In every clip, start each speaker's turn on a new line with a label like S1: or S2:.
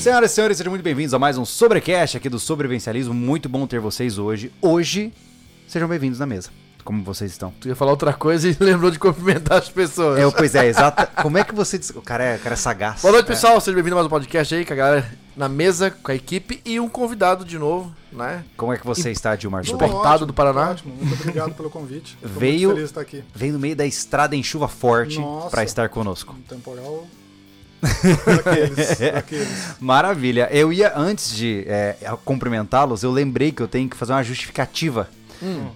S1: Senhoras e senhores, sejam muito bem-vindos a mais um Sobrecast aqui do Sobrevivencialismo. Muito bom ter vocês hoje. Hoje, sejam bem-vindos na mesa. Como vocês estão?
S2: Tu ia falar outra coisa e lembrou de cumprimentar as pessoas.
S1: É, pois é, exata. Como é que você. diz- O cara é, o cara é sagaz.
S2: Boa noite,
S1: É.
S2: pessoal. Seja bem-vindo a mais um podcast aí com a galera na mesa, com a equipe e um convidado de novo, né?
S1: Como é que você está, Dilmar?
S2: Tô
S1: Super?
S2: Exportado
S3: Ótimo,
S2: do Paraná.
S3: Tá Ótimo, muito obrigado pelo convite. Tô
S1: Veio-
S3: muito feliz de estar aqui.
S1: Vem no meio da estrada em chuva forte
S3: Nossa.
S1: para estar conosco.
S3: Um temporal daqueles, daqueles.
S1: Maravilha. Eu ia, antes de é, cumprimentá-los, eu lembrei que eu tenho que fazer uma justificativa.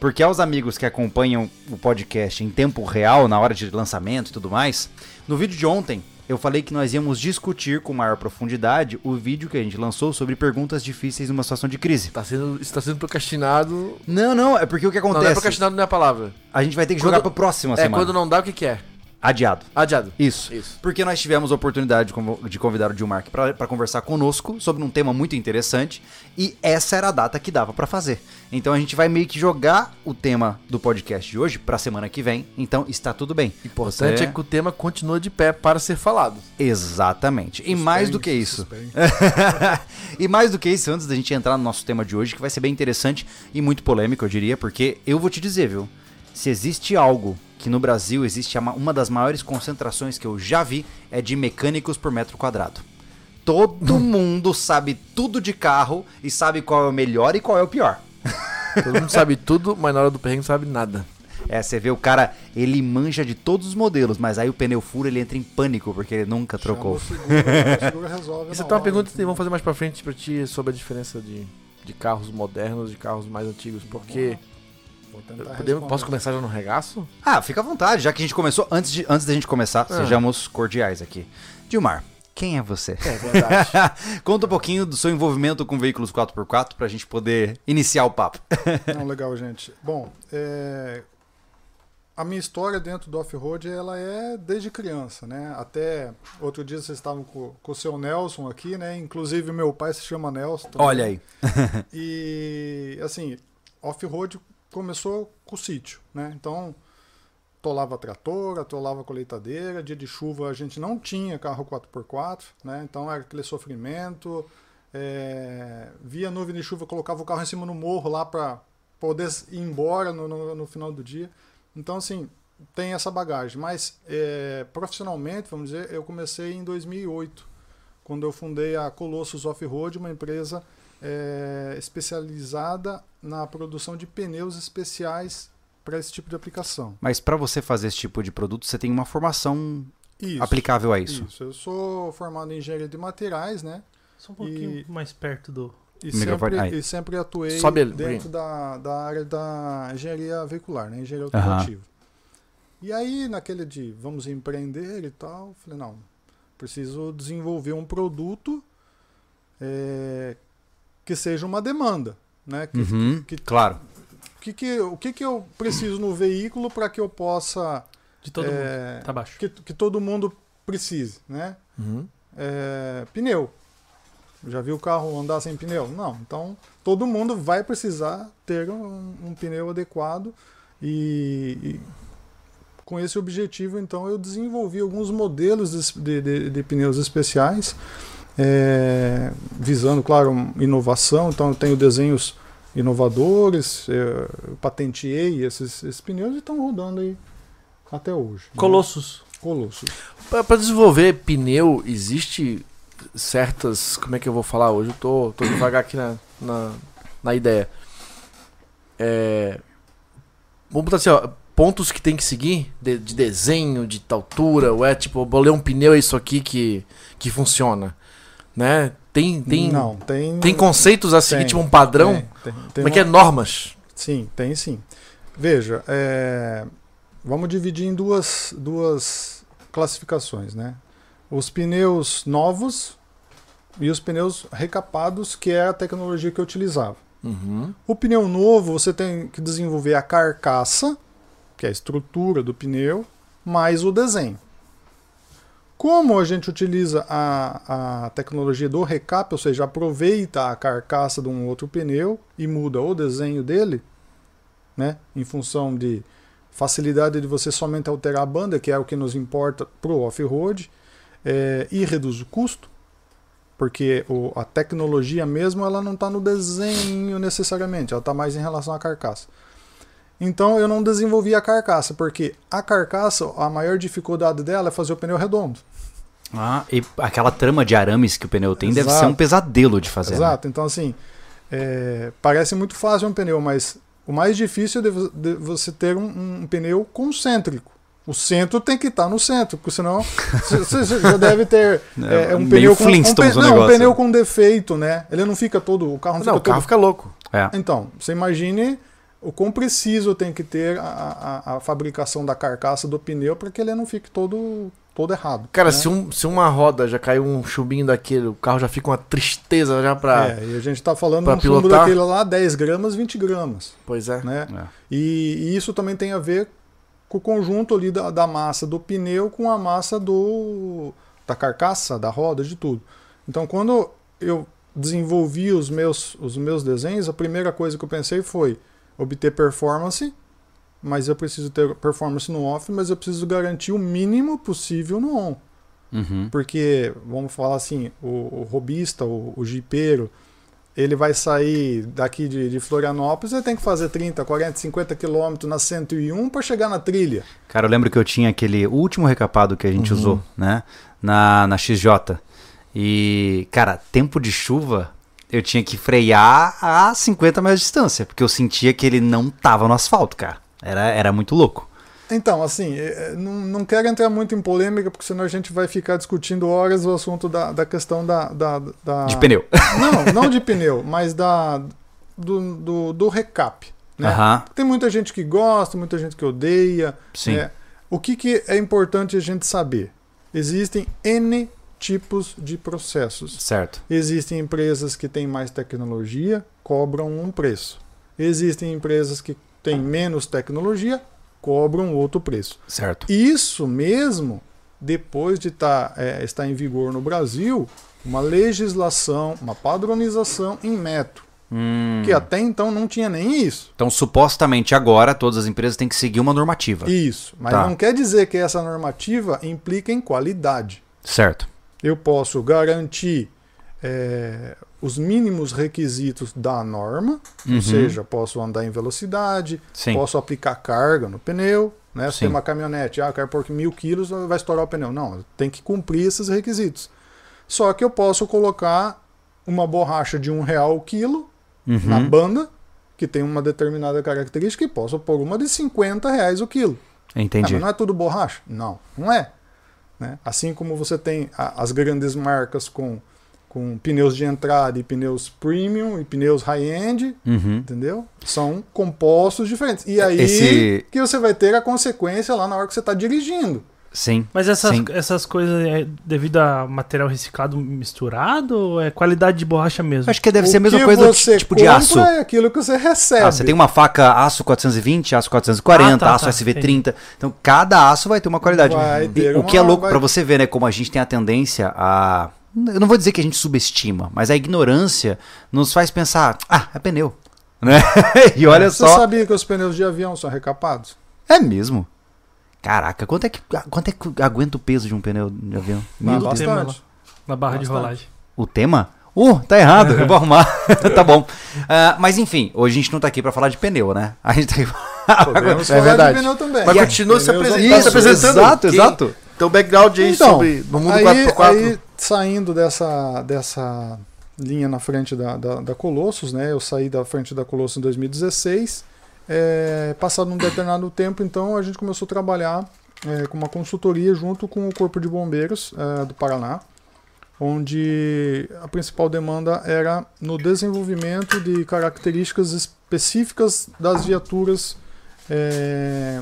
S1: Porque aos amigos que acompanham o podcast em tempo real, na hora de lançamento e tudo mais, no vídeo de ontem eu falei que nós íamos discutir com maior profundidade o vídeo que a gente lançou sobre perguntas difíceis numa situação de crise.
S2: Tá sendo, isso tá sendo procrastinado.
S1: Não, não, é porque o que
S2: Não, não é
S1: acontece?
S2: procrastinado, não é a palavra.
S1: a gente vai ter que jogar assim,
S2: Quando-
S1: pra próxima
S2: é,
S1: semana.
S2: quando não dá, o que que é?
S1: Adiado.
S2: Adiado.
S1: Isso.
S2: Isso.
S1: Porque nós tivemos a oportunidade de convo- de convidar o Dilmark para conversar conosco sobre um tema muito interessante e essa era a data que dava para fazer. Então a gente vai meio que jogar o tema do podcast de hoje para semana que vem. Então está tudo bem.
S2: O importante é que o tema continua de pé para ser falado.
S1: Exatamente. E mais do que isso. e mais do que isso, antes da gente entrar no nosso tema de hoje, que vai ser bem interessante e muito polêmico, eu diria, porque eu vou te dizer, viu? Se existe algo que no Brasil existe a ma- uma das maiores concentrações que eu já vi é de mecânicos por metro quadrado. Todo mundo sabe tudo de carro e sabe qual é o melhor e qual é o pior.
S2: Todo mundo sabe tudo, mas na hora do perrengue não sabe nada.
S1: É, você vê o cara, ele manja de todos os modelos, mas aí o pneu fura, ele entra em pânico porque ele nunca trocou.
S3: Chama É o seguro, o seguro resolve
S2: Isso
S3: na
S2: é uma
S3: hora.
S2: pergunta que vamos fazer mais pra frente pra ti sobre a diferença de, de carros modernos e carros mais antigos. Porque.
S3: Vou tentar
S2: Podemos,
S3: responder.
S2: posso começar já no regaço?
S1: Ah, fica à vontade, já que a gente começou. Antes, de, antes da gente começar,
S2: Ah.
S1: sejamos cordiais aqui. Dilmar, quem é você?
S2: É verdade.
S1: Conta um pouquinho do seu envolvimento com veículos 4x4 pra gente poder iniciar o papo.
S3: Não, legal, gente. Bom, é, a minha história dentro do off-road, ela é desde criança, né? Até outro dia vocês estavam com, com o seu Nelson aqui, né? Inclusive meu pai se chama Nelson. também.
S1: Olha aí.
S3: E assim, off-road começou com o sítio, né? Então, tolava trator, atolava colheitadeira, dia de chuva a gente não tinha carro 4x4, né? Então era aquele sofrimento. é, via nuvem de chuva, colocava o carro em cima no morro lá para poder ir embora no, no- no final do dia. Então, assim, tem essa bagagem. Mas é, profissionalmente, vamos dizer, eu comecei em 2008, quando eu fundei a Colossus Off-Road, uma empresa é, especializada na produção de pneus especiais para esse tipo de aplicação.
S1: Mas pra você fazer esse tipo de produto, você tem uma formação
S3: Isso.
S1: aplicável a isso.
S3: Eu sou formado em engenharia de materiais, né?
S4: Só um pouquinho
S3: E-
S4: mais perto do.
S3: E
S1: Microfone-
S3: sempre,
S1: aí.
S3: e sempre atuei
S2: Sobe ali,
S3: dentro
S2: Bruno.
S3: da, da área da engenharia veicular, né? Engenharia
S1: Aham.
S3: automotiva. E aí, naquele de vamos empreender e tal, eu falei, não, preciso desenvolver um produto é, que seja uma demanda, né? Que,
S1: Uhum,
S3: que-
S1: claro.
S3: o que, que, o que, que eu preciso no veículo para que eu possa.
S4: De todo mundo.
S3: é,
S4: Tá baixo.
S3: que, que todo mundo precise, né?
S2: Uhum.
S3: É, pneu. Já viu o carro andar sem pneu? Não. Então, todo mundo vai precisar ter um, um pneu adequado e, e com esse objetivo, então, eu desenvolvi alguns modelos es- de, de- de pneus especiais, é, visando, claro, um- inovação. Então, eu tenho desenhos inovadores, é, eu patenteei esses, esses pneus e estão rodando aí até hoje. né?
S4: Colossus.
S3: Colossus.
S2: Pra, pra desenvolver pneu, existe certas. Como é que eu vou falar hoje? Eu tô, tô devagar aqui na, na, na ideia. É, vamos botar assim, ó. Pontos que tem que seguir de, de desenho, de tal altura, ou é tipo, eu bolei um pneu, é isso aqui que, que funciona. Né? Tem, tem,
S3: Não, tem.
S2: tem conceitos a seguir,
S3: Tem,
S2: tipo um padrão?
S3: Tem, tem, tem um-
S2: Como é que é?
S3: uma-
S2: Normas.
S3: Sim, tem sim. Veja, é, vamos dividir em duas, duas classificações, né? Os pneus novos e os pneus recapados, que é a tecnologia que eu utilizava.
S2: Uhum.
S3: O pneu novo, você tem que desenvolver a carcaça, que é a estrutura do pneu, mais o desenho. Como a gente utiliza a, a tecnologia do recap, ou seja, aproveita a carcaça de um outro pneu e muda o desenho dele, né, em função de facilidade de você somente alterar a banda, que é o que nos importa para o off-road, é, e reduz o custo, Porque o- a tecnologia mesmo, ela não está no desenho necessariamente, ela está mais em relação à carcaça. Então eu não desenvolvi a carcaça, porque a carcaça, a maior dificuldade dela é fazer o pneu redondo.
S1: Ah, e aquela trama de arames que o pneu tem deve
S3: Exato.
S1: ser um pesadelo de fazer. né?
S3: Exato, então assim, é, parece muito fácil um pneu, mas o mais difícil é de vo- de você ter um, um pneu concêntrico. O centro tem que estar no centro, porque senão você já deve ter é,
S1: É,
S3: um
S1: meio
S3: pneu com um,
S1: Flintstones
S3: pe-
S1: o
S3: não, um
S1: negócio.
S3: pneu com defeito, né? Ele não fica todo, o carro não,
S2: Não, o
S3: fica
S2: carro
S3: todo.
S2: fica louco.
S1: É.
S3: Então, você imagine o quão preciso tem que ter a, a- a fabricação da carcaça do pneu para que ele não fique todo todo errado.
S2: Cara,
S3: né?
S2: se, um, se uma roda já caiu um chumbinho daquele, o carro já fica uma tristeza já pra.
S3: É, e a gente tá falando
S2: pra
S3: um chumbo
S2: pilotar-
S3: daquele lá 10 gramas, 20 gramas,
S2: Pois é.
S3: né?
S1: É.
S3: E, e isso também tem a ver com o conjunto ali da, da massa do pneu com a massa do da carcaça, da roda, de tudo. Então, quando eu desenvolvi os meus, os meus desenhos, a primeira coisa que eu pensei foi obter performance, mas eu preciso ter performance no off, mas eu preciso garantir o mínimo possível no on.
S1: Uhum.
S3: Porque, vamos falar assim, o, o robista, o, o jipeiro, ele vai sair daqui de, de Florianópolis, ele tem que fazer 30, 40, 50 quilômetros na 101 para chegar na trilha.
S1: Cara, eu lembro que eu tinha aquele o último recapado que a gente usou, né? Na, na XJ. E, cara, tempo de chuva, eu tinha que frear a 50 metros de distância, porque eu sentia que ele não tava no asfalto, cara. Era, era muito louco.
S3: Então, assim, eh, eh, não, não quero entrar muito em polêmica, porque senão a gente vai ficar discutindo horas o assunto da, da questão da, da, da-
S1: De pneu.
S3: Não, não de pneu, mas da, do, do, do recap. Né?
S1: Aham,
S3: Tem muita gente que gosta, muita gente que odeia.
S1: sim.
S3: né? O que, que é importante a gente saber? Existem N tipos de processos.
S1: Certo.
S3: Existem empresas que têm mais tecnologia, cobram um preço. Existem empresas que têm menos tecnologia, cobram outro preço.
S1: Certo.
S3: Isso mesmo depois de tá, é, estar em vigor no Brasil uma legislação, uma padronização em metro,
S1: Hum.
S3: que até então não tinha nem isso.
S1: Então, supostamente agora, todas as empresas têm que seguir uma normativa.
S3: Isso, mas
S1: Tá.
S3: não quer dizer que essa normativa implica em qualidade.
S1: Certo.
S3: eu posso garantir eh, os mínimos requisitos da norma,
S1: Uhum.
S3: ou seja, posso andar em velocidade,
S1: Sim.
S3: posso aplicar carga no pneu, né? Se
S1: Sim.
S3: tem uma caminhonete, ah, eu quero pôr mil quilos, vai estourar o pneu. Não, tem que cumprir esses requisitos. Só que eu posso colocar uma borracha de um real o quilo
S1: Uhum.
S3: na banda, que tem uma determinada característica, e posso pôr uma de 50 reais o quilo. Ah,
S1: Entendi.
S3: mas não é tudo borracha? Não, não é. Né? Assim como você tem a- as grandes marcas com, com pneus de entrada e pneus premium e pneus high-end,
S1: Uhum.
S3: entendeu? São compostos diferentes. E aí
S1: Esse-
S3: que você vai ter a consequência lá na hora que você está dirigindo.
S1: Sim.
S4: Mas essas,
S1: Sim.
S4: essas coisas é devido a material reciclado misturado ou é qualidade de borracha mesmo?
S1: Acho que deve ser a
S3: O
S1: mesma
S3: que
S1: coisa do
S3: você
S1: tipo de
S3: compra
S1: aço.
S3: é aquilo que você recebe.
S1: Ah, você tem uma faca aço 420, aço 440,
S4: Ah, tá,
S1: aço
S4: tá,
S1: SV30. Então cada aço vai ter uma qualidade.
S3: Vai
S1: E
S3: ter
S1: o que é
S3: uma-
S1: louco
S3: vai-
S1: pra você ver, né, como a gente tem a tendência a eu não vou dizer que a gente subestima, mas a ignorância nos faz pensar, ah, é pneu, né? e olha
S3: É, você
S1: só,
S3: sabia que os pneus de avião são recapados?
S1: é mesmo. Caraca, quanto é que quanto é que aguenta o peso de um pneu de avião?
S3: Ah,
S1: Meu Deus.
S4: Deus.
S3: bastante.
S4: Na barra de
S3: Bastante.
S4: rolagem.
S1: O tema? Uh, tá errado, eu vou arrumar. tá bom. Ah, mas enfim, hoje a gente não tá aqui pra falar de pneu, né? A gente tá aqui pra
S3: Podemos
S2: É
S3: falar
S2: verdade.
S3: de pneu também.
S2: Mas continua Tá se
S3: Pneus
S2: apresentando.
S3: usados.
S2: se apresentando.
S1: Exato,
S2: Que-
S1: exato.
S2: Então, background aí sobre no mundo
S3: aí,
S2: 4x4.
S3: aí, saindo dessa, dessa linha na frente da, da, da Colossus, né? Eu saí da frente da Colossus em 2016. É, passado um determinado tempo, então, a gente começou a trabalhar é, com uma consultoria junto com o Corpo de Bombeiros é, do Paraná, onde a principal demanda era no desenvolvimento de características específicas das viaturas é,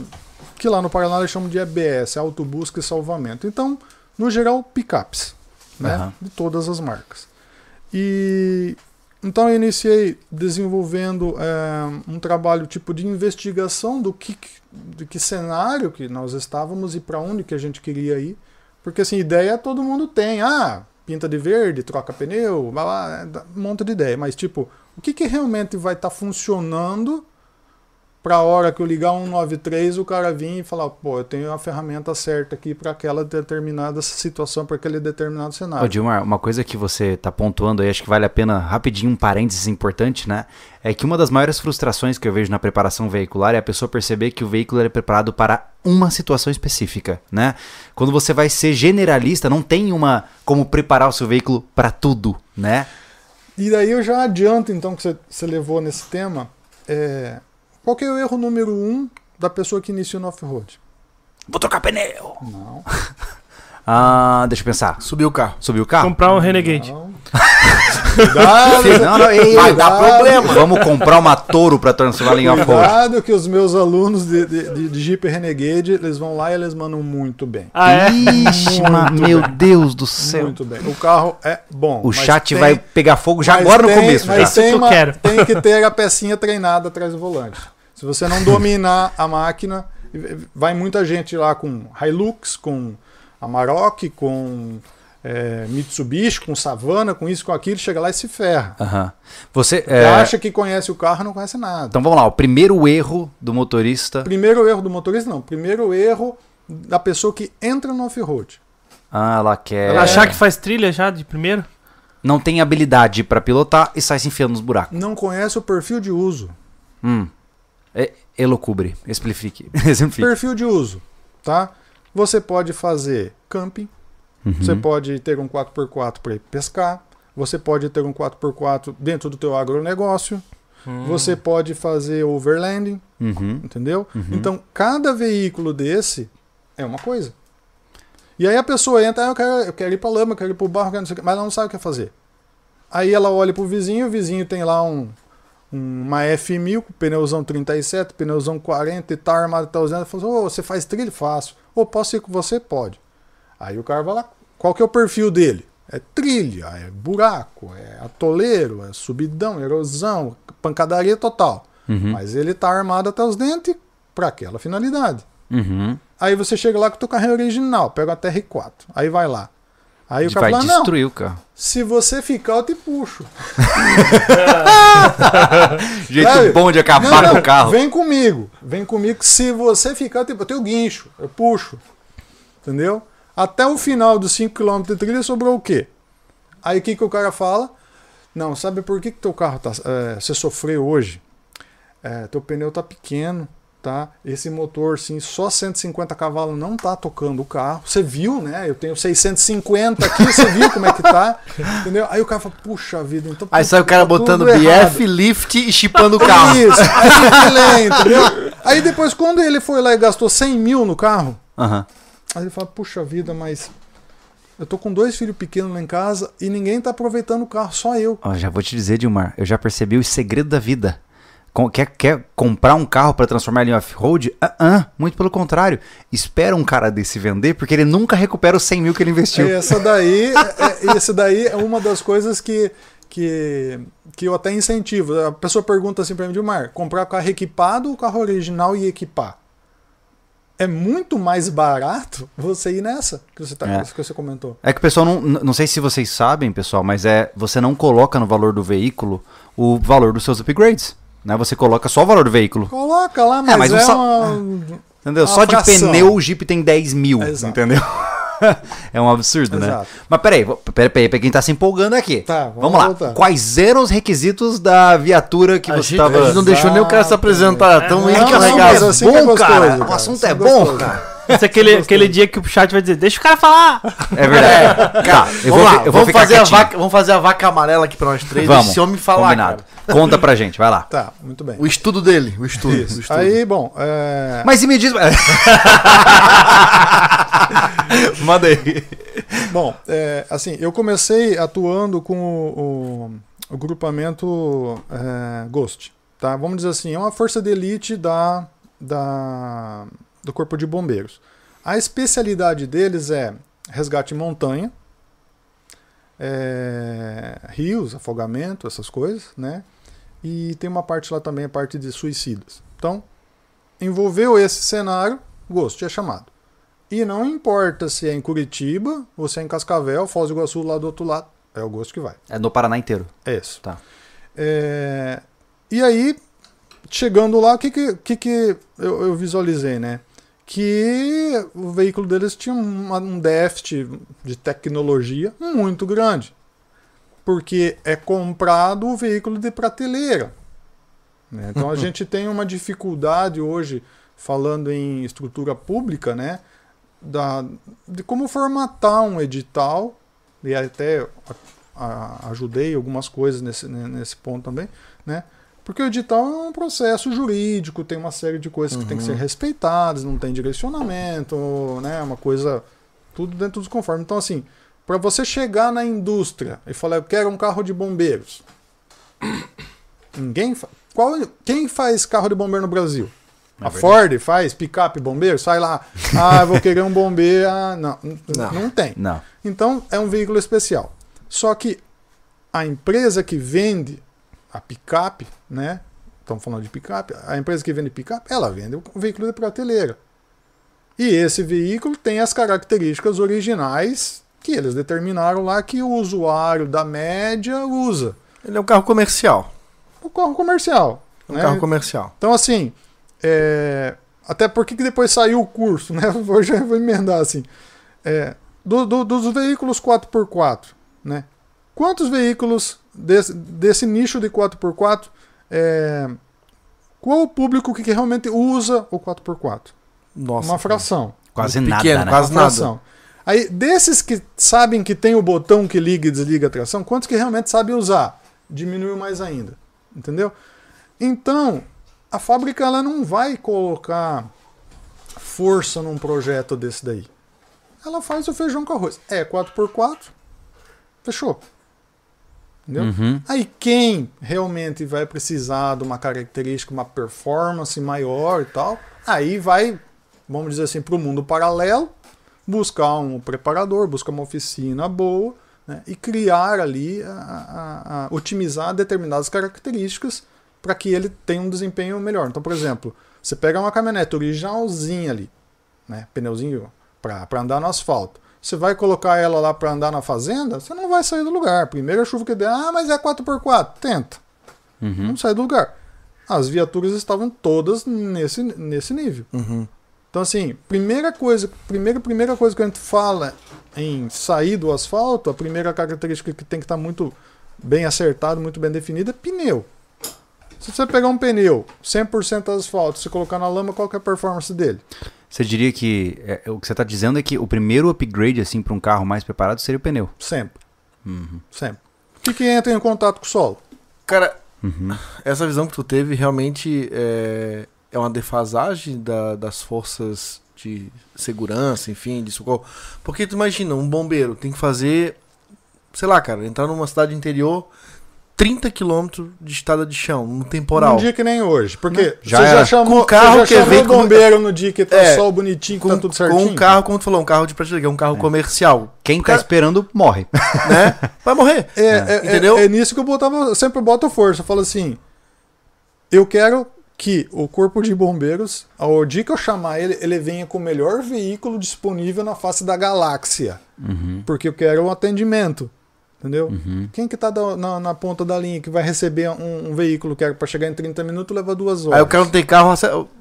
S3: que lá no Paraná eles chamam de EBS, Autobusca e Salvamento. Então, no geral, picapes, né?
S1: Aham.
S3: De todas as marcas. E então eu iniciei desenvolvendo é, um trabalho tipo de investigação do que, de que cenário que nós estávamos e para onde que a gente queria ir, porque assim ideia todo mundo tem, ah, pinta de verde, troca pneu, blá, é, blá, dá um monte de ideia, mas tipo o que, que realmente vai estar tá funcionando para a hora que eu ligar 193, o cara vir e falar, pô, eu tenho a ferramenta certa aqui para aquela determinada situação, para aquele determinado cenário.
S1: Ô, Dilmar, uma coisa que você tá pontuando aí, acho que vale a pena rapidinho um parênteses importante, né? É que uma das maiores frustrações que eu vejo na preparação veicular é a pessoa perceber que o veículo era preparado para uma situação específica, né? Quando você vai ser generalista, não tem uma como preparar o seu veículo para tudo, né?
S3: E daí eu já adianto, então, que você- você levou nesse tema. é, Qual que é o erro número um da pessoa que inicia no off-road?
S1: Vou trocar pneu.
S3: Não.
S1: Ah, deixa eu pensar.
S2: Subiu o carro.
S1: Subiu o carro?
S4: Comprar um Renegade.
S3: não.
S1: Filho, não, não, ei,
S3: Vai dar problema.
S1: Vamos comprar uma touro pra transformar em off-road.
S3: Cuidado que os meus alunos de, de, de- de Jeep Renegade, eles vão lá e eles mandam muito bem.
S4: Ah, é?
S1: Ixi,
S3: Muito
S1: ma-
S3: bem.
S1: meu Deus do céu.
S3: Muito bem. O carro é bom.
S1: O
S3: mas
S1: chat
S3: tem-
S1: vai pegar fogo já
S3: mas
S1: agora
S3: tem-
S1: no começo.
S3: mas
S1: Já.
S4: Isso
S3: Tem,
S4: que eu
S3: uma-
S4: quero.
S3: tem que ter a pecinha treinada atrás do volante. Se você não dominar a máquina, vai muita gente lá com Hilux, com Amarok, com é, Mitsubishi, com Savana, com isso, com aquilo, chega lá e se ferra.
S1: Aham. Você.
S3: Você
S1: é,
S3: Acha que conhece o carro, não conhece nada.
S1: Então vamos lá, o primeiro erro do motorista.
S3: Primeiro erro do motorista, não. Primeiro erro da pessoa que entra no off-road.
S1: Ah, ela quer.
S3: Ela
S4: Achar que faz trilha já de primeiro?
S1: Não tem habilidade pra pilotar e sai se enfiando nos buracos.
S3: Não conhece o perfil de uso.
S1: Hum. É, elocubre. Explique. Exemplifique.
S3: Perfil de uso, tá? Você pode fazer camping, você
S1: Uhum.
S3: pode ter um 4x4 para ir pescar, você pode ter um 4x4 dentro do teu agronegócio, você pode fazer overlanding,
S1: Uhum.
S3: entendeu? Então, cada veículo desse é uma coisa. E aí a pessoa entra, ah, eu quero, eu quero ir para lama, eu quero ir para o barro, eu quero não sei o quê, mas ela não sabe o que fazer. Aí ela olha pro vizinho, o vizinho tem lá um, um- uma F1000, com pneuzão 37, pneuzão 40, e tá armado, tá usando. Ela fala assim, ô, você faz trilho? Faço. Ô, posso ir com você? Pode. Aí o cara vai lá, qual que é o perfil dele? É trilha, é buraco, é atoleiro, é subidão, erosão, pancadaria total.
S1: Uhum.
S3: Mas ele tá armado até os dentes para aquela finalidade.
S1: Uhum.
S3: Aí você chega lá com o teu carrinho original, pega a TR4, aí vai lá. Aí o cara
S1: Vai
S3: fala, não,
S1: destruir o carro.
S3: se você ficar, eu te puxo.
S1: Jeito
S3: Sabe?
S1: bom de acabar
S3: Não,
S1: com
S3: não,
S1: o carro.
S3: Vem comigo. Vem comigo. Se você ficar, tipo, eu tenho guincho, eu puxo. Entendeu? Até o final dos 5km de trilha sobrou o quê? Aí o que, que o cara fala? Não, sabe por que, que teu carro tá. eh, você sofreu hoje? Eh, teu pneu tá pequeno, tá? Esse motor, sim, só 150 cavalos não tá tocando o carro. Você viu, né? Eu tenho 650 aqui, você viu como é que tá? Entendeu? Aí o cara fala, puxa vida, então.
S2: Aí sai o cara
S3: tá tudo
S2: botando
S3: errado.
S2: BF, lift e chipando o carro.
S3: Isso, aí, ele, entendeu? aí depois, quando ele foi lá e gastou 100 mil no carro,
S1: Aham.
S3: aí ele fala, puxa vida, mas eu tô com dois filhos pequenos lá em casa e ninguém tá aproveitando o carro, só eu.
S1: Ó, já vou te dizer, Dilmar, eu já percebi o segredo da vida. Com- quer, quer comprar um carro pra transformar ele em off-road? Ah, ah, muito pelo contrário. Espera um cara desse vender, porque ele nunca recupera os 100 mil que ele investiu.
S3: Essa daí, é, é- esse daí é uma das coisas que, que, que eu até incentivo. A pessoa pergunta assim pra mim, Dilmar, comprar carro equipado ou carro original e equipar? É muito mais barato você ir nessa que você, tá,
S1: É.
S3: que você comentou.
S1: É que o pessoal não. Não sei se vocês sabem, pessoal, mas é. Você não coloca no valor do veículo o valor dos seus upgrades. Né? Você coloca só o valor do veículo.
S3: Coloca lá, mas é,
S1: mas um sal-
S3: uma...
S1: Entendeu?
S3: Uma
S1: Só de
S3: fração.
S1: pneu o Jeep tem 10 mil.
S3: Exato.
S1: Entendeu? é um absurdo, né?
S3: Exato.
S1: Mas peraí, vo- peraí, peraí, pra quem tá se empolgando aqui.
S3: Tá,
S1: vamos
S3: vamos
S1: lá.
S3: voltar.
S1: Quais eram os requisitos da viatura que
S2: A
S1: você
S2: gente,
S1: tava. Ah,
S2: a gente não deixou nem o cara se apresentar. Tamo
S4: É,
S2: indo
S3: não,
S2: que é
S3: não, mas
S2: legal.
S3: assim que é gostoso, cara.
S1: O assunto é
S3: Assim que
S1: bom,
S3: gostoso.
S1: cara.
S4: Esse é aquele, aquele dia que o chat vai dizer, deixa o cara falar.
S1: É verdade. Tá, eu vou, fi-
S2: vamos
S1: eu
S2: lá,
S1: vou
S2: vamos,
S1: ficar
S2: fazer a
S1: quietinho.
S2: vaca, vamos fazer a vaca amarela aqui pra nós três.
S1: Vamos.
S2: Esse homem falar,
S1: Combinado.
S2: cara.
S1: Conta pra gente, vai lá.
S3: Tá, muito bem.
S2: O estudo dele, o estudo.
S3: Isso.
S2: o estudo.
S3: Aí, bom, é,
S1: Mas e me diz. Manda aí.
S3: bom é, assim, eu comecei atuando com o, o- o grupamento é, Ghost. Tá? Vamos dizer assim, é uma força de elite da, da- do Corpo de Bombeiros. A especialidade deles é resgate em montanha, é, rios, afogamento, essas coisas, né? E tem uma parte lá também, a parte de suicidas. Então, envolveu esse cenário, Ghost é chamado. E não importa se é em Curitiba ou se é em Cascavel, Foz do Iguaçu lá do outro lado, é o gosto que vai.
S1: É no Paraná inteiro.
S3: É isso.
S1: Tá.
S3: É, E aí, chegando lá, o que, que, que, que eu, eu visualizei, né? Que o veículo deles tinha uma- um déficit de tecnologia muito grande. Porque é comprado o veículo de prateleira. né? Então a gente tem uma dificuldade hoje, falando em estrutura pública, né? Da, de como formatar um edital, e até a- ajudei algumas coisas nesse, né, nesse ponto também, né? Porque o edital é um processo jurídico, tem uma série de coisas que tem que ser respeitadas, não tem direcionamento, né? Uma coisa tudo dentro dos conformes. Então assim, para você chegar na indústria e falar eu quero um carro de bombeiros, ninguém fa... qual quem faz carro de bombeiro no Brasil?
S1: É
S3: a
S1: verdade.
S3: Ford faz picape bombeiro, sai lá, ah, eu vou querer um bombeiro, ah, não, n-
S2: Não.
S3: não tem.
S1: Não.
S3: Então é um veículo especial. Só que a empresa que vende a picape, né? Estamos falando de picape. A empresa que vende picape, ela vende o veículo de prateleira. E esse veículo tem as características originais que eles determinaram lá que o usuário da média usa.
S2: Ele é um carro comercial.
S3: O carro comercial.
S2: É um
S3: né?
S2: carro comercial.
S3: Então, assim, é, até porque que depois saiu o curso, né? Vou, já vou emendar assim. É, do- do- dos veículos 4x4, né? Quantos veículos desse, desse nicho de 4x4 é, qual o público que, que realmente usa o 4x4?
S2: Nossa.
S3: Uma fração.
S1: Quase
S2: Pequeno,
S1: nada, né?
S2: quase- Faz
S3: uma
S2: nada.
S3: fração. Aí, desses que sabem que tem o botão que liga e desliga a tração, quantos que realmente sabem usar? Diminuiu mais ainda. Entendeu? Então, a fábrica ela não vai colocar força num projeto desse daí. Ela faz o feijão com arroz. É 4x4, fechou. Entendeu?
S2: Uhum.
S3: Aí quem realmente vai precisar de uma característica, uma performance maior e tal, aí vai, vamos dizer assim, para o mundo paralelo, buscar um preparador, buscar uma oficina boa né, e criar ali, a- a- a- otimizar determinadas características para que ele tenha um desempenho melhor. Então, por exemplo, você pega uma caminhonete originalzinha ali, né, pneuzinho para andar no asfalto. Você vai colocar ela lá para andar na fazenda, você não vai sair do lugar. Primeira chuva que der, ah, mas é 4x4, tenta. Não sai do lugar. As viaturas estavam todas nesse, nesse nível. Então, assim, primeira coisa, primeira, primeira coisa que a gente fala em sair do asfalto, a primeira característica que tem que estar muito bem acertado, muito bem definida, é pneu. Se você pegar um pneu 100% asfalto, se colocar na lama, qual que é a performance dele?
S1: Você diria que é, o que você tá dizendo é que o primeiro upgrade assim para um carro mais preparado seria o pneu.
S3: Sempre.
S2: Uhum.
S3: Sempre. O que, que entra em contato com o solo?
S2: Cara,
S1: Uhum.
S2: essa visão que tu teve realmente é, é uma defasagem da- das forças de segurança, enfim, de socorro. Porque tu imagina, um bombeiro tem que fazer, sei lá, cara, entrar numa cidade interior, 30 quilômetros de estrada de chão, num temporal.
S3: Um dia que nem hoje. Porque
S1: Já
S3: você
S1: era.
S3: já chamou,
S2: Com carro
S3: você
S2: que
S3: já chamou
S2: vem
S3: o
S2: com-
S3: bombeiro no dia que tá
S2: É,
S3: sol bonitinho, que
S2: com,
S3: tá tudo
S2: com
S3: certinho.
S2: um carro, como tu falou, um carro de prateleira, que é um carro comercial,
S1: Quem tá
S2: Cara-
S1: esperando morre.
S2: né? Vai morrer.
S3: É, é, é-
S2: Entendeu?
S3: é nisso que eu botava, eu sempre boto força. Eu falo assim: eu quero que o corpo de bombeiros, ao dia que eu chamar ele, ele venha com o melhor veículo disponível na face da galáxia.
S2: Uhum.
S3: Porque eu quero um atendimento. Entendeu? Quem que tá da- na, na ponta da linha que vai receber um, um veículo que era pra chegar em 30 minutos leva duas horas?
S2: Aí o cara não tem carro,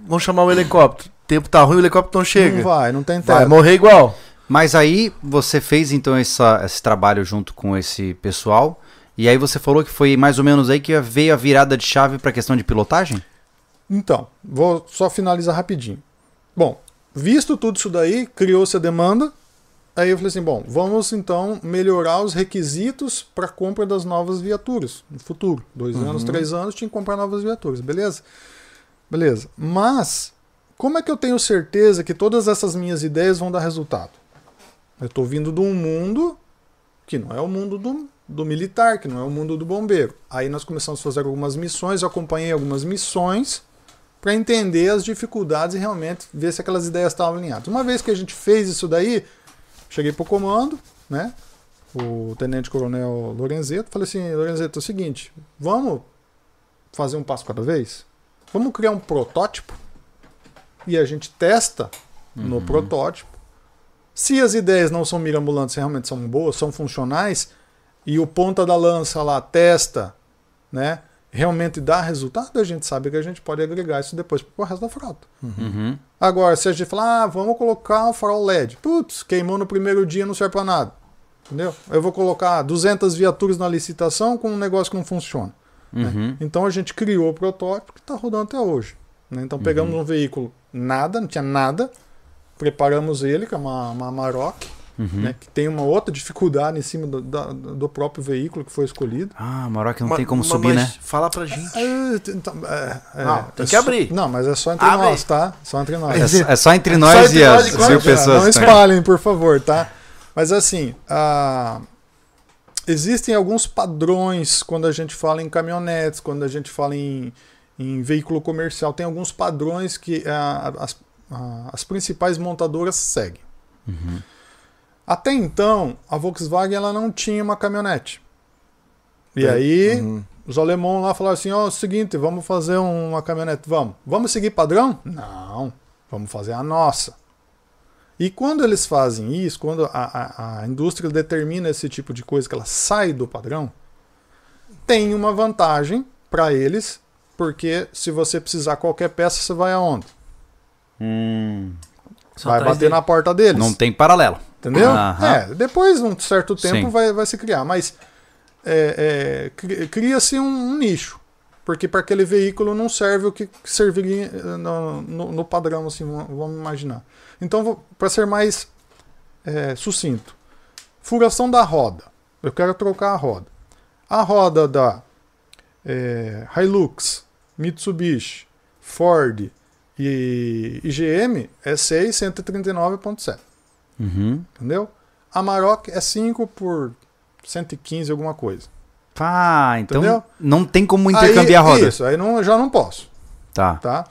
S2: vão chamar o helicóptero. O tempo tá ruim, o helicóptero não chega.
S3: Não vai, não tem
S2: vai
S3: tempo.
S2: morrer igual.
S1: Mas aí você fez então essa- esse trabalho junto com esse pessoal. E aí você falou que foi mais ou menos aí que veio a virada de chave para a questão de pilotagem?
S3: Então, vou só finalizar rapidinho. Bom, visto tudo isso daí, criou-se a demanda. Aí eu falei assim, bom, vamos então melhorar os requisitos para compra das novas viaturas no futuro. Dois anos, três anos, tinha que comprar novas viaturas, beleza? Beleza. Mas, como é que eu tenho certeza que todas essas minhas ideias vão dar resultado? Eu estou vindo de um mundo que não é o mundo do, do militar, que não é o mundo do bombeiro. Aí nós começamos a fazer algumas missões, eu acompanhei algumas missões para entender as dificuldades e realmente ver se aquelas ideias estavam alinhadas. Uma vez que a gente fez isso daí, cheguei pro comando, né? O tenente coronel Lorenzeto, falei assim, Lorenzeto, é o seguinte, vamos fazer um passo cada vez? Vamos criar um protótipo e a gente testa no protótipo. Se as ideias não são mirabolantes, realmente são boas, são funcionais, e o ponta da lança lá testa, né? realmente dá resultado, a gente sabe que a gente pode agregar isso depois pro resto da frota.
S1: Uhum.
S3: Agora, se a gente falar, ah, vamos colocar um farol LED. Putz, queimou no primeiro dia, não serve pra nada. Entendeu? Eu vou colocar 200 viaturas na licitação com um negócio que não funciona.
S1: Uhum.
S3: Então a gente criou o protótipo que está rodando até hoje. né? Então pegamos um veículo, nada, não tinha nada, preparamos ele, que é uma, uma Amarok,
S1: Uhum.
S3: né, que tem uma outra dificuldade em cima do, da- do próprio veículo que foi escolhido.
S1: Ah, Maroc não
S2: Ma-
S1: tem como
S2: ma-
S1: subir,
S2: mas
S1: né?
S2: Fala pra gente.
S3: Ah, t- então, é, é,
S2: Não, tem
S3: é
S2: que
S3: só-
S2: abrir.
S3: Não, mas é só entre
S2: Abre.
S3: nós, tá? Só entre nós.
S1: É, só- é só entre nós e as
S3: Claro,
S1: mil
S3: cara,
S1: pessoas.
S3: é,
S1: né?
S3: Não
S1: que estão aí.
S3: espalhem, por favor, tá? Mas assim, ah, existem alguns padrões quando a gente fala em caminhonetes, quando a gente fala em, em veículo comercial, tem alguns padrões que ah, as, ah, as principais montadoras seguem. Até então, a Volkswagen ela não tinha uma caminhonete. E
S2: Tem-
S3: aí,
S2: Uhum.
S3: os alemão lá falaram assim: ó, é o seguinte, vamos fazer um, uma caminhonete, vamos. Vamos seguir padrão? Não, vamos fazer a nossa. E quando eles fazem isso, quando a, a- a indústria determina esse tipo de coisa, que ela sai do padrão, tem uma vantagem para eles, porque se você precisar qualquer peça, você vai aonde?
S1: Hum,
S4: Só
S3: vai
S4: atrás
S3: bater
S4: dele.
S3: na porta deles.
S1: não tem paralelo.
S3: Entendeu?
S1: Aham.
S3: É, depois de um certo
S1: Sim.
S3: tempo vai, vai se criar, mas é, é, cri- cria-se um, um nicho. Porque para aquele veículo não serve o que que serviria eh, no, no- no padrão, assim, vamos vamos imaginar. Então, para ser mais é, sucinto, furação da roda. Eu quero trocar a roda. A roda da é, Hilux, Mitsubishi, Ford e, e GM é 639.7.
S1: Uhum.
S3: Entendeu? A Maroc é 5 por 115, alguma coisa.
S1: Ah, então
S3: Entendeu?
S1: não tem como intercambiar
S3: aí,
S1: rodas.
S3: Isso, aí não, eu já não posso,
S1: Tá.
S3: tá?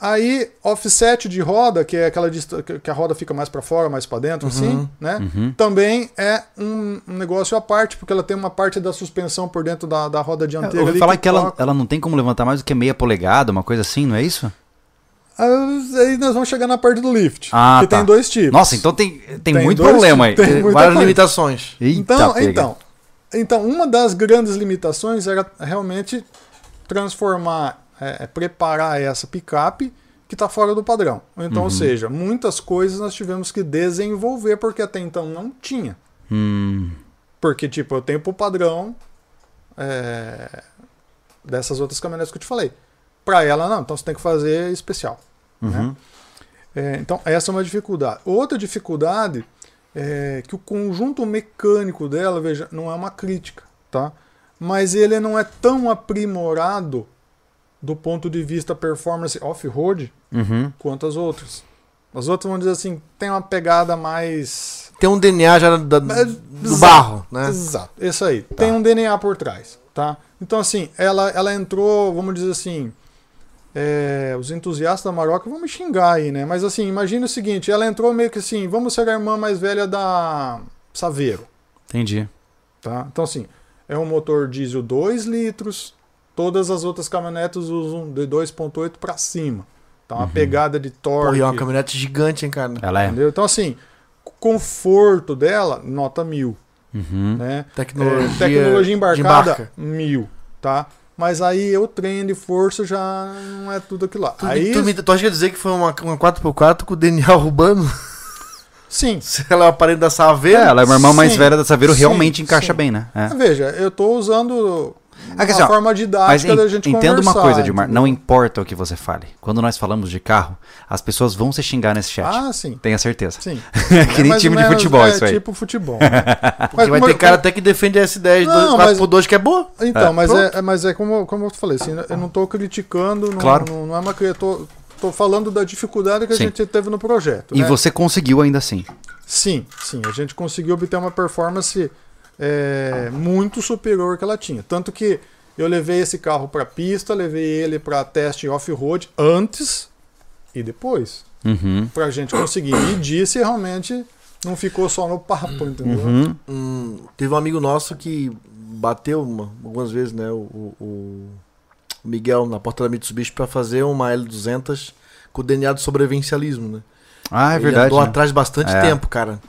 S3: Aí, offset de roda, que é aquela dista- que que a roda fica mais para fora, mais para dentro, assim, né?
S1: Uhum.
S3: Também é um um negócio à parte, porque ela tem uma parte da suspensão por dentro da, da roda
S1: Eu
S3: dianteira.
S1: ouvi
S3: ali
S1: falar que ela,
S3: toca.
S1: ela não tem como levantar mais do que meia polegada, uma coisa assim, não é isso?
S3: Ah, Aí nós vamos chegar na parte do lift,
S1: Ah,
S3: que
S1: tá.
S3: tem dois tipos.
S1: Nossa, então tem, tem,
S3: Tem
S1: muito
S3: dois
S1: problema aí.
S3: tipos, tem muita
S2: Várias
S3: coisa.
S2: limitações.
S1: Eita,
S3: Então,
S1: pega.
S3: então, então, uma das grandes limitações era realmente transformar, é, é, preparar essa picape que está fora do padrão. Então,
S1: Uhum.
S3: ou seja, muitas coisas nós tivemos que desenvolver porque até então não tinha.
S1: Hum,
S3: Porque, tipo, eu tenho o padrão é, dessas outras caminhonetes que eu te falei. Para ela, não. Então, você tem que fazer especial. né?
S1: uhum.
S3: É, então, essa é uma dificuldade. Outra dificuldade é que o conjunto mecânico dela, veja, não é uma crítica, tá? Mas ele não é tão aprimorado do ponto de vista performance off-road
S1: Uhum.
S3: quanto as outras. As outras, vamos dizer assim, tem uma pegada mais.
S2: Tem um DNA já da- do
S3: Exato,
S2: barro, né? Tá.
S3: Exato, isso aí. Tem um DNA por trás, tá? Então, assim, ela, ela entrou, vamos dizer assim. é, os entusiastas da Maroca vão me xingar aí, né? Mas assim, imagina o seguinte: ela entrou meio que assim, vamos ser a irmã mais velha da Saveiro,
S1: Entendi.
S3: tá? Então, assim, é um motor diesel 2 litros, todas as outras caminhonetes usam de 2,8 pra cima. Tá uma pegada de
S2: Pô,
S3: torque.
S2: Uhum. e é uma caminhonete gigante, hein, cara?
S1: Ela é.
S3: entendeu? Então, assim, o conforto dela, nota mil,
S1: Uhum.
S3: né?
S2: Tecnologia,
S3: É, tecnologia embarcada,
S2: de embarca.
S3: mil, tá? Mas aí o trem de força já não é tudo aquilo lá.
S2: Tu,
S3: aí,
S2: tu, me- tu acha que ia dizer que foi uma, uma 4x4 com o DNA urbano?
S3: sim.
S2: Se ela é o aparelho da Saveiro?
S1: É, ela é uma irmã mais
S3: Sim,
S1: velha da Saveiro,
S3: sim,
S1: realmente encaixa
S3: sim.
S1: bem, né? É.
S3: Veja, eu tô usando
S1: Ah, quer
S3: a
S1: dizer, ó,
S3: forma
S1: Mas
S3: didática
S1: en-
S3: da gente
S1: entenda uma
S3: conversar,
S1: coisa, Dilmar.
S3: entendeu?
S1: Não importa o que você fale. Quando nós falamos de carro, as pessoas vão se xingar nesse chat.
S3: Ah, sim.
S1: Tenha certeza.
S3: Sim. É
S1: que nem
S3: mais
S1: time
S3: ou
S1: de
S3: menos,
S1: futebol,
S3: é,
S1: isso aí.
S3: tipo futebol. né?
S2: Porque vai
S3: como-
S2: ter cara até que defende a S10
S3: Não,
S2: dois- 4x2 que é boa.
S3: Então,
S1: É,
S3: mas,
S2: pronto.
S3: é, mas é como, como eu falei, assim, eu não tô criticando, não,
S1: Claro.
S3: não, não é uma crítica, tô, tô falando da dificuldade que a
S1: Sim.
S3: gente teve no projeto.
S1: E
S3: né?
S1: você conseguiu ainda assim.
S3: Sim, sim. A gente conseguiu obter uma performance é, muito superior que ela tinha. Tanto que eu levei esse carro para pista, levei ele para teste off-road antes e depois.
S1: Uhum.
S3: Pra gente conseguir medir se realmente não ficou só no papo, entendeu?
S1: Uhum.
S2: Hum, teve um amigo nosso que bateu uma- algumas vezes, né? O, o- o Miguel na porta da Mitsubishi pra fazer uma L200 com o DNA do sobrevivencialismo, né?
S1: Ah, é
S2: Ele
S1: verdade.
S2: andou
S1: né?
S2: atrás bastante
S1: É.
S2: tempo, cara.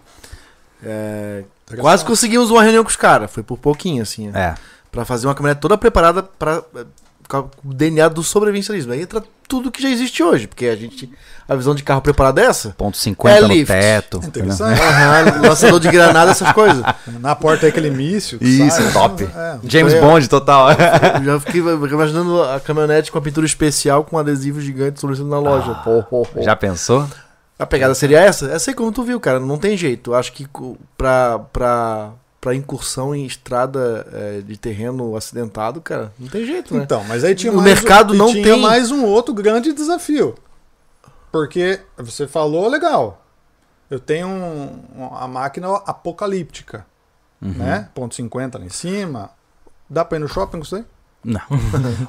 S2: É, quase conseguimos uma reunião com os caras. Foi por pouquinho, assim. É.
S1: É.
S2: Pra fazer uma caminhonete toda preparada pra eh, carro com o DNA do sobrevivencialismo. Aí entra tudo que já existe hoje, porque a gente. A visão de carro preparada é essa?
S1: Ponto 50
S2: É
S1: no
S2: lift.
S1: teto.
S3: Interessante.
S1: É.
S2: Aham, lançador de granada, essas coisas.
S3: Na porta é aquele míssil. que
S1: Isso,
S3: sai.
S1: top.
S3: É,
S1: James
S2: É.
S1: Bond total.
S2: Eu já fiquei imaginando a caminhonete com a pintura especial com um adesivo gigante sobrecendo na loja.
S1: Ah.
S2: Pô, pô, pô.
S1: Já pensou?
S2: A pegada seria essa? Essa aí como tu viu, cara. Não tem jeito. Acho que co- pra, pra, pra incursão em estrada é, de terreno acidentado, cara, não tem jeito, né?
S3: Então, mas aí tinha
S2: O
S3: mais
S2: mercado
S3: um, e
S2: não
S3: tinha
S2: tem-
S3: mais um outro grande desafio. Porque você falou, legal. Eu tenho um, uma máquina apocalíptica, né? Ponto 50 lá em cima. Dá pra ir no shopping com isso aí?
S1: Não.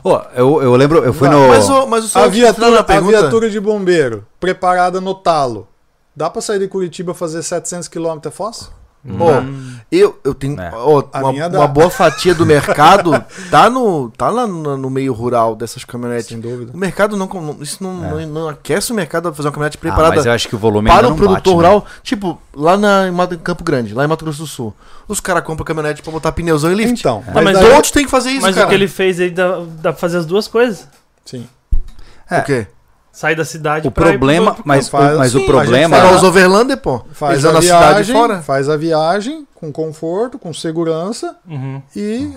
S1: Ô, eu, eu lembro, eu fui
S3: Não,
S1: no.
S2: Mas o, mas o senhor
S3: A
S2: antes de entrar
S3: viatura,
S2: na
S3: a
S2: pergunta-
S3: viatura de bombeiro, preparada no talo. Dá pra sair de Curitiba fazer é 700 km a Foz?
S2: Ó, eu, eu tenho
S1: Hum. É.
S2: ó,
S3: A
S2: uma,
S3: minha dá.
S2: uma boa fatia do mercado tá no tá lá no, no meio rural dessas caminhonetes.
S3: Sem dúvida.
S2: O mercado não com- isso não, não, não aquece o mercado a fazer uma caminhonete
S1: É. Ah,
S2: preparada
S1: mas eu acho que o volume
S2: para
S1: ainda
S2: o
S1: não
S2: produtor
S1: bate, né?
S2: rural, tipo, lá na, em Mato- em Campo Grande, lá em Mato Grosso do Sul. Os caras compram caminhonete pra botar pneuzão e lift. Ah,
S3: Então,
S4: Tá, mas
S3: daí-
S2: Todos têm que fazer isso,
S4: Mas
S2: cara.
S4: o que ele fez aí dá, dá pra fazer as duas coisas.
S3: Sim.
S1: É.
S2: O quê?
S4: Sai da cidade
S1: O
S4: pra ir pro-
S1: problema,
S4: pro-
S1: mas,
S3: faz-
S1: mas
S3: sim,
S1: o
S3: a
S1: problema.
S3: gente
S2: Pegar
S3: fala-
S2: os overlander, pô.
S3: Faz
S2: pisando
S3: a,
S2: a cidade
S3: viagem,
S2: fora.
S3: faz a viagem com conforto, com segurança
S4: Uhum.
S3: e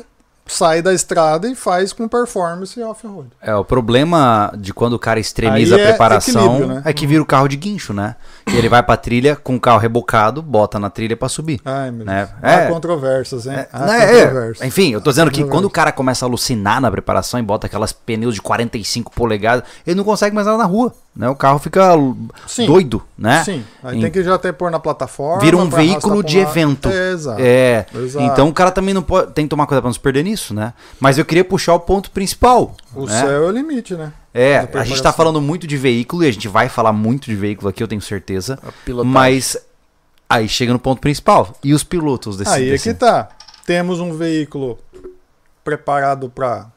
S3: sai da estrada e faz com performance off-road.
S1: É, o problema de quando o cara extremiza
S3: Aí
S1: a
S3: é
S1: preparação
S3: equilíbrio, né?
S1: é que vira o carro de guincho, né? E ele vai pra trilha com o carro rebocado, bota na trilha pra subir.
S3: Ai, meu
S1: Né?
S3: Deus. Há
S1: É.
S3: controvérsias, hein?
S1: É,
S3: Há
S1: né, é,
S3: controvérsias.
S1: Enfim, eu tô dizendo que
S3: Controverso.
S1: quando o cara começa a alucinar na preparação e bota aquelas pneus de 45 polegadas, ele não consegue mais nada na rua, né? O carro fica l-
S3: Sim.
S1: doido, né?
S3: Sim, aí
S1: Em-
S3: tem que já até pôr na plataforma.
S1: Vira um
S3: pra arrastar
S1: veículo
S3: pra um
S1: de
S3: lado.
S1: evento.
S3: É, exato.
S1: É,
S3: Exato.
S1: então o cara também não pode, tem que tomar cuidado pra não se perder nisso, né? Mas eu queria puxar o ponto principal.
S3: O
S1: né?
S3: céu é o limite, né?
S1: É,
S3: Da
S1: a gente tá
S3: preparação.
S1: falando muito de veículo e a gente vai falar muito de veículo aqui, eu tenho certeza.
S2: pilotagem.
S1: Mas aí chega no ponto principal. E os pilotos desse
S3: aí é
S1: desse-
S3: que tá. Temos um veículo preparado para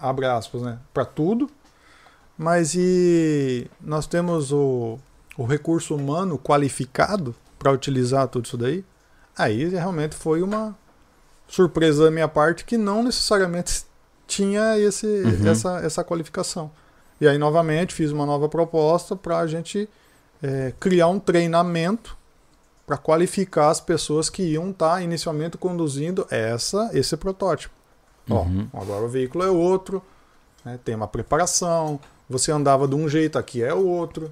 S3: abre aspas, né? Para tudo. Mas e nós temos o, o recurso humano qualificado para utilizar tudo isso daí? Aí realmente foi uma surpresa da minha parte que não necessariamente tinha esse, essa, essa qualificação. E aí, novamente, fiz uma nova proposta para a gente eh, criar um treinamento para qualificar as pessoas que iam estar inicialmente conduzindo essa esse protótipo. Ó, agora o veículo é outro, né, tem uma preparação. Você andava de um jeito, aqui é outro.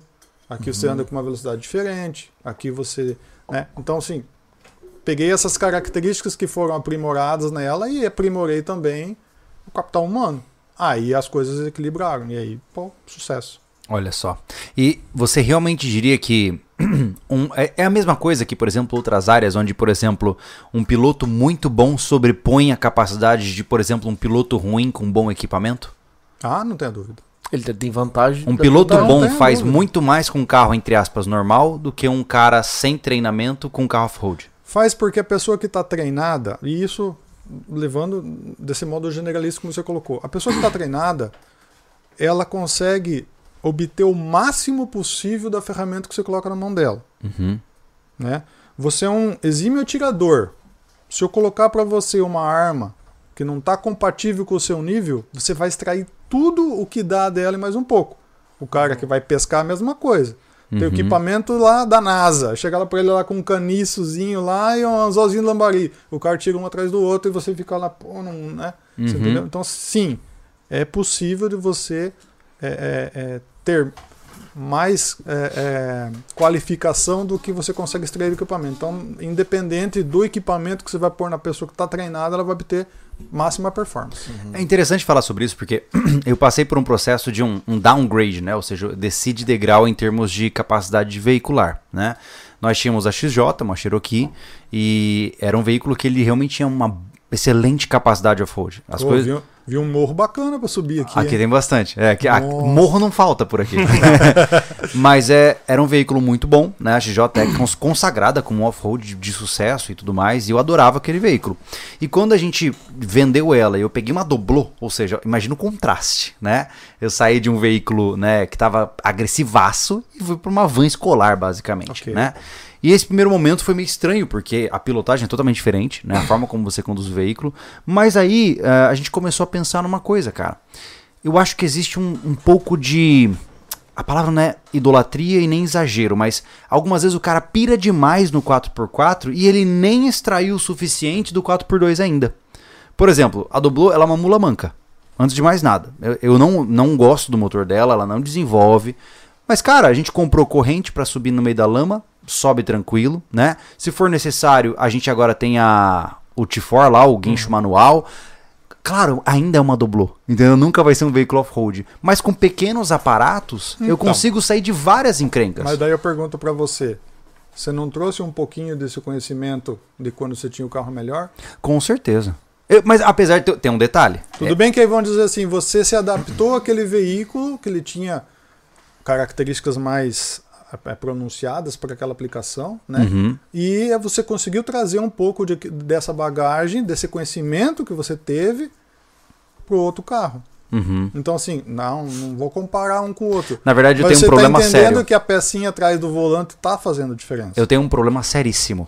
S3: Aqui você anda com uma velocidade diferente. Aqui você, né? Então assim, peguei essas características que foram aprimoradas nela e aprimorei também o capital humano. Aí as coisas equilibraram e aí, pô, sucesso.
S1: Olha só. E você realmente diria que um- é, é a mesma coisa que, por exemplo, outras áreas onde, por exemplo, um piloto muito bom sobrepõe a capacidade de, por exemplo, um piloto ruim com bom equipamento?
S3: Ah, não tenha dúvida.
S2: Ele tem- tem vantagem.
S1: Um piloto
S3: não
S1: bom
S2: né?
S3: tenho
S1: faz
S3: dúvida.
S1: muito mais com um carro, entre aspas, normal do que um cara sem treinamento com um carro off-road.
S3: Faz porque a pessoa que está treinada, e isso levando desse modo generalista como você colocou, a pessoa que está treinada, ela consegue obter o máximo possível da ferramenta que você coloca na mão dela. Né? Você é um exímio atirador. Se eu colocar para você uma arma que não está compatível com o seu nível, você vai extrair tudo o que dá dela e mais um pouco. O cara que vai pescar, a mesma coisa. Tem
S1: Uhum.
S3: o equipamento lá da NASA. Chega lá pra ele lá com um caniçozinho lá e um anzolzinho de lambari. O cara tira um atrás do outro e você fica lá, pô, não, né? Você
S1: Uhum.
S3: entendeu? Então, sim, é possível de você é, é, é, ter mais é, é, qualificação do que você consegue extrair do equipamento. Então, independente do equipamento que você vai pôr na pessoa que está treinada, ela vai obter máxima performance.
S1: É interessante falar sobre isso porque eu passei por um processo de um, um downgrade, né? Ou seja, eu desci de degrau em termos de capacidade de veicular, né? Nós tínhamos a XJ, uma Cherokee, e era um veículo que ele realmente tinha uma excelente capacidade off-road. As
S3: Pô,
S1: coisas
S3: vi, um- vi um morro bacana para subir aqui.
S1: Aqui
S3: hein?
S1: tem bastante. É, que, ah,
S3: Nossa.
S1: morro não falta por aqui. Mas é, era um veículo muito bom, né? A XJ é cons- consagrada como off-road de, de sucesso e tudo mais. E eu adorava aquele veículo. E quando a gente vendeu ela, eu peguei uma doblô, ou seja, imagina o contraste, né? Eu saí de um veículo né, que tava agressivaço e fui para uma van escolar, basicamente,
S3: Ok.
S1: né? E esse primeiro momento foi meio estranho, porque a pilotagem é totalmente diferente, né? A forma como você conduz o veículo. Mas aí eh, a gente começou a pensar numa coisa, cara. eu acho que existe um, um pouco de. A palavra não é idolatria e nem exagero, mas algumas vezes o cara pira demais no 4x4 e ele nem extraiu o suficiente do 4x2 ainda. Por exemplo, a Doblo ela é uma mula manca. Antes de mais nada. Eu, eu não, não gosto do motor dela, ela não desenvolve. Mas, cara, a gente comprou corrente para subir no meio da lama, sobe tranquilo, né? Se for necessário, a gente agora tem a, o Tifor lá, o guincho manual. Claro, ainda é uma doblô, entendeu? Nunca vai ser um veículo off-road. Mas com pequenos aparatos, eu
S3: Então.
S1: consigo sair de várias encrencas.
S3: Mas daí eu pergunto pra você, você não trouxe um pouquinho desse conhecimento de quando você tinha o carro melhor?
S1: Com certeza. Eu- mas apesar de ter, tem um detalhe.
S3: Tudo bem que aí vão dizer assim, você se adaptou àquele veículo que ele tinha características mais eh, pronunciadas para aquela aplicação, né?
S1: Uhum.
S3: E você conseguiu trazer um pouco de- dessa bagagem, desse conhecimento que você teve para o outro carro.
S1: Uhum.
S3: Então, assim, não, não vou comparar um com o outro.
S1: Na verdade, eu
S3: Mas
S1: tenho um
S3: você
S1: problema
S3: tá entendendo
S1: sério.
S3: que a pecinha atrás do volante tá fazendo diferença.
S1: Eu tenho um problema seríssimo.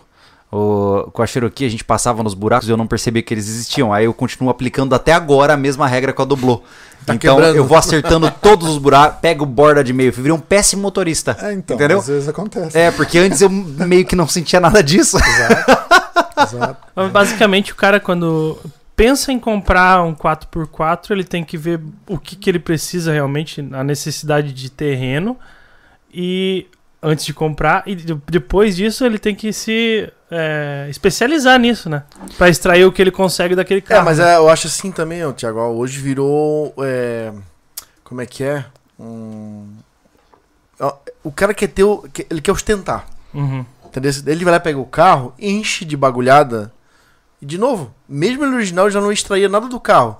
S1: O- com a Cherokee, a gente passava nos buracos e eu não percebia que eles existiam. Aí eu continuo aplicando até agora a mesma regra com a Doblô.
S3: Tá
S1: então
S2: quebrando.
S1: eu vou acertando todos os buracos, pego borda de meio, virei um péssimo motorista.
S3: É, então,
S1: entendeu?
S3: às vezes acontece.
S1: É, porque antes eu meio que não sentia nada disso.
S3: Exato.
S4: Mas, Basicamente, o cara, quando pensa em comprar um 4x4, ele tem que ver o que, que ele precisa realmente, a necessidade de terreno, e antes de comprar, e de- depois disso ele tem que se é, especializar nisso, né? Pra extrair o que ele consegue daquele
S2: É,
S4: carro.
S2: mas é, eu acho assim também, ó, Thiago, ó, hoje virou. é, como é que é? Um, ó, o cara quer ter. o- que- Ele quer ostentar.
S4: Uhum.
S2: Entendeu? Ele vai lá pegar o carro, enche de bagulhada. E de novo, mesmo ele original já não extraía nada do carro.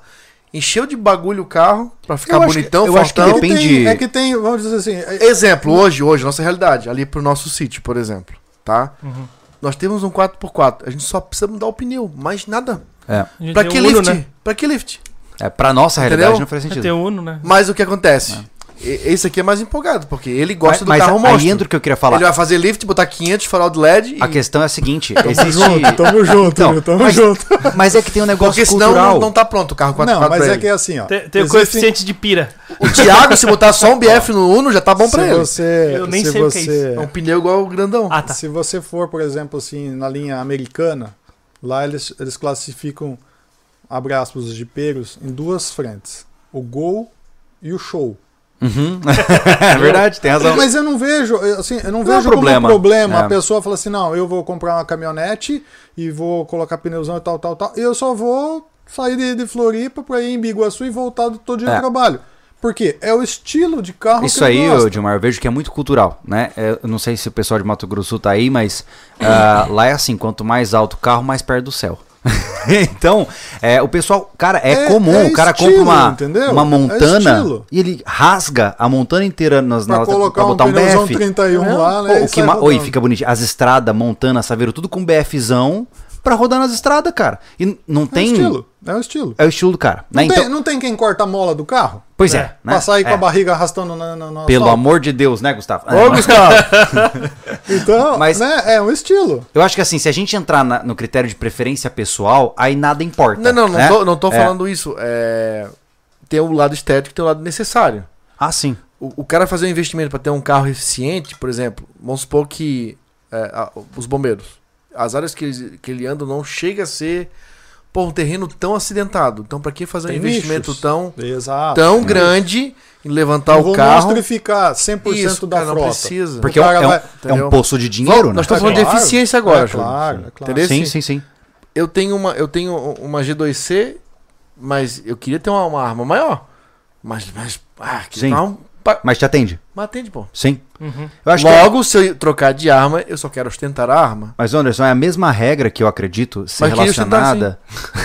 S2: Encheu de bagulho o carro pra ficar
S1: Eu acho que-
S2: bonitão,
S1: eu acho que
S2: fortão.
S1: depende-
S3: Tem- é que tem, vamos dizer assim, é-
S2: Exemplo, hoje, hoje, nossa realidade, ali pro nosso sítio, por exemplo, tá?
S4: Uhum.
S2: Nós temos um 4x4, a gente só precisa mudar o pneu, mais nada.
S1: É,
S4: A gente
S2: Pra
S4: tem
S2: que
S4: o Uno,
S2: lift?
S4: né?
S2: Pra que lift?
S1: é pra nossa realidade
S2: Entendeu?
S1: não faz
S4: Já
S1: sentido.
S4: tem o Uno, né?
S2: Mas o que acontece? E- Esse aqui é mais empolgado, porque ele gosta
S1: mas
S2: do carro
S1: mas
S2: monstro.
S1: aí entra o que eu queria falar.
S2: Ele vai fazer lift, botar 500 farol de LED
S1: A
S2: e-
S1: questão é a seguinte, existe...
S3: tamo junto,
S1: Então,
S3: viu? tamo
S1: mas-
S3: junto.
S1: Mas é que tem um negócio
S2: Porque senão
S1: cultural.
S2: não, não tá pronto o carro 4x4
S3: Não, mas
S2: pra
S3: é
S2: ele.
S3: que é assim, ó.
S4: Tem, tem o
S3: Existem-
S4: coeficiente de pira.
S2: O Thiago, se botar só um BF no Uno, já tá bom pra
S3: se
S2: ele.
S3: Você,
S4: Eu nem
S3: se
S4: sei o que é
S3: você,
S2: É um pneu igual o grandão.
S4: Ah, tá.
S3: Se você for, por exemplo, assim, na linha americana, lá eles, eles classificam, abre aspas, os jipeiros em duas frentes. O gol e o show.
S1: Uhum. é verdade, tem razão.
S3: Mas eu não vejo, eu, assim, eu não,
S1: Não é
S3: vejo
S1: um problema.
S3: como um problema.
S1: É.
S3: A pessoa fala assim, não, eu vou comprar uma caminhonete e vou colocar pneuzão e tal, tal, tal. E eu só vou sair de, de Floripa pra ir em Biguaçu e voltar do todo dia
S1: É.
S3: do trabalho. Por quê? É o estilo de carro
S1: Isso
S3: que ele
S1: aí,
S3: gosta.
S1: ô, Dilmar, eu vejo que é muito cultural, né? É, Eu não sei se o pessoal de Mato Grosso tá aí, mas ah, lá é assim, quanto mais alto o carro, mais perto do céu. então, é, o pessoal, cara, é,
S3: É-
S1: comum,
S3: é
S1: o cara
S3: estilo,
S1: compra uma,
S3: entendeu?
S1: uma
S3: É
S1: montana
S3: estilo.
S1: e ele rasga a montana inteira nas,
S3: Pra
S1: nas
S3: colocar um pneuzão 31 lá, né?
S1: Pô,
S3: e
S1: É. o que
S3: sai
S1: ma- Oi,
S3: rodando.
S1: fica bonito. As estradas, montana, saveiro, tudo com BFzão pra rodar nas estradas, cara. E n- não
S3: É o
S1: tem...
S3: estilo. É o estilo.
S1: É o estilo do cara, né?
S3: Não, tem,
S1: Então,
S3: não tem quem corta a mola do carro?
S1: pois é,
S4: É,
S1: né?
S3: Passar aí com
S1: É.
S3: a barriga arrastando na, na, na
S1: Pelo
S3: asfalto.
S1: amor de Deus, né, Gustavo?
S2: Ô, Gustavo!
S3: Então,
S1: Mas-
S3: né, é um estilo.
S1: Eu acho que assim, se a gente entrar na- no critério de preferência pessoal, aí nada importa.
S2: não, não, não,
S1: né?
S2: tô, não tô
S1: É.
S2: falando isso. É... Tem o lado estético e tem o lado necessário.
S1: Ah, sim.
S2: O, o cara fazer um investimento pra ter um carro eficiente, por exemplo, vamos supor que é, a- os bombeiros, as áreas que, eles- que ele anda não chega a ser pô, um terreno tão acidentado. Então, pra que fazer
S3: Tem
S2: um investimento
S3: nichos.
S2: tão,
S3: Exato.
S2: tão grande em levantar
S3: Não
S2: o
S3: vou
S2: carro?
S3: monstrificar 100%
S2: Isso,
S3: da
S2: cara, não
S3: frota.
S2: precisa.
S1: Porque é um,
S3: cara
S1: é um-
S3: vai-
S1: é um
S2: Entendeu?
S1: poço de dinheiro, né?
S2: Nós estamos
S3: É
S2: falando de
S3: claro,
S2: eficiência agora,
S3: é
S2: Júlio.
S3: claro, é claro.
S2: Entendeu?
S1: Sim,
S2: Sim,
S1: sim, sim.
S2: Eu tenho uma, eu tenho uma G2C, mas eu queria ter uma, uma arma maior. Mas, mas, ah, que
S1: Sim.
S2: tal? Pa-
S1: Mas te atende?
S2: Mas atende, pô.
S1: Sim.
S4: Uhum.
S1: Eu acho que.
S2: Logo, se eu trocar de arma, eu só quero ostentar a arma.
S1: Mas, Anderson, é a mesma regra que eu acredito ser
S2: Mas queria estudar,
S1: relacionada.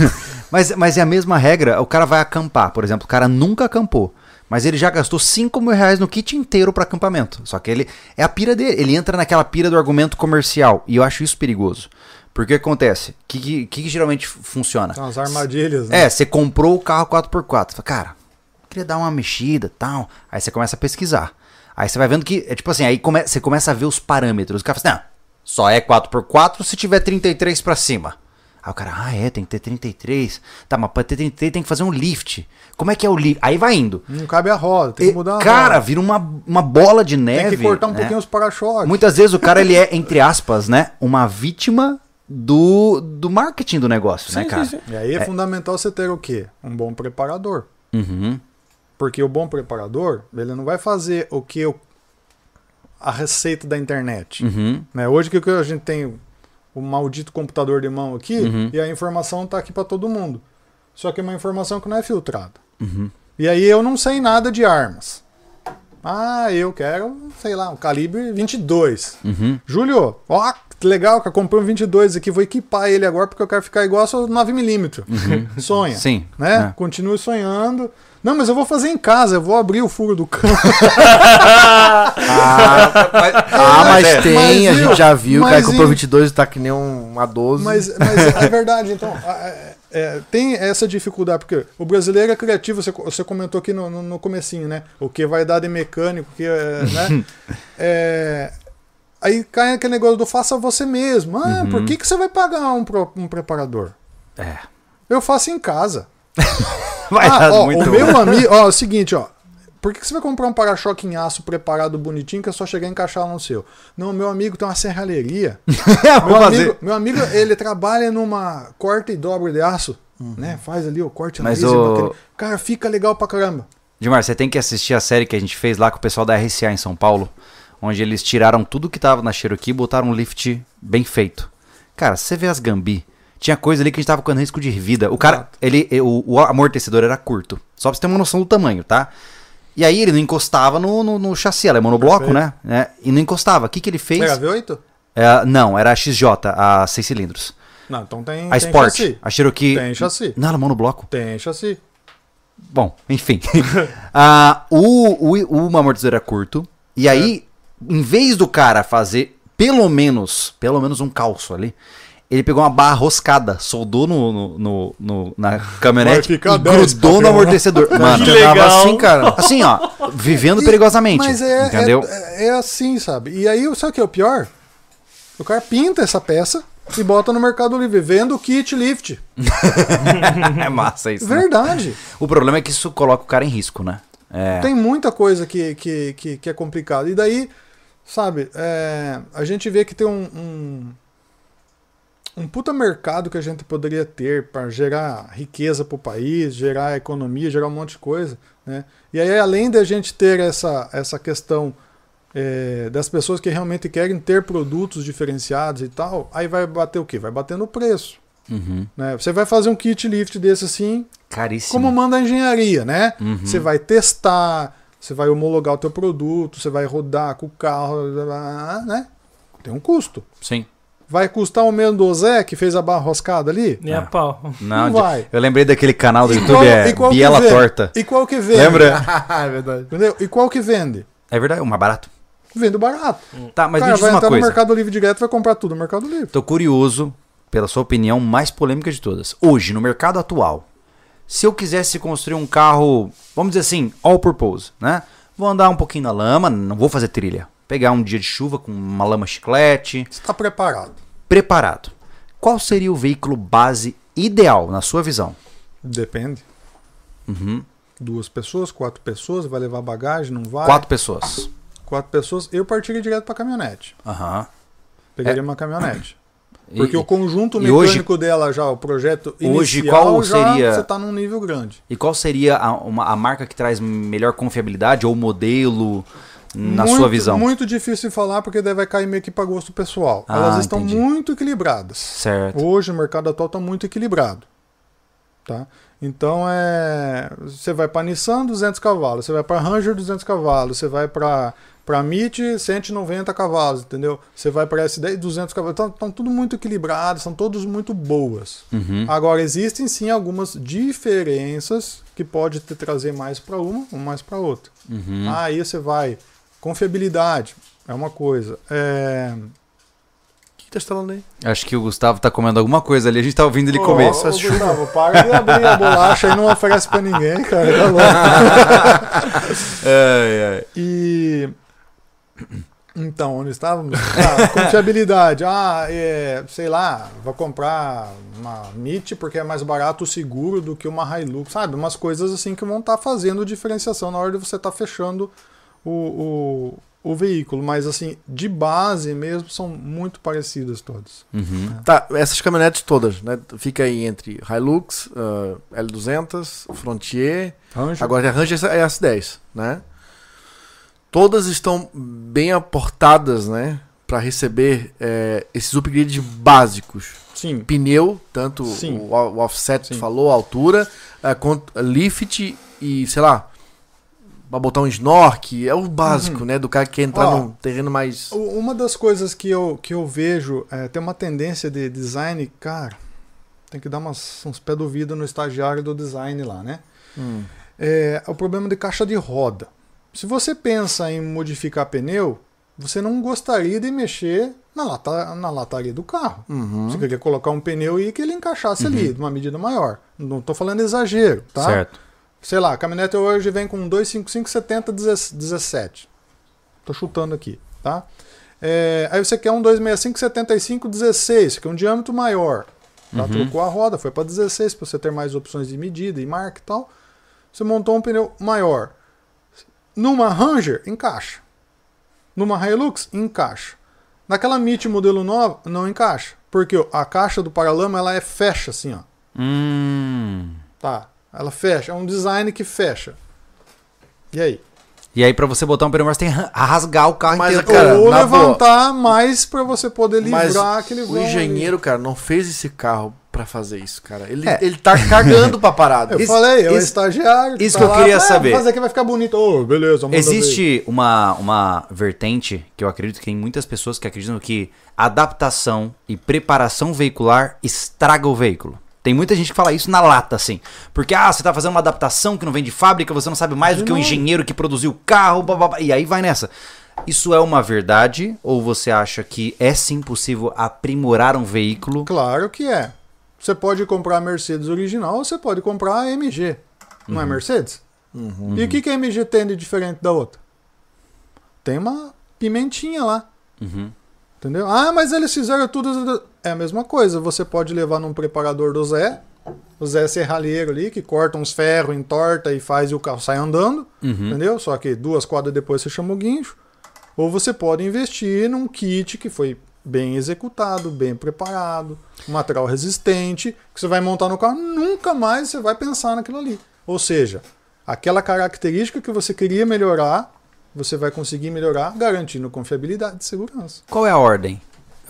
S1: mas, mas é a mesma regra. O cara vai acampar, por exemplo. O cara nunca acampou. Mas ele já gastou 5 mil reais no kit inteiro para acampamento. Só que ele. É a pira dele. Ele entra naquela pira do argumento comercial. E eu acho isso perigoso. Porque acontece? O que, que, que geralmente funciona?
S2: Então,
S3: São as armadilhas, né?
S1: É, você comprou o carro 4x4. Fala, cara, queria dar uma mexida tal. Aí você começa a pesquisar. Aí você vai vendo que, é tipo assim, aí come- você começa a ver os parâmetros. O cara fala assim, não, só é 4x4 se tiver 33 pra cima. Aí o cara, ah, é, tem que ter 33. Tá, mas pra ter 33 tem que fazer um lift. Como é que é o lift? Aí vai indo.
S3: Não cabe a roda, tem
S1: E,
S3: que mudar a
S1: cara,
S3: roda.
S1: vira uma, uma bola de neve.
S3: Tem que cortar um
S1: né?
S3: pouquinho os para-choques.
S1: Muitas vezes o cara, ele é, entre aspas, né, uma vítima do, do marketing do negócio, né, cara?
S3: E aí é, fundamental você ter o quê? Um bom preparador.
S1: Uhum.
S3: Porque o bom preparador, ele não vai fazer o que eu... a receita da internet.
S1: Uhum.
S3: Né? Hoje que que a gente tem o maldito computador de mão aqui
S1: Uhum.
S3: e a informação tá aqui para todo mundo. Só que é uma informação que não é filtrada.
S1: Uhum.
S3: E aí eu não sei nada de armas. Ah, eu quero, sei lá, um calibre 22.
S1: Uhum.
S3: Júlio, ó, que legal que eu comprei um 22 aqui, vou equipar ele agora porque eu quero ficar igual a seu 9mm. Sonha.
S1: Uhum. Sim,
S3: Né?
S1: é.
S3: Continue sonhando. Não, mas eu vou fazer em casa, eu vou abrir o furo do cano.
S1: Ah, mas,
S2: Ah, mas
S1: é.
S2: tem,
S3: Mas,
S2: a
S3: viu?
S2: gente já viu, o cara
S3: Mas
S2: comprou
S3: e-
S2: 22 e tá que nem um A12.
S3: Mas, mas é verdade, então. a- a- é, tem essa dificuldade, porque o brasileiro é criativo, você, co- você comentou aqui no, no, no comecinho, né? O que vai dar de mecânico, o que é, né? É, aí cai aquele negócio do faça você mesmo. Ah, por que, que você vai pagar um, pro- um preparador?
S1: Uhum. É.
S3: Eu faço em casa.
S1: Vai
S3: Ah,
S1: dar
S3: ó,
S1: muito
S3: o meu amigo, ó, é o seguinte, ó. Por que, que você vai comprar um para-choque em aço preparado bonitinho que é só chegar e encaixar lá no seu? Não, meu amigo tem uma serralheria.
S1: Vou
S3: É, Meu
S1: fazer.
S3: amigo, meu amigo, ele trabalha numa corta e dobra de aço, né? Faz ali o corte
S1: Uhum. Mas
S3: laser,
S1: o-
S3: aquele- Cara, fica legal pra caramba.
S1: Dimar, você tem que assistir a série que a gente fez lá com o pessoal da RCA em São Paulo, onde eles tiraram tudo que tava na Cherokee e botaram um lift bem feito. Cara, se você vê as Gambi, tinha coisa ali que a gente tava com risco de vida. O cara, ele, o, o amortecedor era curto, só pra você ter uma noção do tamanho, tá? E aí ele não encostava no, no, no chassi, ela é monobloco, né? É, E não encostava. O que, que ele fez?
S3: Era V8?
S1: É, não, era a XJ, a seis cilindros.
S3: Não, então tem,
S1: A
S3: tem
S1: Sport,
S3: chassi.
S1: a Cherokee...
S3: Tem chassi.
S1: Não, era monobloco.
S3: Tem chassi.
S1: Bom, enfim. Ah, o, o, o amortecedor era curto. E aí,
S3: É.
S1: em vez do cara fazer pelo menos, pelo menos um calço ali, ele pegou uma barra roscada, soldou no, no, no- no- na
S3: Vai
S1: caminhonete e
S3: ficar 10
S1: grudou
S3: papel,
S1: no
S3: né?
S1: amortecedor. Mano,
S4: Que legal.
S1: tava assim, cara. Assim, ó, vivendo perigosamente.
S3: Mas é,
S1: entendeu?
S3: É, é assim, sabe? E aí, sabe o que é o pior? O cara pinta essa peça e bota no Mercado Livre, vendo o kit lift.
S1: É, massa isso. né?
S3: Verdade.
S1: O problema é que isso coloca o cara em risco, né? É.
S3: Tem muita coisa que, que, que, que é complicada. E daí, sabe, é, a gente vê que tem um, um, um puta mercado que a gente poderia ter para gerar riqueza para o país, gerar economia, gerar um monte de coisa. Né? E aí, além da gente ter essa, essa questão é, das pessoas que realmente querem ter produtos diferenciados e tal, aí vai bater o quê? Vai bater no preço.
S1: Uhum.
S3: Né? Você vai fazer um kit lift desse assim,
S1: Caríssimo.
S3: como manda a engenharia, né?
S1: Uhum.
S3: Você vai testar, você vai homologar o teu produto, você vai rodar com o carro, blá, blá, blá, né? Tem um custo.
S1: Sim.
S3: Vai custar o mesmo do Zé que fez a barra roscada ali?
S2: Ah.
S4: Nem a pau.
S1: Não,
S3: Não vai.
S1: Eu lembrei daquele canal do
S3: E
S1: YouTube,
S3: qual-
S1: é
S3: e qual que
S1: Biela
S3: vende?
S1: Torta.
S3: E qual que vende?
S1: Lembra?
S2: é verdade.
S3: Entendeu? E qual que vende?
S1: É verdade, é mais barato.
S3: Vende barato.
S1: Tá, mas me
S3: Cara, vai
S1: diz uma
S3: entrar
S1: coisa.
S3: no Mercado Livre direto vai comprar tudo no Mercado Livre.
S1: Tô curioso pela sua opinião mais polêmica de todas. Hoje, no mercado atual, se eu quisesse construir um carro, vamos dizer assim, all purpose, né? Vou andar um pouquinho na lama, não vou fazer trilha. Pegar um dia de chuva com uma lama chiclete,
S3: Você está preparado.
S1: preparado. Qual seria o veículo base ideal, na sua visão?
S3: Depende.
S1: Uhum.
S3: Duas pessoas, quatro pessoas, vai levar bagagem, não vai?
S1: Quatro pessoas.
S3: Quatro pessoas. Eu partiria direto para caminhonete.
S1: Aham.
S3: Pegaria uma caminhonete.
S1: É. E-
S3: Porque o conjunto
S1: e hoje-
S3: mecânico dela já, o projeto inicial,
S1: Hoje, qual
S3: já
S1: seria-
S3: você tá num nível grande.
S1: E qual seria a, uma- a marca que traz melhor confiabilidade ou modelo na
S3: Muito-
S1: sua visão?
S3: Muito difícil de falar, porque daí vai cair meio que para gosto pessoal.
S1: Ah,
S3: Elas estão
S1: entendi.
S3: muito equilibradas.
S1: Certo.
S3: Hoje o mercado atual está muito equilibrado. Tá? Então é. Você vai para Nissan 200 cavalos, você vai para Ranger 200 cavalos, você vai para para MIT 190 cavalos, entendeu? Você vai para S10 200 cavalos. Estão tudo muito equilibrados, são todos muito boas.
S1: Uhum.
S3: Agora, existem sim algumas diferenças que pode te trazer mais para uma ou mais para outra.
S1: Uhum.
S3: Aí você vai. Confiabilidade é uma coisa. É...
S2: O que tá instalando aí?
S1: Acho que o Gustavo tá comendo alguma coisa ali, a gente tá ouvindo ele
S3: Ô,
S1: comer.
S3: ô, Gustavo, para de abrir a bolacha e não oferece para ninguém, cara. Tá louco.
S1: Ai, ai.
S3: E. Então, onde estávamos? Ah, confiabilidade. Ah, é, sei lá, vou comprar uma MIT porque é mais barato o seguro do que uma Hilux, sabe? Umas coisas assim que vão estar fazendo diferenciação na hora de você estar fechando o, o, o veículo. Mas assim, de base mesmo, são muito parecidas todas.
S1: Uhum.
S2: Tá, essas caminhonetes todas, né? Fica aí entre Hilux, ah, L200, Frontier,
S3: Range,
S2: Agora a Ranger é a S10, né? Todas estão bem aportadas, né? Para receber eh, esses upgrades básicos.
S3: sim.
S2: Pneu, tanto
S3: Sim.
S2: o, o offset
S3: Sim.
S2: falou, a altura, a, quanto- a lift e, sei lá, pra botar um snork, é o básico, né? Do cara que quer entrar
S3: Uhum. Ó.
S2: num terreno mais.
S3: U- Uma das coisas que eu, que eu vejo é tem uma tendência de design, cara, tem que dar umas, uns pé do vida no estagiário do design lá, né?
S2: Hum.
S3: É o problema de caixa de roda. Se você pensa em modificar pneu, você não gostaria de mexer na, lata, na lataria do carro.
S2: Uhum.
S3: Você queria colocar um pneu e que ele encaixasse ali, de uma medida maior. Não tô falando exagero, tá?
S1: Certo.
S3: sei lá, a caminhonete hoje vem com 255 70 deze- 17. Tô chutando aqui, tá? É, aí você quer um 265 75 16, que é um diâmetro maior. Tá? Trocou a roda, foi para 16 para você ter mais opções de medida e marca e tal. Você montou um pneu maior. Numa Ranger, encaixa. Numa Hilux, encaixa. Naquela MIT modelo nova, não encaixa. Porque a caixa do paralama ela é fecha assim, ó.
S1: Hum.
S3: Tá. Ela fecha. É um design que fecha. E aí?
S1: E aí, pra você botar um pneu maior, você tem que arran- rasgar o carro
S2: Mas,
S1: inteiro.
S2: cara,
S3: Ou
S2: na boa.
S3: levantar mais pra você poder livrar
S2: Mas
S3: aquele vão
S2: o
S3: ali.
S2: engenheiro, cara, não fez esse carro pra fazer isso, cara. Ele,
S1: É.
S2: ele tá cagando pra parada.
S3: Eu
S1: Isso-
S3: falei, eu é
S1: isso-
S3: estagiário.
S1: isso
S3: tá
S1: que eu queria
S3: "Ah,
S1: saber."
S3: Mas aqui vai ficar bonito. Ô, beleza, manda ver.
S1: Existe uma, uma vertente que eu acredito que tem muitas pessoas que acreditam que adaptação e preparação veicular estraga o veículo. Tem muita gente que fala isso na lata, assim. Porque, ah, você tá fazendo uma adaptação que não vem de fábrica, você não sabe mais do que o engenheiro que produziu o carro, blá, blá, blá, e aí vai nessa. Isso é uma verdade? Ou você acha que é sim possível aprimorar um veículo?
S3: Claro que é. Você pode comprar a Mercedes original ou você pode comprar a MG. Não é Mercedes? E o que, que a MG tem de diferente da outra? Tem uma pimentinha lá.
S1: Uhum.
S3: Entendeu? Ah, mas eles fizeram tudo. É a mesma coisa. Você pode levar num preparador do Zé, o Zé Serralheiro ali, que corta uns ferros, entorta e faz e o carro sai andando. Entendeu? Só que duas quadras depois você chama o guincho. Ou você pode investir num kit que foi bem executado, bem preparado, um material resistente, que você vai montar no carro, nunca mais você vai pensar naquilo ali. Ou seja, aquela característica que você queria melhorar, você vai conseguir melhorar, garantindo confiabilidade e segurança.
S1: Qual é a ordem?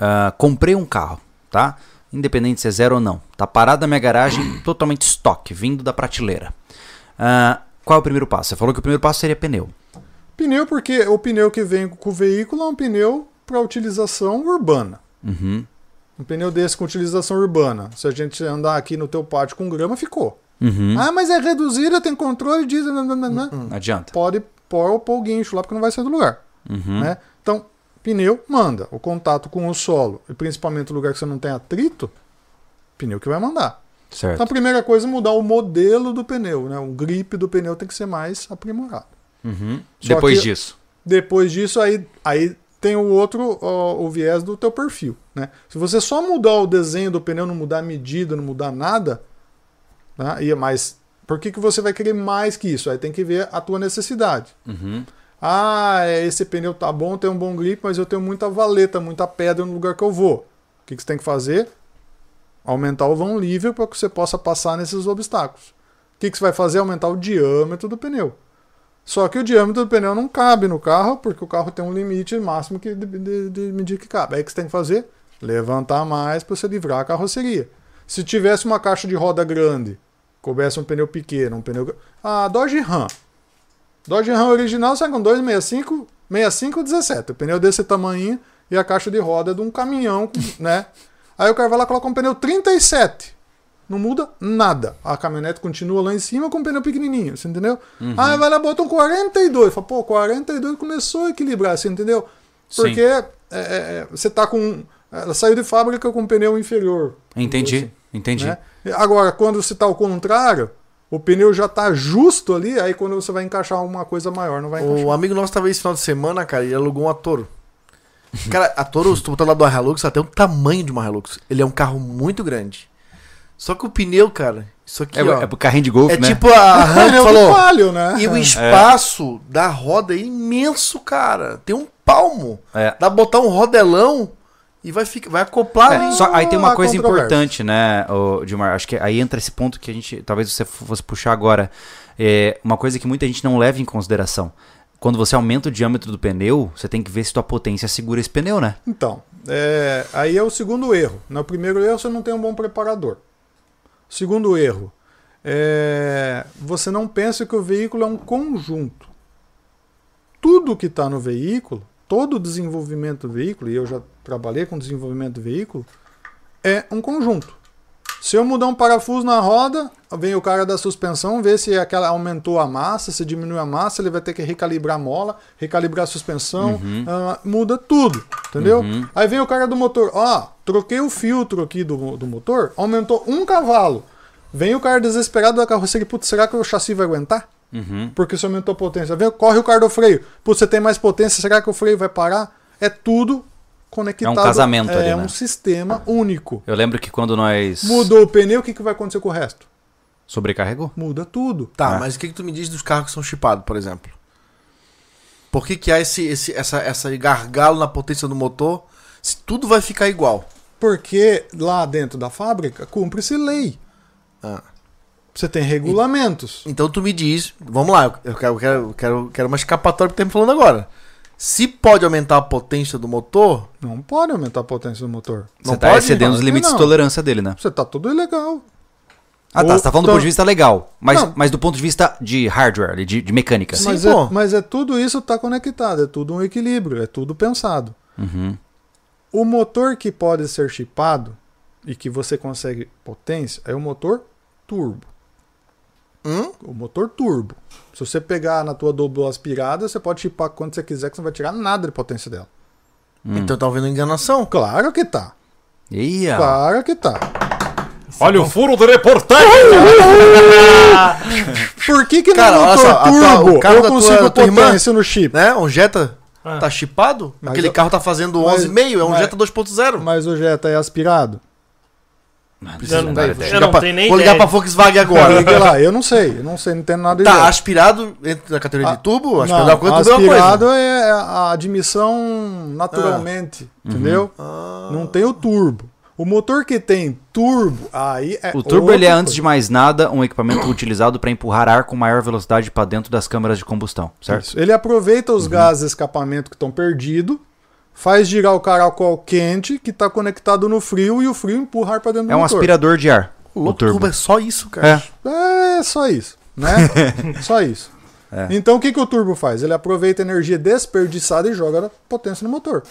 S1: Ah, comprei um carro, tá? Independente se é zero ou não. Tá parado na minha garagem, totalmente estoque, vindo da prateleira. Ah, qual é o primeiro passo? Você falou que o primeiro passo seria pneu.
S3: Pneu, porque o pneu que vem com o veículo é um pneu para utilização urbana.
S1: Uhum.
S3: Um pneu desse com utilização urbana. Se a gente andar aqui no teu pátio com grama, ficou.
S1: Uhum.
S3: Ah, mas é reduzida, tem controle, diz. nananana.
S1: Não adianta.
S3: Pode pôr pôr o guincho lá, porque não vai sair do lugar.
S1: Uhum.
S3: né? Então, pneu manda. O contato com o solo, e principalmente o lugar que você não tem atrito, pneu que vai mandar. Então,
S1: Certo.
S3: a primeira coisa é mudar o modelo do pneu. Né? O grip do pneu tem que ser mais aprimorado.
S1: Uhum.
S3: Só
S1: Depois
S3: que-
S1: disso.
S3: Depois disso, aí, aí tem o outro, ó, o viés do teu perfil, né? Se você só mudar o desenho do pneu, não mudar a medida, não mudar nada, né? e é mais... Por que, que você vai querer mais que isso? Aí tem que ver a tua necessidade.
S1: Uhum.
S3: Ah, é, esse pneu tá bom, tem um bom grip, mas eu tenho muita valeta, muita pedra no lugar que eu vou. O que, que você tem que fazer? Aumentar o vão livre para que você possa passar nesses obstáculos. O que, que você vai fazer? Aumentar o diâmetro do pneu. Só que o diâmetro do pneu não cabe no carro, porque o carro tem um limite máximo que de, de- de medir que cabe. Aí o que você tem que fazer? Levantar mais para você livrar a carroceria. Se tivesse uma caixa de roda grande, coubesse um pneu pequeno, um pneu. gr- Ah, Dodge Ram. Dodge Ram original sai com 265, 65 17. O pneu desse tamanho e a caixa de roda é de um caminhão, com- né? Aí o cara vai lá e coloca um pneu 37. Não muda nada. A caminhonete continua lá em cima com um pneu pequenininho, você entendeu? Aí vai lá e bota um 42. Fala, pô, 42 começou a equilibrar, você entendeu?
S1: Sim.
S3: Porque é, é, é, você tá com... Ela saiu de fábrica com um pneu inferior.
S1: Entendi. Entendi.
S3: Né? Agora, quando você tá ao contrário, o pneu já tá justo ali, aí quando você vai encaixar alguma coisa maior, não vai encaixar.
S2: O amigo nosso tava aí esse final de semana, cara, e ele alugou uma Toro. Cara, a Taurus, tu botar lá do Hilux, ela tem o tamanho de uma Hilux. Ele é um carro muito grande. Só que o pneu, cara, isso aqui,
S1: É,
S2: ó.
S1: é pro carrinho de golfe,
S2: É
S1: né?
S2: tipo a Ram que
S3: Pneu do
S2: falou.
S3: Palio, né?
S2: E o
S1: É.
S2: espaço da roda é imenso, cara. Tem um palmo.
S1: É.
S2: Dá pra botar um rodelão e vai, ficar, vai acoplar.
S1: É,
S2: em-
S1: só- aí tem
S3: há
S1: uma coisa
S3: controvérsias.
S1: importante, né, ô, Dilmar? Acho que aí entra esse ponto que a gente. Talvez você fosse puxar agora. É, uma coisa que muita gente não leva em consideração. Quando você aumenta o diâmetro do pneu, você tem que ver se tua potência segura esse pneu, né?
S3: Então, é, aí é o segundo erro. No primeiro erro, você não tem um bom preparador. Segundo erro, é, você não pensa que o veículo é um conjunto. Tudo que está no veículo, todo o desenvolvimento do veículo, e eu já trabalhei com desenvolvimento do veículo, é um conjunto. Se eu mudar um parafuso na roda, vem o cara da suspensão, vê se aquela aumentou a massa, se diminuiu a massa, ele vai ter que recalibrar a mola, recalibrar a suspensão,
S1: Uhum.
S3: ah, muda tudo, entendeu? Aí vem o cara do motor, ó, troquei o filtro aqui do, do motor, aumentou um cavalo. Vem o cara desesperado da carroceria, putz, será que o chassi vai aguentar?
S1: Uhum.
S3: Porque você aumentou a potência. Vem, corre o cara do freio, putz, você tem mais potência, será que o freio vai parar? É tudo conectado.
S1: um casamento
S3: É
S1: ali, né?
S3: um sistema único.
S1: Eu lembro que quando nós.
S3: Mudou o pneu, o que, que vai acontecer com o resto?
S1: Sobrecarregou.
S3: Muda tudo.
S2: Tá,
S1: É.
S2: mas o que, que tu me diz dos carros que são chipados, por exemplo? Por que, que há esse, esse essa, essa gargalo na potência do motor se tudo vai ficar igual?
S3: Porque lá dentro da fábrica cumpre-se lei.
S2: Ah.
S3: Você tem regulamentos.
S2: Então tu me diz, vamos lá, eu quero, eu quero, eu quero, quero uma escapatória pro que tá me falando agora. Se pode aumentar a potência do motor,
S3: Não pode aumentar a potência do motor.
S1: Você
S2: Não
S1: tá
S2: pode,
S1: excedendo os
S3: não.
S1: limites de
S3: Não.
S1: tolerância dele, né?
S3: Você tá tudo ilegal.
S1: Ah, tá.
S3: Ou
S1: Você tá falando do
S3: tá-
S1: ponto de vista legal. Mas,
S3: Não.
S1: mas do ponto de vista de hardware, ali, de, de mecânica.
S2: Sim.
S3: Mas
S2: pô.
S3: é, mas é tudo isso tá conectado, é tudo um equilíbrio, é tudo pensado.
S2: Uhum.
S3: O motor que pode ser chipado e que você consegue potência é o motor turbo.
S2: Hum?
S3: O motor turbo. Se você pegar na tua dobro aspirada, você pode chipar quando você quiser, que você não vai tirar nada de potência dela.
S1: Hum.
S2: então tá havendo enganação.
S3: Claro que tá.
S2: Ah.
S1: Ia.
S3: Claro que tá.
S2: é
S5: Olha o furo do reportagem.
S3: Por que, que
S2: Cara,
S3: no
S2: olha
S3: motor
S2: só, a tua-
S3: turbo
S2: o carro
S3: eu
S2: da tua-
S3: consigo
S2: da tua irmã?
S3: potência no chip?
S2: Né? Um Jetta
S4: Ah.
S2: tá chipado?
S3: Mas
S2: Aquele
S3: eu-
S2: carro tá fazendo
S3: mas-
S2: 11,5, é um
S3: mas-
S2: Jetta 2.0.
S3: Mas o Jetta é aspirado?
S4: Eu não,
S1: dar
S4: eu
S1: ideia.
S2: Vou
S4: não
S2: ligar pra-
S4: tenho nem
S2: Vou ligar
S4: ideia.
S2: pra Volkswagen agora.
S3: Liga lá, eu não sei, eu não sei, não tem nada
S2: Tá,
S3: ideia.
S2: aspirado entra na categoria de
S3: Ah,
S2: tubo?
S3: Não,
S2: Aspirado é uma coisa, tubo é uma coisa.
S3: aspirado é a admissão naturalmente,
S2: Ah. Uhum.
S3: entendeu? Não tem o turbo. O motor que tem turbo, aí é
S1: O turbo
S3: outra
S1: ele é,
S3: coisa.
S1: antes de mais nada, um equipamento utilizado para empurrar ar com maior velocidade para dentro das câmaras de combustão, certo?
S3: Isso. Ele aproveita
S1: Uhum.
S3: os gases de escapamento que estão perdidos, faz girar o caracol quente que está conectado no frio e o frio empurra ar para dentro
S1: É
S3: do
S1: um
S3: motor.
S1: aspirador de ar. O
S2: Louco, tubo
S1: turbo.
S2: é só isso, cara.
S1: É.
S3: É só isso, né? só isso. Então o que, que o turbo faz? Ele aproveita a energia desperdiçada e joga a potência no motor.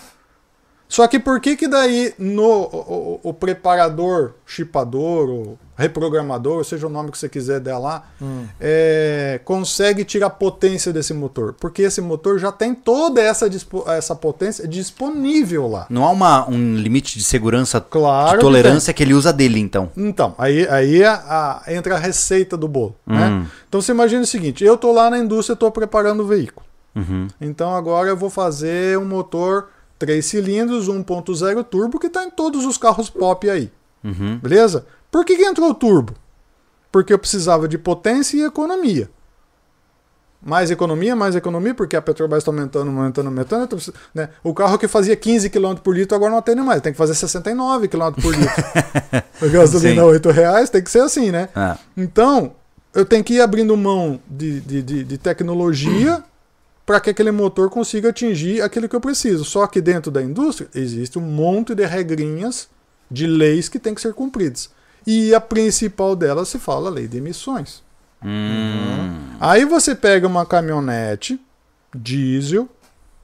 S3: Só que por que que daí no, o, o- o preparador, chipador, ou reprogramador, seja o nome que você quiser dar lá, é, consegue tirar potência desse motor? Porque esse motor já tem toda essa, dispo- essa potência disponível lá.
S1: Não há uma, um limite de segurança,
S3: Claro
S1: de
S3: que
S1: tolerância que ele usa dele, então.
S3: Então, aí, aí a- a- entra a receita do bolo, né? Então você imagina o seguinte, eu tô lá na indústria, tô preparando o veículo. Então agora eu vou fazer um motor 3 cilindros, 1.0 turbo, que tá em todos os carros pop aí. Beleza? Por que, que entrou o turbo? Porque eu precisava de potência e economia. Mais economia, mais economia, porque a Petrobras está aumentando, aumentando, aumentando. eu tô precis- né? O carro que fazia 15 km por litro agora não atende mais, tem que fazer 69 km por litro. A gasolina
S1: Sim.
S3: 8 reais tem que ser assim, né?
S1: É.
S3: Então, eu tenho que ir abrindo mão de, de, de, de tecnologia para que aquele motor consiga atingir aquilo que eu preciso. Só que dentro da indústria existe um monte de regrinhas, de leis que têm que ser cumpridas. E a principal delas se fala a lei de emissões. Aí você pega uma caminhonete diesel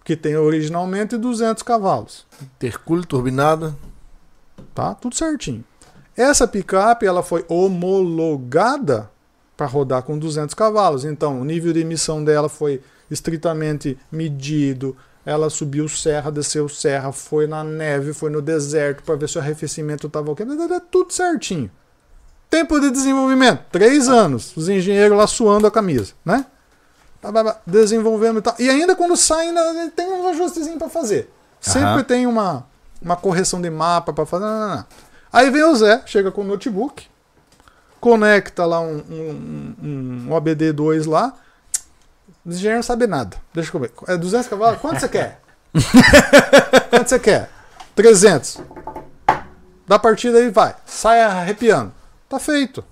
S3: que tem originalmente 200 cavalos
S2: Intercúlio, turbinada.
S3: tá? Tudo certinho. Essa picape ela foi homologada para rodar com 200 cavalos. Então, o nível de emissão dela foi estritamente medido. Ela subiu serra, desceu serra, foi na neve, foi no deserto para ver se o arrefecimento estava ok. Tudo certinho. Tempo de desenvolvimento, três anos. Os engenheiros lá suando a camisa, né? Tá, tá, tá, Desenvolvendo e tal. E ainda quando sai, ainda tem um ajustezinho para fazer. Sempre
S1: Aham.
S3: tem uma, uma correção de mapa pra fazer. não, não, não. Aí vem o Zé, chega com o notebook, conecta lá um, um, um- um OBD2 lá. O engenheiro não sabe nada. Deixa eu ver. É 200 cavalos? Quanto você quer? Quanto você quer? 300. Dá partida aí, vai. Sai arrepiando. Tá feito.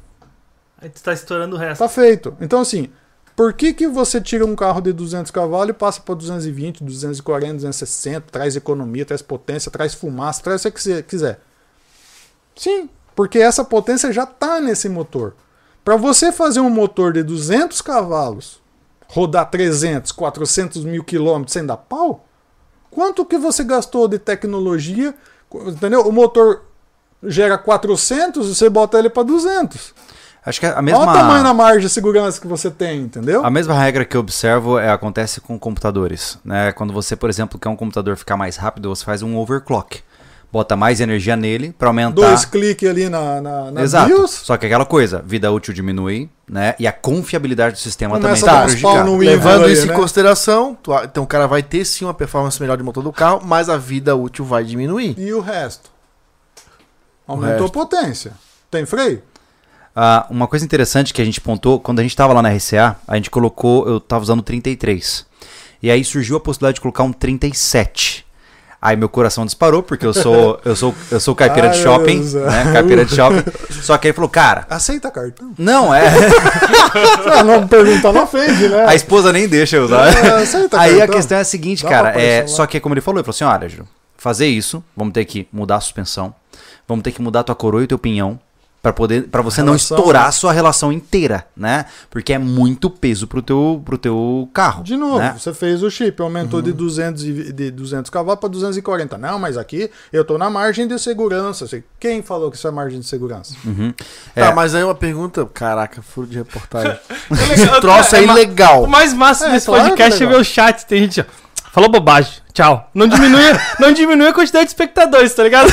S4: Aí tu tá estourando o resto.
S3: Tá feito. Então, assim, por que, que você tira um carro de 200 cavalos e passa para 220, 240, 260, traz economia, traz potência, traz fumaça, traz o que você quiser? Sim, porque essa potência já tá nesse motor. Para você fazer um motor de 200 cavalos rodar 300, 400 mil quilômetros sem dar pau, quanto que você gastou de tecnologia? Entendeu? O motor gera 400 e você bota ele para 200.
S1: Acho que a
S3: Olha o tamanho
S1: mesma,
S3: da margem de segurança que você tem, entendeu?
S1: a mesma regra que eu observo é, acontece com computadores. Né? Quando você, por exemplo, quer um computador ficar mais rápido, você faz um overclock. Bota mais energia nele pra aumentar.
S3: Dois cliques ali na, na, na
S1: tá. Exato.
S3: BIOS,
S1: Só que é aquela coisa, vida útil diminui, né? E a confiabilidade do sistema
S3: começa
S1: também
S3: a
S1: tá
S3: dar uns pau
S1: prejudicada.
S3: no Windows
S2: Levando
S3: aí,
S2: isso
S3: né?
S2: em consideração, tu- então o cara vai ter sim uma performance melhor de motor do carro, mas a vida útil vai diminuir.
S3: E o resto? Aumentou
S2: resto.
S3: a potência. Tem freio?
S1: Ah, uma coisa interessante que a gente pontou, quando a gente estava lá na RCA, a gente colocou, eu estava usando 33. E aí surgiu a possibilidade de colocar um 37. Aí meu coração disparou, porque eu sou eu sou, eu sou caipira de
S3: Ai,
S1: shopping,
S3: meu Deus.
S1: né? Caipira de shopping. Só que aí falou, cara,
S3: Aceita cartão?
S1: não é.
S3: Ah, não perguntar não ofende, né?
S1: A esposa nem deixa eu usar.
S3: É, aceita
S1: Aí a
S3: cartão.
S1: questão é a seguinte,
S3: Dá
S1: cara.
S3: pra
S1: É,
S3: aparecer lá.
S1: só que como ele falou, ele falou assim: olha, Júlio, fazer isso, vamos ter que mudar a suspensão, vamos ter que mudar tua coroa e teu pinhão. Pra, poder, pra você não
S3: Relação,
S1: estourar
S3: né?
S1: a sua relação inteira, né? Porque é muito peso pro teu, pro teu carro.
S3: De novo,
S1: né?
S3: você fez o chip, aumentou de, 200 e- de 200 cavalos para 240. Não, mas aqui eu tô na margem de segurança. Assim, Quem falou que isso é margem de segurança?
S1: É.
S2: Tá, mas aí uma pergunta. Caraca, furo de reportagem.
S4: Esse
S2: Troço é ilegal.
S4: O mais massa
S3: É,
S4: desse
S3: claro que
S4: podcast
S3: é
S4: é
S3: legal.
S4: ver o chat. Tem gente, ó. Falou bobagem. Tchau. Não diminui, não diminui a quantidade de espectadores, tá ligado?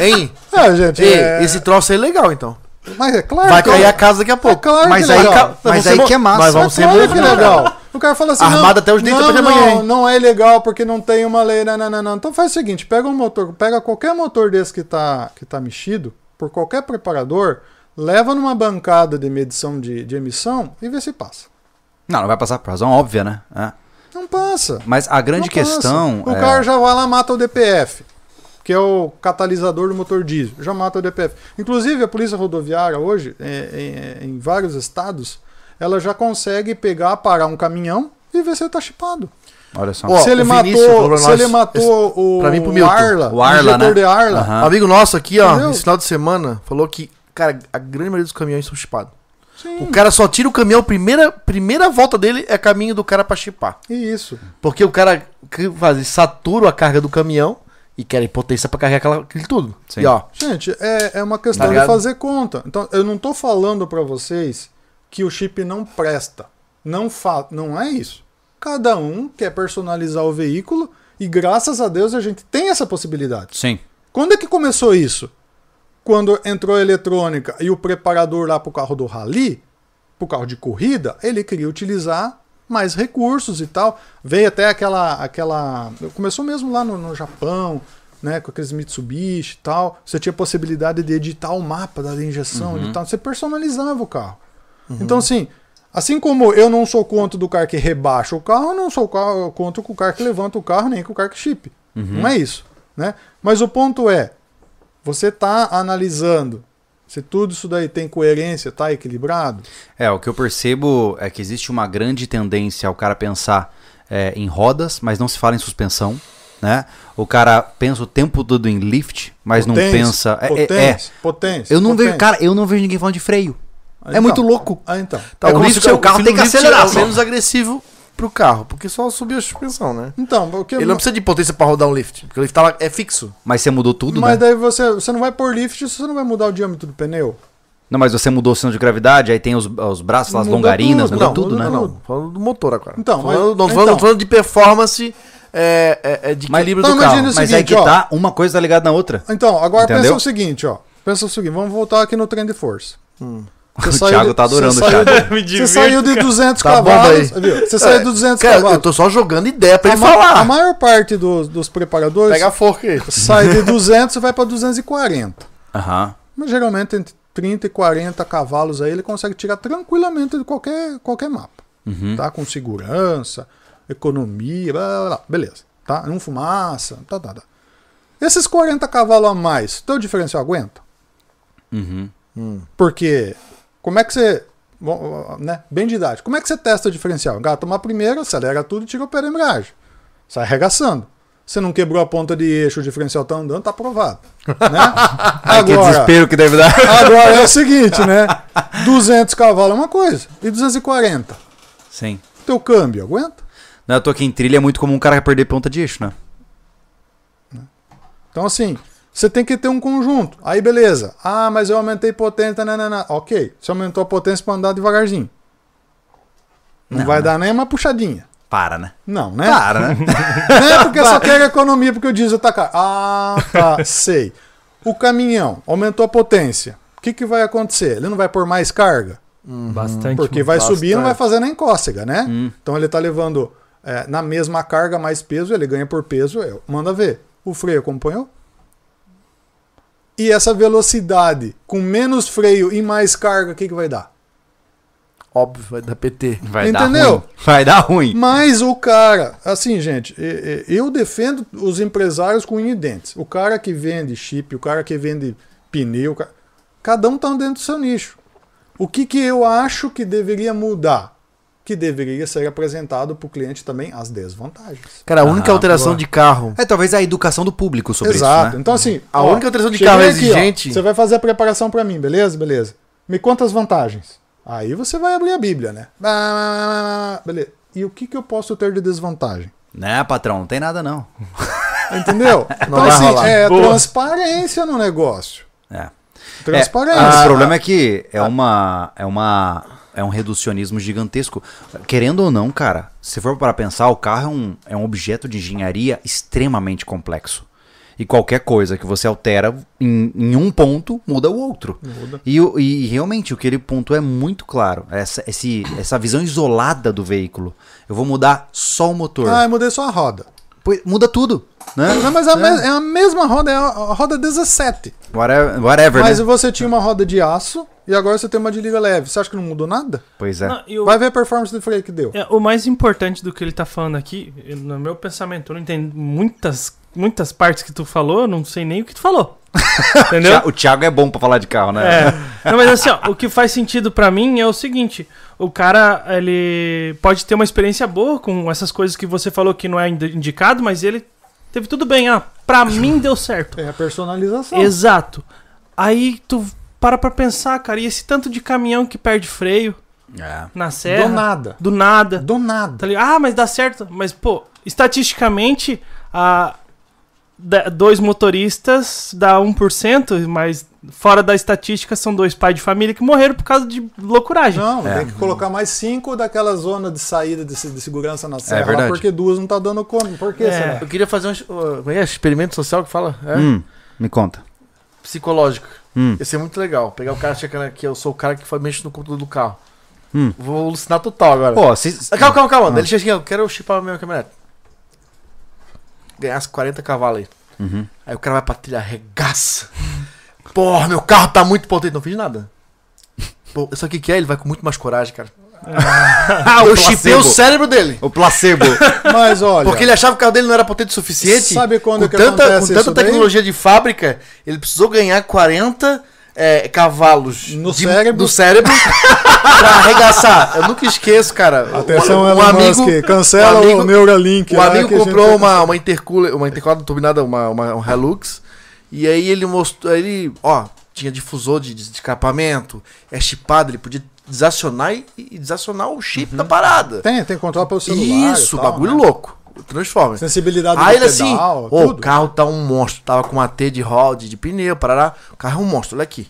S2: Hein?
S3: É, gente,
S2: Ei,
S3: é-
S2: esse troço é ilegal, então.
S3: mas é claro
S2: Vai
S3: que-
S2: cair a casa daqui a pouco.
S3: claro
S1: mas
S3: que
S1: aí,
S3: legal.
S1: ca-
S2: Nós
S1: mas
S2: vamos
S1: aí
S2: ser
S1: que é
S2: mo-
S1: massa.
S2: nós vamos
S3: Mas
S2: ser
S3: olha que
S2: movidos.
S3: legal. O cara fala assim,
S2: Armado
S3: não,
S2: até os dentes
S3: não,
S2: pra amanhã,
S3: não,
S2: hein?
S3: não é legal porque não tem uma lei, não, não, não, não. Então faz o seguinte, pega um motor, pega qualquer motor desse que tá, que tá mexido, por qualquer preparador, leva numa bancada de medição de, de emissão e vê se passa.
S1: Não, não vai passar por razão óbvia, né? É.
S3: Não passa.
S1: Mas a grande
S3: não
S1: questão.
S3: Passa. O
S1: é-
S3: cara já vai lá mata o DPF, que é o catalisador do motor diesel. Já mata o DPF. Inclusive, a polícia rodoviária hoje, é, é, é, em vários estados, ela já consegue pegar, parar um caminhão e ver se ele tá chipado.
S1: Olha só.
S2: Ó,
S3: se ele
S2: o
S3: matou,
S2: Vinícius falou pra
S3: se
S2: nós-
S3: ele matou o,
S2: pra mim, pro Milton.
S3: Arla,
S1: O Arla,
S3: injetor
S1: né?
S3: de Arla,
S1: Aham.
S2: Um Amigo nosso aqui, ó,
S3: Entendeu?
S2: esse final de semana, falou que, cara, a grande maioria dos caminhões são chipados.
S3: Sim.
S2: O cara só tira o caminhão, primeira, primeira volta dele é caminho do cara pra chipar.
S3: e isso.
S2: Porque o cara que faz, ele satura a carga do caminhão e quer potência pra carregar aquela, aquilo tudo.
S1: Sim.
S2: E ó,
S3: Gente, é, é uma
S2: Tá
S3: questão de
S2: ligado?
S3: fazer conta. Então, eu não tô falando pra vocês que o chip não presta. Não, fa não é isso. Cada um quer personalizar o veículo e graças a Deus a gente tem essa possibilidade.
S1: Sim.
S3: Quando é que começou isso? Quando entrou a eletrônica e o preparador lá pro carro do rally, pro carro de corrida, ele queria utilizar mais recursos e tal. Veio até aquela. aquela começou mesmo lá no, no Japão, né? Com aqueles Mitsubishi e tal. Você tinha possibilidade de editar o mapa da injeção e tal. Você personalizava o carro. Então, assim, assim como eu não sou contra do cara que rebaixa o carro, eu não sou ca- contra o cara que levanta o carro, nem com o cara que chip.
S1: Uhum.
S3: Não é isso, né? Mas o ponto é, você está analisando se tudo isso daí tem coerência, está equilibrado.
S1: É, o que eu percebo é que existe uma grande tendência ao cara pensar é, em rodas, mas não se fala em suspensão, né? O cara pensa o tempo todo em lift, mas não pensa. é- é-
S3: potência,
S1: é.
S3: potência.
S1: Eu não
S3: potência.
S1: vejo, cara, eu não vejo ninguém falando de freio. é
S3: Então,
S1: muito louco.
S3: Ah, então.
S2: tá,
S1: É como
S2: Vinícius
S1: se o
S2: é
S1: carro
S2: filho
S1: tem
S2: do
S1: que
S2: Vinícius
S1: acelerar,
S2: é o
S1: só.
S2: menos agressivo pro carro, porque só subir a suspensão, né?
S3: Então, porque
S2: Ele não precisa de potência pra rodar um lift, porque o lift tá lá, é fixo.
S1: Mas você mudou tudo,
S3: mas
S1: né?
S3: daí você, você não vai pôr lift se você não vai mudar o diâmetro do pneu.
S1: Não, mas você mudou o centro de gravidade, aí tem os, os braços, as
S3: Mudou
S1: longarinas,
S3: tudo.
S1: mudou
S3: Não,
S1: tudo,
S3: mudou
S1: né?
S3: tudo.
S2: Não, falando do motor agora.
S3: Então,
S2: Tô falando,
S3: mas-
S2: não, tô falando,
S3: então.
S2: tô falando de performance é, é, é de
S1: Mas-
S2: equilíbrio
S3: então,
S2: do carro.
S3: imagina-
S1: Mas
S3: seguinte,
S1: aí que
S3: ó.
S1: tá, uma coisa tá ligada na outra.
S3: Então, agora
S1: Entendeu?
S3: pensa o seguinte, ó. Pensa o seguinte, vamos voltar aqui no trem de força.
S1: O
S3: saiu
S1: Thiago
S3: de-
S1: tá adorando
S3: você
S1: o
S3: saiu
S1: Thiago.
S3: de-
S4: Me
S3: Você
S4: divirto,
S3: saiu de
S4: cara.
S3: 200
S2: Tá bom
S3: cavalos.
S2: daí.
S3: Viu? Você saiu de 200
S2: É, Cara, eu
S3: cavalos.
S2: tô só jogando ideia pra
S3: a,
S2: ele
S3: ma- a
S2: falar.
S3: maior parte dos, dos preparadores
S2: Pega a forca aí.
S3: sai de 200 e vai para 240.
S1: Aham.
S3: Mas geralmente entre 30 e 40 cavalos aí ele consegue tirar tranquilamente de qualquer, qualquer mapa.
S1: Uhum.
S3: Tá? Com segurança, economia, blá, blá, blá. beleza. Tá? Não fumaça, tá, tá, tá. Esses 40 cavalos a mais, teu diferencial aguenta?
S1: Uhum.
S3: Hum. Porque como é que você. bom, né? Bem didático. Como é que você testa o diferencial? Gata uma primeira, acelera tudo e tira o pé da embreagem. Sai arregaçando. Você não quebrou a ponta de eixo, o diferencial tá andando, tá aprovado. Né?
S1: Ai, que desespero que deve dar.
S3: Agora é o seguinte, né? 200 cavalos é uma coisa e 240.
S1: Sim.
S3: Teu câmbio aguenta?
S1: Não, eu tô aqui em trilha, é muito comum um cara perder ponta de eixo, né?
S3: Então assim, você tem que ter um conjunto. Aí beleza. Ah, mas eu aumentei potência, nanana. OK. Você aumentou a potência para andar devagarzinho. Não,
S1: Não,
S3: vai dar nem uma puxadinha.
S1: Para, né?
S3: Não, né?
S1: Para, né?
S3: Não é porque só quero economia porque o diesel tá caro. Ah, tá, sei. O caminhão aumentou a potência. O que, que vai acontecer? Ele não vai pôr mais carga? Uhum.
S4: Bastante.
S3: Porque
S4: mano.
S3: vai
S2: bastante.
S3: subir e não vai fazer nem cócega, né? Então ele tá levando é, na mesma carga mais peso, ele ganha por peso, é, manda ver. O freio acompanhou? E essa velocidade com menos freio e mais carga, o que, que vai dar?
S2: Óbvio, vai dar PT.
S1: Vai
S3: Entendeu?
S1: dar ruim. Vai dar ruim.
S3: Mas o cara, assim, gente, e- e- eu defendo os empresários com unha e dentes. O cara que vende chip, o cara que vende pneu, o ca- cada um tá dentro do seu nicho. O que, que eu acho que deveria mudar? Que deveria ser apresentado para o cliente também as desvantagens.
S2: Cara, a única
S1: Ah,
S2: alteração de carro.
S1: É talvez a educação do público sobre
S3: Exato.
S1: isso, né?
S3: Então, assim,
S2: A única alteração de carro
S3: cheguei aqui, ó,
S2: exigente-
S3: você vai fazer a preparação para mim, beleza? Beleza. Me conta as vantagens. Aí você vai abrir a Bíblia, né? Ah, Beleza. E o que, que eu posso ter de desvantagem?
S1: Né, patrão? Não tem nada, não.
S3: Entendeu? Então,
S2: vai
S3: assim,
S2: rolar.
S3: é
S4: Boa.
S3: transparência no negócio.
S1: É.
S3: Transparência.
S1: É, o problema é que é uma. É uma. É um reducionismo gigantesco. Querendo ou não, cara, se for para pensar, o carro é um, é um objeto de engenharia extremamente complexo. E qualquer coisa que você altera em, em um ponto, muda o outro. E, o- e realmente, o que ele pontuou é muito claro. Essa, esse- essa visão isolada do veículo. Eu vou mudar só o motor.
S3: Ah, eu mudei só a roda.
S1: Pois- muda tudo, né?
S3: Não, mas é a, mes- é a mesma roda, é a a roda 17.
S1: Whatever, whatever
S3: Mas
S1: né?
S3: você tinha uma roda de aço e agora você tem uma de liga leve. Você acha que não mudou nada?
S1: Pois é.
S4: Não, e o-
S3: Vai ver a performance do freio que deu.
S4: É, o mais importante do que ele tá falando aqui, no meu pensamento, eu não entendo muitas, muitas partes que tu falou, eu não sei nem o que tu falou. Entendeu?
S1: O Thiago é bom pra falar de carro, né?
S4: É. Não, mas assim, ó, o que faz sentido pra mim é o seguinte: o cara, ele pode ter uma experiência boa com essas coisas que você falou que não é ind- indicado, mas ele teve tudo bem. Ah, pra mim deu certo.
S3: É a personalização.
S2: Então.
S4: Exato. Aí tu para pra pensar, cara, e esse tanto de caminhão que perde freio
S1: É.
S4: na serra.
S3: Do nada.
S4: Do nada.
S3: Do nada.
S4: Tá ligado? Ah, mas dá certo. Mas, pô, estatisticamente, a, da- dois motoristas dá 1%, mas fora da estatística são dois pais de família que morreram por causa de loucuragem.
S3: Não,
S1: É.
S3: tem que colocar mais cinco daquela zona de saída de, se- de segurança
S2: É
S3: na serra, lá,
S1: verdade.
S3: porque duas não tá dando como. Por que
S4: É.
S3: será?
S2: Eu queria fazer um. uh, como é? experimento social que fala? É?
S1: Hum, me conta.
S2: Psicológico.
S1: Hum.
S2: Ia ser muito legal. Pegar o cara checando aqui, eu sou o cara que foi mexe no computador do carro.
S1: Hum.
S2: Vou alucinar total agora.
S1: Pô, se...
S2: Ah, Calma, calma, calma. Ele chega aqui, eu quero chipar a minha caminhonete. Ganhar as 40 cavalos aí. Aí o cara vai pra trilha, arregaça. Porra, meu carro tá muito potente. Não fiz nada. Pô, só que que é, ele vai com muito mais coragem, cara. eu chipei o
S1: placebo.
S2: cérebro dele.
S1: o placebo.
S3: Mas olha.
S2: Porque ele achava que o carro dele não era potente o suficiente.
S3: Sabe quando
S2: com
S3: que
S2: tanta,
S3: acontece
S2: Com tanta
S3: isso daí?
S2: tecnologia de fábrica, ele precisou ganhar 40 eh, cavalos
S3: No
S2: de-
S3: cérebro.
S2: do cérebro pra arregaçar. Eu nunca esqueço, cara.
S3: Atenção,
S2: um,
S3: Elon Musk, cancela
S2: um
S3: o
S2: amigo,
S3: Neuralink.
S2: o
S3: lá,
S2: amigo
S3: que a gente
S2: comprou
S3: vai-
S2: uma, uma intercooler, uma intercooler turbinada, uma, uma, um Hilux. E aí ele mostrou, aí ele, ó, tinha difusor de, de escapamento, é chipado, ele podia desacionar e, e desacionar o
S3: Uhum.
S2: chip da parada.
S3: Tem, tem controle pelo celular.
S2: Isso,
S3: e tal,
S2: bagulho
S3: né?
S2: louco. Transforma.
S3: Sensibilidade
S2: Aí ele
S3: do
S2: assim,
S3: pedal,
S2: "Ô, o
S3: tudo.
S2: carro tá um monstro. Tava com uma T de roda, de pneu, parará. O carro é um monstro, olha aqui.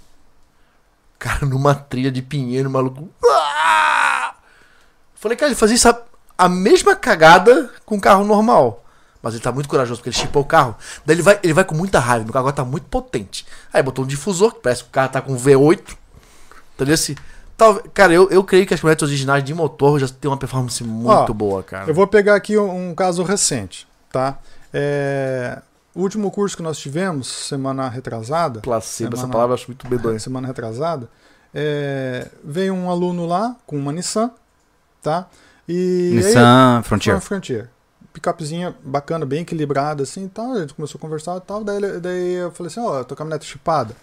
S2: Cara, numa trilha de pinheiro, maluco. "Ah!" Falei, cara, ele fazia isso a, a mesma cagada com o carro normal. Mas ele tá muito corajoso, porque ele chipou o carro. Daí ele vai, ele vai com muita raiva, meu carro agora tá muito potente. Aí botou um difusor, que parece que o carro tá com V8. Tá ligado assim? Talvez- cara, eu, eu creio que as caminhonetes originais de motor já têm uma performance muito
S3: Ó,
S2: boa, cara.
S3: Eu vou pegar aqui um, um caso recente, tá? É, o último curso que nós tivemos, semana retrasada,
S2: Placebo, essa
S3: Semana-
S2: palavra eu acho muito
S3: É,
S2: bedonha.
S3: semana retrasada, é, veio um aluno lá com uma Nissan, tá? E
S1: Nissan
S3: aí, foi
S1: Frontier.
S3: uma Ah, Frontier. Picapezinha bacana, bem equilibrada assim e tal. A gente começou a conversar e tal. Daí, ele- daí eu falei assim: Ó, eu tô caminhonete chipada.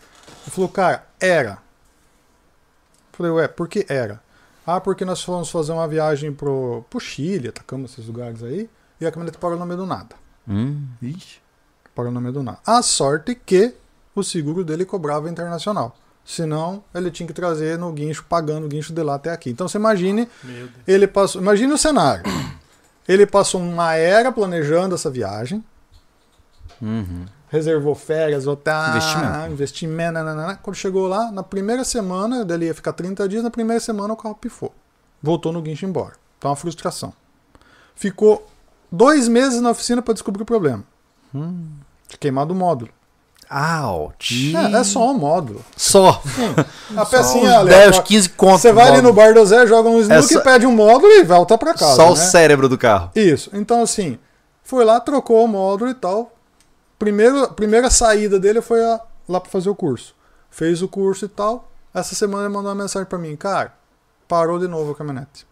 S3: Ele falou, cara, era. Eu falei, ué, por que era? Ah, porque nós fomos fazer uma viagem pro, pro Chile, atacamos esses lugares aí. E a caminhonete parou no meio do nada.
S1: Hum.
S3: Parou no meio do nada. A sorte que o seguro dele cobrava internacional. Senão, ele tinha que trazer no guincho, pagando o guincho de lá até aqui. Então você imagine,
S4: Ah, Meu Deus.
S3: ele passou. Imagine o cenário. Ele passou uma era planejando essa viagem,
S1: Uhum.
S3: reservou férias, hotel,
S1: Investimento.
S3: investimento né, nananã. Quando chegou lá, na primeira semana, dele ia ficar 30 dias, na primeira semana o carro pifou. Voltou no guincho e embora. Então, uma frustração. Ficou dois meses na oficina para descobrir o problema.
S1: Hum.
S3: Tinha Queimado o módulo.
S1: Out.
S3: É, é só um módulo.
S1: Só.
S3: A pecinha
S2: Uns
S3: ali.
S2: 10,
S3: ó,
S2: uns 15 contos.
S3: Você vai ali no bar do Zé, joga um snook,
S1: só-
S3: pede um módulo e volta pra casa.
S1: Só o
S3: né?
S1: cérebro do carro.
S3: Isso. Então, assim, foi lá, trocou o módulo e tal. Primeiro, primeira saída dele foi a- lá pra fazer o curso. Fez o curso e tal. Essa semana ele mandou uma mensagem pra mim. Cara, parou de novo a caminhonete.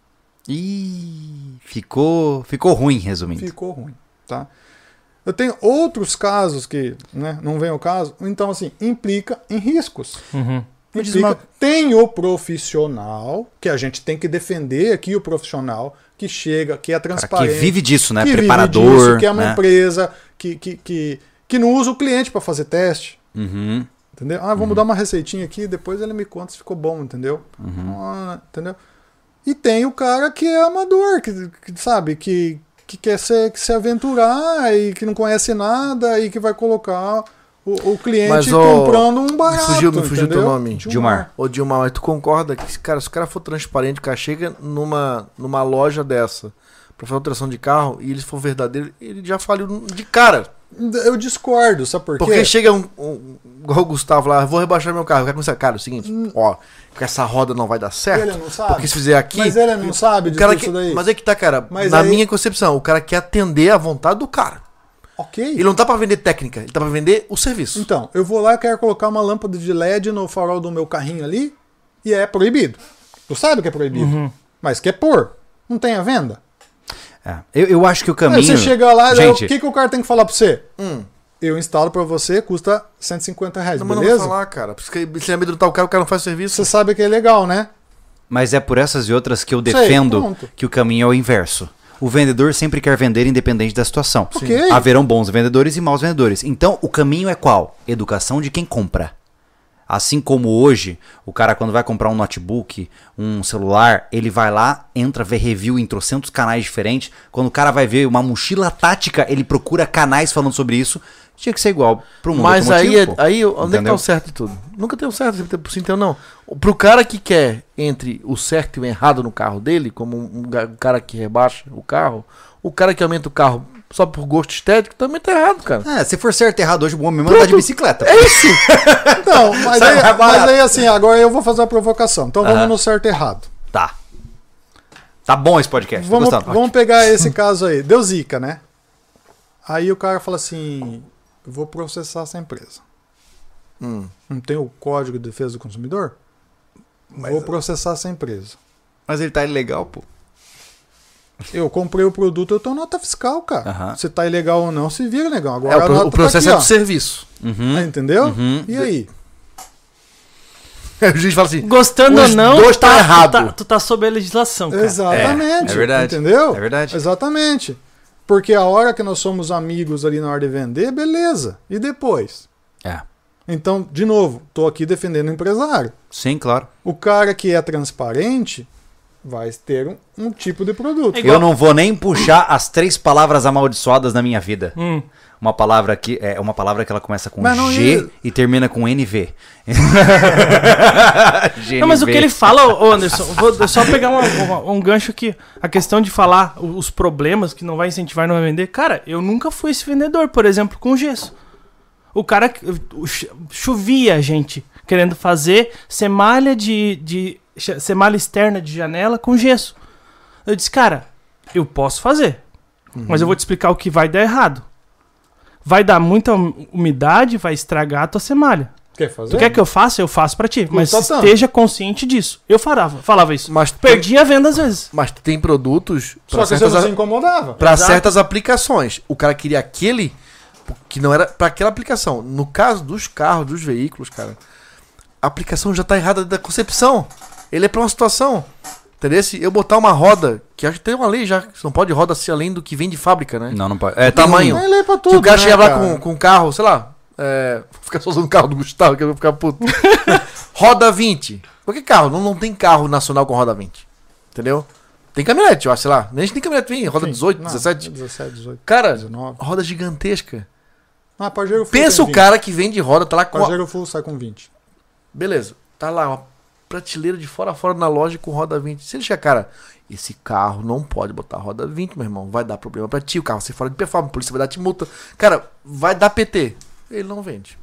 S1: Ih, ficou, ficou ruim, resumindo.
S3: Ficou ruim, tá? Eu tenho outros casos que né, não vem o caso. Então, assim, implica em riscos.
S4: Uhum.
S1: Me diz
S3: Implica-
S1: uma-
S3: Tem o profissional, que a gente tem que defender aqui o profissional, que chega, que é
S1: Cara,
S3: transparente.
S1: que vive disso, né?
S3: que vive
S1: Preparador,
S3: disso, que é uma
S1: né?
S3: empresa que, que, que, que não usa o cliente para fazer teste.
S1: Uhum.
S3: Entendeu? Ah, vamos dar uma receitinha aqui, depois ele me conta se ficou bom, entendeu?
S1: Uhum.
S3: Ah, entendeu? E tem o cara que é amador, que, que sabe, que, que quer ser, que se aventurar e que não conhece nada e que vai colocar o, o cliente
S2: Mas, ô,
S3: comprando um barato.
S2: fugiu- me fugiu teu
S3: entendeu? um
S2: nome.
S1: Gilmar.
S2: Ô, Dilma, mas tu concorda que, cara, se o cara for transparente, o cara chega numa, numa loja dessa pra fazer uma alteração de carro e ele for verdadeiro, ele já faliu de cara.
S3: Eu discordo, sabe por quê?
S2: Porque chega um, um, igual o Gustavo lá, vou rebaixar meu carro. O cara começa, cara, é o seguinte, ó, que essa roda não vai dar certo.
S3: Hum. Ele não sabe.
S2: Porque se fizer aqui.
S3: Mas ele não sabe
S2: o
S3: disso
S2: cara que,
S3: daí.
S2: Mas é que tá, cara,
S3: Mas
S2: na
S3: aí-
S2: minha concepção, o cara quer atender à vontade do cara.
S3: Ok.
S2: Ele não tá pra vender técnica, ele tá pra vender o serviço.
S3: Então, eu vou lá e quero colocar uma lâmpada de LED no farol do meu carrinho ali e é proibido. Tu sabe que é proibido, mas quer pôr. Não tem a venda.
S1: É. Eu, eu acho que o
S3: Aí
S1: caminho.
S3: você chega lá e daí, o
S1: Gente,
S3: que, que o cara tem que falar pra você? Hum, Eu instalo pra você, custa 150 reais,
S2: Não, mas não vou
S3: beleza?
S2: falar, cara. Porque se ele amedrontar o cara, o cara não faz serviço.
S3: Você sabe que é legal, né?
S1: Mas é por essas e outras que eu
S3: Sei,
S1: defendo
S3: pronto.
S1: que o caminho é o inverso. O vendedor sempre quer vender independente da situação.
S3: Ok.
S1: Haverão bons vendedores e maus vendedores. Então, o caminho é qual? Educação de quem compra. Assim como hoje, o cara quando vai comprar um notebook, um celular, ele vai lá, entra, vê review em trocentos canais diferentes. Quando o cara vai ver uma mochila tática, ele procura canais falando sobre isso. Tinha que ser igual pro mundo
S2: Mas aí, é-
S1: automotivo, pô.
S2: aí onde é que tá
S1: Entendeu?
S2: o certo de tudo? Nunca tem o certo, sempre tem por cento, não. Pro cara que quer entre o certo e o errado no carro dele, como um, um ga- um cara que rebaixa o carro, o cara que aumenta o carro só por gosto estético também tá errado, cara.
S1: É, se for certo e errado hoje, o homem manda de bicicleta.
S2: É
S1: pô.
S3: Então, mas,
S1: Sai
S3: aí,
S1: mais barato.
S3: mas aí, assim, agora eu vou fazer uma provocação. Então vamos
S1: Aham.
S3: no certo e errado.
S1: Tá. Tá bom esse podcast,
S3: Vamos,
S1: tô gostando.
S3: vamos pegar esse caso aí. Deu zica, né? Aí o cara fala assim: eu vou processar essa empresa.
S2: Hum.
S3: Não tem o Código de Defesa do Consumidor? Vou processar essa empresa.
S1: Mas ele tá ilegal, pô.
S3: Eu comprei o produto, eu tenho nota fiscal, cara.
S1: Aham.
S3: Se tá ilegal ou não, se vira legal. Agora
S2: É, o,
S3: a
S2: pro-
S3: nota
S2: o processo é do Hum?
S3: tá
S2: Uhum.
S3: aqui,
S2: serviço.
S3: ó. Entendeu? E aí?
S2: Aí o juiz fala assim,
S4: Gostando
S2: Os
S4: ou não,
S2: dois
S4: tu
S2: tá errado.
S4: Tu tá, tu tá sob a legislação, cara.
S3: Exatamente.
S1: É, é verdade.
S3: Entendeu?
S1: É verdade.
S3: Exatamente. Porque a hora que nós somos amigos ali na hora de vender, beleza. E depois?
S1: É.
S3: Então, de novo, tô aqui defendendo o empresário.
S1: Sim, claro.
S3: O cara que é transparente vai ter um, um tipo de produto.
S4: É igual-
S1: Eu não vou nem puxar as três palavras amaldiçoadas na minha vida.
S4: Hum.
S1: Uma palavra que é uma palavra que ela começa com
S3: Mas não
S1: G
S3: ia-
S1: e termina com NV. GNV.
S4: Não, mas o que ele fala, ô, ô, Anderson, vou só pegar uma- uma- um gancho aqui. A questão de falar o- os problemas que não vai incentivar e não vai vender. Cara, eu nunca fui esse vendedor, por exemplo, com gesso. O cara. que- o chu- Chovia, gente, querendo fazer semalha de, de cha- semala externa de janela com gesso. Eu disse, cara, eu posso fazer, mas eu vou te explicar o que vai dar errado. Vai dar muita hum- umidade, vai estragar a tua semalha.
S3: Quer fazer?
S4: Tu quer que eu faça? Eu faço pra ti. Mas
S3: é. tá tanto.
S4: esteja consciente disso. Eu falava, falava isso.
S2: Mas tem,
S4: Perdi a venda às vezes.
S2: mas tem produtos
S3: Só
S2: pra
S3: que você
S2: certas,
S3: não se incomodava.
S2: pra
S4: Exato.
S2: certas aplicações. O cara queria aquele que não era pra aquela aplicação. No caso dos carros, dos veículos, cara, a aplicação já tá errada da concepção. Ele é pra uma situação. Entendeu? Se eu botar uma roda, que acho que tem uma lei já, que você não pode roda assim além do que vem de fábrica, né?
S1: Não, não pode. É,
S2: tamanho.
S1: um-
S3: Ele é pra tudo.
S2: Se o cara
S3: né,
S2: chegar lá
S3: cara?
S2: com, com um carro, sei lá, é, vou ficar só usando o carro do Gustavo, que eu vou ficar puto. roda 20. Qualquer carro, não, não tem carro nacional com roda 20. Entendeu? Tem caminhonete, eu acho, sei lá. Nem tem caminhonete, vem, roda
S3: Sim,
S2: 18,
S3: não,
S2: 17.
S3: 17, 18,
S2: Cara,
S3: 19.
S2: roda gigantesca.
S3: Ah, Pajero Full
S2: Pensa
S3: tem
S2: o
S3: 20.
S2: cara que vende roda, tá lá com. a-
S3: Pajero Full sai com 20.
S2: Beleza, tá lá, uma prateleira de fora a fora na loja com roda 20. Se ele chegar, cara, esse carro não pode botar roda 20, meu irmão. Vai dar problema pra ti, o carro vai ser fora de performance, a polícia vai dar te multa. Cara, vai dar PT. Ele não vende.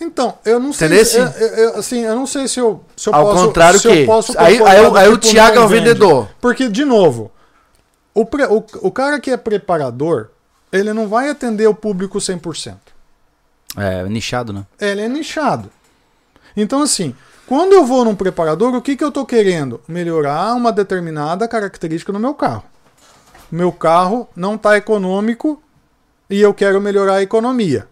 S3: Então, eu não sei.
S2: Entendeu?
S3: Se, eu, eu- eu- assim, eu não sei se eu, se eu
S2: Ao
S3: posso.
S2: contrário
S3: se
S2: que.
S3: eu posso
S2: aí
S3: concordar
S2: aí,
S3: do
S2: o- aí o
S3: tipo
S2: Thiago é
S3: não
S2: o
S3: vende.
S2: vendedor.
S3: Porque, de novo, o, pre- o, o cara que é preparador, ele não vai atender o público 100%.
S1: É, nichado, né?
S3: Ele é nichado. Então, assim, quando eu vou num preparador, o que, que eu tô querendo? Melhorar uma determinada característica no meu carro. Meu carro não tá econômico e eu quero melhorar a economia.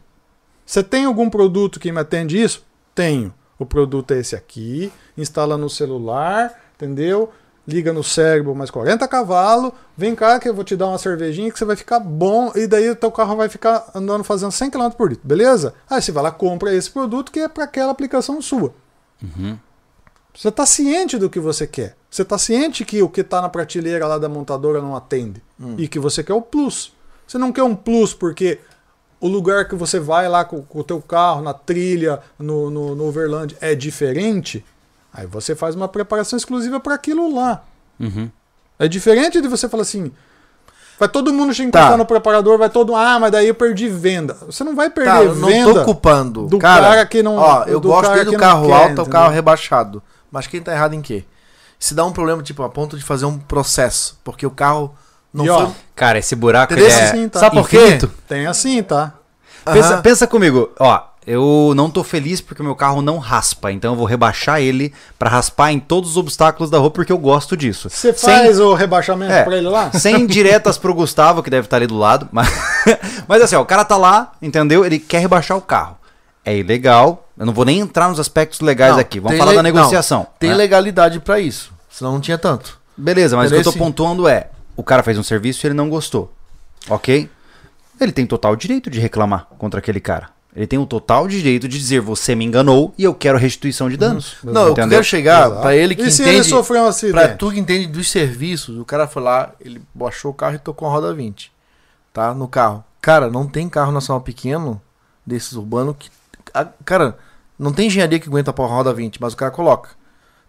S3: Você tem algum produto que me atende isso? Tenho. O produto é esse aqui, instala no celular, entendeu? Liga no cérebro mais 40 cavalos, vem cá que eu vou te dar uma cervejinha que você vai ficar bom e daí o teu carro vai ficar andando fazendo 100 km por litro, beleza? Aí você vai lá, compra esse produto que é para aquela aplicação sua. Você tá ciente do que você quer. Você tá ciente que o que tá na prateleira lá da montadora não atende.
S2: Hum.
S3: E que você quer o plus. Você não quer um plus porque o lugar que você vai lá com, com o teu carro, na trilha, no, no, no overland, é diferente. Aí você faz uma preparação exclusiva para aquilo lá.
S2: Uhum.
S3: É diferente de você falar assim... Vai todo mundo te encostar
S2: Tá.
S3: no preparador, vai todo... Ah, mas daí eu perdi venda. Você não vai perder
S2: Tá, eu não
S3: venda.
S2: tô culpando.
S3: do
S2: cara,
S3: cara que não-
S2: Ó, eu
S3: do
S2: gosto
S3: cara
S2: desde
S3: que
S2: do
S3: não
S2: carro
S3: quer,
S2: alto ao
S3: entendeu?
S2: carro rebaixado. Mas quem tá errado em quê? Se dá um problema, tipo, a ponto de fazer um processo, porque o carro não
S3: E,
S2: foi.
S3: ó,
S1: Cara, esse buraco ele
S2: Entendeu?
S1: é.
S3: Assim, tá.
S1: Sabe por quê?
S2: Infinito.
S3: Tem assim, tá?
S2: Aham.
S1: Pensa, pensa comigo, ó. Eu não tô feliz porque o meu carro não raspa, então eu vou rebaixar ele pra raspar em todos os obstáculos da rua porque eu gosto disso.
S3: Você
S1: Sem-
S2: um
S3: faz o rebaixamento
S1: É.
S3: pra ele lá?
S1: Sem diretas pro Gustavo, que deve estar ali do lado. Mas, mas assim, ó, o cara tá lá, entendeu? Ele quer rebaixar o carro. É ilegal. Eu não vou nem entrar nos aspectos legais
S2: Não,
S1: aqui. Vamos
S2: tem
S1: falar
S2: le-
S1: da negociação.
S2: não, tem
S1: né?
S2: legalidade pra isso. Senão não tinha tanto.
S1: Beleza, mas o que eu tô
S2: Entendeu?
S1: pontuando é: o cara fez um serviço e ele não gostou. Ok? Ele tem total direito de reclamar contra aquele cara. Ele tem o total direito de dizer você me enganou e eu quero restituição de danos.
S3: Uhum.
S2: Não, eu quero chegar pra ele que
S3: e se
S2: entende.
S3: ele sofreu um acidente?
S2: Pra tu que entende dos serviços, o cara foi lá, ele baixou o carro e tocou a roda 20. Tá? No carro. Cara, não tem carro nacional pequeno desses urbanos que. a- cara, não tem engenharia que aguenta pôr a roda 20, mas o cara coloca.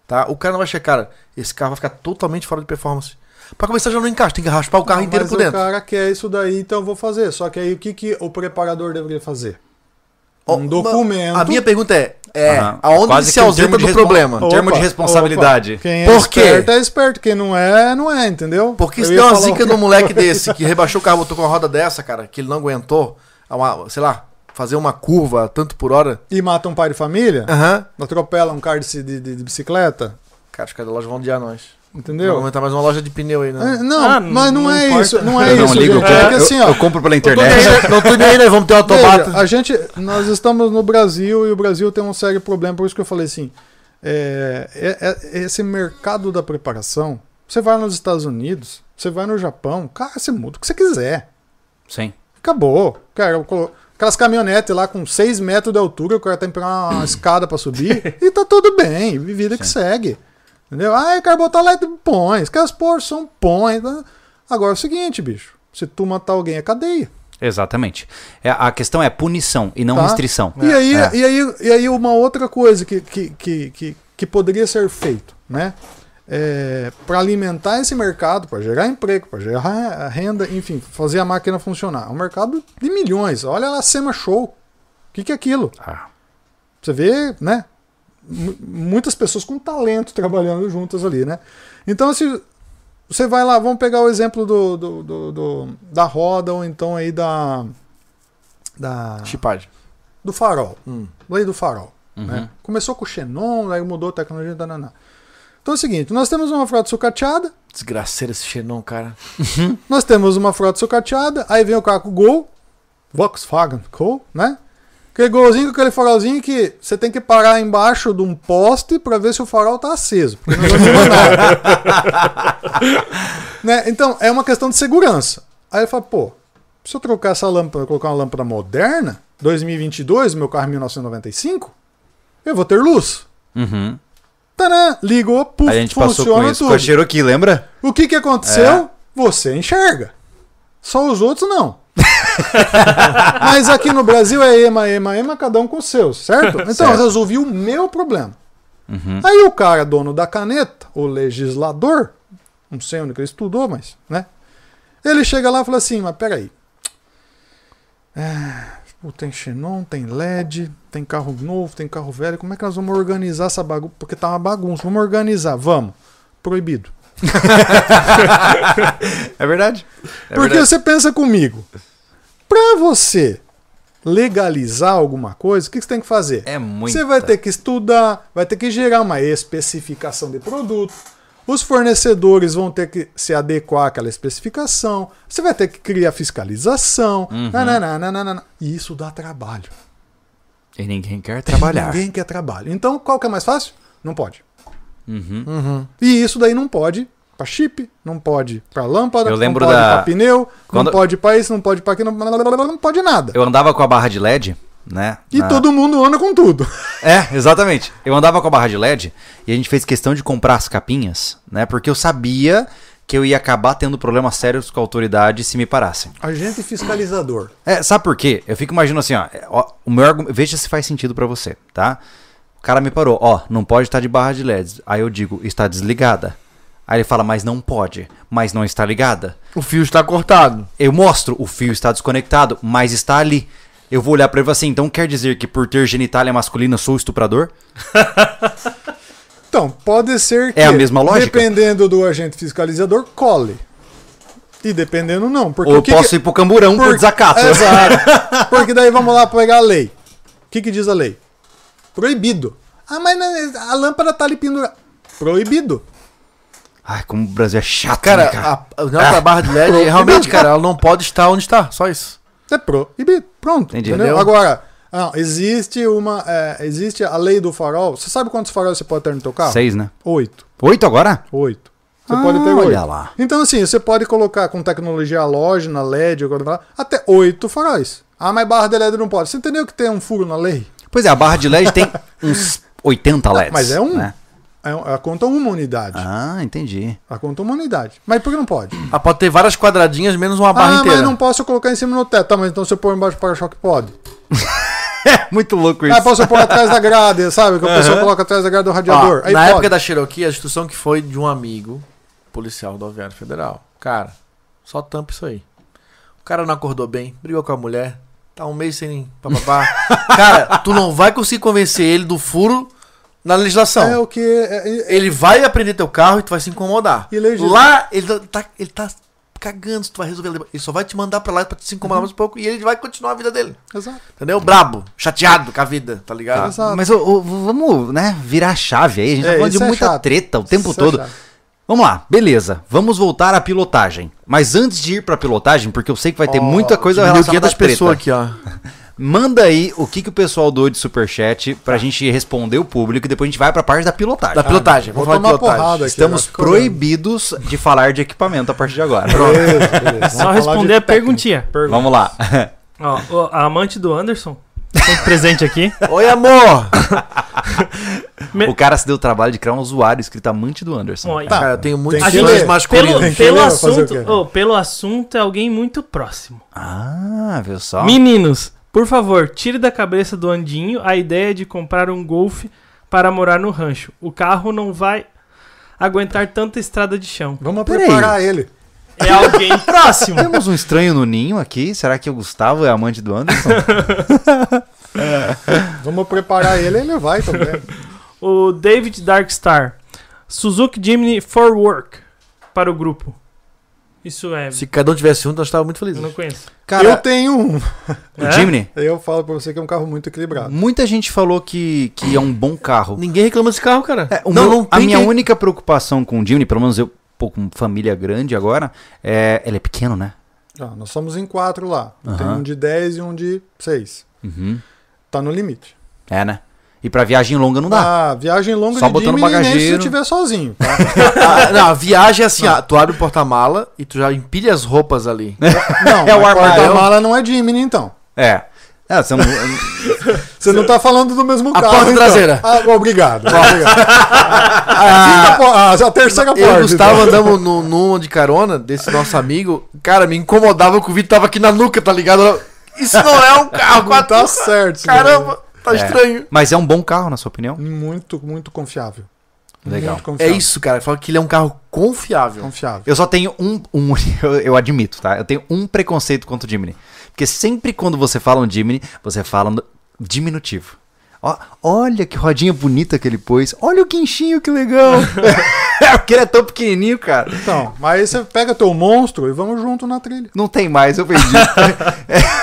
S2: Tá? O cara não vai checar, cara, esse carro vai ficar totalmente fora de performance. Pra começar já não encaixa, tem que raspar o carro
S3: Não,
S2: inteiro
S3: mas
S2: por dentro.
S3: o cara quer isso daí, então eu vou fazer. Só que aí o que, que o preparador deveria fazer?
S2: Ó,
S3: um
S2: ma-
S3: documento.
S2: A minha pergunta é, é
S1: Aham.
S2: aonde
S1: Quase
S2: ele se
S1: que um
S2: ausenta
S1: termo
S2: do
S1: de respo-
S2: problema?
S1: Ó. termo de responsabilidade.
S3: Quem é
S2: Por quê?
S3: esperto é esperto, quem não é, não é, entendeu?
S2: Porque se
S3: Eu ia
S2: der uma
S3: falar
S2: zica
S3: um-
S2: num moleque desse que rebaixou o carro, botou com uma roda dessa, cara, que ele não aguentou, a uma, sei lá, fazer uma curva a tanto por hora.
S3: E mata um pai de família,
S2: Aham.
S3: atropela um cara de, de- de bicicleta,
S2: Cara, os caras da loja vão odiar nós. Não
S3: entendeu?
S2: vai aumentar mais uma loja de pneu aí,
S3: É,
S2: né?
S3: Não,
S4: Ah,
S3: mas não,
S4: não
S3: é
S4: importa.
S3: isso, não é
S1: Eu não
S3: isso,
S1: ligo, eu,
S3: gente. É que
S1: compro-
S3: assim,
S1: eu-
S3: ó,
S1: eu compro pela
S2: Tô nem
S1: internet.
S2: aí, né? Não tô nem aí, né? Vamos ter uma
S3: Veja,
S2: tomata.
S3: a gente, nós estamos no Brasil e o Brasil tem um sério problema, por isso que eu falei assim, é, é- é- esse mercado da preparação, você vai nos Estados Unidos, você vai no Japão, cara, você muda o que você quiser,
S1: Sim.
S3: acabou, cara, eu colo- aquelas caminhonetes lá com 6 metros de altura, o cara tem que pegar uma escada pra subir e tá tudo bem, e vida que segue, entendeu? Ah, eu quero botar lá, põe, quer expor, são põe, tá? agora é o seguinte, bicho, se tu matar alguém é cadeia.
S1: Exatamente. É, a questão é punição e não
S3: Tá.
S1: restrição.
S3: E, aí,
S1: É.
S3: e, aí, e aí uma outra coisa que, que, que, que, que poderia ser feito, né? para alimentar esse mercado, para gerar emprego, para gerar renda, enfim, fazer a máquina funcionar. É um mercado de
S1: Tá.
S3: milhões. Olha lá a Sema Show. O que, que é aquilo?
S1: Ah.
S3: Você vê, né? mu- muitas pessoas com talento trabalhando juntas ali, né? Então, se você vai lá, vamos pegar o exemplo do, do- do- do- da roda ou então aí da. da
S2: Ah. Chipagem.
S3: do farol.
S2: Hum.
S3: Lei do farol.
S1: Uhum.
S3: né? Começou com o Xenon, aí mudou a tecnologia da Naná. Então é o seguinte: nós temos uma frota sucateada,
S2: Desgraceiro esse Xenon, cara.
S3: nós temos uma frota sucateada, aí vem o carro com Gol, Volkswagen Gol, né? Aquele golzinho com aquele farolzinho que você tem que parar embaixo de um poste pra ver se o farol tá aceso. porque não vai nada. né? Então, é uma questão de segurança. Aí ele fala, pô, se eu trocar essa lâmpada, colocar uma lâmpada moderna, 2022, meu carro é 1995, eu vou ter luz.
S1: Uhum.
S3: Tadã! Ligou, puf,
S1: A gente passou com
S3: funciona
S1: isso com a
S3: tudo.
S1: Cherokee, lembra?
S3: O que que aconteceu?
S1: É.
S3: Você enxerga. Só os outros não. Mas aqui no Brasil é ema, ema, ema, cada um com o seu, certo? Então eu resolvi o meu problema. Aí o cara, dono da caneta, o legislador, não sei onde que ele estudou, mas, né? Ele chega lá e fala assim, mas peraí. É, pô, tem xenon, tem LED, tem carro novo, tem carro velho. Como é que nós vamos organizar essa bagunça? Porque tá uma bagunça. Vamos organizar, vamos. Proibido.
S1: É verdade. É
S3: Porque
S1: verdade.
S3: você pensa comigo. Pra você legalizar alguma coisa, o que que você tem que fazer?
S1: É muito.
S3: Você vai ter que estudar, vai ter que gerar uma especificação de produto. Os fornecedores vão ter que se adequar àquela especificação. Você vai ter que criar fiscalização.
S1: Uhum.
S3: nananana. E isso dá trabalho.
S1: assim, E ninguém quer trabalhar.
S3: Ninguém quer trabalho. Então, qual que é mais fácil? Não pode.
S1: Uhum.
S3: E isso daí não pode pra chip, não pode pra lâmpada,
S1: Eu lembro
S3: não pode
S1: da-
S3: pra pneu,
S1: Quando-
S3: não pode pra isso, não pode pra aquilo, não- não pode nada.
S1: Eu andava com a barra de LED, né?
S3: E
S1: Na-
S3: todo mundo anda com tudo.
S1: É, exatamente. Eu andava com a barra de LED e a gente fez questão de comprar as capinhas, né? Porque eu sabia que eu ia acabar tendo problemas sérios com a autoridade se me parassem.
S3: Agente fiscalizador.
S1: É, sabe por quê? Eu fico imaginando assim, ó, é, ó, o meu argumento, veja se faz sentido pra você, tá? O cara me parou, ó, não pode estar de barra de LEDs. Aí eu digo, está desligada. Aí ele fala, mas não pode, mas não está ligada.
S2: O fio está cortado.
S1: Eu mostro, o fio está desconectado, mas está ali. Eu vou olhar pra ele e falar assim, então quer dizer que por ter genitália masculina sou estuprador?
S3: Então, pode ser que.
S1: É a mesma lógica?
S3: Dependendo do agente fiscalizador, cole. E dependendo, não. Porque
S1: Ou
S3: o que
S1: posso
S3: que-
S1: ir pro camburão por, desacato?
S3: Exato. Porque daí vamos lá pegar a lei. O que, que diz a lei? Proibido. Ah, mas na- a lâmpada tá ali pendurada. Proibido.
S1: Ai, como o Brasil é chato, né, cara?
S2: Cara, a, não, a barra de LED, realmente, cara, ela não pode estar onde está, só isso.
S3: É proibido. Pronto.
S1: Entendi.
S3: Entendeu?
S2: Entendeu?
S3: Agora, ah, existe uma. é, existe a lei do farol. Você sabe quantos faróis você pode ter no teu carro?
S1: Seis, né?
S3: Oito.
S1: Oito agora?
S3: Oito. Você
S1: Ah,
S3: pode ter oito.
S1: olha lá.
S3: Então, assim, você pode colocar com tecnologia halógena, LED, ou qualquer coisa, até oito faróis. Ah, mas barra de LED não pode. Você entendeu que tem um furo na lei?
S1: Pois é, a barra de LED tem uns 80 LEDs.
S3: mas é um.
S1: né?
S3: É, um- ela conta uma unidade.
S1: Ah, entendi.
S3: Ela conta uma unidade. Mas por que não pode?
S2: Ela pode ter várias quadradinhas, menos uma barra
S3: ah,
S2: inteira.
S3: mas não posso colocar em cima no teto. Tá, mas então se eu pôr embaixo do para-choque, pode.
S1: Muito louco
S3: Ah, posso pôr atrás da grade, sabe? Que o pessoal coloca atrás da grade do
S2: Ó,
S3: radiador. Aí
S2: na
S3: pode.
S2: época da Cherokee, a instrução que foi de um amigo, policial rodoviário federal. Cara, só tampa isso aí. O cara não acordou bem, brigou com a mulher, tá um mês sem papapá. cara, tu não vai conseguir convencer ele do furo na legislação.
S3: É o que. é- é-
S2: Ele vai aprender teu carro e tu vai se incomodar.
S3: E legítimo.
S2: Lá, ele tá- tá, ele tá cagando se tu vai resolver. Ele só vai te mandar pra lá pra te se
S3: Uhum.
S2: incomodar mais um pouco e ele vai continuar a vida dele.
S3: Exato.
S2: Entendeu? Brabo, chateado com a vida, tá ligado?
S3: Exato.
S1: Mas ô, ô, vamos, né, virar a chave aí. A gente
S3: É,
S1: tá falando de
S3: isso é
S1: muita
S3: chato.
S1: treta o tempo
S3: Isso é
S1: todo.
S3: chato.
S1: Vamos lá, beleza. Vamos voltar à pilotagem. Mas antes de ir pra pilotagem, porque eu sei que vai ter muita coisa
S2: Diminuiu
S1: relacionada à
S2: 500
S1: treta.
S2: pessoas aqui, ó.
S1: Manda aí o que, que o pessoal doou de superchat pra
S3: Tá.
S1: gente responder o público e depois a gente vai pra parte da pilotagem. tá?
S2: Da pilotagem,
S3: Vou
S2: vamos falar de
S3: tomar uma
S2: pilotagem.
S3: porrada aqui.
S1: Estamos
S3: eu acho que eu-
S1: proibidos de falar de equipamento a partir de agora.
S3: Beleza, beleza.
S4: Só
S3: É, Vamos falar de
S4: responder a
S3: técnica.
S4: perguntinha.
S1: Vamos lá.
S4: Ó, o- a amante do Anderson, sempre presente aqui.
S2: Oi, amor!
S1: O cara se deu o trabalho de criar um usuário escrito amante do Anderson.
S4: Ó,
S3: Tá.
S2: Cara, eu tenho muitos
S3: que
S2: filhos
S3: ler.
S2: masculinos.
S4: Pelo,
S3: que
S4: pelo
S3: ler, fazer o
S4: assunto,
S3: quê?
S4: ô, pelo assunto é alguém muito próximo.
S1: Ah, viu só?
S4: Meninos, por favor, tire da cabeça do Andinho a ideia de comprar um Golf para morar no rancho. O carro não vai aguentar tanta estrada de chão.
S3: Vamos
S1: Peraí.
S3: preparar ele.
S4: É alguém próximo.
S1: Temos um estranho no ninho aqui. Será que o Gustavo é amante do Anderson?
S3: Vamos preparar ele, ele vai também.
S4: O David Darkstar. Suzuki Jimny for Work para o grupo. Isso é.
S2: Se cada um tivesse um, nós estávamos muito
S4: Eu
S2: felizes.
S4: não conheço.
S1: Cara,
S3: Eu tenho um.
S2: É.
S1: o Jimny,
S3: Eu falo pra você que é um carro muito equilibrado.
S1: muita gente falou que, que é um bom carro.
S2: Ninguém reclama desse carro, cara.
S1: É, o
S2: não,
S1: meu-
S2: não
S1: a
S2: tem
S1: minha
S2: quem-
S1: única preocupação com o Jimny, pelo menos eu, pô, com família grande agora, é. Ele é pequeno, né?
S3: Ah, nós somos em quatro lá. Tem
S1: Aham.
S3: um de 10 e um de 6.
S1: Uhum.
S3: Tá no limite.
S1: É, né? E pra viagem longa não dá.
S3: Ah, viagem longa
S1: Só
S3: de
S1: botando
S3: Jimny, nem se
S1: bagageiro.
S3: eu tiver sozinho. tá?
S2: Ah, não, a viagem é assim, ah, tu abre o porta-mala e tu já empilha as roupas ali.
S3: Não,
S1: É o
S3: mas
S1: armário.
S3: porta-mala não é Jimny, então.
S1: É. É, são-
S3: Você não tá falando do mesmo
S2: A
S3: carro.
S2: porta
S3: então.
S2: traseira.
S3: Ah, obrigado. obrigado. Ah, a porta- ah, a terceira
S2: Eu e
S3: porta.
S2: o Gustavo
S3: então.
S2: andamos no- numa de carona desse nosso amigo. Cara, me incomodava que o Vitor tava aqui na nuca, tá ligado? Eu- Isso não é um carro,
S3: Não
S2: quatro.
S3: tá certo. isso
S2: Caramba, tá
S1: É.
S2: estranho.
S1: Mas é um bom carro, na sua opinião?
S3: daí. Muito, muito confiável.
S1: Legal.
S3: Muito
S2: É
S3: confiável.
S2: isso, cara. Fala que ele é um carro confiável.
S3: Confiável.
S1: Eu só tenho um. um eu, eu admito, tá? Eu tenho um preconceito contra o Jimny. Porque sempre quando você fala um Jimny, você fala no diminutivo. Ó, olha que rodinha bonita que ele pôs. Olha o quinchinho, que legal. é porque ele é tão pequenininho, cara.
S3: Então, mas aí você pega teu monstro e vamos junto na trilha.
S1: Não tem mais, eu perdi.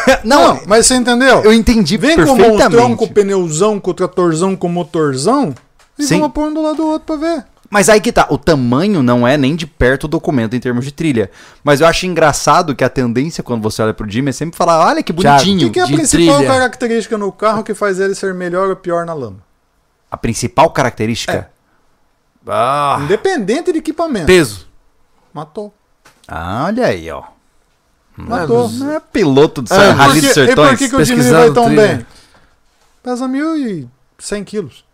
S1: É, não,
S3: mas você entendeu?
S1: eu entendi
S3: Vem com o é um monstrão,
S1: perfeitamente.
S3: com o pneuzão, com o tratorzão, com o motorzão e
S1: Sim.
S3: vamos pôr um do lado do outro pra ver.
S1: Mas aí que tá, o tamanho não é nem de perto o documento em termos de trilha. Mas eu acho engraçado que a tendência quando você olha pro Jimmy é sempre falar, olha que
S2: Thiago,
S1: bonitinho.
S3: O que, que é a
S2: de
S3: principal
S2: trilha.
S3: característica no carro que faz ele ser melhor ou pior na lama?
S1: A principal
S3: É.
S1: característica? Ah,
S3: Independente de equipamento.
S2: Peso.
S3: Matou.
S1: Ah, olha aí, ó.
S3: Matou.
S1: Não é piloto do
S3: Ah, E
S1: Serra-
S3: por
S1: Rally
S3: que-
S1: dos
S3: E por
S1: Sertões.
S3: que, que o Jimmy
S2: pesquisando
S3: vai tão
S2: trilha.
S3: bem? Pesa 1.100 quilos.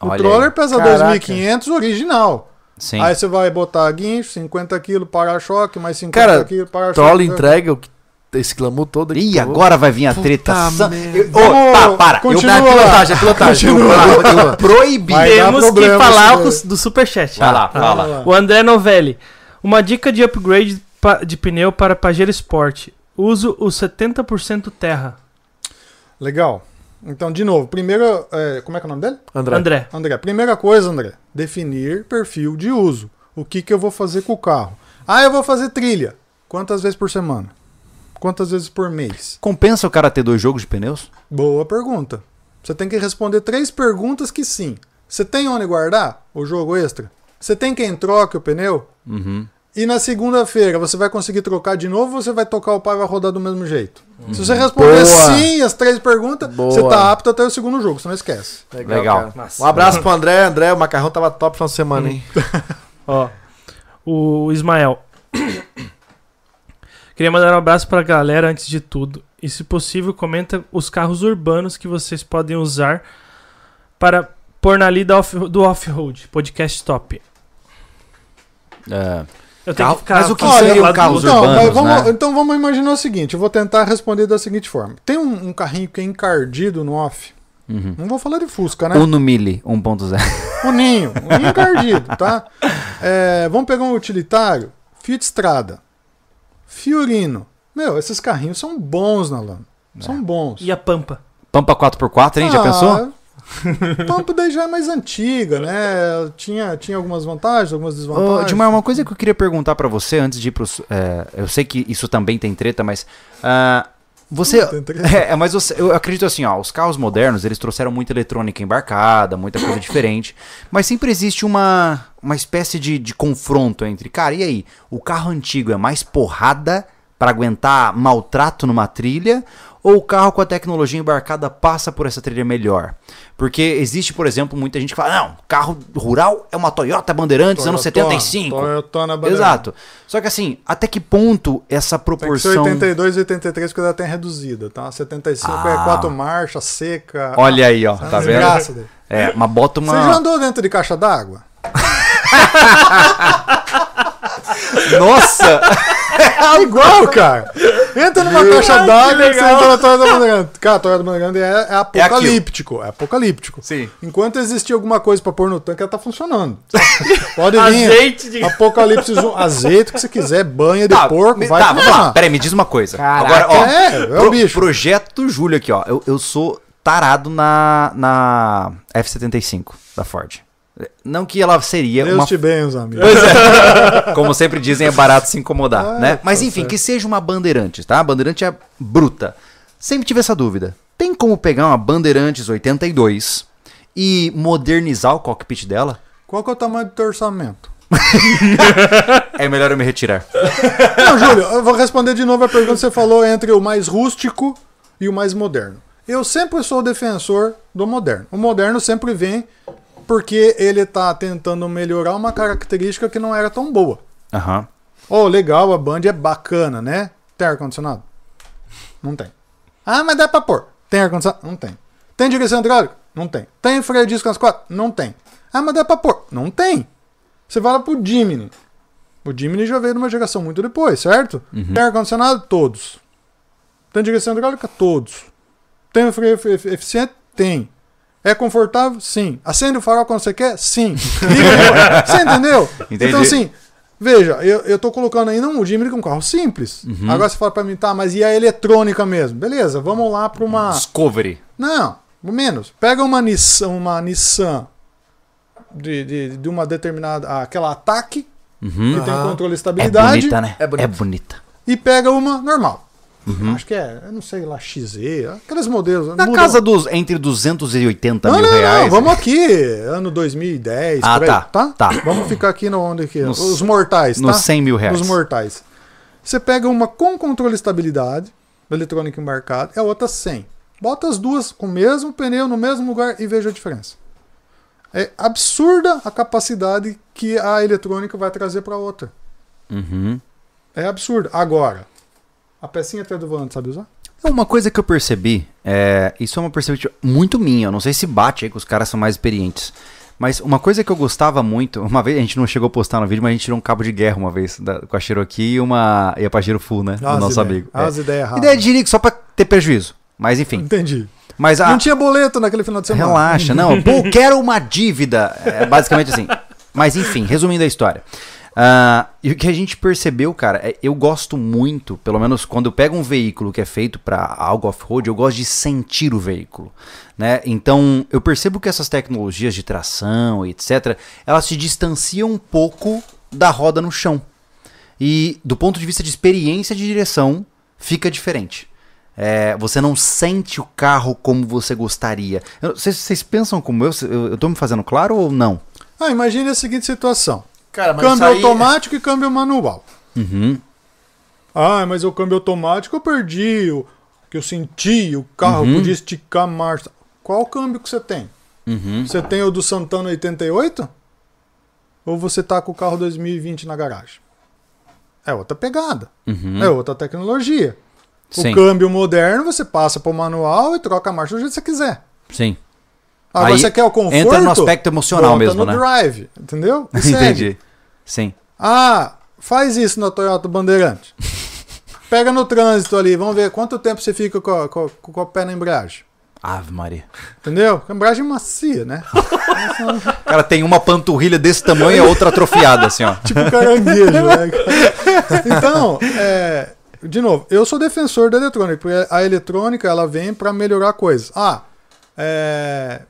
S3: O
S1: Olha
S3: Troller
S1: aí.
S3: pesa
S2: Caraca.
S3: 2.500 original.
S1: Sim.
S3: Aí você vai botar guincho, 50 quilos para-choque, mais 50
S2: Cara,
S3: quilos para-choque. né?
S2: Troll entrega o que esse clamor todo. aqui,
S1: Ih,
S2: pô.
S1: agora vai vir a
S2: Puta
S1: treta. Sa-
S2: merda.
S1: Eu- Ô, tá, para. Eu,
S3: Continua
S2: É
S3: lá.
S2: pilotagem, é pilotagem.
S3: Continua.
S2: Continua.
S1: proibi.
S3: Vai dar
S4: Temos que
S3: problema
S4: falar
S3: isso
S4: o- do superchat.
S1: Vai lá,
S4: Tá.
S1: fala.
S3: lá.
S4: O André Novelli. Uma dica de upgrade pa- de pneu para Pajero Sport. Uso o 70% terra.
S3: Legal. Então, de novo, primeiro, é, como é que é o nome dele?
S2: André.
S4: André.
S3: André, primeira coisa, André, definir perfil de uso. O que, que eu vou fazer com o carro? Ah, eu vou fazer trilha. Quantas vezes por semana? Quantas vezes por mês?
S1: Compensa o cara ter dois jogos de pneus?
S3: Boa pergunta. Você tem que responder três perguntas que sim. Você tem onde guardar o jogo extra? Você tem quem troque o pneu?
S1: Uhum.
S3: E na segunda-feira você vai conseguir trocar de novo ou você vai tocar o pai e vai rodar do mesmo jeito? Se você responder
S2: Boa.
S3: sim as três perguntas,
S2: Boa.
S3: você tá apto até o segundo jogo, você não esquece.
S1: Legal.
S2: cara. Um abraço pro André. André, o macarrão tava top final de semana, hein?
S4: Hum. Ó, o Ismael. Queria mandar um abraço pra galera antes de tudo. E se possível, comenta os carros urbanos que vocês podem usar para pôr na lida off- do off-road. Podcast top.
S1: É.
S4: Eu tenho
S1: Carro-
S4: que ficar
S1: mas o que
S4: falando
S1: seriam
S4: lá do-
S1: carros
S3: então,
S1: Ah, urbanos,
S3: mas vamos,
S1: né?
S3: então vamos imaginar o seguinte: eu vou tentar responder da seguinte forma. Tem um, um carrinho que é encardido no off.
S1: Uhum.
S3: Não vou falar de Fusca, né?
S1: Uno Um Mille 1.0.
S3: O ninho. O ninho encardido, tá? É, vamos pegar um utilitário. Fiat Strada. Fiorino. Meu, esses carrinhos são bons na lama.
S1: É.
S3: São bons.
S4: E a Pampa.
S1: Pampa 4x4, hein? Já
S3: Ah,
S1: pensou?
S3: Pampa daí já é mais antiga, né? Tinha, tinha algumas vantagens, algumas
S1: Ô,
S3: desvantagens.
S1: Dilmar, uma coisa que eu queria perguntar pra você antes de ir pro. su- é, eu sei que isso também tem treta, mas. ah, você.
S3: Tem treta.
S1: É, é, mas você- eu acredito assim, ó, os carros modernos, eles trouxeram muita eletrônica embarcada, muita coisa diferente, mas sempre existe uma, uma espécie de, de confronto entre, cara, e aí, o carro antigo é mais porrada pra aguentar maltrato numa trilha, ou o carro com a tecnologia embarcada passa por essa trilha melhor? Porque existe, por exemplo, muita gente que fala, não, carro rural é uma Toyota Bandeirantes, anos
S3: Toyotona,
S1: 75.
S3: Toyotona Bandeira.
S1: Exato. Só que assim, até que ponto essa
S3: Tem que ser
S1: proporção...
S3: 82 e 83, porque ela tem reduzida, tá? 75
S1: Ah.
S3: é quatro marchas, seca.
S1: Olha aí, ó,
S3: Ah,
S1: tá vendo?
S3: desgraça daí.
S1: É, mas bota
S3: Você já
S1: uma.
S3: andou dentro de caixa d'água?
S1: Nossa!
S3: É igual, cara. Entra numa caixa d'água e você entra na Toyota Bandeirante. Cara, a Toyota Bandeirante é, é apocalíptico. É, apocalíptico.
S1: Sim.
S3: Enquanto existir alguma coisa pra pôr no tanque, ela tá funcionando. Pode vir.
S4: Azeite de...
S3: Apocalipse Zoom, azeite que você quiser, banha de
S1: Tá,
S3: porco,
S1: me-
S3: vai
S1: tá,
S3: tá,
S1: vamos lá. Peraí, me diz uma coisa. Agora, ó.
S3: é, é o
S1: pro-
S3: bicho.
S1: Projeto Júlio aqui, ó. Eu, eu sou tarado na, na F75 da Ford. Não que ela seria
S3: Deus
S1: uma
S3: te bem, os amigos.
S1: Pois é. Como sempre dizem, é barato se incomodar,
S3: Ah,
S1: né? Mas
S3: tá
S1: enfim,
S3: certo.
S1: que seja uma Bandeirantes, tá? A Bandeirante é bruta. Sempre tive essa dúvida. Tem como pegar uma Bandeirantes 82 e modernizar o cockpit dela?
S3: Qual que é o tamanho do teu orçamento?
S1: É melhor eu me retirar.
S3: Não, Júlio, eu vou responder de novo a pergunta que você falou entre o mais rústico e o mais moderno. Eu sempre sou defensor do moderno. O moderno sempre vem porque ele tá tentando melhorar uma característica que não era tão boa.
S1: Aham.
S3: Oh, legal, a Band é bacana, né? Tem ar-condicionado? Não tem. Ah, mas dá pra pôr. Tem ar-condicionado? Não tem. Tem direção hidráulica? Não tem. Tem freio de disco nas quatro? Não tem. Ah, mas dá pra pôr? Não tem. Você vai lá pro Jimny. O Jimny já veio de uma geração muito depois, certo? Tem ar-condicionado? Todos. Tem direção hidráulica? Todos. Tem freio efe- efe- eficiente? Tem. É confortável? Sim. Acende o farol quando você quer? Sim. Liga o- você entendeu?
S1: Entendi.
S3: Então, assim, veja, eu, eu tô colocando ainda um Jimny com um carro simples.
S1: Uhum.
S3: Agora você fala pra mim, tá, mas e a eletrônica mesmo? Beleza, vamos lá pra uma.
S1: Discovery.
S3: Não, menos. Pega uma Nissan, uma Nissan de, de, de uma determinada. ah, aquela ataque, que tem controle
S1: É
S3: de estabilidade.
S1: bonita, né?
S2: É bonita.
S3: E pega uma normal. Acho que é, eu não sei lá, XE, aqueles modelos.
S1: Uhum. Na
S3: mudam.
S1: casa dos entre 280
S3: Não,
S1: mil
S3: não, não,
S1: reais. né?
S3: vamos aqui, ano 2010,
S1: Ah,
S3: por aí,
S1: tá,
S3: tá?
S1: tá.
S3: Vamos ficar aqui no onde que é?
S1: Nos-
S3: os mortais,
S1: nos
S3: tá?
S1: 100 mil reais.
S3: Os mortais. Você pega uma com controle de estabilidade, eletrônica embarcada, e a outra sem. Bota as duas com o mesmo pneu no mesmo lugar e veja a diferença. É absurda a capacidade que a eletrônica vai trazer para a outra.
S1: Uhum.
S3: É absurdo. Agora, a pecinha atrás do volante sabe usar?
S1: É Uma coisa que eu percebi, é, isso é uma percepção muito minha, eu não sei se bate aí que os caras são mais experientes, mas uma coisa que eu gostava muito, uma vez, a gente não chegou a postar no vídeo, mas a gente tirou um cabo de guerra uma vez da- com a Cherokee e, uma, e a Pajero Full, né, do
S3: Ah, As
S1: nosso
S3: ideias-
S1: amigo.
S3: As ideias
S1: é.
S3: erradas.
S1: Ideia de Jirico só pra ter prejuízo, mas enfim.
S3: Entendi.
S1: Mas a,
S3: Não tinha boleto naquele final de semana.
S1: Tá. Relaxa, não. Pô, eu quero uma dívida. É basicamente assim. Mas enfim, resumindo a história. Ah, e o que a gente percebeu, cara, é, eu gosto muito, pelo menos quando eu pego um veículo que é feito pra algo off-road, eu gosto de sentir o veículo, né? Então, eu percebo que essas tecnologias de tração e etc, elas se distanciam um pouco da roda no chão. E do ponto de vista de experiência de direção, fica diferente. É, você não sente o carro como você gostaria. Eu- Vocês vocês pensam como eu? eu? Eu tô me fazendo claro ou não?
S3: Ah, imagine a seguinte situação.
S2: Cara, mas
S3: câmbio
S2: isso aí-
S3: automático e câmbio manual.
S1: Uhum.
S3: Ah, mas o câmbio automático eu perdi, o que eu senti, o carro
S1: Uhum.
S3: podia esticar a marcha. Qual câmbio que você tem?
S1: Uhum.
S3: Você tem o do Santana 88? Ou você tá com o carro 2020 na garagem? É outra pegada. É outra tecnologia.
S1: Uhum. Sim.
S3: O câmbio moderno você passa pro manual e troca a marcha do jeito que você quiser.
S1: Sim.
S3: Agora
S1: Aí
S3: você quer o conforto?
S1: entra no aspecto emocional
S3: volta
S1: mesmo,
S3: no
S1: né?
S3: drive, entendeu? E segue.
S1: Entendi. Sim.
S3: Ah, faz isso na Toyota Bandeirante. Pega no trânsito ali, vamos ver quanto tempo você fica com, a- com a- com o pé na embreagem.
S1: Ave Maria.
S3: Entendeu? Porque A embreagem é macia, né?
S1: O cara tem uma panturrilha desse tamanho e a outra atrofiada, assim, ó.
S3: tipo caranguejo, né? Então, é, de novo, eu sou defensor da eletrônica, porque a eletrônica ela vem para melhorar coisas. Ah, é,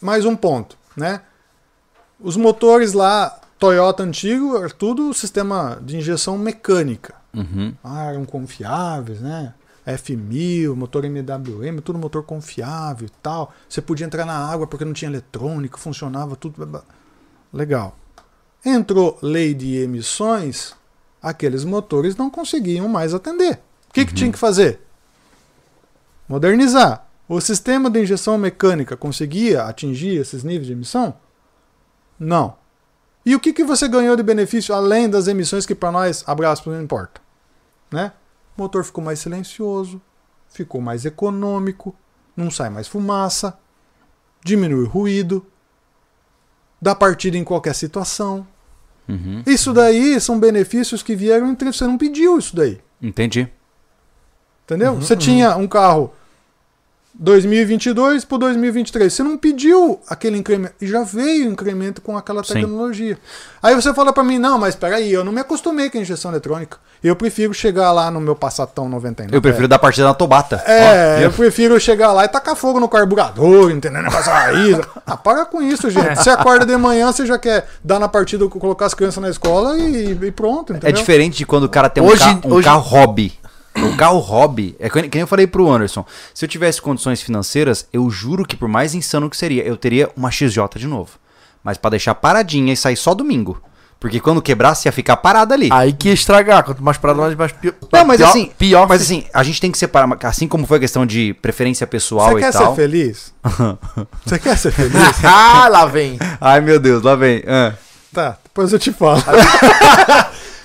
S3: mais um ponto, né? Os motores lá, Toyota antigo, era tudo sistema de injeção mecânica. Ah, eram confiáveis, né? F1000, motor MWM, tudo motor confiável e tal. Você podia entrar na água porque não tinha eletrônica, funcionava tudo. blá, blá. Legal. Entrou lei de emissões, aqueles motores não conseguiam mais atender. O que, que tinha que fazer? Modernizar. O sistema de injeção mecânica conseguia atingir esses níveis de emissão? Não. E o que, que você ganhou de benefício além das emissões que para nós, abraço, não importa? Né? O motor ficou mais silencioso, ficou mais econômico, não sai mais fumaça, diminui o ruído, dá partida em qualquer situação.
S1: Uhum.
S3: Isso daí são benefícios que vieram entre você não pediu isso daí.
S1: Entendi. Uhum.
S3: Entendeu? Você tinha um carro 2022 para 2023. Você não pediu aquele incremento. E já veio o incremento com aquela
S1: Sim.
S3: tecnologia. Aí você fala para mim: não, mas peraí, eu não me acostumei com a injeção eletrônica. Eu prefiro chegar lá no meu Passatão 99.
S1: Eu prefiro dar partida na Tobata.
S3: É, eu prefiro chegar lá e tacar fogo no carburador, entendeu? Um Negócio aí. Ah, para com isso, gente. Você acorda de manhã, você já quer dar na partida, colocar as crianças na escola e, e pronto,
S1: É
S3: entendeu?
S1: diferente de quando o cara tem um,
S2: Hoje-
S1: ca- um
S2: hoje-
S1: carro hobby. O carro hobby, é que que nem eu falei pro Anderson, se eu tivesse condições financeiras, eu juro que por mais insano que seria, eu teria uma XJ de novo. Mas pra deixar paradinha e sair só domingo. Porque quando quebrasse ia ficar parada ali.
S3: Ah,
S2: Aí que ia estragar, quanto mais parado, mais, mais pior.
S1: Não, mas
S2: pior-
S1: assim,
S2: pior
S1: mas
S2: fica.
S1: assim, a gente tem que separar, mas assim como foi a questão de preferência pessoal
S3: Você
S1: e
S3: quer ser
S1: tal.
S3: feliz? Você quer ser feliz?
S2: ah, lá vem.
S1: Ai meu Deus, lá vem. Ah.
S3: Tá, depois eu te falo.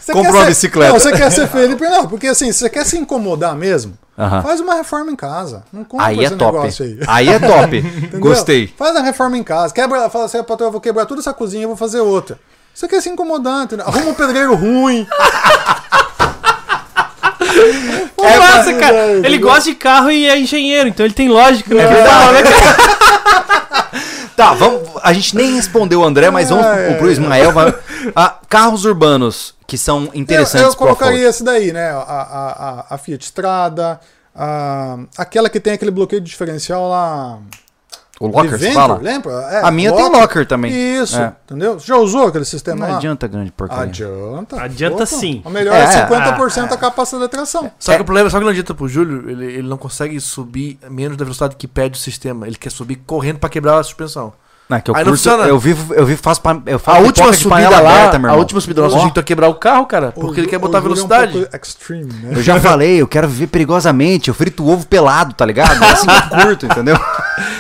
S3: Você
S1: Comprou
S3: quer
S1: uma
S3: ser-
S1: bicicleta.
S3: Não, você quer ser feliz? Não, porque assim, se você quer se incomodar mesmo,
S1: Aham.
S3: faz uma reforma em casa. Não compra
S1: Aí é
S3: esse
S1: top.
S3: um negócio aí.
S1: Aí é top.
S3: Entendeu?
S1: Gostei.
S3: Faz a reforma em casa. Quebra, fala assim, patrão, eu vou quebrar toda essa cozinha e vou fazer outra. Você quer se incomodar, entendeu? Arruma um pedreiro ruim.
S4: É massa, cara. Ele gosta de carro e é engenheiro, então ele tem lógica, né?
S1: Tá, vamos. A gente nem respondeu o André, mas vamos
S3: É.
S1: pro, pro Ismael. vai- Ah, carros urbanos que são
S3: Eu,
S1: interessantes
S3: eu
S1: pro Affold.
S3: colocaria esse daí, né? A, a, a, a Fiat Strada, a- aquela que tem aquele bloqueio de diferencial lá.
S1: O Locker, você
S3: Venture,
S1: fala?
S3: lembra? É,
S1: A minha tem locker também.
S3: Isso,
S1: É.
S3: entendeu? Já usou aquele sistema
S1: Não
S3: lá?
S1: adianta grande porcaria.
S3: Adianta.
S4: Adianta sim.
S3: O melhor
S1: É,
S3: é, 50% a capacidade de tração.
S2: Só que o problema, é só que não adianta pro Júlio, ele, ele não consegue subir menos da velocidade que pede o sistema. Ele quer subir correndo pra quebrar a suspensão.
S1: Não, é que eu,
S2: Aí não
S1: curto,
S2: funciona.
S1: eu vivo, eu vivo, faço, pa- eu faço
S2: A
S1: pipoca
S2: última
S1: de
S2: subida
S1: panela
S2: lá,
S1: aberta, meu
S2: a
S1: irmão.
S2: última subida nossa,
S1: Ó,
S2: a gente quer quebrar o carro, cara,
S3: O
S2: porque ele
S3: Ju-
S2: quer botar
S3: o Júlio é um
S2: velocidade.
S3: pouco extreme, né?
S1: Eu já falei, eu quero viver perigosamente, eu frito ovo pelado, tá ligado? É assim que eu curto, entendeu?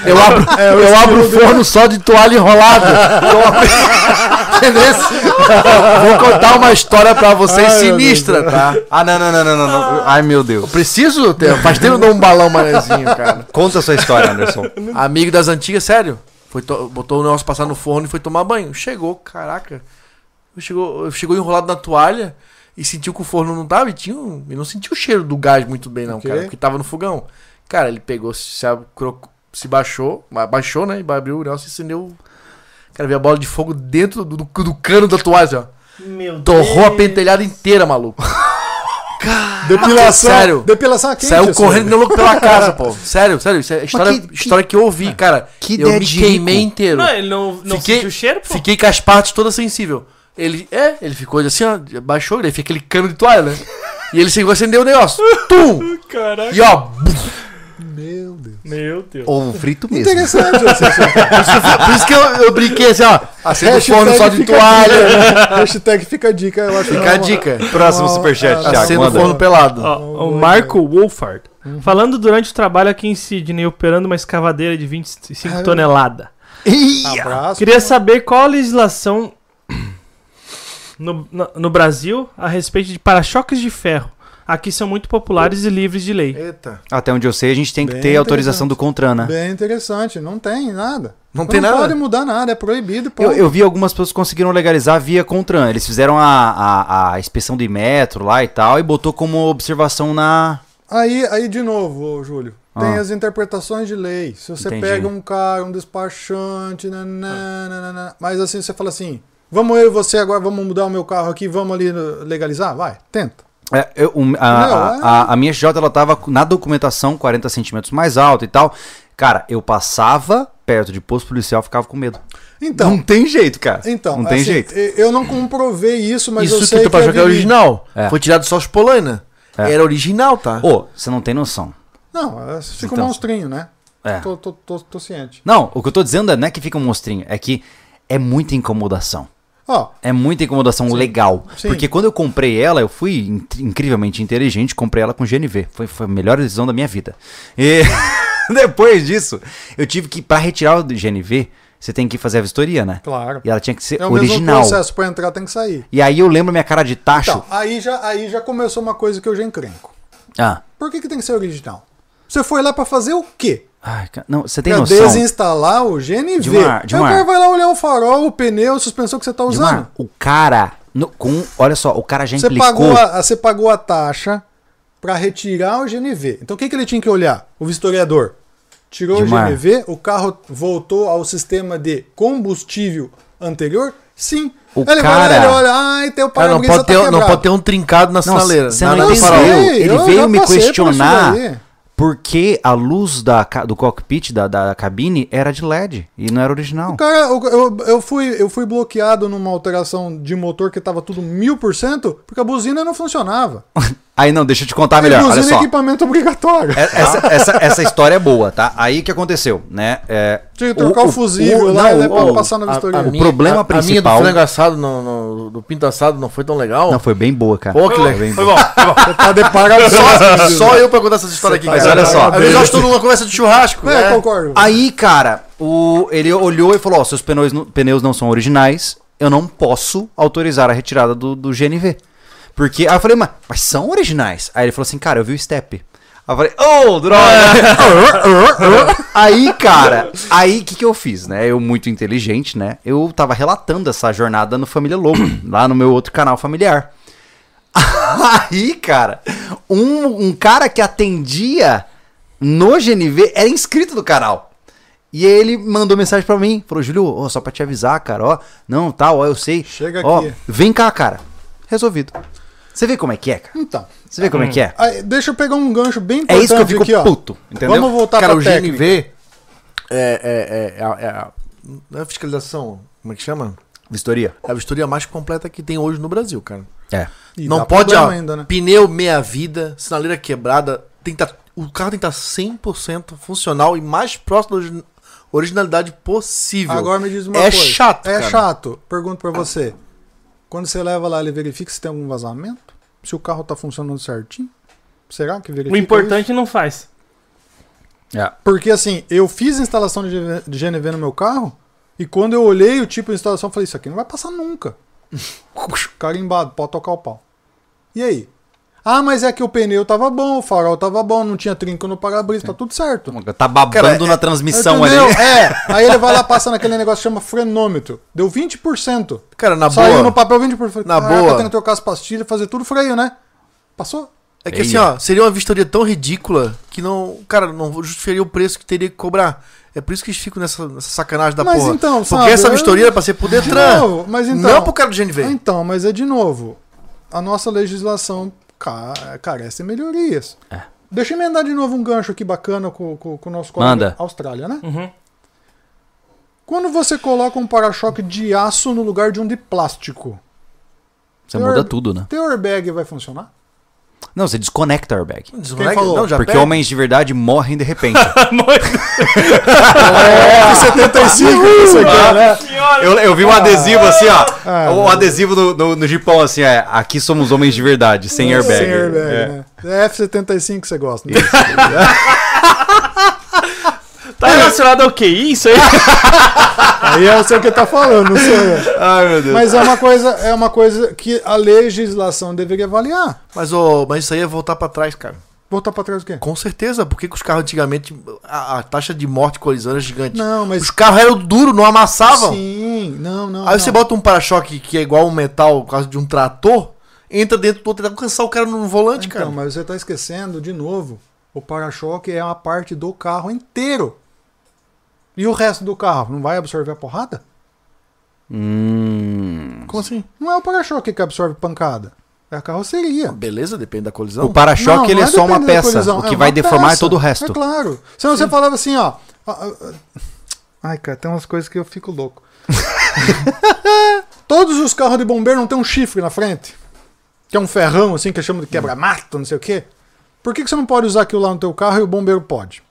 S2: Eu abro, eu abro o forno só de toalha enrolada. Entendeu? Vou contar uma história pra vocês
S3: Ai, meu
S2: sinistra, tá?
S1: Ah, não, não, não, não, não, não. Ai, meu Deus.
S2: Preciso ter, faz tempo de um balão manezinho, cara.
S1: Conta a sua história, Anderson.
S2: Amigo das antigas, sério. Foi to- botou o negócio passar no forno e foi tomar banho. Chegou, caraca. Chegou, chegou enrolado na toalha e sentiu que o forno não tava e, tinha um- e não sentiu o cheiro do gás muito bem, não,
S3: Ok.
S2: cara, porque tava no fogão. Cara, ele pegou, se, abro- se baixou, baixou, né? E abriu o negócio e acendeu. Cara, veio a bola de fogo dentro do, do- do cano da toalha, assim, ó.
S4: Meu
S2: Torrou a pentelhada inteira, maluco.
S3: Depilação.
S2: Sério.
S3: Depilação é assim. aqui.
S2: Saiu correndo meu louco pela casa, pô. Sério, sério, isso é história,
S1: que-
S2: história que eu ouvi, cara.
S1: que
S2: eu
S1: ideia
S2: me
S1: de rico.
S2: queimei inteiro.
S4: Não, ele não, não sentiu o cheiro, pô.
S2: Fiquei com as partes todas sensível. Ele, é, ele ficou assim, ó, baixou, daí fica aquele cano de toalha, né? E ele chegou a acender o negócio. Tum!
S4: Caraca.
S2: E ó, buf.
S3: Meu Deus.
S4: Meu Deus.
S1: Ovo frito mesmo.
S3: Interessante assim, essa história.
S2: por isso que eu, eu brinquei assim, ó. Acende o forno só de
S3: fica
S2: toalha.
S3: a dica, né? Hashtag fica a dica, eu acho.
S2: Fica a dica.
S1: Próximo
S3: Não,
S1: superchat,
S3: é,
S1: Thiago.
S2: Acende o
S1: Manda.
S2: forno pelado.
S4: Ó, o Marco Wolfard.
S3: Uhum.
S4: Falando durante o trabalho aqui em Sydney, operando uma escavadeira de 25
S3: Ah.
S4: toneladas.
S1: Ih,
S3: Abraço.
S4: Queria saber qual a legislação no, no- no Brasil a respeito de para-choques de ferro. Aqui são muito populares e livres de lei.
S2: Eita.
S1: Até onde eu sei, a gente tem que
S3: Bem
S1: ter autorização do Contran, né?
S3: Bem interessante. Não tem nada.
S2: Não tem nada?
S3: Não pode mudar nada. É proibido, pô.
S1: Eu, eu vi algumas pessoas que conseguiram legalizar via Contran. Eles fizeram a, a, a inspeção de metro lá e tal e botou como observação na.
S3: Aí, aí, de novo, ô, Júlio. Tem
S1: Ah.
S3: as interpretações de lei. Se você
S1: Entendi.
S3: pega um cara, um despachante, nanã, nananã, mas assim, você fala assim, vamos eu e você agora, vamos mudar o meu carro aqui, vamos ali no- legalizar? Vai, tenta.
S1: É, eu- um- a,
S3: é.
S1: a- a- a minha XJ ela tava com- na documentação 40 centímetros mais alta e tal. Cara, eu passava perto de posto policial ficava com medo.
S3: Então,
S1: não tem jeito, cara.
S3: então
S1: não tem
S3: assim,
S1: jeito.
S3: e- Eu não comprovei isso, mas eu
S2: isso que
S3: sei
S2: tu
S1: tá
S2: pra
S3: eu
S2: jogar é
S3: vivi.
S2: original.
S1: É.
S2: Foi tirado só os polaina.
S1: É.
S2: Era original, tá?
S1: Ô, você não tem noção.
S3: Não, é- fica
S1: Então.
S3: um monstrinho, né?
S1: É.
S3: Tô, tô, tô, tô ciente.
S1: Não, o que eu tô dizendo é, não é que fica um monstrinho, é que é muita incomodação.
S3: Ó,
S1: É muita incomodação legal.
S3: Sim.
S1: Porque quando eu comprei ela, eu fui in- incrivelmente inteligente, comprei ela com GNV. Foi, foi a melhor decisão da minha vida. E depois disso, eu tive que, pra retirar o do GNV, você tem que fazer a vistoria, né?
S3: claro.
S1: E ela tinha que ser
S3: É o
S1: original.
S3: mesmo processo pra entrar, tem que sair.
S1: E aí eu lembro minha cara de tacho.
S3: Então, aí já, aí já começou uma coisa que eu já encrenco.
S1: Ah.
S3: Por que, que tem que ser original? Você foi lá pra fazer o quê?
S1: Ai, ca- não, você tem
S3: pra
S1: noção.
S3: desinstalar o GNV.
S1: Dilmar, Dilmar.
S3: Aí o cara vai lá olhar o farol, o pneu, a suspensão que você tá usando.
S1: Gilmar, o cara. no- com, olha só, o cara já
S3: você,
S1: implicou.
S3: pagou a, você pagou a taxa pra retirar o GNV. Então o que, que ele tinha que olhar? O vistoriador. tirou o
S1: Gilmar.
S3: GMV, o carro voltou ao sistema de combustível anterior? Sim.
S1: O
S3: ele
S1: cara-
S3: vai lá, ele olha, ai, teu
S2: Cara, não,
S3: parabrisa
S2: pode
S3: tá
S2: ter, não
S3: quebrado."
S2: pode ter um trincado na
S1: Não,
S2: sinaleira.
S1: você
S2: na-
S1: não
S2: na
S3: eu
S1: entendeu.
S2: farol.
S3: sei,
S1: Ele
S3: eu
S1: veio
S3: já
S1: me
S3: passei por isso
S1: questionar
S3: daí.
S1: porque a luz da, ca- do cockpit, da, da cabine, era de LED e não era original.
S3: Cara, eu, eu, eu fui, eu fui bloqueado numa alteração de motor que tava tudo mil por cento, porque a buzina não funcionava.
S1: Aí não, deixa eu te contar
S3: E
S1: Ah, melhor, olha
S3: buzina é
S1: só.
S3: equipamento obrigatório.
S1: É- Essa, essa, essa história é boa, tá? Aí o que aconteceu, né? É,
S3: Tinha que trocar o, fusível
S1: o-
S3: lá,
S1: não,
S3: né, pra
S1: o-
S3: passar na vistoria.
S1: o problema
S2: a, A minha do
S1: principal-
S2: frango assado, no, no- do pinto assado, não foi tão legal.
S1: Não, foi bem boa, cara.
S2: Pô, que
S5: Foi
S2: legal.
S5: bom, foi bom, foi bom. tá
S3: Tá de parabéns.
S2: Só, só eu pra contar essas histórias aqui,
S1: Mas
S2: cara.
S1: olha só.
S2: Às vezes nós estamos numa conversa de churrasco.
S3: É,
S2: né?
S3: concordo.
S1: Aí, cara, o, ele olhou e falou: Ó, seus pneus, não- pneus não são originais, eu não posso autorizar a retirada do, do GNV. Porque. Aí eu falei, mas, mas são originais. Aí ele falou assim, cara, eu vi o step. Aí eu falei, ô, droga! aí, cara, aí o que, que eu fiz, né? Eu, muito inteligente, né? Eu tava relatando essa jornada no Família Lobo, lá no meu outro canal familiar. Aí, cara, um, um cara que atendia no GNV era inscrito do canal. E ele mandou mensagem pra mim, falou, Júlio, ó, só pra te avisar, cara, ó, não, tal, ó, eu sei.
S3: Chega
S1: ó,
S3: aqui.
S1: Vem cá, cara. Resolvido. Você vê como é que é, cara?
S3: Então,
S1: Você vê como é que é?
S3: aí, deixa eu pegar um gancho bem
S1: É
S3: importante
S1: isso que eu fico
S3: aqui, ó.
S1: puto, entendeu?
S3: Vamos voltar
S2: cara,
S3: pra
S2: o
S3: técnica.
S2: GNV é, é, é, é, a- é a- não é a fiscalização, como é que chama?
S1: Vistoria.
S2: É a vistoria mais completa que tem hoje no Brasil, cara.
S1: É.
S3: Ih,
S2: não
S3: dá
S2: pode,
S3: problema
S2: ó,
S3: ainda, né?
S2: pneu meia-vida, sinaleira quebrada, tem que tá, o carro tem que estar 100% funcional e mais próximo da origi- originalidade possível.
S3: Agora me diz uma
S2: é
S3: coisa.
S2: chato,
S3: É
S2: cara.
S3: chato. Pergunto pra você. Quando você leva lá, ele verifica se tem algum vazamento? Se o carro tá funcionando certinho? Será que verifica
S4: O importante não faz.
S1: É.
S3: Porque assim, eu fiz a instalação de GNV de GNV no meu carro e quando eu olhei o tipo de instalação, eu falei, isso aqui não vai passar nunca. Carimbado, pode tocar o pau. E aí? Ah, mas é que o pneu tava bom, o farol tava bom, não tinha trinco no para-brisa, tá tudo certo.
S1: Tá babando
S2: Cara, é-
S1: na transmissão
S3: Entendeu?
S1: ali.
S3: É, aí ele vai lá passar naquele negócio que chama frenômetro. Deu 20%.
S2: Cara, na
S3: Saiu
S2: boa.
S3: no papel 20%.
S2: Na
S3: Caraca,
S2: boa.
S3: tem que trocar as pastilhas, fazer tudo freio, né? Passou?
S2: É que assim, ó, seria uma vistoria tão ridícula que não, cara, não justificaria o preço que teria que cobrar. É por isso que eles ficam nessa, nessa sacanagem da
S3: Mas
S2: porra.
S3: então,
S2: Porque
S3: sabe,
S2: essa
S3: eu-
S2: vistoria era pra ser pro Detran.
S3: novo, mas então-
S2: Não é pro cara do GNV.
S3: Então, mas é de novo, a nossa legislação ca- carece de melhorias.
S1: É.
S3: Deixa eu emendar de novo um gancho aqui bacana com, com- com o nosso colega
S1: Manda.
S3: Austrália, né?
S4: Uhum.
S3: Quando você coloca um para-choque de aço no lugar de um de plástico,
S1: Você muda tudo, né?
S3: teu airbag vai funcionar?
S1: Não, você desconecta o airbag.
S2: Desmoleque-
S3: Quem falou?
S2: Não, já
S1: Porque
S2: pega.
S1: homens de verdade morrem de repente.
S3: É, 75 isso
S2: é
S1: Tá?
S3: aqui, né?
S1: Eu, eu vi um adesivo assim, ó.
S3: Ah,
S1: o adesivo no, no, no jipão assim, é. Aqui somos homens de verdade, sem airbag.
S3: Sem airbag,
S1: É.
S3: né? É F75 que você gosta, né?
S4: Tá relacionado ao QI isso aí?
S3: Aí é você que tá falando, não sou eu.
S1: Ai, meu Deus.
S3: Mas é uma coisa, é uma coisa que a legislação deveria avaliar.
S2: Mas, ô, mas isso aí é voltar pra trás, cara.
S3: Voltar pra trás o quê?
S2: Com certeza, porque que os carros antigamente, a, a taxa de morte colisão era gigante.
S3: Não, mas
S2: Os carros eram duros, não amassavam.
S3: sim, não, não.
S2: Aí
S3: não.
S2: você bota um para-choque que é igual um metal, por causa de um trator, entra dentro do outro, tenta alcançar o cara no volante,
S3: Então,
S2: cara.
S3: mas você tá esquecendo de novo. O para-choque é uma parte do carro inteiro. E o resto do carro não vai absorver a porrada?
S1: Hum.
S2: Como assim?
S3: Não é o para-choque que absorve pancada. É a carroceria.
S2: Beleza, depende da colisão.
S1: O para-choque ele é
S3: não
S1: só uma
S3: dependendo da
S1: peça.
S3: colisão,
S1: O
S3: é
S1: que
S3: uma
S1: vai deformar é
S3: peça,
S1: todo o resto.
S3: É claro. Senão você falava assim, ó. ah, ah, ah. Ai, cara, tem umas coisas que eu fico louco. Todos os carros de bombeiro não tem um chifre na frente? Que é um ferrão, assim, que chama de quebra-mato, não sei o quê. Por que, que você não pode usar aquilo lá no teu carro e o bombeiro pode?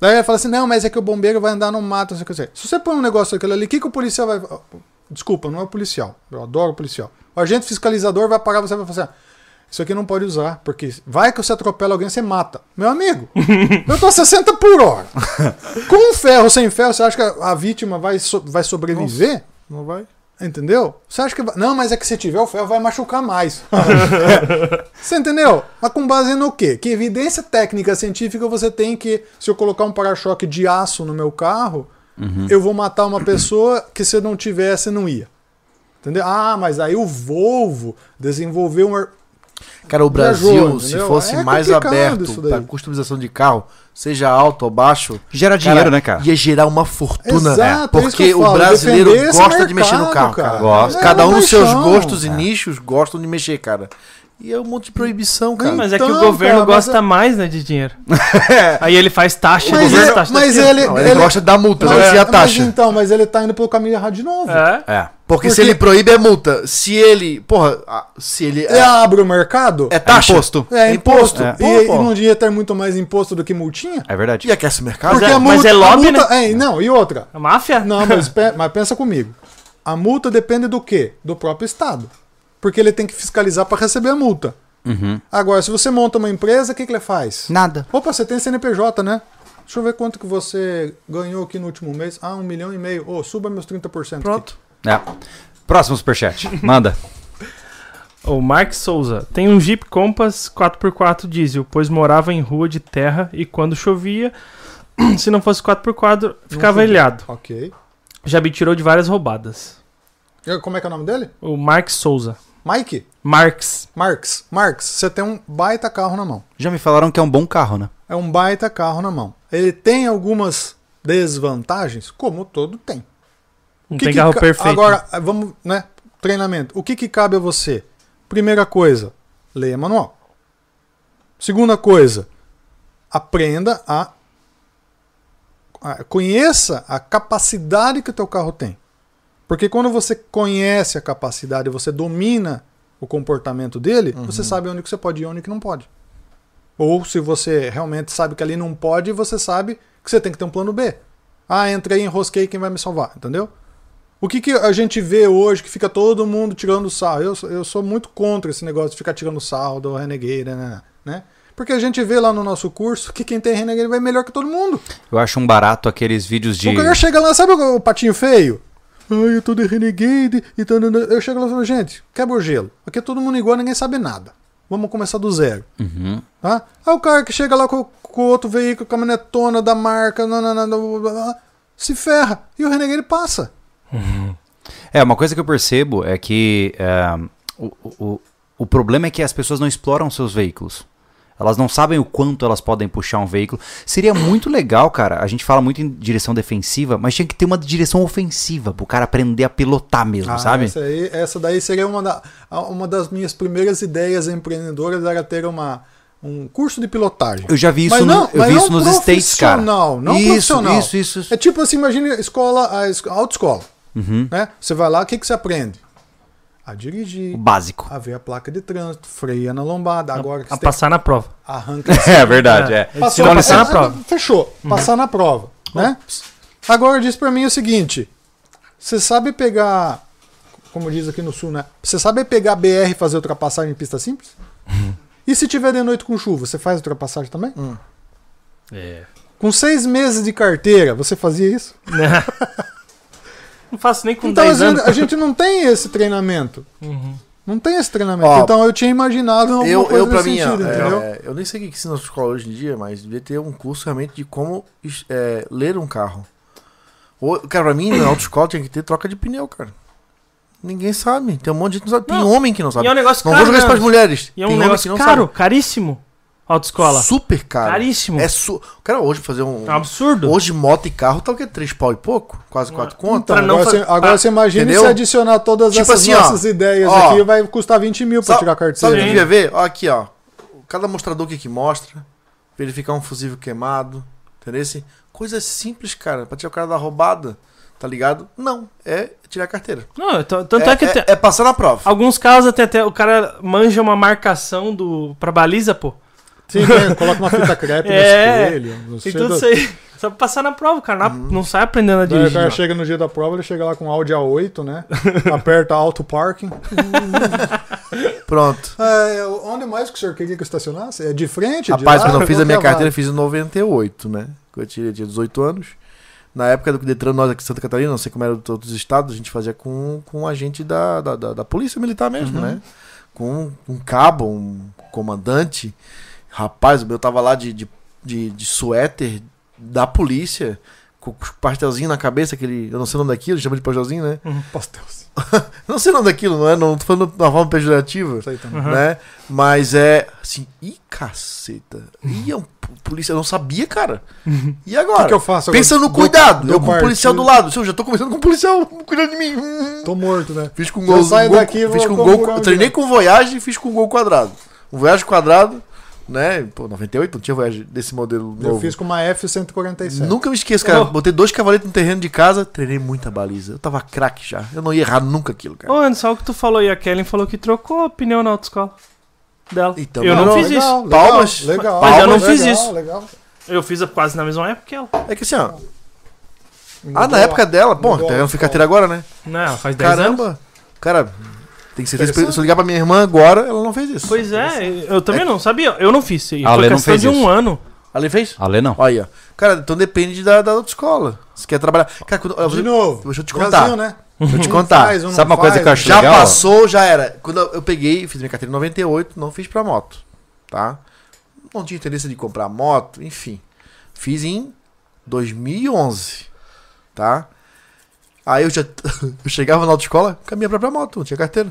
S3: Daí ele fala assim, não, mas é que o bombeiro vai andar no mato, não sei o que. não sei o quê. Se você põe um negócio daquele ali, o que, que o policial vai... Desculpa, não é o policial. Eu adoro o policial. O agente fiscalizador vai parar você e vai falar assim, "Ah, isso aqui não pode usar, porque vai que você atropela alguém, você mata. Meu amigo, eu tô a 60 por hora. Com ferro, sem ferro, você acha que a vítima vai, so- vai sobreviver?
S2: Não vai?
S3: Entendeu? Você acha que. vai- Não, mas é que se tiver o ferro vai machucar mais. você entendeu? Mas com base no quê? Que evidência técnica científica você tem que, se eu colocar um para-choque de aço no meu carro,
S2: Uhum.
S3: eu vou matar uma pessoa que se eu não tivesse, não ia. Entendeu? Ah, mas aí o Volvo desenvolveu um. ar-
S2: Cara, o
S3: Viajou,
S2: Brasil, se
S3: entendeu?
S2: fosse
S3: É
S2: mais
S3: complicado
S2: aberto
S3: isso daí.
S2: pra customização de carro, seja alto ou baixo,
S1: Gera dinheiro, né, cara?
S2: ia gerar uma fortuna. né?
S3: Exato, é isso
S2: porque
S3: que eu
S2: o
S3: falo,
S2: brasileiro
S3: defender esse
S2: gosta de mexer no
S3: mercado,
S2: carro,
S3: cara. É,
S2: cara.
S1: Gosta.
S2: Cada um
S3: uma
S2: dos seus
S3: paixão.
S2: gostos e nichos gostam de mexer, cara. E é um monte de proibição, cara.
S4: Mas é que o
S3: Então,
S4: governo
S3: cara, mas
S4: gosta
S3: é-
S4: mais, né, de dinheiro. Aí ele faz taxa,
S3: Mas
S4: disso,
S3: é-
S4: Tipo, taxa
S3: mas
S4: daquilo.
S3: ele-
S2: Não, ele, gosta de dar multa, não
S3: Mas,
S2: é, a
S3: mas
S2: taxa.
S3: então, mas ele tá indo pelo caminho errado de novo.
S4: É.
S1: É.
S2: Porque, se
S3: Porque-
S2: ele proíbe, é multa. Se ele. Porra, ah, se ele.
S3: Ele
S2: É,
S3: abre o mercado.
S2: é taxa.
S1: imposto.
S3: É imposto.
S1: É.
S3: E, e não devia ter muito mais imposto do que multinha?
S1: É verdade.
S2: E aquece o mercado.
S4: é-
S3: a
S4: mas é
S3: a
S4: lobby,
S3: multa- é, não, e outra.
S4: A máfia?
S3: Não, mas, pe- mas pensa comigo. A multa depende do quê? Do próprio Estado. Porque ele tem que fiscalizar para receber a multa. Agora, se você monta uma empresa, o que, que ele faz?
S1: Nada.
S3: Opa, você tem CNPJ, né? Deixa eu ver quanto que você ganhou aqui no último mês. Ah, um milhão e meio. Ô, suba meus 30%. Pronto.
S1: É. Próximo superchat. Manda.
S4: O Mark Souza tem um Jeep Compass 4x4 diesel, pois morava em rua de terra e quando chovia, se não fosse 4x4, ficava
S3: chovia.
S4: ilhado.
S3: Ok.
S4: Já me tirou de várias roubadas.
S3: E como é que é o nome dele?
S4: O Mark Souza.
S3: Mike?
S4: Marx.
S3: Marx. Marx, você tem um baita carro na mão.
S1: Já me falaram que é um bom carro, né?
S3: É um baita carro na mão. Ele tem algumas desvantagens, como todo tem.
S4: Não
S3: Que
S4: tem
S3: que
S4: carro
S3: ca-
S4: perfeito.
S3: Agora, vamos, né? Treinamento. O que, que cabe a você? Primeira coisa, leia manual. Segunda coisa, aprenda a. a- Conheça a capacidade que o teu carro tem. Porque quando você conhece a capacidade, você domina o comportamento dele,
S4: Uhum.
S3: você sabe onde que você pode ir e onde que não pode. Ou se você realmente sabe que ali não pode, você sabe que você tem que ter um plano B. Ah, entrei, enrosquei, quem vai me salvar? Entendeu? O que, que a gente vê hoje que fica todo mundo tirando sarro? Eu, sou- eu sou muito contra esse negócio de ficar tirando sarro do Renegade, né, né? né? Porque a gente vê lá no nosso curso que quem tem Renegade vai melhor que todo mundo.
S1: Eu acho um barato aqueles vídeos de.
S3: O cara chega lá, sabe o, o patinho feio? Ai, eu tô de Renegade e tal. tal, tal. Eu chego lá e falo, gente, quebra o gelo. Aqui é todo mundo igual, ninguém sabe nada. Vamos começar do zero.
S1: Uhum.
S3: Tá? Aí o cara que chega lá com, com outro veículo, caminhonetona da marca, nananana, blá, blá, blá, blá, se ferra. E o Renegade passa.
S1: É, uma coisa que eu percebo é que é, o, o, o problema é que as pessoas não exploram seus veículos. Elas não sabem o quanto elas podem puxar um veículo. Seria muito legal, cara. A gente fala muito em direção defensiva, mas tinha que ter uma direção ofensiva pro cara aprender a pilotar mesmo,
S3: Ah,
S1: sabe?
S3: Essa, aí- essa daí seria uma, da- a- uma das minhas primeiras ideias empreendedoras, era ter uma, um curso de pilotagem.
S1: Eu já vi isso,
S3: Mas não-
S1: no- eu
S3: mas
S1: vi
S3: não
S1: isso nos States, cara.
S3: profissional, não
S1: isso,
S3: profissional.
S1: Isso, isso, Uhum. isso.
S3: É tipo assim, imagina escola, a es- a autoescola. Né? Você vai lá, o que, que você aprende? A
S1: O
S3: dirigir,
S1: básico.
S3: a ver a placa de trânsito, freia na lombada, agora que
S4: A
S3: você tem que
S4: passar na prova.
S3: arranca
S1: É verdade,
S4: É.
S1: é.
S3: Passou, passou
S4: Então, passar
S3: na
S4: na prova.
S3: Fechou.
S2: Uhum.
S3: Passar na prova, né? Agora diz pra mim o seguinte: você sabe pegar, como diz aqui no sul, né? Você sabe pegar BR e fazer ultrapassagem em pista simples?
S2: Uhum.
S3: E se tiver de noite com chuva, você faz ultrapassagem também?
S2: Hum.
S4: É.
S3: Com seis meses de carteira, você fazia isso?
S4: Não faço nem com
S3: Então a
S4: 10
S3: gente,
S4: anos. Uhum.
S3: a gente não tem esse treinamento. Não tem esse treinamento.
S2: Ó,
S3: então eu tinha imaginado alguma
S2: Eu,
S3: coisa
S2: eu pra
S3: nesse
S2: mim,
S3: sentido,
S2: é,
S3: entendeu?
S2: é, eu nem sei o que ensina na escola hoje em dia, mas devia ter um curso realmente de como es- é, ler um carro. Ou, cara, pra mim, na autoescola tinha que ter troca de pneu, cara. Ninguém sabe. Tem um monte de gente que não sabe. Tem
S4: Não,
S2: homem que não sabe.
S4: e é um negócio
S2: não
S4: caro,
S2: vou jogar isso
S4: né?
S2: pras mulheres.
S4: E
S2: Tem
S4: é um
S2: homem
S4: negócio caro, caríssimo. Autoescola.
S2: Super caro.
S4: Caríssimo.
S2: É su... Cara, hoje fazer um.
S4: É um absurdo.
S2: Hoje moto e carro tá o quê? Três pau e pouco? Quase quatro conto?
S3: Então,
S4: Pra não
S3: agora,
S4: fa-
S3: você, agora
S4: pra-
S3: você imagina
S2: Ah, Entendeu?
S3: se adicionar todas
S2: Tipo
S3: essas
S2: assim, ó.
S3: nossas ideias
S2: Ó.
S3: aqui, vai custar 20 mil pra
S2: Sa-
S3: tirar a
S2: Sabe o
S3: carteira.
S2: que
S4: Sim.
S2: devia ver? Ó, aqui, ó. Cada mostrador que que mostra. Verificar um fusível queimado. Entendeu? Assim, Coisa simples, cara. Pra tirar o cara da roubada. Tá ligado? Não. É tirar a carteira.
S4: Não, t- tanto é, que tem-
S2: é passar na prova.
S4: alguns casos até, até o cara manja uma marcação do pra baliza, pô.
S3: Sim, né? coloca uma fita crepe no
S4: É.
S3: espelho. não sei
S4: Tem tudo
S3: do-
S4: isso aí. Só pra passar na prova, cara. Não, não sai aprendendo a
S3: Daí o
S4: dirigir.
S3: cara
S4: não.
S3: chega no dia da prova, ele chega lá com Audi A8, né? Aperta auto parking.
S2: Pronto.
S3: É, onde mais que o senhor queria que eu estacionasse? É de frente? de
S2: Rapaz,
S3: lado?
S2: quando eu fiz a
S3: Qual
S2: minha
S3: que é
S2: carteira, eu
S3: vibe?
S2: fiz em 98, né? Que Eu tinha, tinha 18 anos. Na época do Detran, nós aqui em Santa Catarina, não sei como era de todos os estados, a gente fazia com, com um agente da, da, da- da polícia militar mesmo, né? Com um cabo, um comandante. Rapaz, o meu tava lá de, de, de, de suéter da polícia, com com pastelzinho na cabeça, aquele. Eu não sei o nome daquilo, chama de pastelzinho, né?
S3: Hum. Pastelzinho.
S2: Eu não sei o nome daquilo, não é? Não tô falando de uma forma pejorativa.
S3: Isso aí também.
S4: Aham.
S2: né? Mas é assim, ih, caceta. Ih, é um po- policial, eu não sabia, cara. E
S3: Uhum. O que,
S2: agora?
S3: que eu faço agora?
S2: Pensa no
S3: Dou-
S2: cuidado,
S3: dou
S2: eu com o
S3: partido.
S2: policial do lado. Seu, já tô começando com o policial cuidando de mim. Hum.
S3: Tô morto, né?
S2: Fiz com
S3: Eu
S2: gol,
S3: saio
S2: gol-
S3: daqui e
S2: fiz
S3: vou
S2: com um gol,
S3: procurar um o
S2: treinei
S3: direito.
S2: com Voyage e fiz com gol quadrado. Um Voyage quadrado, né? Pô, 98 não tinha Voyage desse modelo
S3: Eu
S2: novo.
S3: fiz com é. uma F-147.
S2: Nunca me esqueço, cara.
S4: Oh.
S2: Botei dois cavaletes no terreno de casa, treinei muita baliza. Eu tava craque já. Eu não ia errar nunca aquilo,
S3: Oh.
S2: cara.
S4: Ô, Anderson, olha o que tu falou aí. A Kellen falou que trocou o pneu na autoescola dela.
S2: Então,
S4: eu não,
S2: não,
S4: fiz
S3: legal,
S4: isso.
S3: Legal,
S2: Palmas.
S3: Legal,
S4: Mas eu não
S3: legal,
S4: fiz isso.
S3: Legal.
S4: Eu fiz quase na mesma época que ela.
S2: É que assim, ó. Ah, na época dela? Bom,
S3: Mudou a-
S2: deve não ficar até agora, né?
S4: Não, faz 10 anos.
S2: Caramba! Cara, tem certeza que
S3: Interessante.
S2: se eu ligar pra minha irmã agora, ela não fez isso.
S4: Pois é, eu também não sabia. Eu não fiz. Foi
S1: A Ale não
S4: questão
S1: fez
S4: de um
S1: isso.
S4: ano.
S2: Ela fez?
S1: Ale não.
S2: Olha aí, ó. Cara, então depende da, da autoescola. Se quer trabalhar. Cara, quando, eu,
S3: De
S2: deixa
S3: novo.
S2: eu te
S3: Brasil,
S2: contar.
S3: né?
S2: eu te
S3: Um
S2: contar.
S3: faz, um
S1: Sabe
S3: não
S1: uma coisa
S3: faz,
S1: que eu acho
S2: Já
S1: legal?
S2: passou, já era. Quando eu peguei, fiz minha carteira em 98, não fiz pra moto, tá? Não tinha interesse de comprar moto, enfim. Fiz em 2011, tá? Aí eu já eu chegava na autoescola com a minha própria moto, não tinha carteira.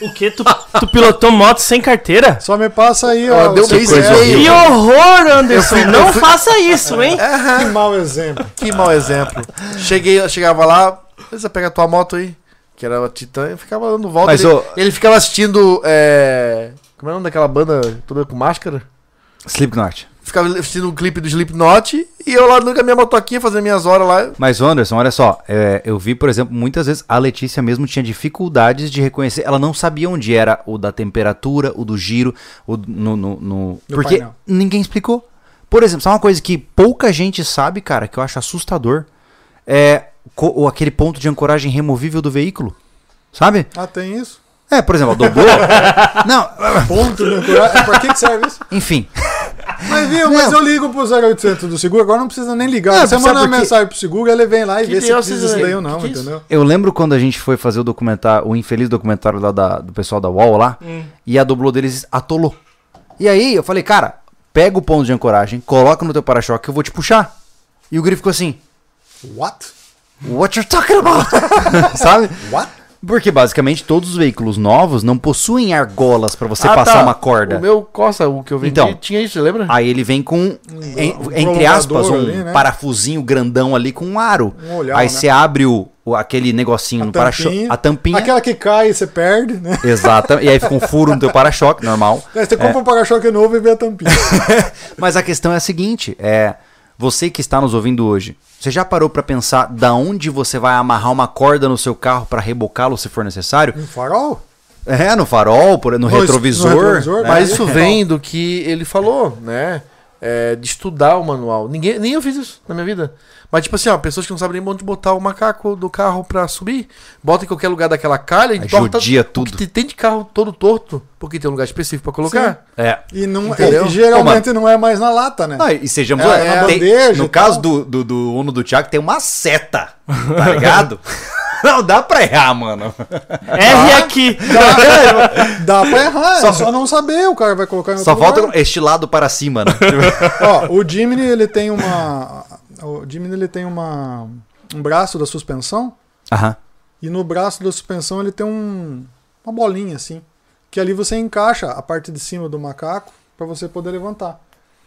S4: O quê? Tu, tu pilotou moto sem carteira?
S3: Só me passa aí,
S2: Ela
S3: ó.
S2: deu
S3: o
S2: mês e
S3: sucesso.
S2: meio.
S4: Que horror, Anderson! Não faça isso, hein?
S3: Que mau exemplo.
S2: Que mau exemplo. Cheguei, eu chegava lá, você pega a tua moto aí, que era a Titã, e ficava dando volta.
S1: Mas,
S2: ele,
S1: ô-
S2: ele ficava assistindo. É, como é o nome daquela banda toda com máscara?
S1: Slipknot.
S2: Ficava assistindo um clipe do Slipknot e eu lá com a minha motoquinha fazendo minhas horas lá.
S1: Mas, ô, Anderson, olha só. é, eu vi, por exemplo, muitas vezes a Letícia mesmo tinha dificuldades de reconhecer. Ela não sabia onde era o da temperatura, o do giro, o do- no. no, no-
S3: No
S1: porque
S3: painel.
S1: ninguém explicou. Por exemplo, sabe uma coisa que pouca gente sabe, cara, que eu acho assustador? É co- o- aquele ponto de ancoragem removível do veículo. Sabe?
S3: Ah, tem isso?
S1: É, por exemplo, dobrou. não,
S3: Ponto de ancoragem. Pra que que serve isso?
S1: enfim.
S3: Mas viu, mas eu ligo pro 0800 do seguro, agora não precisa nem ligar.
S1: Não,
S3: você
S1: sabe
S3: manda uma
S1: por quê?
S3: mensagem pro seguro, ele vem lá e
S2: Que
S3: vê se
S2: Deus
S3: precisa
S2: vocês-
S3: disso daí ou não,
S2: que que é
S3: entendeu?
S1: Eu lembro quando a gente foi fazer o documentário, o infeliz documentário lá da- do pessoal da UOL lá, e a dublô deles atolou. E aí eu falei, cara, pega o ponto de ancoragem, coloca no teu para-choque, que eu vou te puxar. E o Guri ficou assim,
S3: What?
S1: what you talking about? Sabe?
S3: What?
S1: Porque basicamente todos os veículos novos não possuem argolas pra
S3: Ah,
S1: você passar
S3: tá.
S1: uma corda.
S2: Ah, tá. O meu Corsa, o que eu vendi,
S1: Então.
S2: tinha isso, lembra?
S1: Aí ele vem com, en-
S3: um
S1: entre aspas, um
S3: prolongador ali, né?
S1: parafusinho grandão ali com um aro.
S3: Um olhar,
S1: aí
S3: né?
S1: você abre o, o- aquele negocinho no para-choque, a tampinha.
S3: Aquela que cai e você perde, né?
S1: Exata. E aí fica um furo no teu para-choque, normal.
S3: Aí você
S1: É.
S3: compra um para-choque novo e vê a tampinha.
S1: Mas a questão é a seguinte, é você que está nos ouvindo hoje, você já parou pra pensar da onde você vai amarrar uma corda no seu carro pra rebocá-lo se for necessário?
S3: Um farol?
S1: É, no farol, por- no,
S3: No es-
S1: retrovisor.
S3: no retrovisor,
S1: né?
S2: Mas
S3: É.
S2: isso vem do que ele falou, né? É, de estudar o manual. Ninguém, nem eu fiz isso na minha vida. Mas, tipo assim, ó, pessoas que não sabem nem onde botar o macaco do carro pra subir, bota em qualquer lugar daquela calha e
S1: judia tudo.
S2: O que tem de carro todo torto, porque tem um lugar específico pra colocar.
S1: É.
S3: E, não,
S2: Entendeu?
S3: e geralmente não é mais na lata, né?
S1: Não, e sejamos
S3: É,
S1: honestos,
S3: é
S1: tem-
S3: bandeja
S1: no
S3: e tal.
S1: caso do, do, do Uno do Thiago tem uma seta, tá ligado? Não dá pra errar, mano.
S4: Erre aqui!
S3: Dá pra errar, é
S1: Só-
S3: só, só não saber, o cara vai colocar em outro
S1: Só falta
S3: lugar.
S1: este lado para cima, né?
S3: Ó, o Jimny, ele tem uma... O Jimny, ele tem uma... Um braço da suspensão
S1: Aham.
S3: E no braço da suspensão ele tem um, uma bolinha assim, que ali você encaixa a parte de cima do macaco para você poder levantar.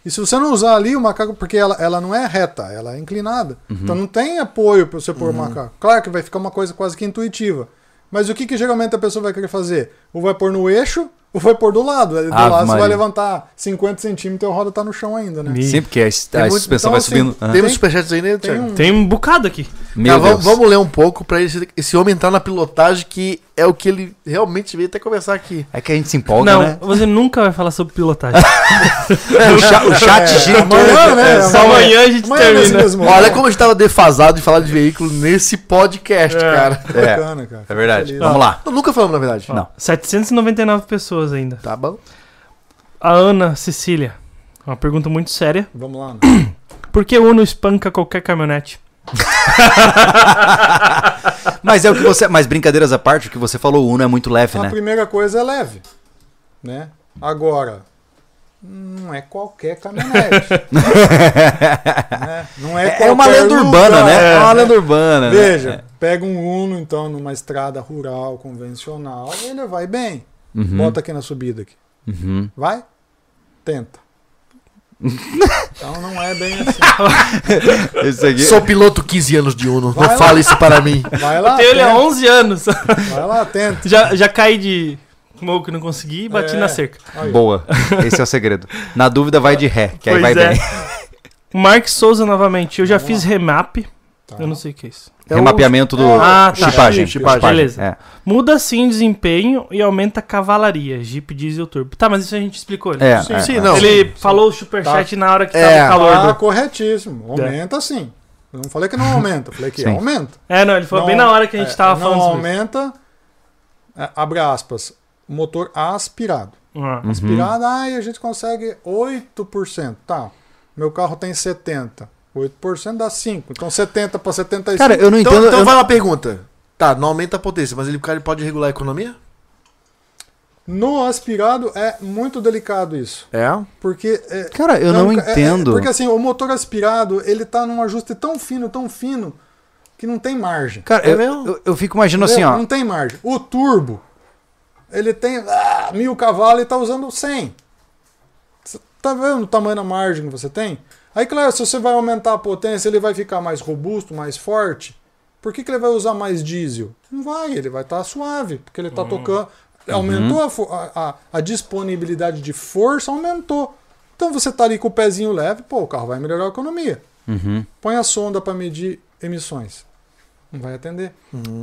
S3: E se você não usar ali o macaco, porque ela, ela não é reta, ela é inclinada.
S1: Uhum.
S3: Então não tem apoio para você pôr o macaco. Claro que vai ficar uma coisa quase que intuitiva. Mas o que, que geralmente a pessoa vai querer fazer? Ou vai pôr no eixo, ou vai pôr do lado. Do
S1: Ave
S3: lado você
S1: Maria.
S3: vai levantar 50 centímetros e a roda tá no chão ainda, né?
S1: Sim, porque a, a
S2: muito-
S1: suspensão
S3: então,
S1: vai
S3: assim,
S1: subindo. Aham.
S2: Temos
S3: Tem-
S2: superchats aí, né,
S3: Tem
S2: Thiago?
S3: um-
S4: Tem um bocado aqui.
S1: Ah. Meu
S2: Tá, vamos,
S1: Deus.
S2: vamos ler um pouco pra esse, esse homem entrar na pilotagem, que é o que ele realmente veio até conversar aqui.
S1: É que a gente se empolga,
S4: não,
S1: né?
S4: você nunca vai falar sobre pilotagem.
S1: O, cha- o chat gira em torno-
S3: Amanhã, né?
S4: Só amanhã a gente
S3: Amanhã é nesse
S4: termina.
S3: mesmo
S2: Olha
S3: horário.
S2: como a gente tava defasado de falar de veículo nesse podcast, cara.
S1: É,
S3: Bacana, cara.
S1: é verdade.
S3: Feliz.
S1: Vamos lá.
S2: Não, nunca falamos, na verdade.
S1: Não.
S4: 799 pessoas ainda.
S2: Tá bom.
S4: A Ana Cecília. Uma pergunta muito séria.
S3: Vamos lá. né?
S4: Por que Uno espanca qualquer caminhonete?
S1: Mas é o que você. Mas brincadeiras à parte, o que né?
S3: Ah,
S1: você falou, o Uno é muito leve,
S3: A
S1: né?
S3: primeira coisa é leve, né? Agora, Não é qualquer caminhonete. né? Não é,
S1: É, é uma
S3: qualquer
S1: lenda urbana,
S3: lugar.
S1: né? É uma lenda urbana. né?
S3: Veja, pega um Uno, então, numa estrada rural, convencional, ele vai bem.
S1: Uhum,
S3: Bota aqui na subida. Aqui.
S1: uhum.
S3: Vai? Tenta. então não é bem assim.
S1: Esse aqui-
S2: Sou piloto 15 anos de Uno,
S3: Vai
S2: não
S3: lá.
S2: fala isso para mim.
S3: Vai lá,
S4: Tenho ele é um? há
S3: tenta.
S4: 11 anos.
S3: Vai lá, tenta.
S4: já, já caí de como que não consegui e bati
S3: É.
S4: na cerca.
S3: Aí,
S1: Boa. Esse é o segredo. Na dúvida, vai de ré, que aí vai
S4: é.
S1: bem.
S4: Mark Souza novamente. Eu já
S3: Vamos
S4: fiz remap.
S3: tá.
S4: Eu não sei o que é isso.
S2: É
S1: Remapeamento do.
S4: Ah, tá.
S1: Chipagem.
S2: Chipagem.
S1: Chipagem,
S4: Beleza.
S1: É.
S4: Muda sim o desempenho e aumenta a cavalaria. Jeep diesel turbo. Tá, mas isso a gente explicou. né?
S1: É,
S3: Sim,
S1: é,
S2: sim,
S1: é.
S2: não.
S4: Ele falou o superchat na hora que tava
S2: É.
S4: o calor.
S3: Tá
S4: do-
S3: corretíssimo. Aumenta sim. Eu não falei que não aumenta, eu falei que
S1: É. Sim.
S3: aumenta.
S4: É, não, ele falou
S3: Não-
S4: bem na hora que a gente
S3: é,
S4: tava falando
S3: Não
S4: sobre isso.
S3: aumenta, é, abre aspas, motor aspirado.
S4: Ah.
S1: Uhum.
S3: Aspirado, ai, a gente consegue 8%. Tá, meu carro tem 70%. 8% dá 5%. Então 70 para 75%.
S1: Cara, eu não
S2: Então,
S1: entendo.
S2: então
S1: eu-
S2: vai lá a pergunta. Tá, não aumenta a potência, mas ele, o cara pode regular a economia?
S3: No aspirado é muito delicado isso.
S2: É.
S3: Porque é,
S1: Cara, eu
S3: Não,
S1: não
S3: ca- é- é-
S1: entendo.
S3: porque assim, o motor aspirado, ele tá num ajuste tão fino, tão fino, que não tem margem.
S1: Cara,
S2: É
S1: eu,
S2: mesmo?
S1: eu, eu fico imaginando assim,
S3: Entendeu?
S1: ó.
S3: Não tem margem. O turbo, ele tem ah, mil cavalos e tá usando 100. Cê tá vendo o tamanho da margem que você tem? Aí, claro, se você vai aumentar a potência, ele vai ficar mais robusto, mais forte. Por que, que ele vai usar mais diesel? Não vai, ele vai estar suave, porque ele tá tocando. Aumentou a fo- a, a- a disponibilidade de força, aumentou. Então você tá ali com o pezinho leve, pô, o carro vai melhorar a economia.
S1: Uhum.
S3: Põe a sonda para medir emissões. Não vai atender.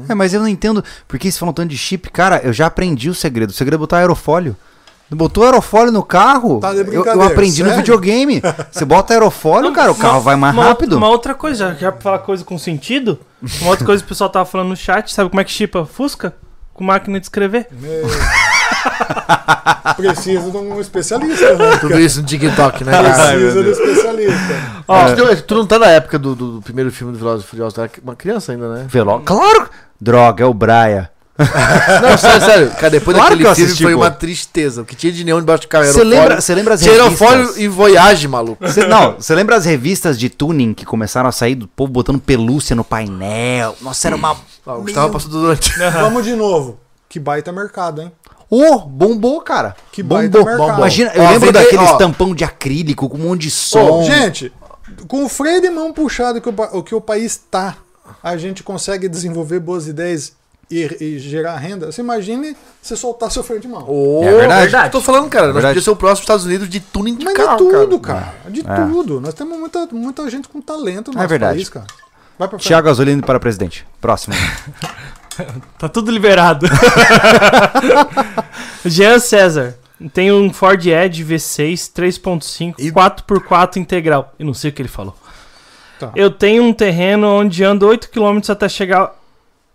S1: É, mas eu não entendo por que eles falam tanto de chip. Cara, eu já aprendi o segredo. O segredo é botar aerofólio. Botou aerofólio no carro?
S3: Tá de
S1: eu, eu
S3: brincadeira,
S1: aprendi no
S3: sério?
S1: videogame. Você bota aerofólio, cara, o
S4: Uma-
S1: carro vai mais
S4: uma-
S1: rápido.
S4: Uma outra coisa, já, já pra falar coisa com sentido, uma outra coisa que o pessoal tava falando no chat, sabe como é que chipa Fusca? Com máquina de escrever.
S3: Meu. É. Precisa de um especialista, né?
S2: Tu viu isso no TikTok, né? cara?
S3: Precisa de um especialista.
S2: Mas tu, tu não tá na época do, do- do primeiro filme do Velozes e Furiosos, tu era uma criança ainda, né?
S1: Velo... Claro! Droga, é o Braia.
S2: Não, sério, sério. Cara, depois
S1: Claro que eu
S2: daquele filme
S1: assisti,
S2: foi
S1: pô.
S2: uma tristeza. O que tinha de neon debaixo do carro era
S1: Você
S2: aerofólio.
S1: lembra, você lembra as
S2: Tinha aerofólio
S1: revistas?
S2: e Voyage, maluco.
S1: Cê- não, você lembra as revistas de tuning que começaram a sair do povo botando pelúcia no painel? Nossa, era uma.
S2: Ah, o Gustavo passou durante.
S3: Vamos de novo. Que baita mercado, hein?
S1: Ô, bombou, cara.
S3: Que baita
S1: bombou.
S3: mercado.
S1: Imagina, eu
S2: Ó,
S1: lembro
S2: vender-
S1: daquele
S2: ó.
S1: estampão de acrílico com um monte de
S3: Ô,
S1: som.
S3: gente, com o freio de mão puxado que o, pa- o que o país tá, a gente consegue desenvolver boas ideias e, e gerar renda. Você imagine se soltar seu freio de mão.
S2: Ô,
S1: É verdade.
S2: Eu tô falando, cara. Nós
S1: Verdade.
S2: podíamos ser o próximo Estados Unidos de tuning de
S3: Mas
S2: carro,
S3: de tudo, cara. De
S1: É.
S3: tudo. Nós temos muita, muita gente com talento
S1: É
S3: no nosso
S1: verdade.
S3: país, cara. Vai pra frente.
S1: Tiago Azulino para presidente. Próximo.
S4: Tá tudo liberado. Jean César. Tem um Ford Edge V6 3.5
S2: E-
S4: 4x4 integral. Eu não sei o que ele falou.
S3: Tá.
S4: Eu tenho um terreno onde ando 8 km até chegar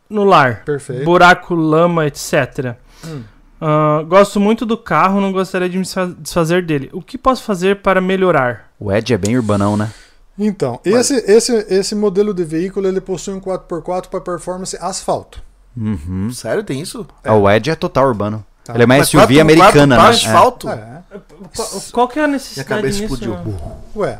S4: no lar.
S3: Perfeito.
S4: buraco, lama, etc.
S3: Hum.
S4: Ah, gosto muito do carro, não gostaria de me desfa- desfazer dele. O que posso fazer para melhorar?
S1: O Ed é bem urbanão, né?
S3: Então, esse, esse, esse modelo de veículo ele possui um 4x4 para performance asfalto.
S1: Uhum.
S2: Sério, tem isso?
S1: Ah, O Ed é total urbano.
S3: Tá.
S1: Ele é uma
S2: Mas
S1: SUV
S2: quatro-
S1: americana,
S2: quatro pra
S1: né?
S2: asfalto?
S3: É.
S4: Qual, qual que é a
S2: Minha
S4: necessidade
S2: cabeça
S4: nisso? né?
S2: explodiu.
S3: Ué,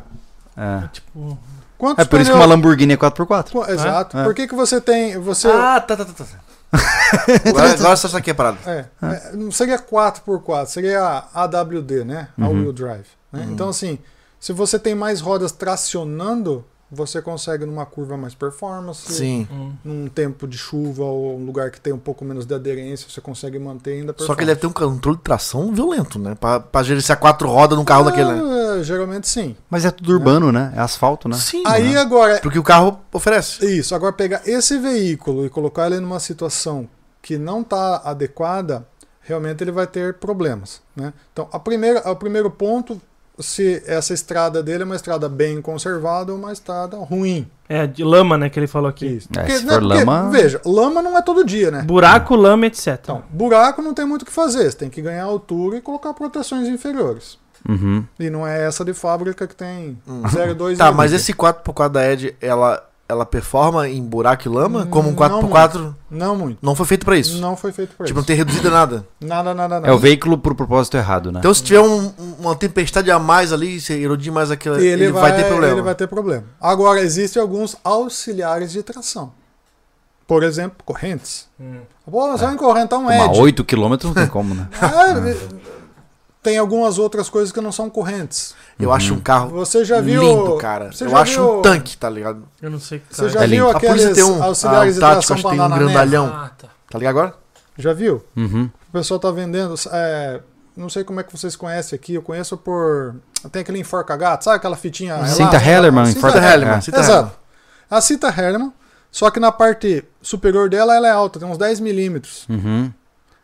S1: É,
S4: Tipo...
S1: é.
S3: quantos
S1: É por isso que uma
S3: pneus...
S1: Lamborghini é 4x4.
S3: Qu- Exato.
S1: É.
S3: Por que, que você tem. Você...
S2: Ah, tá, tá, tá. tá. agora, agora só isso aqui é parado.
S3: É, é, não seria 4x4, seria a AWD, né?
S2: Uhum.
S3: All-wheel drive. né? Então, assim, se você tem mais rodas tracionando, você consegue numa curva mais performance.
S2: Sim.
S4: hum.
S3: Num tempo de chuva ou um lugar que tem um pouco menos de aderência, você consegue manter
S2: Só
S3: ainda a
S2: que
S3: performance.
S2: ele deve ter um controle de tração violento, né? Pra, pra gerenciar quatro rodas num carro daquele, né?
S3: É, geralmente sim.
S1: Mas é tudo urbano, né? É asfalto, né?
S2: Sim.
S3: Aí
S2: né?
S3: agora,
S2: Porque o carro oferece.
S3: Isso, agora pegar esse veículo e colocar ele numa situação que não está adequada, realmente ele vai ter problemas. Né? Então, a primeira, o primeiro ponto, se essa estrada dele é uma estrada bem conservada ou uma estrada ruim.
S4: É, de lama, né, que ele falou aqui.
S3: Isso. né,
S1: É, se for lama-
S3: veja, lama não é todo dia, né?
S4: Buraco, lama, etc.
S3: Então, buraco não tem muito o que fazer, você tem que ganhar altura e colocar proteções inferiores.
S1: Uhum.
S3: E não é essa de fábrica que tem 0,2
S2: Tá,
S3: milímetro.
S2: mas esse 4x4 da Ed, ela ela performa em buraco e lama?
S3: Hum,
S2: Como um
S3: não
S2: 4x4? Não,
S3: Não muito.
S2: foi feito pra isso.
S3: Não foi feito pra
S2: tipo, não
S3: isso.
S2: tem reduzido nada.
S3: Nada, nada, nada.
S1: É o veículo pro propósito errado, né?
S2: Então se tiver um- um- uma tempestade a mais ali, se erodir mais aquela,
S3: ele,
S2: ele, vai, ter problema.
S3: ele vai ter problema. Agora, existem alguns auxiliares de tração. Por exemplo, correntes. Pô, você vai encorrentar um
S1: Uma
S3: Ed.
S1: 8 km não tem como, né?
S3: É, tem algumas outras coisas que não são correntes.
S2: Eu acho um carro
S3: Você já viu.
S2: lindo, cara.
S3: Você
S2: Eu
S3: já
S2: acho
S3: viu,
S2: um tanque, tá ligado?
S4: Eu não sei o que
S3: Você
S4: tá.
S3: já
S1: É
S3: viu
S1: lindo.
S2: A polícia
S3: aqueles
S2: tem um, ah,
S3: auxiliares
S2: um
S3: de
S2: tático,
S3: tração
S2: acho que
S3: pra
S2: tem
S3: andar
S2: um
S3: na neve?
S2: grandalhão.
S4: Ah, tá.
S2: Tá ligado agora?
S3: Já viu?
S1: Uhum.
S3: O pessoal tá vendendo. é, não sei como é que vocês conhecem aqui. Eu conheço por. Tem aquele enforca gato, sabe aquela fitinha?
S1: Cinta
S3: elástica?
S1: Hellerman,
S3: Cinta
S1: enforca-
S3: Hellerman.
S2: Hellerman,
S1: é.
S2: Cita
S3: Exato.
S2: Hellerman.
S3: A cinta Hellerman, só que na parte superior dela ela é alta, tem uns 10 milímetros.
S1: Uhum.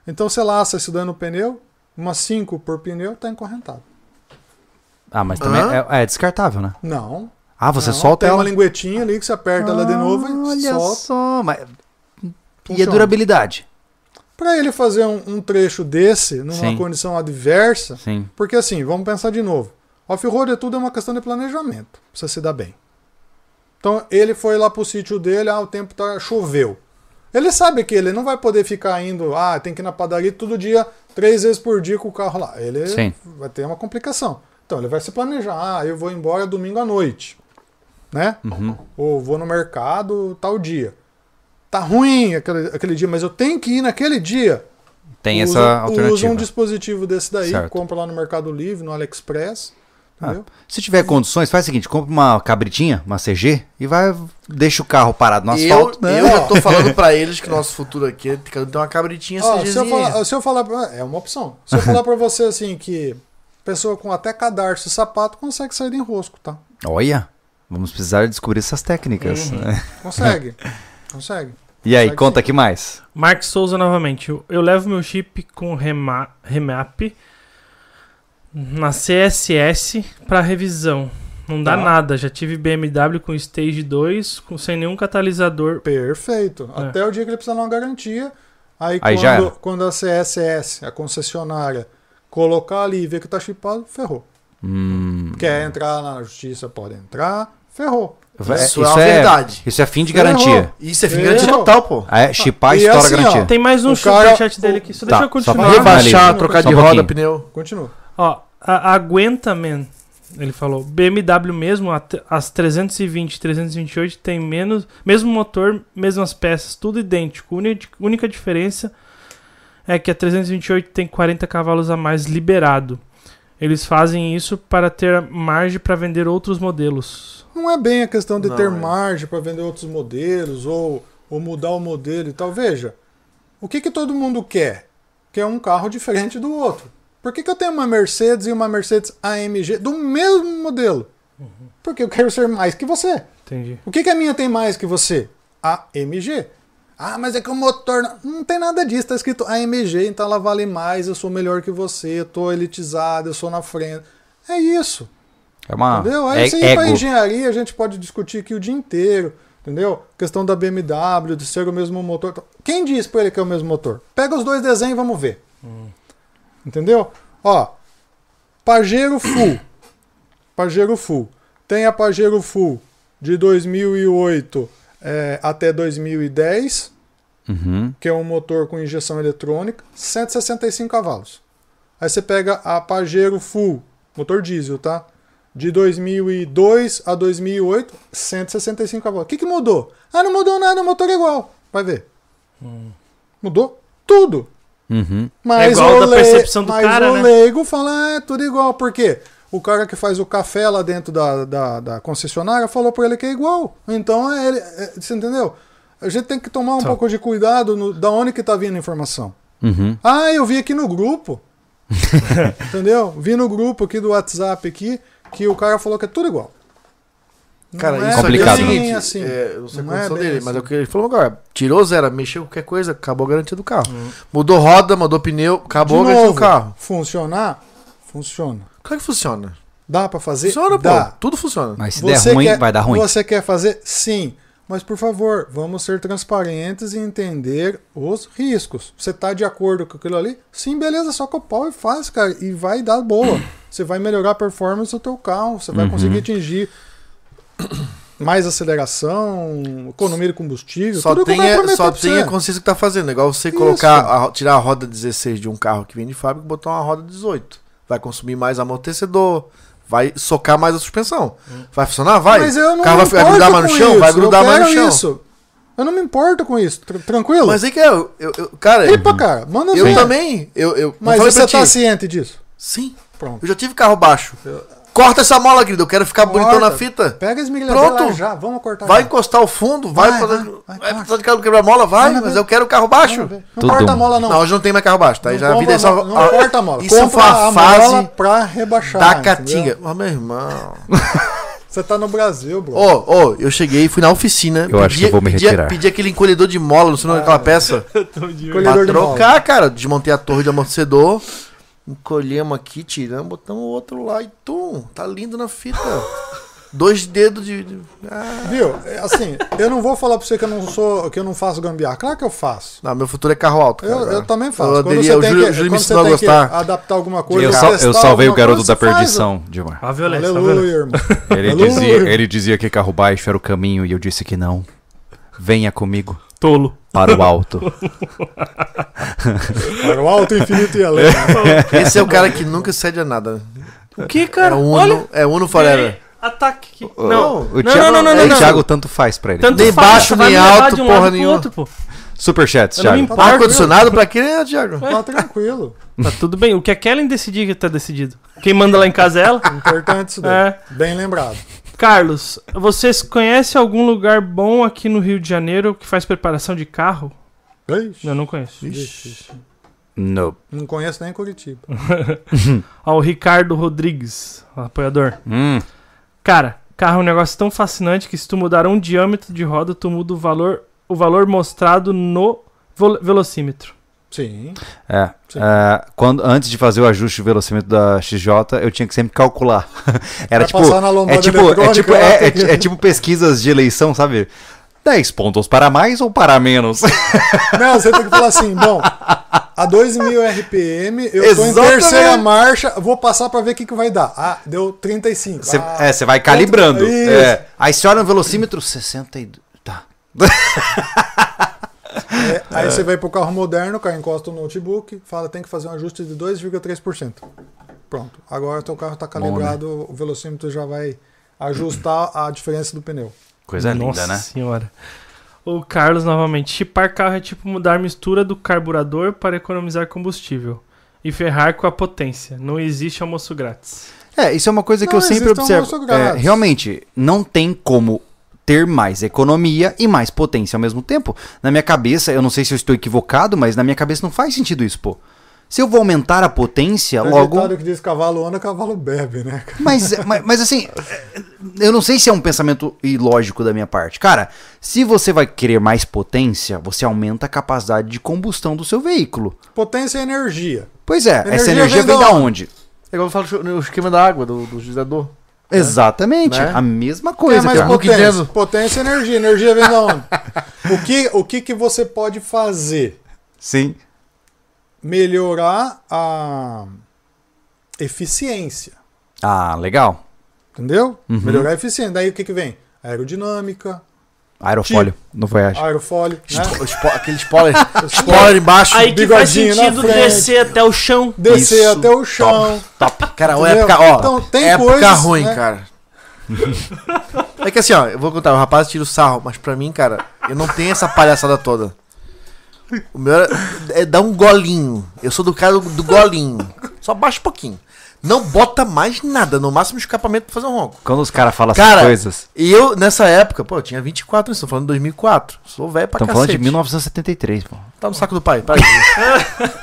S3: Então você laça isso dando o pneu, umas 5 por pneu, tá encorrentado.
S1: Ah, mas também
S2: Hã?
S1: é, é descartável, né?
S3: Não.
S1: Ah, você
S3: não,
S1: solta
S3: Tem
S1: ela. Ah,
S3: uma linguetinha ali que você aperta ela de novo e
S1: Olha
S3: solta.
S1: só, mas... E a
S3: Funciona.
S1: durabilidade?
S3: Pra ele fazer um, um trecho desse, numa
S1: Sim.
S3: condição adversa,
S1: Sim.
S3: porque assim, vamos pensar de novo. Off-road é tudo é uma questão de planejamento, pra você se dar bem. Então ele foi lá pro sítio dele, ah, o tempo tá, choveu. Ele sabe que ele não vai poder ficar indo, ah, tem que ir na padaria todo dia, três vezes por dia com o carro lá. Ele
S1: Sim.
S3: vai ter uma complicação. Então ele vai se planejar, ah, eu vou embora domingo à noite, né? Ou vou no mercado tal dia. Tá ruim aquele, aquele dia, mas eu tenho que ir naquele dia.
S1: Tem essa
S3: Usa- Usa
S1: alternativa.
S3: um dispositivo desse daí,
S1: Certo. Ah.
S3: compra lá no Mercado Livre, no AliExpress. Entendeu?
S1: Se tiver condições, faz o seguinte, compra uma cabritinha, uma CG, e vai... Deixa o carro parado no
S2: Eu,
S1: asfalto, né?
S2: eu já tô falando pra eles que nosso futuro aqui é cada um tem uma cabritinha
S3: Ó,
S2: CGzinha.
S3: se, eu falar, se eu falar pra- É uma opção. Se eu falar pra você assim que pessoa com até cadarço e sapato consegue sair de enrosco, tá?
S1: Olha, vamos precisar descobrir essas técnicas. né?
S3: Consegue. consegue.
S1: E aí,
S3: Consegue
S1: conta
S3: sim.
S1: que mais.
S4: Mark Souza novamente. Eu, eu levo meu chip com rema, remap na CSS para revisão. Não dá
S3: Tá.
S4: nada. Já tive BMW com Stage 2, com, sem nenhum catalisador.
S3: Perfeito.
S4: É.
S3: Até o dia que ele precisar de uma garantia. Aí,
S1: Aí
S3: quando,
S1: já era.
S3: quando a CSS, a concessionária, colocar ali e ver que tá chipado, ferrou.
S1: Hum,
S3: Quer entrar na justiça, pode entrar, ferrou.
S1: vé-
S2: Isso é uma verdade.
S1: Isso é fim de
S3: Ferrou.
S1: garantia.
S2: Isso é
S3: Eu-
S2: vingança total, pô.
S1: Ah, É, chipar
S3: E
S1: estoura
S3: assim, ó,
S1: garantia.
S4: Tem mais um
S3: O
S4: superchat
S3: cara-
S4: dele aqui. Só
S1: Tá,
S4: deixa eu
S1: só pra
S4: continuar.
S1: rebaixar.
S2: Rebaixar, trocar
S1: Só
S2: de
S1: um
S2: roda,
S1: pouquinho.
S2: pneu.
S3: Continua.
S4: Ó, a- aguenta, man. Ele falou. BMW mesmo, a t- as 320 328 tem menos. Mesmo motor, mesmas peças, tudo idêntico. Uni- única diferença é que a 328 tem 40 cavalos a mais liberado. Eles fazem isso para ter margem para vender outros modelos.
S3: Não é bem a questão de
S2: Não,
S3: ter
S2: é.
S3: margem para vender outros modelos ou, ou mudar o modelo e tal. Veja, o que, que todo mundo quer? Quer um carro diferente do outro. Por que, que eu tenho uma Mercedes e uma Mercedes AMG do mesmo modelo? Porque eu quero ser mais que você.
S4: Entendi.
S3: O que, que a minha tem mais que você? AMG. Ah, mas é que o motor. Não, não tem nada disso, tá escrito AMG, então ela vale mais, eu sou melhor que você, eu tô elitizado, eu sou na frente. É isso.
S1: É uma
S3: Entendeu?
S1: é,
S3: Aí você ir
S1: ego.
S3: pra engenharia, a gente pode discutir aqui o dia inteiro, entendeu? Questão da BMW, de ser o mesmo motor. Quem diz pra ele que é o mesmo motor? Pega os dois desenhos e vamos ver. Entendeu? Ó, Pajero Full. Pajero Full. Tem a Pajero Full de 2008 eh, até 2010,
S1: Uhum.
S3: que é um motor com injeção eletrônica, 165 cavalos. Aí você pega a Pajero Full, motor diesel, tá? De 2002 a 2008, 165 cavalos. O que, que mudou? Ah, não mudou nada, o motor é igual. Vai ver. Mudou tudo.
S1: Uhum.
S3: Mas
S4: Hum. É igual
S3: o
S4: da
S3: le-
S4: percepção do
S3: mas
S4: cara,
S3: o
S4: né?
S3: leigo fala, ah, é tudo igual. Por quê? O cara que faz o café lá dentro da, da, da concessionária falou pra ele que é igual. Então, é ele, é- você entendeu? A gente tem que tomar
S4: Tá.
S3: um pouco de cuidado no, da onde que tá vindo a informação.
S1: Uhum.
S3: Ah, eu vi aqui no grupo. Entendeu? Vi no grupo aqui do WhatsApp aqui que o cara falou que é tudo igual. Não
S2: Cara,
S3: é
S2: isso
S1: Complicado,
S2: aqui é o
S1: né?
S2: seguinte,
S3: bem assim.
S2: é, eu não sei a
S3: Não é
S2: condição
S3: bem
S2: dele,
S3: assim.
S2: mas é o que ele falou agora. Tirou zero, mexeu qualquer coisa, acabou a garantia do carro.
S1: Hum.
S2: Mudou roda, mudou pneu,
S3: De
S2: acabou a garantia
S3: novo,
S2: do carro.
S3: funcionar? Funciona.
S2: Como é que funciona?
S3: Dá pra fazer?
S2: Funciona,
S3: Dá.
S2: pô. Tudo funciona.
S1: Mas se der ruim, vai dar ruim.
S3: Você quer fazer? Sim. Mas, por favor, vamos ser transparentes e entender os riscos. Você tá de acordo com aquilo ali? Sim, beleza, só que o pau e faz, cara, e vai dar
S2: Uhum.
S3: boa. Você vai melhorar a performance do teu carro, você vai conseguir atingir mais aceleração, economia de combustível.
S2: Só
S3: tudo que eu vou
S2: tenha,
S3: prometer
S2: só
S3: pra você.
S2: tenha consciência do que tá fazendo. É igual você colocar, a- tirar a roda 16 de um carro que vem de fábrica e botar uma roda 18. Vai consumir mais amortecedor, vai socar mais a suspensão. Vai funcionar? Vai.
S3: Hum. Mas eu não
S2: o carro
S3: me
S2: vai ficar- vai
S3: importo
S2: grudar mais no
S3: com
S2: chão?
S3: isso,
S2: Vai grudar
S3: eu
S2: mais no
S3: quero
S2: chão.
S3: Isso. Eu não me importo com isso, tr- tranquilo?
S2: Mas aí que é. Eu, eu- cara,
S3: Epa, cara, manda
S2: eu
S3: ver.
S2: também. Eu, eu,
S3: Mas
S2: eu falei
S3: você
S2: pra
S3: tá
S2: ti.
S3: ciente disso?
S2: Sim.
S3: Pronto.
S2: Eu já tive carro baixo. Corta essa mola, querido. Eu quero ficar Tá bonitão
S3: Corta.
S2: na fita.
S3: Pega as
S2: Pronto.
S3: milhas já, vamos cortar.
S2: Vai
S3: já.
S2: encostar o fundo, vai,
S3: Vai,
S2: pra-
S3: vai, vai,
S2: vai
S3: corta.
S2: precisar de carro quebra-mola, vai,
S3: Manda
S2: mas
S3: ver.
S2: eu quero o carro baixo.
S3: Não
S1: Todo
S3: corta a
S1: mundo.
S3: mola, não.
S2: Não, hoje não tem mais carro baixo, tá? Aí
S3: Não
S2: já a
S3: compra
S2: vida é só.
S3: mo- não corta a mola.
S2: Isso é
S3: Compra
S2: uma
S3: a mola
S2: fase
S3: pra rebaixar.
S2: da
S3: entendeu?
S2: caatinga. Mas, meu irmão.
S3: Você tá no Brasil, bro.
S2: Ô, ô, eu cheguei, fui na oficina.
S1: Eu acho que eu vou me
S2: pedi,
S1: retirar.
S2: Pedi aquele encolhedor de mola, não sei o nome daquela peça.
S3: Colhedor de
S2: pra
S3: mola.
S2: trocar, cara. Desmontei a torre de amortecedor. Encolhemos aqui, tiramos, botamos o outro lá e tum, tá lindo na fita. Dois dedos de. de- Ah.
S3: Viu? É, Assim, eu não vou falar pra você que eu não sou, que eu não faço gambiarra. Claro que eu faço.
S2: Não, meu futuro é carro alto. Cara,
S3: Eu, eu
S2: agora.
S3: também faço.
S2: Eu aderia, o Júlio, o Júlio me
S3: quando você
S2: ensinou a
S3: tem que Ah.
S2: gostar.
S3: adaptar alguma coisa.
S1: Eu, sal-
S3: testar
S1: eu salvei o
S3: alguma
S1: garoto
S3: coisa,
S1: da
S3: você faz,
S1: perdição, tá Dilmar.
S4: A
S3: ó.
S4: violência, a
S3: Aleluia,
S4: violência.
S3: irmão.
S1: Ele
S3: Alô?
S1: dizia, ele dizia que carro baixo era o caminho e eu disse que não. Venha comigo
S4: Tolo.
S1: para o alto.
S3: Era o alto, infinito e além.
S2: Esse é o cara que nunca cede a nada.
S4: O que, cara?
S2: É Uno,
S4: Olha.
S2: é Uno Forever.
S4: Ataque. aqui.
S1: O-
S4: Não.
S1: o
S4: não,
S1: Thiago,
S4: não, não, não,
S1: é, o
S4: não.
S1: Thiago tanto faz pra ele.
S4: Tanto
S2: Nem
S4: faz,
S2: baixo,
S4: vai
S2: nem
S4: me levar
S2: alto,
S4: de um
S2: porra
S4: lado pro
S2: nenhuma.
S4: outro, pô.
S1: Superchat,
S4: Eu não me
S1: Thiago.
S4: importo.
S2: Ar-condicionado pra quem é, Diago?
S3: Tá tranquilo.
S4: Tá tudo bem. O que a Kellen decidir que tá decidido. Quem manda lá em casa é ela.
S3: Importante isso daí.
S4: É.
S3: Bem lembrado.
S4: Carlos, vocês conhecem algum lugar bom aqui no Rio de Janeiro que faz preparação de carro?
S3: Ixi,
S4: Eu não conheço.
S3: ixi.
S1: Não.
S3: Não conheço nem Curitiba.
S4: Ó, o Ricardo Rodrigues, apoiador.
S1: Hum,
S4: Cara, carro é um negócio tão fascinante que se tu mudar um diâmetro de roda, tu muda o valor, o valor mostrado no vel- velocímetro.
S3: Sim.
S1: é.
S3: Sim.
S1: É, quando, antes de fazer o ajuste do velocímetro da XJ, eu tinha que sempre calcular. Era
S3: Vai
S1: tipo.
S3: passar na
S1: É
S3: lombada
S1: tipo, é,
S3: eletrônica,
S1: tipo
S3: lá,
S1: é,
S3: tem
S1: é
S3: que-
S1: ti- é tipo pesquisas de eleição, sabe? 10 pontos para mais ou para menos? tipo-
S3: Não, você tem que falar assim, bom, a 2000 RPM, eu tô em
S1: Exatamente.
S3: terceira marcha, vou passar pra ver o que, que vai dar. Ah, deu 35.
S1: Você
S3: ah,
S1: é, você vai calibrando.
S3: Isso.
S1: É. Aí você olha no velocímetro, 62. Tá.
S3: é, aí você vai pro carro moderno, o cara encosta o notebook, fala, tem que fazer um ajuste de 2,3%. Pronto, agora teu carro
S1: né?
S3: tá calibrado, o velocímetro já vai ajustar a diferença do pneu.
S1: Coisa
S4: Nossa
S1: linda, né?
S4: senhora. O Carlos novamente. Chipar carro é tipo mudar a mistura do carburador para economizar combustível. E ferrar com a potência. Não existe almoço grátis.
S1: É, isso é uma coisa que
S3: Não,
S1: eu sempre
S3: existe um
S1: observo.
S3: almoço
S1: É,
S3: grátis.
S1: realmente, não tem como ter mais economia e mais potência ao mesmo tempo. Na minha cabeça, eu não sei se eu estou equivocado, mas na minha cabeça não faz sentido isso, pô. Se eu vou aumentar a potência,
S3: Tem um
S1: logo.
S3: ditado que diz cavalo anda, cavalo bebe, né? cara?
S1: Mas, mas, mas assim, eu não sei se é um pensamento ilógico da minha parte. Cara, se você vai querer mais potência, você aumenta a capacidade de combustão do seu veículo.
S3: Potência e energia.
S1: Pois é, essa
S3: Energia
S1: energia vem
S3: vem da
S1: da onde?
S2: É igual eu falo no esquema da água, do, do gerador.
S1: Exatamente,
S2: Né?
S1: a mesma
S3: É
S1: coisa.
S3: mais
S1: cara.
S3: potência.
S2: entendo.
S3: Potência e energia. Energia vem da onde? o que, o que, que você pode fazer?
S1: Sim.
S3: melhorar a eficiência,
S1: Ah, legal.
S3: entendeu?
S1: Uhum.
S3: Melhorar a eficiência. Daí o que, que vem? Aerodinâmica,
S1: Aerofólio, no Voyage.
S3: aerofólio, né?
S2: O spo- aquele spoiler. spoiler embaixo.
S3: que faz Bigodinho na sentido frente. descer
S4: até o chão.
S3: descer
S1: Isso,
S3: até o chão.
S2: Top. Cara, uma
S3: Entendeu?
S2: é época, ó.
S3: Então, tem
S2: época
S3: coisas,
S2: ruim,
S3: né?
S2: cara. É que assim, ó, eu vou contar, o rapaz tira o sarro, mas pra mim, cara, eu não tenho essa palhaçada toda. O meu era, é dar um golinho. Eu sou do cara do, do golinho. Só baixa um pouquinho. Não bota mais nada, no máximo escapamento pra fazer um ronco.
S1: Quando os caras falam
S2: Cara,
S1: essas coisas,
S2: E eu, nessa época, pô, eu tinha 24 anos, tô né? tá falando de 2004. Sou velho pra
S1: estão
S2: cacete.
S1: falando de 1973, pô.
S2: Tá no saco do pai, peraí.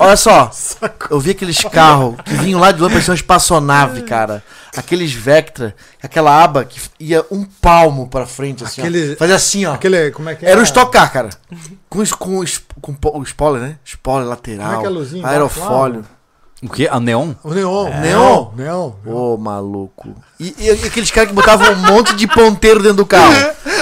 S2: Olha só, eu vi aqueles carros que vinham lá de lá parecia uma espaçonave, cara. Aqueles Vectra, aquela aba que ia um palmo pra frente, assim,
S3: Aquele-
S2: ó. Fazia assim, ó.
S3: Aquele, como é que é?
S2: Era um estocar, cara. Com, es- com, es- com po- o spoiler, né? Spoiler lateral.
S3: Como é que é a luzinha? Tá
S2: Aerofólio.
S1: O quê? A Neon?
S3: O neon.
S1: É.
S2: Neon?
S3: Neon.
S2: Ô, maluco. E, e aqueles caras que botavam um monte de ponteiro dentro do carro.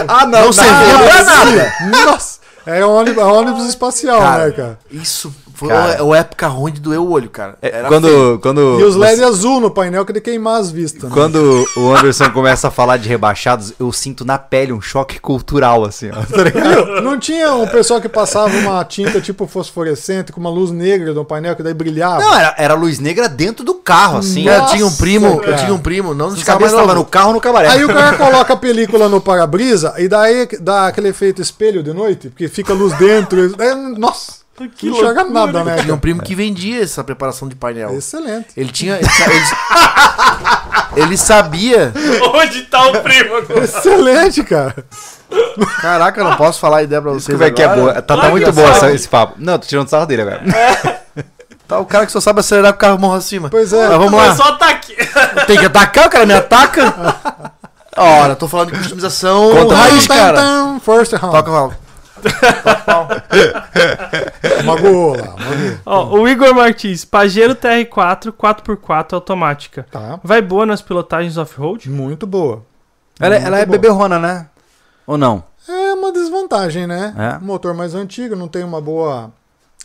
S1: Ah,
S2: Não servia pra nada.
S3: Nossa, é um ônibus, é ônibus espacial,
S2: Cara,
S3: né, cara?
S2: Isso Foi
S1: Cara.
S2: uma, uma época ruim de doer o olho, cara.
S1: É,
S2: Era feio.
S1: quando, quando,
S3: E os
S1: você-
S3: LED azul no painel que de queimar as vistas. né?
S1: quando o Anderson começa a falar de rebaixados, eu sinto na pele um choque cultural, assim, ó. Tá ligado?
S3: Não tinha um pessoal que passava uma tinta tipo fosforescente com uma luz negra no painel que daí brilhava.
S1: Não, era, era luz negra dentro do carro, assim.
S2: Cara, eu
S1: Nossa,
S2: tinha um primo,
S3: cara.
S2: eu tinha um primo, não
S1: Os
S2: nos
S1: cabeças
S2: cabelos
S1: estavam no carro ou no cabaré.
S3: Aí o cara coloca a película no para-brisa e daí dá aquele efeito espelho de noite, porque fica luz dentro. e- daí, nossa,
S4: Que
S3: não enxerga
S4: loucura,
S3: nada, né?
S2: Tinha um
S3: cara?
S2: primo
S1: É.
S2: que vendia essa preparação de painel.
S3: Excelente.
S2: Ele tinha. Ele, sa- ele- ele sabia.
S4: Onde tá o primo agora?
S3: Excelente, cara.
S2: Caraca, eu não posso falar a ideia pra vocês.
S1: Como é que é
S2: agora.
S1: boa? Tá, tá
S4: Olha,
S1: muito boa essa-
S4: sabe?
S1: esse papo. Não, tô tirando sarro dele agora.
S2: Tá o cara que só sabe acelerar com o carro morro acima.
S3: Pois é.
S2: Mas vamos lá.
S4: só tá aqui.
S1: é.
S2: Tem que atacar, o cara me ataca. Ora, tô falando de customização.
S1: Conta
S2: raiz, cara.
S3: Tam, tam, First round.
S2: Toca mal.
S3: Magoou lá. Magoou.
S4: Ó, o Igor Martins, Pajero TR4, 4x4 automática.
S3: Tá.
S4: Vai boa nas pilotagens off-road?
S3: Muito boa.
S1: Ela,
S3: Muito
S1: ela é
S3: bom.
S1: beberrona, né? Ou não?
S3: É uma desvantagem, né?
S1: É.
S3: Um Motor mais antigo, não tem uma boa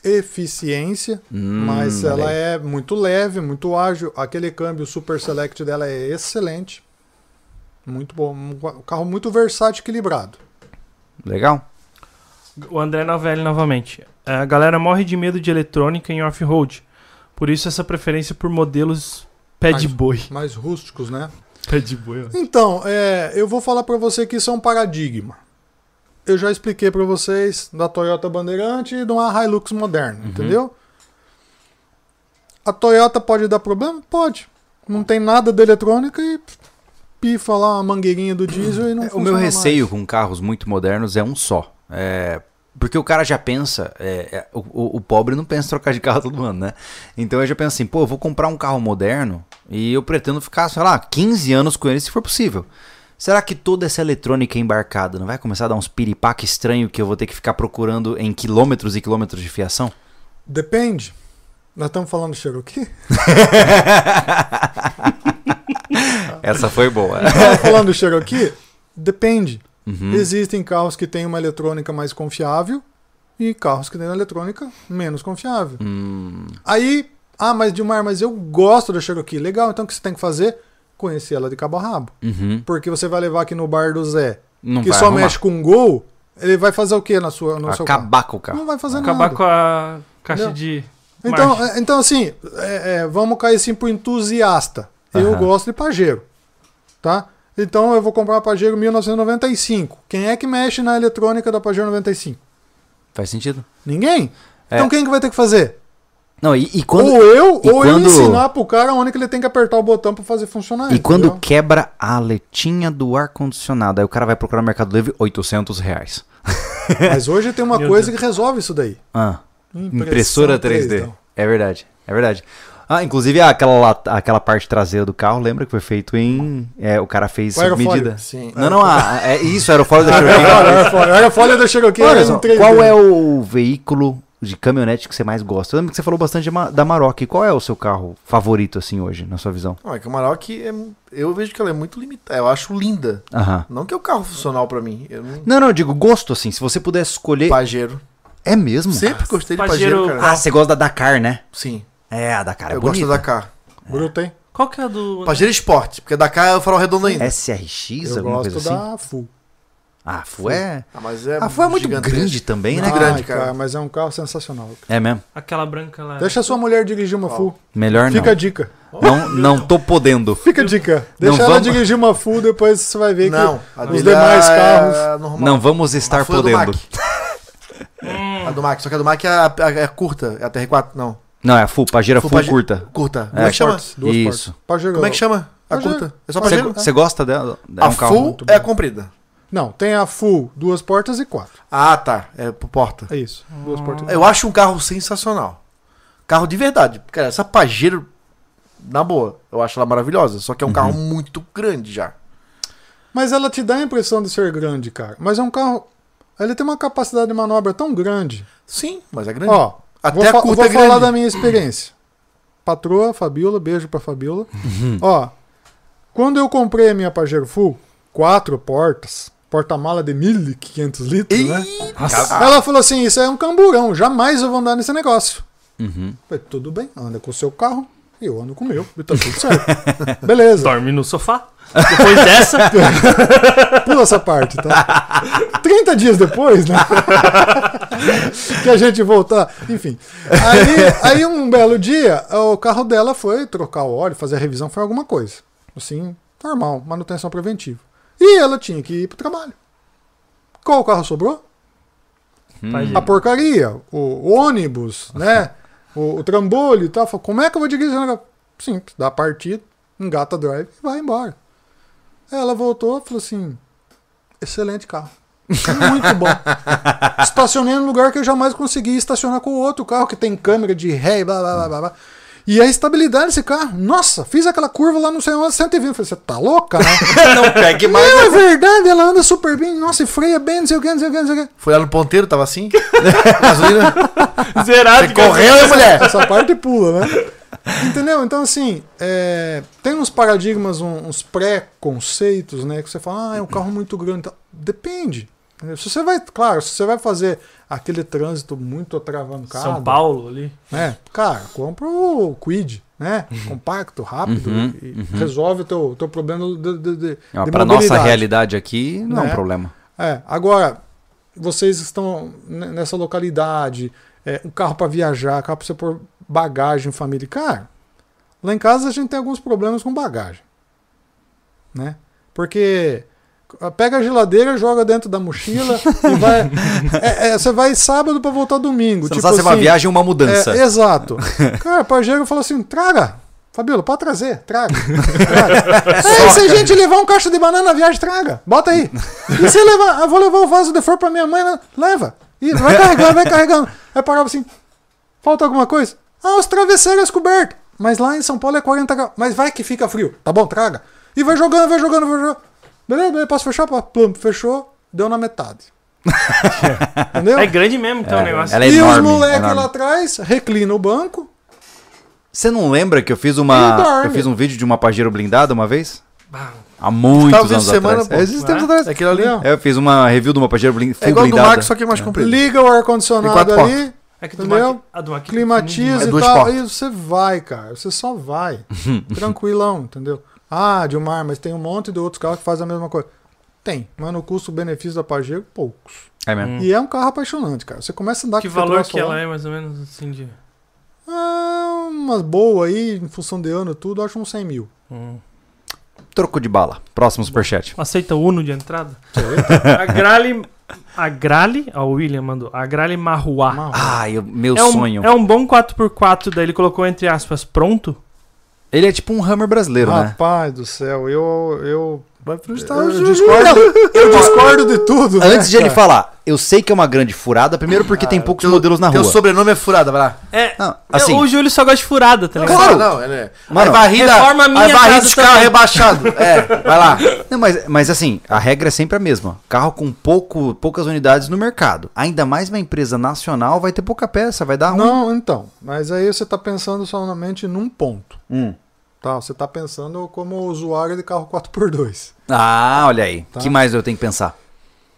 S3: eficiência,
S1: Hum,
S3: mas
S1: olha
S3: ela
S1: aí.
S3: é muito leve, muito ágil. Aquele câmbio Super Select dela é excelente. Muito bom. Um ca- carro muito versátil, equilibrado.
S1: Legal.
S4: O André Novelli novamente. A galera morre de medo de eletrônica em off-road. Por isso essa preferência por modelos pé de
S3: Mas-
S4: boi.
S3: Mais rústicos, né?
S4: Pé de boi, ó.
S3: Então, é, eu vou falar pra você que isso é um paradigma. Eu já expliquei pra vocês da Toyota Bandeirante e de uma Hilux moderna,
S1: Uhum.
S3: entendeu? A Toyota pode dar problema? Pode. Não tem nada de eletrônica e pifa lá uma mangueirinha do diesel e não
S1: É, O
S3: funciona
S1: meu
S3: mais.
S1: receio com carros muito modernos é um só. É, Porque o cara já pensa, é, é, o, o- o pobre não pensa em trocar de carro todo ano, né? Então eu já penso assim, pô, eu vou comprar um carro moderno e eu pretendo ficar, sei lá, 15 anos com ele se for possível. Será que toda essa eletrônica embarcada não vai começar a dar uns piripaque estranho que eu vou ter que ficar procurando em quilômetros e quilômetros de fiação?
S3: Depende. Nós estamos falando de Cherokee? Ah.
S1: Essa foi boa.
S3: Estamos falando de Cherokee? Depende.
S1: Uhum.
S3: Existem carros que têm uma eletrônica mais confiável e carros que têm uma eletrônica menos confiável.
S1: Hum,
S3: Aí, ah, mas Dilmar, mas eu gosto da Cherokee. Legal, então o que você tem que fazer? Conhecer ela de cabo a rabo.
S1: uhum.
S3: Porque você vai levar aqui no bar do Zé,
S1: Não
S3: que
S1: vai
S3: só
S1: arrumar.
S3: mexe com gol, ele vai fazer o quê na sua, no seu carro?
S1: Acabar com o carro.
S3: Não vai fazer
S4: Acabar
S3: nada.
S4: com a caixa
S3: Não.
S4: de.
S3: Então,
S4: marcha.
S3: é- então assim, é- é, vamos cair sim pro entusiasta. Eu
S1: Aham.
S3: gosto de Pajero, tá? Então eu vou comprar uma Pajero 1995. Quem é que mexe na eletrônica da Pajero 95?
S1: Faz sentido?
S3: Ninguém.
S1: É.
S3: Então quem que vai ter que fazer?
S1: Não, e, e quando...
S3: ou eu,
S1: e
S3: ou eu
S1: quando-
S3: ensinar pro cara onde que ele tem que apertar o botão pra fazer funcionar.
S1: E quando
S3: entendeu?
S1: quebra a aletinha do ar-condicionado, aí o cara vai procurar no Mercado Livre, 800 reais.
S3: Mas hoje tem uma
S4: Meu
S3: coisa que resolve isso daí.
S1: Ah, impressora 3D.
S3: então.
S1: É verdade, é verdade. Ah, inclusive aquela, lat- aquela parte traseira do carro, lembra que foi feito em... é, o cara fez
S3: O
S1: sob
S3: aerofólio.
S1: medida.
S2: Sim.
S1: Não, não, ah, é isso, era o fora da
S3: Olha,
S1: Chevrolet.
S3: olha a folha- olha a folha da Cherokee
S1: É. Olha
S3: em
S1: só,
S3: 3D.
S1: qual é o veículo de caminhonete que você mais gosta? Eu lembro que você falou bastante de ma- da Maroc. Qual é o seu carro favorito, assim, hoje, na sua visão?
S2: Não, é que o Maroc, é, eu vejo que ela é muito limitada. Eu acho linda.
S1: Aham.
S2: Não que é o carro funcional pra mim. Eu não...
S1: Não, não, eu digo gosto, assim, se você pudesse escolher...
S2: Pajero.
S1: É mesmo?
S2: Sempre gostei de
S4: Pajero-
S2: Pajero,
S1: Ah,
S2: cara.
S1: você gosta da Dakar, né?
S2: Sim.
S1: É, a Dakar é
S2: eu
S1: bonita.
S2: gosto da Dakar.
S3: Bruto, hein?
S4: Qual que é a do.
S2: Pajero Sport, porque Dakar é o farol redondo ainda.
S1: SRX,
S3: Eu
S1: alguma
S3: gosto
S1: coisa assim?
S3: da Full.
S1: Ah, foi. É...
S2: Ah, mas é
S1: Ah, foi muito
S2: gigantesco.
S1: grande Ah. também, né?
S2: Muito
S3: Ai,
S2: grande, cara.
S3: Mas é um carro sensacional.
S1: É mesmo.
S4: Aquela branca lá.
S3: Deixa a sua mulher dirigir uma
S2: Qual?
S3: Full.
S1: Melhor
S3: Fica a dica.
S1: não. Não, não tô podendo.
S3: Fica a dica. Deixa
S1: Não
S3: ela
S1: vamos-
S3: dirigir uma Full, depois você vai ver
S2: Não,
S3: que
S2: a
S3: os
S2: dele
S3: demais
S2: é
S3: carros...
S2: normal.
S1: Não vamos estar
S2: A foi a do
S1: podendo.
S2: Mack. A do Mac, só que a do Mac é, a, a- é a curta, é a TR4, não.
S1: Não, é a full, Pajero full,
S2: Full Pajero-
S1: curta.
S2: Curta. Como
S1: É,
S2: é que chama?
S3: Portas, duas
S1: Isso.
S3: portas. Pajero.
S2: Como é que chama? A
S3: Pajero.
S2: curta. É só
S1: Você
S2: Pajero?
S1: você gosta dela? É
S2: a
S1: um carro
S2: full
S1: muito bom.
S2: é a comprida.
S3: Não, tem a Full, duas portas e quatro.
S2: Ah, tá. É por porta.
S3: É isso. Duas portas.
S2: Eu acho um carro sensacional. Carro de verdade. Cara, essa Pajero, na boa, eu acho ela maravilhosa. Só que é
S1: Uhum.
S2: um carro muito grande já.
S3: Mas ela te dá a impressão de ser grande, cara. Mas é um carro. Ele tem uma capacidade de manobra tão grande.
S2: Sim, mas é grande.
S3: Ó,
S2: Até
S3: vou,
S2: a
S3: fa-
S2: curta
S3: vou
S2: é grande.
S3: falar da minha experiência. Patroa, Fabiola, beijo pra Fabiola. Ó, quando eu comprei a minha Pajero Full, quatro portas, porta-mala de 1.500 litros, né?
S2: Ih,
S3: Ela falou assim: Isso aí é um camburão, jamais eu vou andar nesse negócio.
S1: Uhum.
S3: Falei, tudo bem, anda com o seu carro e eu ando com o meu. E tá tudo certo. Beleza.
S4: Dorme no sofá. Depois dessa,
S3: Pula essa parte, tá? 30 dias depois, né? que a gente voltar. Enfim. Aí, aí um belo dia, o carro dela foi trocar o óleo, fazer a revisão, foi alguma coisa. Assim, normal, manutenção preventiva. E ela tinha que ir pro trabalho. Qual carro sobrou?
S1: Hum.
S4: Hum.
S3: a porcaria, o, o ônibus, né? O, o trambolho e tal. Falei, Como é que eu vou dirigir esse negócio? Simples, dá a partida, engata a drive e vai embora. Aí Ela voltou e falou assim: excelente carro. Muito bom. Estacionei num lugar que eu jamais consegui estacionar com o outro carro que tem câmera de ré e blá blá blá blá. blá. E a estabilidade desse carro, nossa, fiz aquela curva lá no 120. Falei, você tá louca, né?
S1: Não pegue mais.
S3: Não, é verdade, ela anda super bem, nossa, e freia bem, não sei o que, não sei o que, não sei o que.
S2: Foi lá no ponteiro, tava assim? Gasolina.
S4: zerado.
S2: Você correu, hein, mulher?
S3: Essa parte pula, né? Entendeu? Então, assim, é, tem uns paradigmas, um- uns pré-conceitos, né? Que você fala, ah, é um carro muito grande. e tal. Depende. entendeu? Se você vai, claro, se você vai fazer aquele trânsito muito atravancado.
S4: São Paulo ali.
S3: Né? Cara, compra o Quid, né? Compacto, rápido.
S1: Uhum,
S3: e Resolve o teu, teu problema de, de, de,
S1: Não,
S3: de
S1: pra nossa
S3: mobilidade.
S1: realidade aqui, não é um
S3: É Né?
S1: problema.
S3: É, agora, vocês estão ne- nessa localidade, é, um carro para viajar, carro para você pôr bagagem, família. Cara, lá em casa a gente tem alguns problemas com bagagem. Né? Porque ah, pega a geladeira, joga dentro da mochila e vai. é, é, você vai sábado para voltar domingo.
S1: Você não sabe se é uma
S3: assim,
S1: viagem ou uma mudança.
S3: é, exato. Cara, o Pajero falou assim: traga. Fabíola, pode trazer, traga. traga. É, e se a gente levar um caixa de banana na viagem, traga. Bota aí. E se levar, eu vou levar o vaso de flor pra minha mãe, né? leva. E vai carregando, vai carregando. Aí parava assim: falta alguma coisa? Ah, os travesseiros cobertos. Mas lá em São Paulo é 40 graus. Mas vai que fica frio. Tá bom, traga. E vai jogando, vai jogando, vai jogando. Beleza, beleza, posso fechar? Pô, Plum, fechou, deu na metade. Entendeu?
S4: É grande mesmo, então, o negócio.
S2: Tá
S1: ela é
S3: e
S1: enorme,
S3: os
S1: é
S3: moleques
S1: enorme.
S3: lá atrás reclinam o banco.
S1: Você não lembra que eu fiz
S3: Ele
S1: uma.
S3: dorme.
S1: Eu fiz um vídeo de uma pajero blindada uma vez?
S4: Ah,
S1: Há muitos
S2: Talvez
S1: anos
S2: semana,
S1: atrás.
S2: pô.
S1: É, esses tempos
S4: Ah,
S1: atrás.
S2: Aquilo ali.
S3: Entendeu?
S1: É, eu fiz uma review de uma pajero blin...
S2: É
S1: full
S2: igual do
S1: blindada.
S2: Marco, só que é mais comprido.
S3: Liga o
S2: Tem
S3: ar-condicionado
S2: quatro
S3: ali,
S4: É que do
S3: Entendeu?
S4: Mac, a do Mac
S3: climatiza
S2: É
S3: e
S2: duas
S3: tal.
S2: portas.
S3: Aí você vai, cara. Você só vai. Tranquilão, entendeu? Ah, Dilmar, mas tem um monte de outros carros que fazem a mesma coisa. Tem, mas no custo-benefício da Pajero, poucos.
S1: É mesmo.
S2: Hum.
S3: E é um carro apaixonante, cara. Você começa a andar
S4: Que
S3: com
S4: valor
S3: efetuação
S4: que ela é, mais ou menos, assim, de...
S3: Ah, umas boas aí, em função de ano e tudo, eu acho uns 100 mil.
S4: Hum.
S1: Troco de bala. Próximo superchat.
S4: Aceita o Uno de entrada? a Grale... A Grale... Ó, o William mandou. A Grale Marruá.
S3: Uma-
S1: Ah, eu- meu
S4: é um,
S1: sonho.
S4: É um bom 4x4, daí ele colocou entre aspas, pronto.
S1: Ele é tipo um Hammer brasileiro,
S3: Ah,
S1: né?
S3: Rapaz do céu, eu, eu,
S2: Vai frustrar
S3: eu,
S2: o
S3: discordo, eu
S4: então.
S3: discordo de tudo.
S1: Antes de
S3: né,
S1: ele
S3: cara?
S1: falar, eu sei que é uma grande furada, primeiro porque tem poucos modelos na
S2: Teu
S1: rua.
S2: sobrenome é furada, vai lá.
S4: É,
S1: Não, assim,
S4: o Júlio só gosta de furada, tá ligado?
S1: Claro.
S2: Não, é.
S1: Mano,
S2: Mano, varrida,
S4: reforma a minha
S2: aí varrida
S4: casa
S2: de carro
S4: também.
S2: rebaixado. É, vai lá.
S1: Não, mas, mas assim, a regra é sempre a mesma. Carro com pouco, poucas unidades no mercado. Ainda mais uma empresa nacional vai ter pouca peça, vai dar um ruim.
S3: Não, então. Mas aí você está pensando somente num ponto.
S1: Hum.
S3: Tá? Você está pensando como usuário de carro 4x2.
S1: Ah, olha aí.
S3: Tá.
S1: que mais eu tenho que pensar?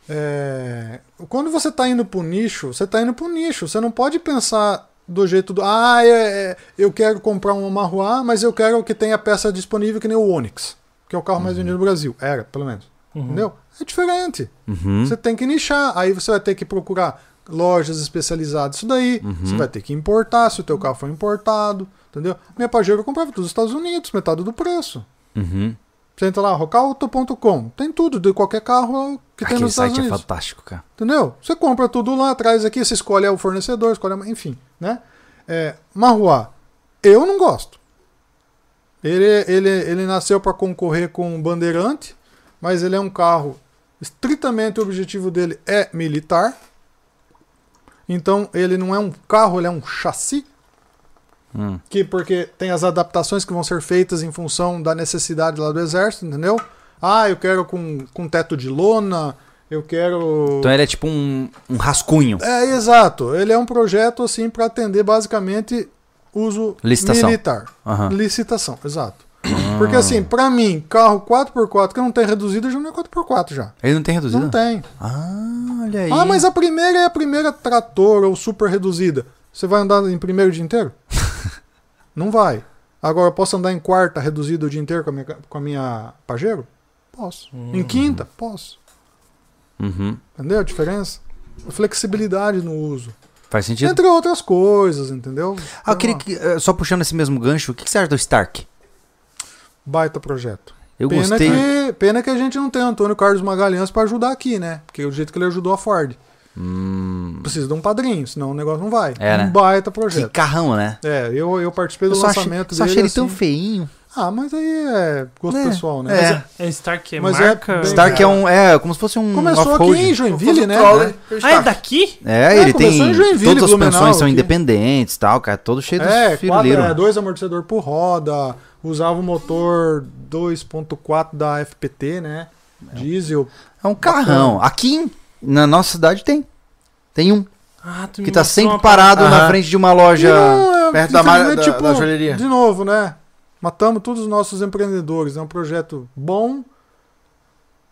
S3: É, Quando você está indo para o nicho, você está indo para o nicho. Você não pode pensar do jeito do. Ah, é, é, eu quero comprar um Marruá, mas eu quero que tenha peça disponível que nem o Onix, que é o carro mais vendido no Brasil. Era, pelo menos. Entendeu? É diferente.
S1: Uhum.
S3: Você tem que nichar, aí você vai ter que procurar lojas especializadas isso daí,
S1: Uhum.
S3: você vai ter que importar, se o teu carro for importado, entendeu? Minha Pajero eu comprava dos Estados Unidos, metade do preço.
S1: Uhum.
S3: Você entra lá, rocauto.com, tem tudo de qualquer carro que tem
S1: Aquele
S3: nos Estados
S1: site é
S3: Unidos,
S1: fantástico, cara.
S3: entendeu? Você compra tudo lá, traz aqui, você escolhe o fornecedor, escolhe, a- enfim, né? É, Marruá, eu não gosto. Ele, ele, ele nasceu para concorrer com o Bandeirante, mas ele é um carro estritamente o objetivo dele é militar. Então ele não é um carro, ele é um chassi.
S1: Hum.
S3: Que porque tem as adaptações que vão ser feitas em função da necessidade lá do exército, entendeu? Ah, eu quero com, com teto de lona, eu quero.
S1: Então ele é tipo um, um rascunho.
S3: É, exato. Ele é um projeto assim para atender basicamente uso
S1: Licitação.
S3: militar.
S1: Aham. Ah.
S3: Licitação, exato. Porque assim, para mim, carro 4x4 que não tem reduzida já não é 4x4 já.
S1: Ele não tem reduzido?
S3: Não tem.
S1: Ah, olha aí.
S3: Ah, mas a primeira é a primeira trator ou super reduzida. Você vai andar em primeiro o dia inteiro? não vai. Agora, eu posso andar em quarta reduzido o dia inteiro com a minha, com a minha Pajero? Posso. Em quinta? Posso.
S1: Uhum.
S3: Entendeu a diferença? A flexibilidade no uso.
S1: Faz sentido.
S3: Entre outras coisas, entendeu?
S1: Ah, eu
S3: Então,
S1: queria
S3: ó,
S1: que, eh, só puxando esse mesmo gancho, o que, que você acha do Stark?
S3: Baita projeto.
S1: Eu
S3: pena,
S1: gostei.
S3: que, pena que a gente não tem Antônio Carlos Magalhães pra ajudar aqui, né? Porque é o jeito que ele ajudou a Ford.
S1: Hum,
S3: Precisa de um padrinho, senão o negócio não vai.
S1: É, né?
S3: Um baita
S1: que
S3: projeto.
S1: carrão, né?
S3: É, eu, eu participei do
S1: Eu só achei,
S3: lançamento
S1: só achei
S3: dele.
S1: ele tão
S3: assim.
S1: feinho.
S3: Ah, mas aí é gosto
S1: É,
S3: pessoal, né?
S1: é.
S3: Mas
S4: É Stark é
S3: Mas é
S4: marca.
S3: bem-
S1: Stark é um. É, como se fosse um.
S3: Começou
S1: off-road.
S3: aqui em
S2: um
S3: Joinville, né?
S4: Ah, é daqui?
S1: É,
S3: É,
S1: ele
S3: começou
S1: tem.
S3: em Joinville,
S1: Todas as
S3: Blumenau,
S1: pensões são
S3: aqui.
S1: independentes e tal, cara. Todo cheio
S3: É,
S1: de
S3: quatro,
S1: fileiro.
S3: é, dois amortecedor por roda, usava o motor 2.4 da FPT, né? Diesel.
S1: É um carrão. Aqui em- na nossa cidade tem. Tem um
S4: Ah, tu me
S1: que tá
S4: mostrou
S1: sempre
S4: uma
S1: parado na
S2: Aham.
S1: frente de uma loja.
S3: E não, é,
S2: perto da mar-
S3: infelizmente,
S2: da- da joalheria.
S3: De novo, né? Matamos todos os nossos empreendedores. É um projeto bom,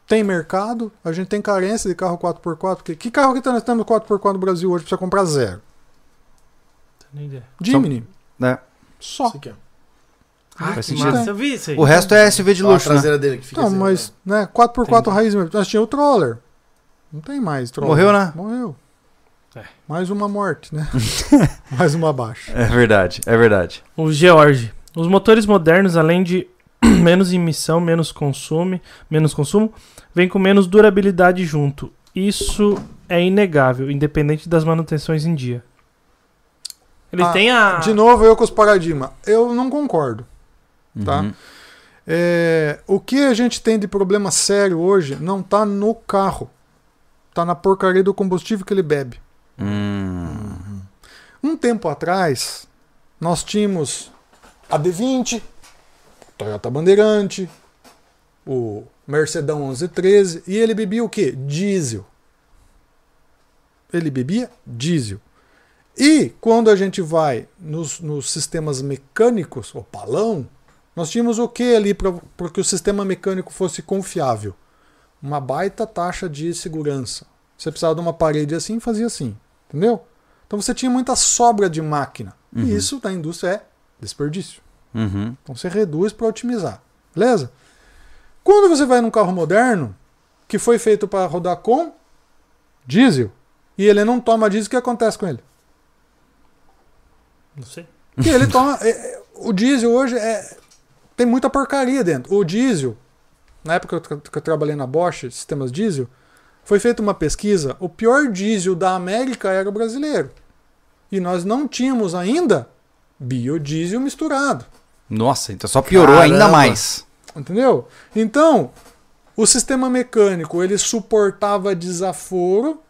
S3: tem mercado, a gente tem carência de carro 4x4. Porque que carro que tá- nós temos 4x4 no Brasil hoje pra você comprar zero?
S4: parada.
S3: Jimny.
S1: né?
S3: Só.
S2: aqui, ó.
S4: Ah, que
S1: Faz sentido.
S4: massa, eu vi isso aí.
S1: O resto é SUV de
S2: Ó, a
S1: luxo, né?
S2: traseira dele que fica
S3: Não,
S2: assim,
S3: mas,
S2: ó.
S3: né, 4x4 raiz mesmo. Nós tínhamos o Troller. Não tem mais Troller.
S1: Morreu, né?
S3: Morreu.
S4: É.
S3: Mais uma morte, né? mais uma baixa.
S1: É verdade, é verdade.
S4: O George. Os motores modernos, além de menos emissão, menos consumo, menos consumo, vem com menos durabilidade junto. Isso é inegável, independente das manutenções em dia. Ele
S3: Ah,
S4: tem a.
S3: De novo, eu com os paradigmas. Eu não concordo. Tá?
S1: Uhum.
S3: É, o que a gente tem de problema sério hoje não tá no carro. Tá na porcaria do combustível que ele bebe.
S1: Hum.
S3: Um tempo atrás, nós tínhamos a D20, Toyota Bandeirante, o Mercedão 1113, e ele bebia o quê? Diesel. Ele bebia diesel. E quando a gente vai nos, nos sistemas mecânicos, o palão, nós tínhamos o que ali para que o sistema mecânico fosse confiável? Uma baita taxa de segurança. Você precisava de uma parede assim, fazia assim, entendeu? Então você tinha muita sobra de máquina. E isso na indústria é desperdício.
S1: Uhum.
S3: Então você reduz para otimizar. Beleza? Quando você vai num carro moderno, que foi feito para rodar com diesel, e ele não toma diesel, o que acontece com ele?
S4: Não sei.
S3: Que ele toma. é, é, o diesel hoje é, tem muita porcaria dentro. O diesel, na época que eu, tra- que eu trabalhei na Bosch, sistemas diesel, foi feita uma pesquisa. O pior diesel da América era o brasileiro. E nós não tínhamos ainda biodiesel misturado.
S1: Nossa, então só piorou ainda
S2: Caramba.
S1: mais.
S3: Entendeu? Então, o sistema mecânico ele suportava desaforo,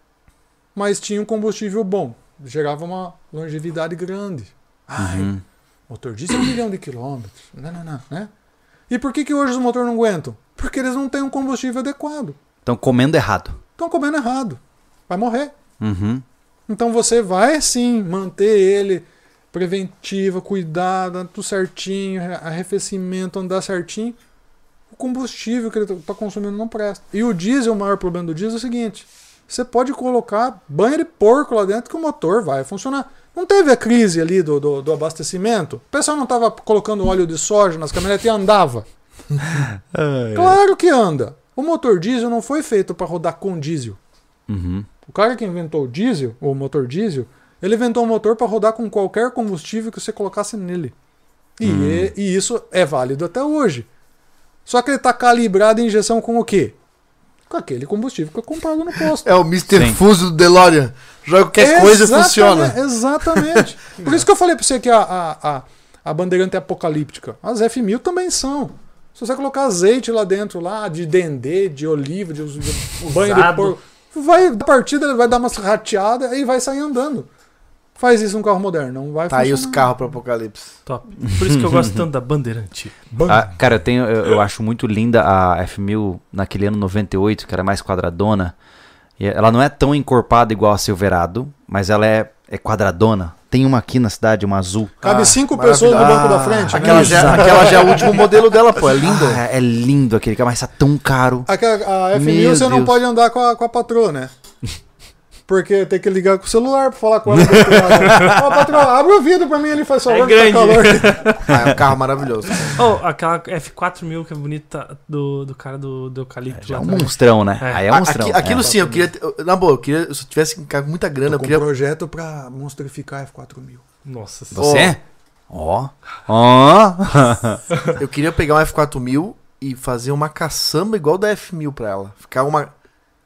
S3: mas tinha um combustível bom. Gerava uma longevidade grande. Ai, motor diesel um milhão de quilômetros. Não, não, não, né? E por que, que hoje os motores não aguentam? Porque eles não têm um combustível adequado.
S1: Estão comendo errado.
S3: Estão comendo errado. Vai morrer.
S1: Uhum.
S3: Então você vai sim manter ele preventiva, cuidar, dar tudo certinho, re- arrefecimento, andar certinho. O combustível que ele está consumindo não presta. E o diesel, o maior problema do diesel é o seguinte: você pode colocar banho de porco lá dentro que o motor vai funcionar. Não teve a crise ali do, do, do abastecimento? O pessoal não estava colocando óleo de soja nas caminhonetas e andava. Claro que anda. O motor diesel não foi feito para rodar com diesel.
S1: Uhum.
S3: O cara que inventou o diesel, ou o motor diesel, ele inventou um motor para rodar com qualquer combustível que você colocasse nele. E, e- e isso é válido até hoje. Só que ele tá calibrado a injeção com o quê? Com aquele combustível que é comprado no posto.
S2: É o Mr.
S1: Sim.
S2: Fuso do DeLorean. Joga qualquer coisa e
S3: Exatamente,
S2: funciona.
S3: Exatamente. Por isso que eu falei para você que a, a, a, a bandeirante é apocalíptica. As F1000 também são. Se você colocar azeite lá dentro, lá de dendê, de oliva, de, de, de banho de
S4: Usado.
S3: porco, vai da partida, ele vai dar uma rateada e vai sair andando. Faz isso um carro moderno, não vai
S2: Tá aí os carros pro apocalipse.
S4: Top. Por isso que eu gosto tanto da Bandeirante.
S1: Ah, cara, eu, tenho, eu, eu acho muito linda a F1000 naquele ano 98, que era mais quadradona. E ela não é tão encorpada igual a Silverado, mas ela é, é quadradona. Tem uma aqui na cidade, uma azul.
S3: Cabe
S2: Ah,
S3: cinco pessoas no banco da
S2: Ah,
S3: frente. né?
S2: Aquela, já, aquela já é o último modelo dela, pô. É lindo.
S1: Ah, é lindo aquele carro, mas tá tão caro.
S3: Aquela- É A, F1000
S1: Meu
S3: você não
S1: Deus.
S3: pode andar com a, com a patroa, né? Porque tem que ligar com o celular pra falar com ela. do outro lado. Ó, patrão, abre o vidro pra mim. Ele faz
S4: É
S3: favor, que
S4: grande.
S3: tá calor.
S2: Ah, é um carro maravilhoso.
S4: Oh, aquela F4000 que é bonita do, do cara do, do eucalipto
S1: É
S4: lá
S1: um
S4: também.
S1: monstrão, né?
S4: É.
S1: Aí é um
S2: tá. A-
S1: monstrão.
S2: aqui- aquilo sim, eu queria. ter- eu- Na boa, eu queria. Se eu tivesse um carro com muita grana, eu
S3: Com
S2: queria.
S3: um projeto pra monstrificar a F4000.
S4: Nossa senhora.
S1: Você? Ó. Ó.
S2: Eu queria pegar um F4000 e fazer uma caçamba igual da F1000 pra ela. Ficar uma.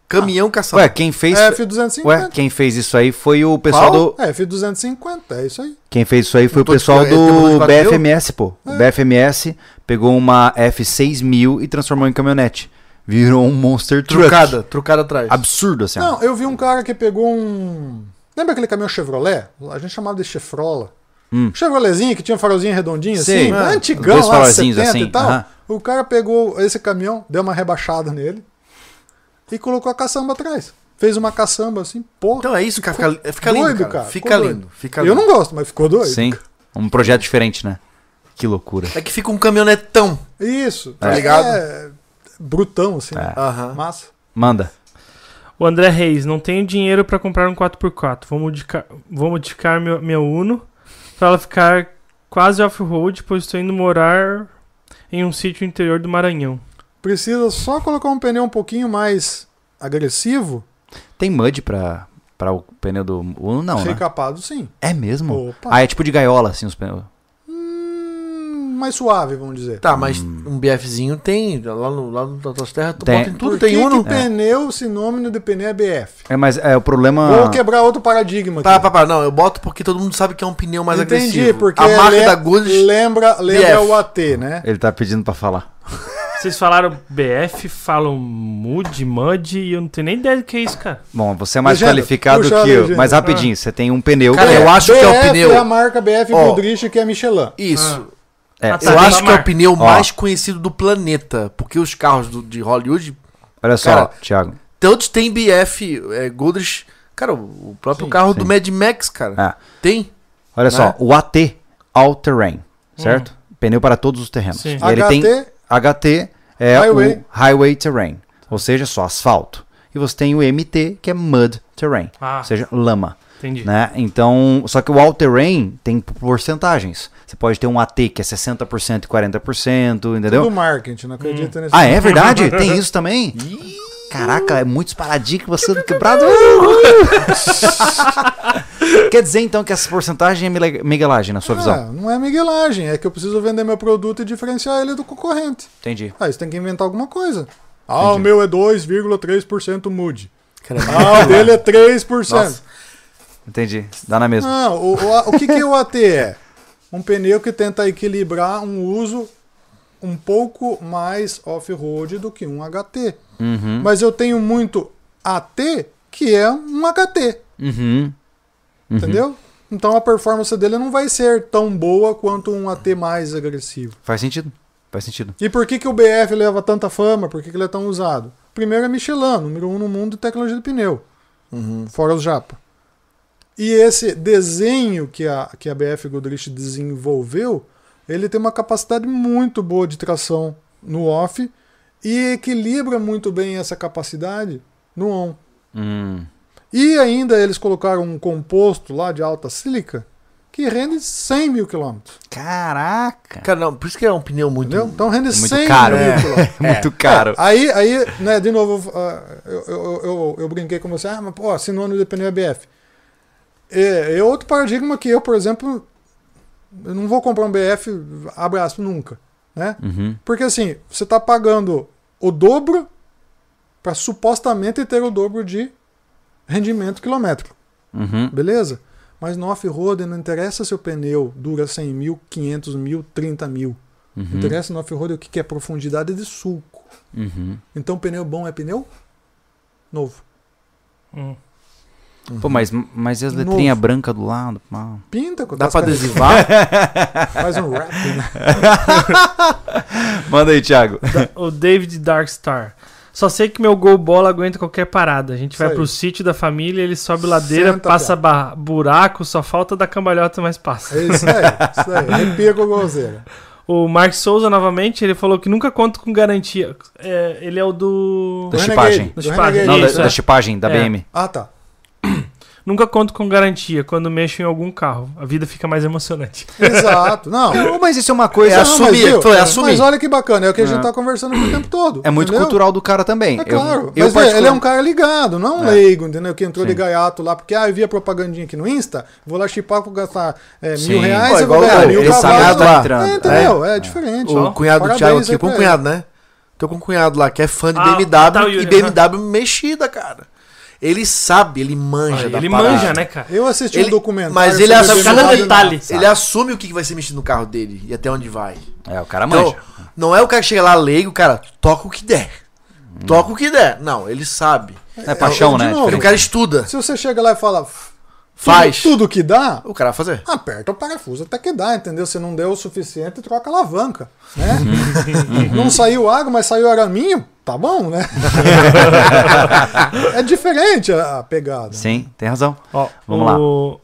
S2: Caminhão caçamba.
S1: Ah. Ué, quem
S3: É,
S1: fez.
S3: F250.
S1: Ué, quem fez isso aí foi o pessoal
S2: Qual?
S1: do.
S3: É, F250, é isso aí.
S1: Quem fez isso aí foi
S2: Não
S1: o
S2: tô
S1: pessoal
S2: te- eu- eu
S1: do
S2: tô te batendo.
S1: BFMS, pô. O BFMS pegou uma F6000 e transformou em caminhonete. Virou um Monster Truck.
S2: trucada, trucada atrás.
S1: Absurdo, assim. ó.
S3: Não, eu vi um cara que pegou um. Lembra aquele caminhão Chevrolet? A gente chamava de Chevrola.
S1: Hum.
S3: Chevroletzinho que tinha um farolzinho redondinho
S1: Sei.
S3: assim,
S1: Ah,
S3: antigão
S1: dois
S3: lá,
S1: farolzinhos
S3: 70
S1: assim,
S3: e tal.
S1: aham.
S3: O cara pegou esse caminhão, deu uma rebaixada nele e colocou a caçamba atrás. Fez uma caçamba assim, porra.
S2: Então é isso, cara. Fica, fica lindo,
S3: doido,
S2: cara.
S3: cara,
S2: Fica
S3: ficou doido.
S2: lindo. Fica
S3: eu
S2: lindo.
S3: não gosto, mas ficou doido.
S1: Sim. Um projeto diferente, né? Que loucura.
S2: É que fica um caminhonetão.
S3: Isso.
S2: Tá
S3: É,
S2: ligado?
S3: é brutão assim.
S1: É.
S3: né?
S2: Aham.
S3: Massa.
S1: Manda.
S4: O André Reis, não tenho dinheiro pra comprar um 4x4. Vou modificar, vou modificar meu, minha Uno pra ela ficar quase off-road, pois estou indo morar em um sítio interior do Maranhão.
S3: Precisa só colocar um pneu um pouquinho mais agressivo.
S1: Tem mud pra, pra o pneu do Uno? Não,
S3: Achei
S1: né?
S3: capado, sim.
S1: É mesmo?
S3: Opa.
S1: Ah, é tipo de gaiola, assim, os pneus.
S3: Hum, mais suave, vamos dizer.
S2: Tá, mas
S3: Hum.
S2: um BFzinho tem. Lá, no, lá no- nas tuas terras, tu
S1: Tem.
S2: bota em tudo,
S3: Por
S2: tem um
S3: que
S2: Uno.
S3: que pneu, sinônimo de pneu é BF.
S1: É, mas é, o
S3: Vou
S2: Ah.
S1: problema...
S3: quebrar outro paradigma
S2: Pá,
S3: aqui.
S2: pá, pá, não, eu boto porque todo mundo sabe que é um pneu Tá, mais
S3: Entendi,
S2: agressivo.
S3: porque é
S2: a marca
S3: le-
S2: da Goodrich
S3: lembra, lembra
S2: BF.
S3: o AT, né?
S1: Ele tá pedindo pra falar.
S4: Vocês falaram BF, falam Mud, Mud, e eu não tenho nem ideia do que é isso, cara.
S1: Bom, você é mais
S3: Legenda,
S1: qualificado
S3: puxa a
S1: que eu.
S3: legenda.
S1: Mas rapidinho, você tem um pneu...
S2: Cara,
S1: que é-
S2: eu acho que é o
S3: BF
S2: pneu.
S3: é a marca BF
S2: Ó.
S3: Goodrich, que é Michelin.
S2: Isso.
S1: É,
S4: Ah, tá.
S2: Eu
S4: Sabe
S2: acho que é
S4: marca.
S2: o pneu
S1: Ó.
S2: mais conhecido do planeta. Porque os carros do- de Hollywood,
S1: Olha só,
S2: Cara,
S1: Thiago.
S2: todos têm BF, é, Goodrich. Cara, o o próprio carro do
S1: sim.
S2: Mad Max, cara.
S1: Ah,
S2: Tem.
S1: olha
S2: Né?
S1: só, o AT, All Terrain, certo? Pneu para todos os terrenos.
S4: Hum. Sim.
S1: E ele
S3: HT,
S1: tem HT é
S3: Highway.
S1: o Highway Terrain, ou seja, só asfalto. E você tem o MT, que é Mud Terrain,
S4: Ah,
S1: ou seja, lama.
S4: entendi.
S1: Né? Então, só que o All Terrain tem porcentagens. Você pode ter um AT que é 60% e 40%, entendeu?
S3: tudo marketing, não acredito
S2: Hum.
S3: nisso.
S1: Ah, é verdade? Tem isso também? Caraca, é muito paradinho que você do quebrado. Quer dizer então que essa porcentagem é mile- miguelagem na sua visão?
S3: Ah, não é miguelagem, é que eu preciso vender meu produto e diferenciar ele do concorrente.
S1: Entendi.
S3: Ah, isso tem que inventar alguma coisa. Ah, o meu é 2,3% MUD.
S2: Cara,
S3: Ah, o dele é 3%.
S2: Nossa.
S1: Entendi. Dá na mesma.
S3: Não, Ah, o, o, a- o que, que o AT é? Um pneu que tenta equilibrar um uso um pouco mais off-road do que um HT.
S1: Uhum.
S3: Mas eu tenho muito AT que é um HT,
S1: Uhum.
S3: entendeu? Então a performance dele não vai ser tão boa quanto um AT mais agressivo.
S1: Faz sentido. Faz sentido.
S3: E por que, que o BF leva tanta fama? Por que, que ele é tão usado? Primeiro é Michelin, número um no mundo de tecnologia de pneu.
S1: Uhum.
S3: Fora os japa. E esse desenho que a, que a BF Goodrich desenvolveu, ele tem uma capacidade muito boa de tração no off e equilibra muito bem essa capacidade no on.
S1: Hum.
S3: E ainda eles colocaram um composto lá de alta sílica que rende 100 mil quilômetros.
S1: Caraca.
S2: Cara, não, por isso que é um pneu muito.
S3: Entendeu? Então rende
S1: muito
S3: 100
S1: caro.
S3: mil
S1: É.
S3: quilômetros.
S1: É muito caro.
S3: Aí, aí, né, de novo, ah, eu, eu, eu, eu brinquei com você, ah, mas pô, sinônimo de pneu é BF. É, é outro paradigma que eu, por exemplo, eu não vou comprar um BF, abraço, nunca. Né?
S1: Uhum.
S3: Porque assim, você tá pagando o dobro para supostamente ter o dobro de rendimento quilométrico,
S1: Uhum.
S3: beleza? Mas no off-road não interessa se o pneu dura 100 mil, 500 mil, 30 mil.
S1: Uhum.
S3: Interessa no off-road o que que é profundidade de sulco.
S1: Uhum.
S3: Então pneu bom é pneu novo.
S4: Hum.
S1: Pô, mas, mas e as
S3: Novo.
S1: letrinhas brancas do lado? Ah.
S3: Pinta com
S2: Dá
S3: as
S2: pra
S3: caras-
S2: adesivar?
S3: Faz um rap, né?
S1: Manda aí, Thiago.
S4: O David Darkstar. Só sei que meu gol bola aguenta qualquer parada. A gente vai
S3: Isso aí.
S4: pro sítio da família, ele sobe ladeira,
S3: Senta,
S4: passa ba- buraco, só falta da cambalhota, mas passa.
S3: É isso aí, isso aí. Arrepia com a gozeira.
S4: O Mark Souza, novamente, ele falou que nunca conta com garantia. É, ele é o do.
S1: Da
S3: Do
S1: chipagem.
S3: Renegade,
S4: Da
S3: do
S4: chipagem.
S3: Renegade.
S1: Não, da,
S4: Isso, é.
S1: da chipagem, da
S4: É.
S1: BM.
S3: Ah, tá.
S4: Nunca conto com garantia quando mexo em algum carro. A vida fica mais emocionante.
S3: Exato. Não.
S1: Não, mas isso é uma coisa.
S2: É
S1: É,
S3: Não,
S2: assumir,
S3: mas, viu?
S2: foi assumir.
S3: Mas olha que bacana, é o que a gente
S2: É.
S3: tá conversando aqui o tempo todo.
S1: É muito
S3: entendeu?
S1: cultural do cara também.
S3: É claro.
S1: Eu, eu
S3: mas é, ele é um
S1: particular-
S3: cara ligado,
S2: É.
S3: não um leigo, entendeu? Que entrou de
S1: Sim.
S3: gaiato lá, porque ah, eu vi a propagandinha aqui no Insta, vou lá chipar pra gastar é,
S1: Sim.
S3: mil reais,
S2: Pô,
S3: eu vou
S2: igual
S3: ganhar
S2: o-
S3: mil
S2: esse tá
S3: cavalos.
S2: cunhado lá.
S3: É, entendeu? É, diferente. ó.
S2: né? O cunhado do
S3: Parabéns
S2: Thiago
S3: aí
S2: aqui,
S3: pra
S2: pô, um
S3: ele.
S2: cunhado, né? Tô com um cunhado lá que é fã de
S4: Ah,
S2: BMW
S4: tá, o Yuri,
S2: e BMW mexida, cara. Ele sabe, ele manja da
S4: ele
S2: parada.
S4: manja, né, cara?
S3: Eu assisti
S2: Ele-
S3: um documentário.
S2: Mas ele
S3: sobre
S2: assume
S4: cada
S3: BMW.
S4: detalhe.
S2: Ele assume o que vai ser mexido no carro dele e até onde vai.
S1: É, o cara manja.
S2: Então, não é o cara que chega lá leigo, cara, toca o que der. Toca o que der. Não, ele sabe.
S1: é paixão,
S3: eu- de
S1: né? É
S3: novo,
S2: E o
S1: diferente.
S2: cara estuda,
S3: Se você chega lá e fala, "F-
S2: faz.
S3: tudo que dá,
S2: O cara vai fazer.
S3: aperta o parafuso até que dá, entendeu? Se não deu o suficiente, troca a alavanca, né? não saiu água, mas saiu araminho, tá bom, né? é diferente a a pegada. né?
S1: Sim, tem razão.
S4: Ó,
S1: Vamos lá.
S4: o...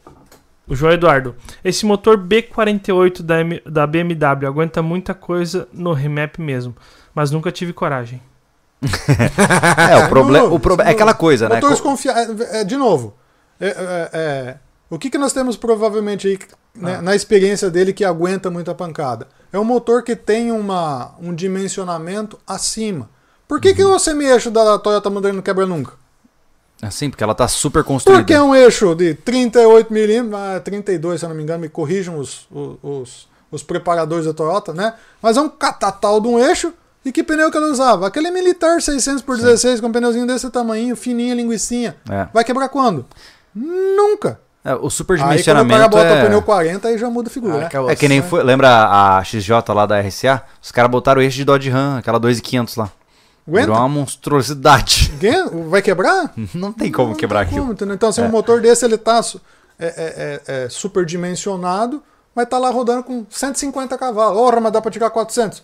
S4: O João Eduardo. Esse motor B48 da, M- da BMW aguenta muita coisa no remap mesmo. Mas nunca tive coragem.
S1: É, o problema.
S3: novo,
S1: O proble é
S3: novo.
S1: aquela coisa, né?
S3: Motor
S1: Co-
S3: desconfia- é, é, de novo, é, é, é, o que, que nós temos provavelmente aí né,
S1: Ah.
S3: na experiência dele que aguenta muita pancada? É um motor que tem uma, um dimensionamento acima. Por
S1: Uhum.
S3: que, que o semi-eixo da Toyota Mandarin não quebra nunca?
S1: Assim, porque ela tá super construída.
S3: Porque é um eixo de 38 milímetros, ah, 32 se eu não me engano, me corrijam os, o- os, os preparadores da Toyota, né? Mas é um catatal de um eixo. E que pneu que ela usava? Aquele militar 600 por 16 com um pneuzinho desse tamanho, fininha, linguicinha.
S1: É.
S3: Vai quebrar quando? Nunca.
S1: É, o
S3: Aí quando o cara
S1: superdimensionamento
S3: bota
S1: é...
S3: o pneu 40, aí já muda a figura. né?
S2: Acabou.
S1: É que nem foi, lembra a XJ lá da RCA? Os caras botaram o eixo de Dodge Ram, aquela 2500 lá. Virou
S3: Aguenta?
S1: uma monstruosidade.
S3: Alguém- Vai quebrar?
S1: Não tem como
S3: Não tem
S1: quebrar
S3: como,
S1: aquilo. É.
S3: entendeu? Então, assim, um motor desse, ele tá su- é, é, é, é superdimensionado, mas tá lá rodando com 150 cavalos. Ora, mas dá pra tirar 400.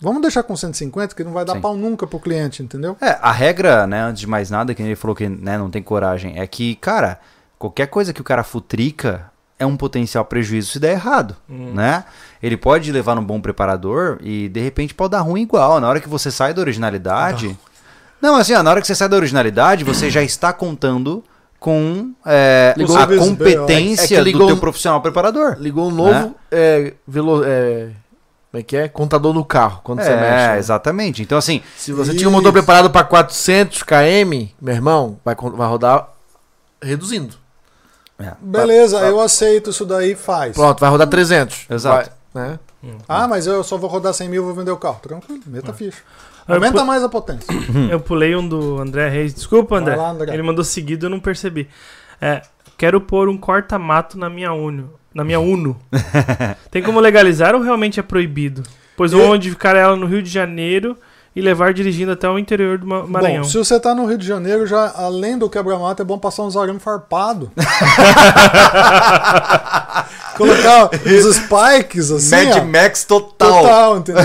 S3: Vamos deixar com 150, que não vai dar
S1: Sim.
S3: pau nunca pro cliente, entendeu?
S1: É, a regra, né, antes de mais nada, que ele falou que né, não tem coragem, é que, cara, qualquer coisa que o cara futrica é um potencial prejuízo se der errado,
S2: Hum.
S1: né? Ele pode levar num bom preparador e, de repente, pode dar ruim igual. Na hora que você sai da originalidade... Não, assim, ó, na hora que você sai da originalidade, você já está contando com é,
S3: Ligou
S1: a
S3: o USB, ó.
S2: É
S1: competência
S2: que ligou
S1: do teu
S2: um-
S1: profissional preparador.
S2: Ligou um novo
S1: Né?
S2: é, velo- é, como é que é? Contador no carro, quando você
S1: é,
S2: mexe. né?
S1: exatamente. Então, assim,
S2: Se você tinha um motor
S3: Isso.
S2: preparado pra 400 km, meu irmão, vai, con- vai rodar reduzindo.
S1: é,
S3: Beleza, eu aceito isso daí, faz.
S2: Pronto, vai rodar 300.
S1: Exato.
S2: Vai, né?
S3: Ah, mas eu só vou rodar 100 mil, vou vender o carro. Tranquilo,
S1: É.
S3: meta ficha.
S4: É, Eu
S3: Aumenta
S4: pu-
S3: mais a potência.
S4: Eu pulei um do André Reis. Desculpa, André.
S3: Vai lá, André.
S4: Ele mandou seguido, eu não percebi. É, quero pôr um corta-mato na minha Uno. Na minha Uno. Tem como legalizar ou realmente é proibido? Pois vou
S3: Eu-
S4: modificar ela no Rio de Janeiro e levar dirigindo até o interior do Ma- Maranhão.
S3: Bom, se você tá no Rio de Janeiro, já além do quebra-mato, é bom passar uns arame farpado. Colocar os spikes assim. ó.
S5: Mad Max total.
S3: Total, entendeu?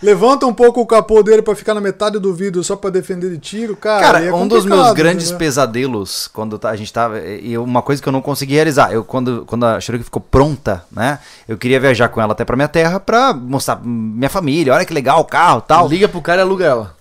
S3: Levanta um pouco o capô dele pra ficar na metade do vidro só pra defender de tiro, cara.
S1: Cara,
S3: aí é
S1: um dos
S3: complicado,
S1: meus grandes
S3: entendeu?
S1: pesadelos quando tá- a gente tava. E eu- uma coisa que eu não consegui realizar. Eu, quando, quando a Cherokee ficou pronta, né? Eu queria viajar com ela até pra minha terra pra mostrar pra minha família, olha que legal o carro e tal.
S2: Liga pro cara e aluga ela.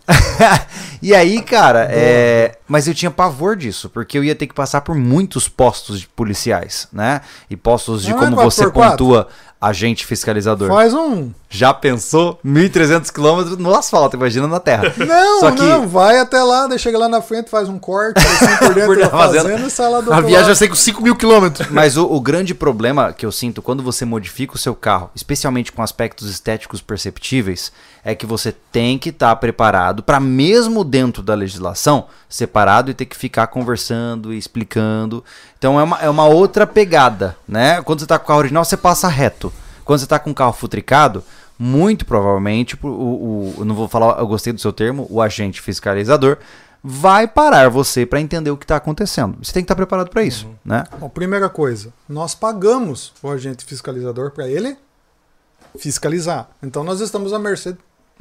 S1: e aí, cara, é, mas eu tinha pavor disso, porque eu ia ter que passar por muitos postos de policiais, né? E postos de
S3: Não é
S1: como você
S3: 4x4?
S1: pontua agente fiscalizador.
S3: Faz um.
S1: Já pensou? 1.300 quilômetros no asfalto, imagina na terra.
S3: Não,
S1: Só que-
S3: não, vai até lá, daí chega lá na frente, faz um corte, assim por dentro
S1: Por dentro
S3: da
S1: da fazenda. é
S3: fazenda e sai lá do
S2: A
S3: outro
S2: viagem vai
S3: lado.
S2: ser com 5 mil quilômetros.
S1: Mas o, o grande problema que eu sinto quando você modifica o seu carro, especialmente com aspectos estéticos perceptíveis, é que você tem que estar preparado para, mesmo dentro da legislação, separado e ter que ficar conversando e explicando. Então é uma, é uma outra pegada, né? Quando você tá com o carro original, você passa reto. Quando você tá com o carro futricado, muito provavelmente, o, o- eu não vou falar, eu gostei do seu termo, o agente fiscalizador vai parar você para entender o que tá acontecendo. Você tem que estar preparado para isso, né?
S3: Bom, primeira coisa, nós pagamos o agente fiscalizador pra ele fiscalizar. Então nós estamos à mercê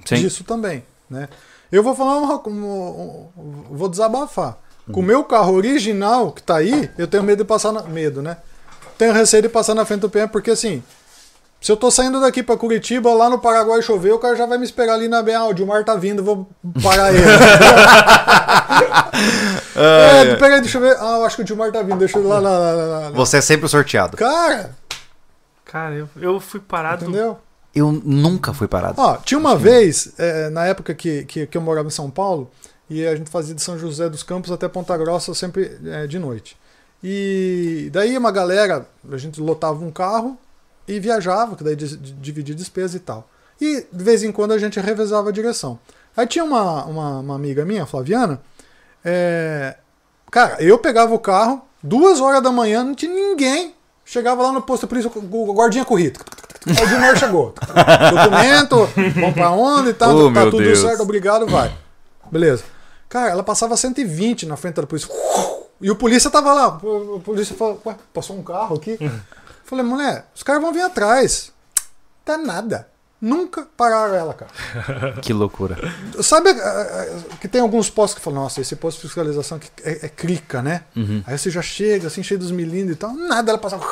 S3: disso também, né? Eu vou falar uma, um- um- vou desabafar. Com o meu carro original que tá aí, eu tenho medo de passar na, medo, né? Tenho receio de passar na frente do PM porque assim, Se eu tô saindo daqui pra Curitiba, lá no Paraguai chover, o cara já vai me esperar ali na BA. O Dilmar tá vindo, vou parar ele. é, peraí, deixa eu ver. Ah, eu acho que o Dilmar tá vindo, deixa eu ir lá, lá, lá, lá, lá.
S1: Você é sempre o sorteado.
S3: Cara,
S4: Cara, eu, eu fui parado.
S3: entendeu?
S1: Eu nunca fui parado.
S3: Ó, tinha uma vez, é, na época que, que, que eu morava em São Paulo, e a gente fazia de São José dos Campos até Ponta Grossa sempre é, de noite. E daí uma galera, a gente lotava um carro e viajava, que daí dis- di- dividia despesa e tal. E de vez em quando a gente revezava a direção. Aí tinha uma, uma, uma amiga minha, a Flaviana, é, cara, eu pegava o carro, duas horas da manhã, não tinha ninguém. Chegava lá no posto, por isso, o guardinha corrida. Aí o Dilmar chegou. Documento, vamos pra onde e tal.
S1: Oh,
S3: tá
S1: meu
S3: tudo
S1: Deus.
S3: certo, obrigado, vai. Beleza. Cara, ela passava 120 na frente da polícia. E o polícia tava lá. O o polícia falou, ué, passou um carro aqui.
S1: Hum.
S3: Falei, mulher, os caras vão vir atrás. Tá nada. Nunca pararam ela, cara.
S1: Que loucura.
S3: Sabe ah, ah, que tem alguns postos que falam, nossa, esse posto de fiscalização aqui é, é crica, né?
S4: Uhum.
S3: Aí você já chega, assim, cheio dos milindres e tal. Nada, ela passava.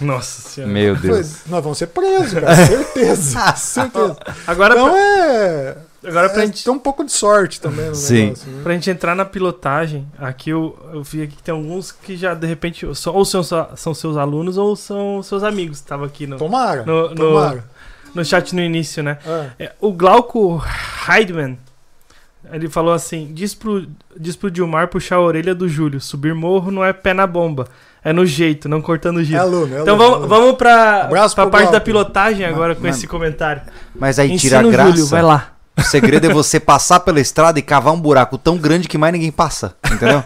S4: Nossa senhora.
S1: Meu
S3: Falei,
S1: Deus.
S3: nós vamos ser presos, cara. Certeza. certeza.
S4: Ah, Agora,
S3: Então
S4: pra,
S3: é.
S4: agora pra
S3: é,
S4: gente
S3: Tem um pouco de sorte também no
S1: Sim.
S3: negócio, né?
S4: Pra gente entrar na pilotagem, aqui eu, eu vi aqui que tem alguns que já, de repente, só, ou são, só- são seus alunos ou são seus amigos. Tava aqui no,
S3: Tomara.
S4: No- no-
S3: tomara.
S4: no chat no início, né?
S3: É.
S4: É, o Glauco Heidman, ele falou assim, diz pro, diz pro Dilmar puxar a orelha do Júlio, subir morro não é pé na bomba, é no jeito, não cortando o
S3: É
S4: giro.
S3: aluno, é
S4: então
S3: aluno, é
S4: vamos,
S3: aluno.
S4: vamos pra,
S3: Abraço
S4: pra
S3: pro
S4: parte da
S3: Glauco.
S4: pilotagem agora
S1: Ma-
S4: com
S1: ma-
S4: esse comentário.
S1: Mas aí tira
S4: Ensina
S1: a
S4: o
S1: graça.
S4: Júlio, vai lá.
S1: O segredo é você passar pela estrada e cavar um buraco tão grande que mais ninguém passa. Entendeu?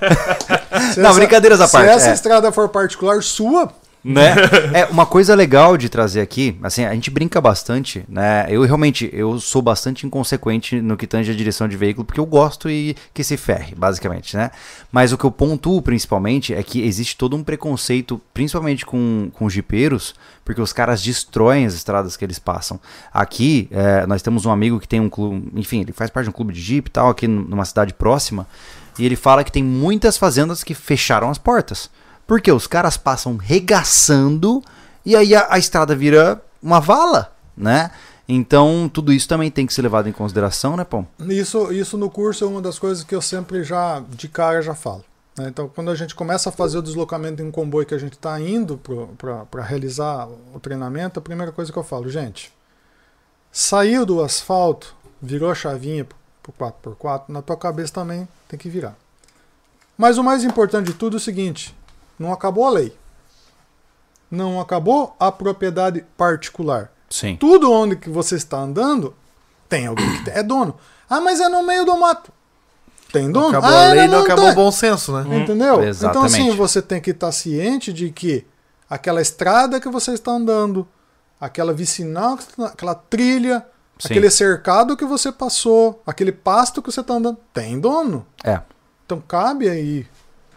S3: Se
S1: Não,
S3: essa-
S1: brincadeiras à
S3: se
S1: parte,
S3: essa
S1: é.
S3: estrada for particular sua,
S1: né? É, uma coisa legal de trazer aqui, assim, a gente brinca bastante, né? Eu realmente, eu sou bastante inconsequente no que tange a direção de veículo, porque eu gosto e que se ferre, basicamente, né? Mas o que eu pontuo principalmente é que existe todo um preconceito, principalmente com, com os jipeiros, porque os caras destroem as estradas que eles passam. Aqui, é, nós temos um amigo que tem um clube, enfim, ele faz parte de um clube de jipe e tal, aqui num- numa cidade próxima, e ele fala que tem muitas fazendas que fecharam as portas. Porque os caras passam regaçando e aí a, a estrada vira uma vala, né? Então tudo isso também tem que ser levado em consideração, né, Pão?
S3: Isso, isso no curso é uma das coisas que eu sempre já, de cara, já falo. né? Então, quando a gente começa a fazer o deslocamento em um comboio que a gente está indo para realizar o treinamento, a primeira coisa que eu falo, gente, saiu do asfalto, virou a chavinha para 4x4, na tua cabeça também tem que virar. Mas o mais importante de tudo é o seguinte, não acabou a lei. Não acabou a propriedade particular
S1: Sim.
S3: tudo onde que você está andando, tem alguém que é dono. Ah, mas é no meio do mato. Tem dono?
S2: Acabou
S3: ah,
S2: a lei,
S3: ainda
S2: não acabou
S3: tem.
S2: o bom senso, né?
S3: Entendeu? Então,
S1: Exatamente.
S3: assim, você tem que estar ciente de que aquela estrada que você está andando, aquela vicinal, que você tá- aquela trilha,
S1: Sim.
S3: aquele cercado que você passou, aquele pasto que você está andando, tem dono.
S1: É.
S3: Então cabe aí,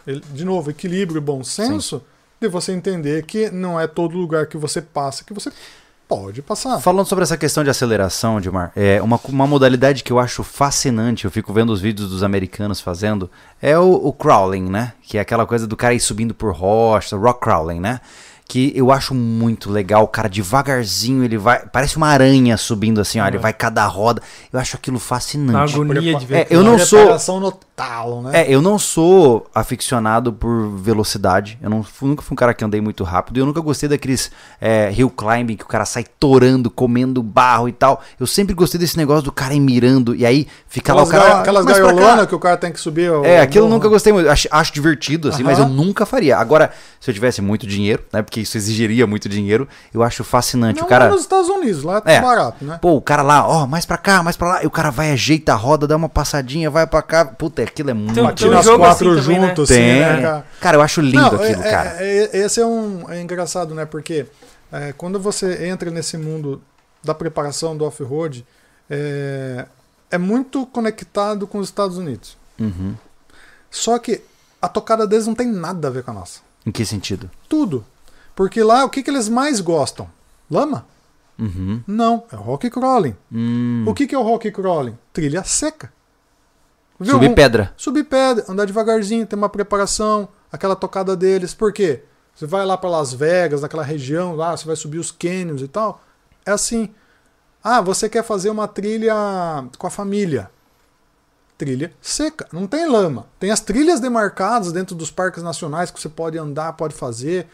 S3: ele- de novo, equilíbrio e bom senso de você entender que não é todo lugar que você passa que você pode passar.
S1: Falando sobre essa questão de aceleração, Dilmar, é uma, uma modalidade que eu acho fascinante, eu fico vendo os vídeos dos americanos fazendo, é o, o crawling, né? Que é aquela coisa do cara ir subindo por rocha, rock crawling, né? Que eu acho muito legal, o cara devagarzinho, ele vai. Parece uma aranha subindo assim, ó. Ele vai cada roda. Eu acho aquilo
S4: Na
S1: fascinante.
S4: Uhum. agonia de ver.
S1: É,
S4: aquilo.
S1: eu não sou-
S3: Preparação no talo, né?
S1: É, eu não sou aficionado por velocidade. Eu não fui- nunca fui um cara que andei muito rápido. e Eu nunca gostei daqueles é, hill climbing que o cara sai torando, comendo barro e tal. Eu sempre gostei desse negócio do cara ir mirando e aí fica lá o
S3: Aquelas,
S1: cara.
S3: ga-
S1: "Ah,
S3: aquelas
S1: mas pra cá".
S3: gaiolonas que o cara tem que subir. o-
S1: É, aquilo eu
S3: o-
S1: nunca gostei muito. Acho, acho divertido, assim, mas eu
S3: Aham.
S1: nunca faria. Agora, se eu tivesse muito dinheiro, né? Porque isso exigiria muito dinheiro, eu acho fascinante.
S3: Não,
S1: o cara.
S3: mas nos Estados Unidos, lá é,
S1: É.
S3: barato, né?
S1: Pô, o cara lá, ó, mais pra cá, mais pra lá. E o cara vai, ajeita a roda, dá uma passadinha, vai pra cá. Puta, aquilo é muito
S4: Tem um- tem um
S1: atirador.
S3: Tira as
S4: jogo
S3: quatro
S4: assim também, né?
S3: juntos, assim,
S1: Tem.
S3: né, cara?
S1: Cara, eu acho lindo
S3: Não,
S1: aquilo,
S3: é-
S1: cara.
S3: é- é- esse é um é engraçado, né? Porque é, quando você entra nesse mundo da preparação do off-road, é, é muito conectado com os Estados Unidos.
S1: Uhum.
S3: Só que a tocada deles não tem nada a ver com a nossa.
S1: Em que sentido?
S3: Tudo. Porque lá, o que, que eles mais gostam? Lama?
S1: Uhum.
S3: Não, é rock crawling.
S1: Hum.
S3: O que, que é o rock crawling? Trilha seca. Viu um-
S1: Subir
S3: algum-
S1: pedra.
S3: Subir pedra, andar devagarzinho, ter uma preparação, aquela tocada deles. Por quê? Você vai lá para Las Vegas, naquela região lá, você vai subir os cânions e tal. É assim. Ah, você quer fazer uma trilha com a família. Trilha seca, não tem lama. Tem as trilhas demarcadas dentro dos parques nacionais que você pode andar, pode fazer.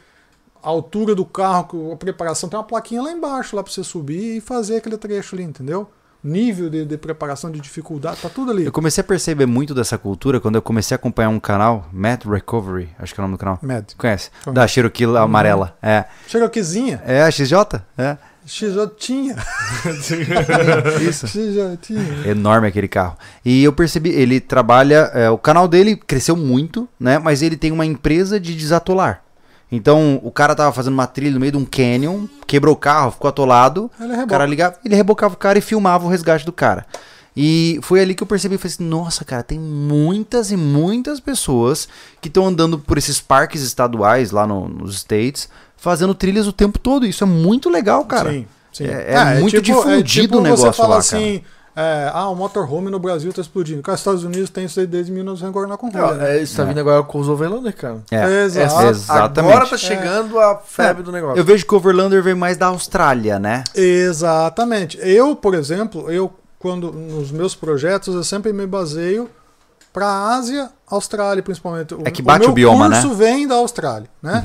S3: A altura do carro, a preparação, tem uma plaquinha lá embaixo lá para você subir e fazer aquele trecho ali, entendeu? Nível de, de preparação, de dificuldade, tá tudo ali.
S1: Eu comecei a perceber muito dessa cultura quando eu comecei a acompanhar um canal, Mad Recovery, acho que é o nome do canal.
S3: Med.
S1: Conhece?
S3: Conheço. Uhum.
S1: Da Cherokee amarela. É.
S3: Cheroquezinha,
S1: É a XJ? É.
S3: xijotinha,
S1: Isso.
S3: xijotinha.
S1: Enorme aquele carro. E eu percebi, ele trabalha. é, o canal dele cresceu muito, né? Mas ele tem uma empresa de desatolar. Então o cara tava fazendo uma trilha no meio de um canyon, quebrou o carro, ficou atolado.
S3: Ele
S1: O cara
S3: rebola.
S1: ligava, ele rebocava o cara e filmava o resgate do cara. E foi ali que eu percebi, eu falei assim, nossa, cara, tem muitas e muitas pessoas que estão andando por esses parques estaduais lá no- nos States, fazendo trilhas o tempo todo. Isso é muito legal, cara.
S3: Sim, sim. Ah, tipo,
S1: É- é muito difundido o
S3: você
S1: negócio
S3: fala
S1: lá, cara.
S3: assim, é, ah, o motorhome no Brasil tá explodindo. Cara, os Estados Unidos tem isso aí desde 1940 com rolha,
S2: Não,
S3: né?
S2: é, isso tá vindo agora com os Overlander, cara.
S1: É,
S3: Exato.
S2: Essa-
S1: exatamente. É.
S2: Agora tá chegando a febre do negócio.
S1: Eu vejo que o Overlander vem mais da Austrália, né?
S3: Exatamente. Eu, por exemplo, eu quando nos meus projetos eu sempre me baseio para Ásia, Austrália principalmente.
S1: É que bate o bioma, Uhum.
S3: curso vem da Austrália, né?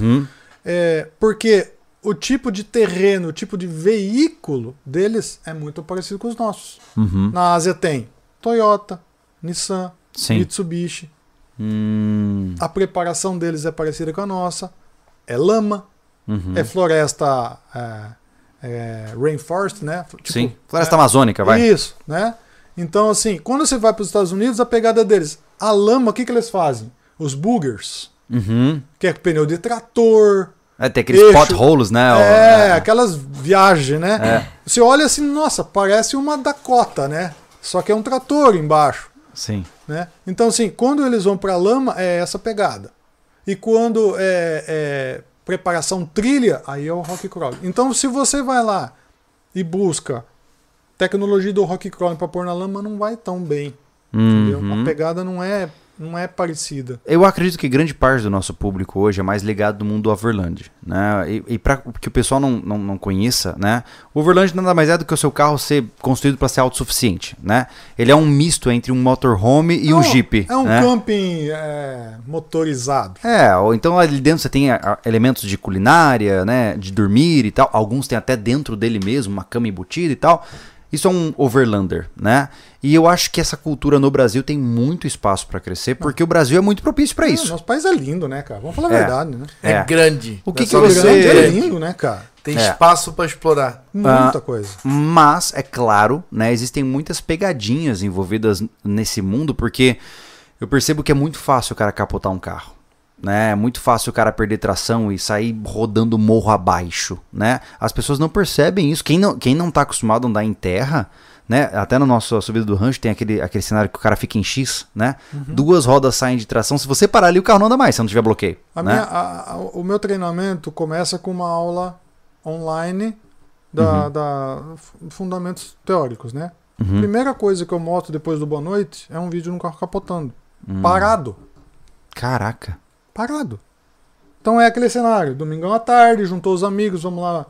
S3: É, porque o tipo de terreno, o tipo de veículo deles é muito parecido com os nossos.
S1: Uhum.
S3: Na Ásia tem Toyota, Nissan,
S1: Sim.
S3: Mitsubishi.
S1: Hum,
S3: A preparação deles é parecida com a nossa. É lama,
S1: uhum. Hum.
S3: é floresta é, é, rainforest, né? Tipo,
S1: sim. Floresta Amazônica, vai.
S3: Isso, né? Então, assim, quando você vai para os Estados Unidos, a pegada deles, a lama, o que, que eles fazem? Os boogers,
S1: Uhum.
S3: que é pneu de trator,
S1: É, tem aqueles
S3: Eixo.
S1: potholes, né? O-
S3: é, aquelas viagens, né? Você olha assim, nossa, parece uma Dakota, né? Só que é um trator embaixo.
S1: Sim.
S3: Né? Então, assim, quando eles vão para lama, é essa pegada. E quando é, é preparação trilha, aí é o rock crawl. Então, se você vai lá e busca tecnologia do rock crawl para pôr na lama, não vai tão bem.
S1: Hum.
S3: entendeu?
S1: Uhum.
S3: A pegada não é, não é parecida.
S1: Eu acredito que grande parte do nosso público hoje é mais ligado do mundo do Overland, né? E, e para que o pessoal não, não, não conheça, né? O Overland nada mais é do que o seu carro ser construído para ser autossuficiente, né? Ele é um misto entre um motorhome e
S3: É
S1: um Jeep.
S3: É um
S1: né?
S3: camping é, motorizado.
S1: É, ou então ali dentro você tem a- a- elementos de culinária, né? De dormir e tal. Alguns tem até dentro dele mesmo, uma cama embutida e tal. Isso é um overlander, né? E eu acho que essa cultura no Brasil tem muito espaço pra crescer, porque o Brasil é muito propício pra
S3: Ah,
S1: isso.
S3: nosso país é lindo, né, cara? Vamos falar a
S1: É.
S3: verdade, né?
S2: É,
S1: É.
S2: grande.
S1: O que
S2: Não é só
S1: que
S2: grande,
S1: você- Ah,
S2: é
S3: É
S2: grande.
S3: lindo, né, cara?
S2: Tem
S1: É.
S2: espaço pra explorar.
S3: Muita coisa.
S1: Mas, é claro, né, existem muitas pegadinhas envolvidas n- nesse mundo, porque eu percebo que é muito fácil o cara capotar um carro. Né? É muito fácil o cara perder tração e sair rodando morro abaixo. Né? As pessoas não percebem isso. Quem não, quem não tá acostumado a andar em terra, né? Até na nossa subida do rancho tem aquele, aquele cenário que o cara fica em X, né?
S3: Uhum.
S1: Duas rodas saem de tração. Se você parar ali, o carro não anda mais, se não tiver bloqueio.
S3: A
S1: né?
S3: minha- a- a- o meu treinamento começa com uma aula online
S1: Uhum.
S3: da, da fu- fundamentos teóricos, né? Primeira coisa que eu mostro depois do boa noite é um vídeo num carro capotando,
S1: Hum.
S3: parado,
S1: Uhum. Caraca.
S3: parado. Então é aquele cenário, domingão à tarde, juntou os amigos, vamos lá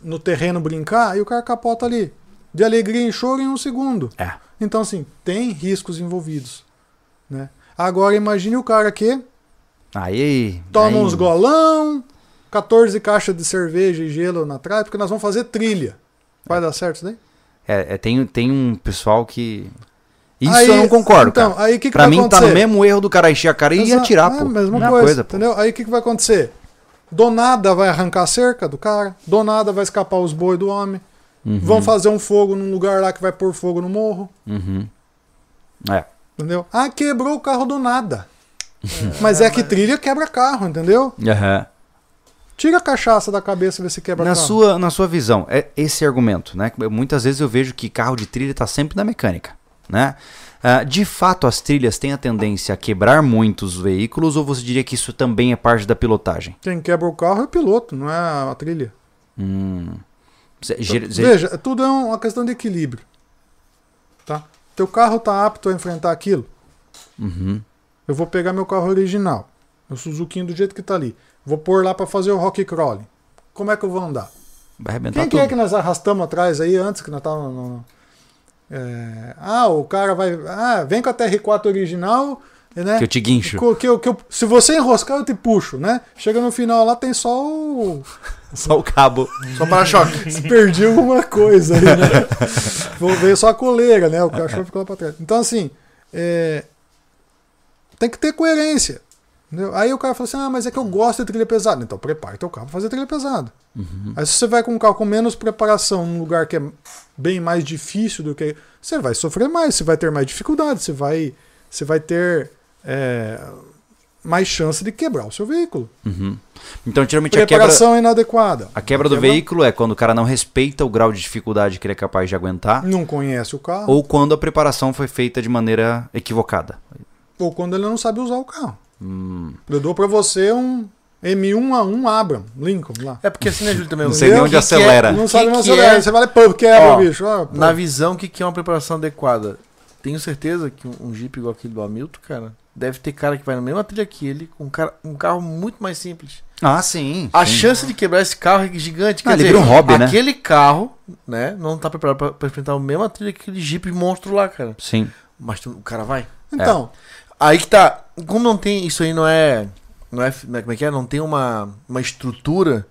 S3: no terreno brincar e o cara capota ali, de alegria e choro em um segundo.
S1: É.
S3: Então, assim, tem riscos envolvidos, né? Agora imagine o cara que
S1: Aí.
S3: Toma
S1: aí-
S3: uns golão, 14 caixas de cerveja e gelo na trás, porque nós vamos fazer trilha. Vai dar certo isso daí?
S1: É, é, tem, tem um pessoal que. Isso
S3: Aí-
S1: eu não concordo,
S3: então,
S1: cara.
S3: aí o que que
S1: pra
S3: vai
S1: mim tá
S3: acontecer?
S1: no mesmo erro do cara encher a cara e
S3: Exa-
S1: atirar,
S3: é
S1: pô.
S3: a mesma
S1: Mesma
S3: coisa,
S1: pô.
S3: entendeu? Aí o que, que vai acontecer? Do nada vai arrancar a cerca do cara, do nada vai escapar os boi do homem,
S1: Uhum,
S3: vão fazer um fogo num lugar lá que vai pôr fogo no morro,
S1: uhum. É.
S3: entendeu? Ah, quebrou o carro do nada. Mas é que trilha quebra carro, entendeu?
S1: Aham.
S3: Tira a cachaça da cabeça e vê se quebra
S1: Na
S3: carro.
S1: sua, na sua visão, é esse argumento, né? Muitas vezes eu vejo que carro de trilha tá sempre na mecânica, né? Ah, de fato, as trilhas têm a tendência a quebrar muitos veículos ou você diria que isso também é parte da pilotagem?
S3: Quem quebra o carro é o piloto, não é a trilha.
S1: Hum. Cê- ger- cê-
S3: Veja, tudo é uma questão de equilíbrio. Tá?
S1: Uhum.
S3: Teu carro tá apto a enfrentar aquilo? Eu vou pegar meu carro original. Meu Suzuki do jeito que tá ali. Vou pôr lá pra fazer o rock crawling. Como é que eu vou andar?
S1: Vai arrebentar
S3: Quem que
S1: Tá tudo.
S3: é que nós arrastamos atrás aí antes que nós tava no- no- é, ah, o cara vai. Ah, vem com a TR4 original, né?
S1: Que eu te guincho.
S3: Co- que eu- que eu- se você enroscar, eu te puxo, né? Chega no final lá, tem só o.
S1: Só o cabo.
S2: Só para-choque.
S3: Se perdi alguma coisa aí, né? Vou ver só a coleira, né? O cachorro ficou lá pra trás. Então, assim, é, tem que ter coerência. entendeu? Aí o cara fala assim: ah, mas é que eu gosto de trilha pesada. Então, prepara teu carro pra fazer trilha pesada.
S1: Uhum.
S3: Aí, se você vai com um carro com menos preparação num lugar que é bem mais difícil do que. Você vai sofrer mais, você vai ter mais dificuldade, você vai, você vai ter. é, mais chance de quebrar o seu veículo.
S1: Uhum. Então, geralmente, a quebra,
S3: Preparação inadequada.
S1: a quebra do
S3: Quebra.
S1: veículo é quando o cara não respeita o grau de dificuldade que ele é capaz de aguentar
S3: Não conhece o carro.
S1: ou quando a preparação foi feita de maneira equivocada.
S3: ou quando ele não sabe usar o carro.
S1: Hum,
S3: Eu dou pra você um M1A1 Abram, Lincoln lá.
S2: É porque assim, né, Júlio, também.
S1: Não sei nem onde
S2: O que que é-
S1: acelera.
S3: Não
S2: o
S3: sabe
S2: que
S3: não
S2: que
S3: acelerar.
S2: é-
S3: Você vai pô, quebra,
S2: Ó,
S3: bicho. ó, pô.
S2: Na visão, o que, que é uma preparação adequada? Tenho certeza que um, um Jeep igual aquele do Hamilton, cara, deve ter cara que vai na mesma trilha que ele, com um, cara- um carro muito mais simples.
S1: Ah, sim.
S2: A
S1: sim.
S2: chance de quebrar esse carro é gigante.
S1: Ah, ele vira um hobby, né?
S2: aquele carro, né, não tá preparado pra, pra enfrentar a mesma trilha que aquele Jeep monstro lá, cara.
S1: Sim.
S2: Mas tu- o cara vai.
S3: Então,
S2: Aí que tá. Como não tem. Isso aí não é. Não é não é- como é que é? Não tem uma, uma estrutura.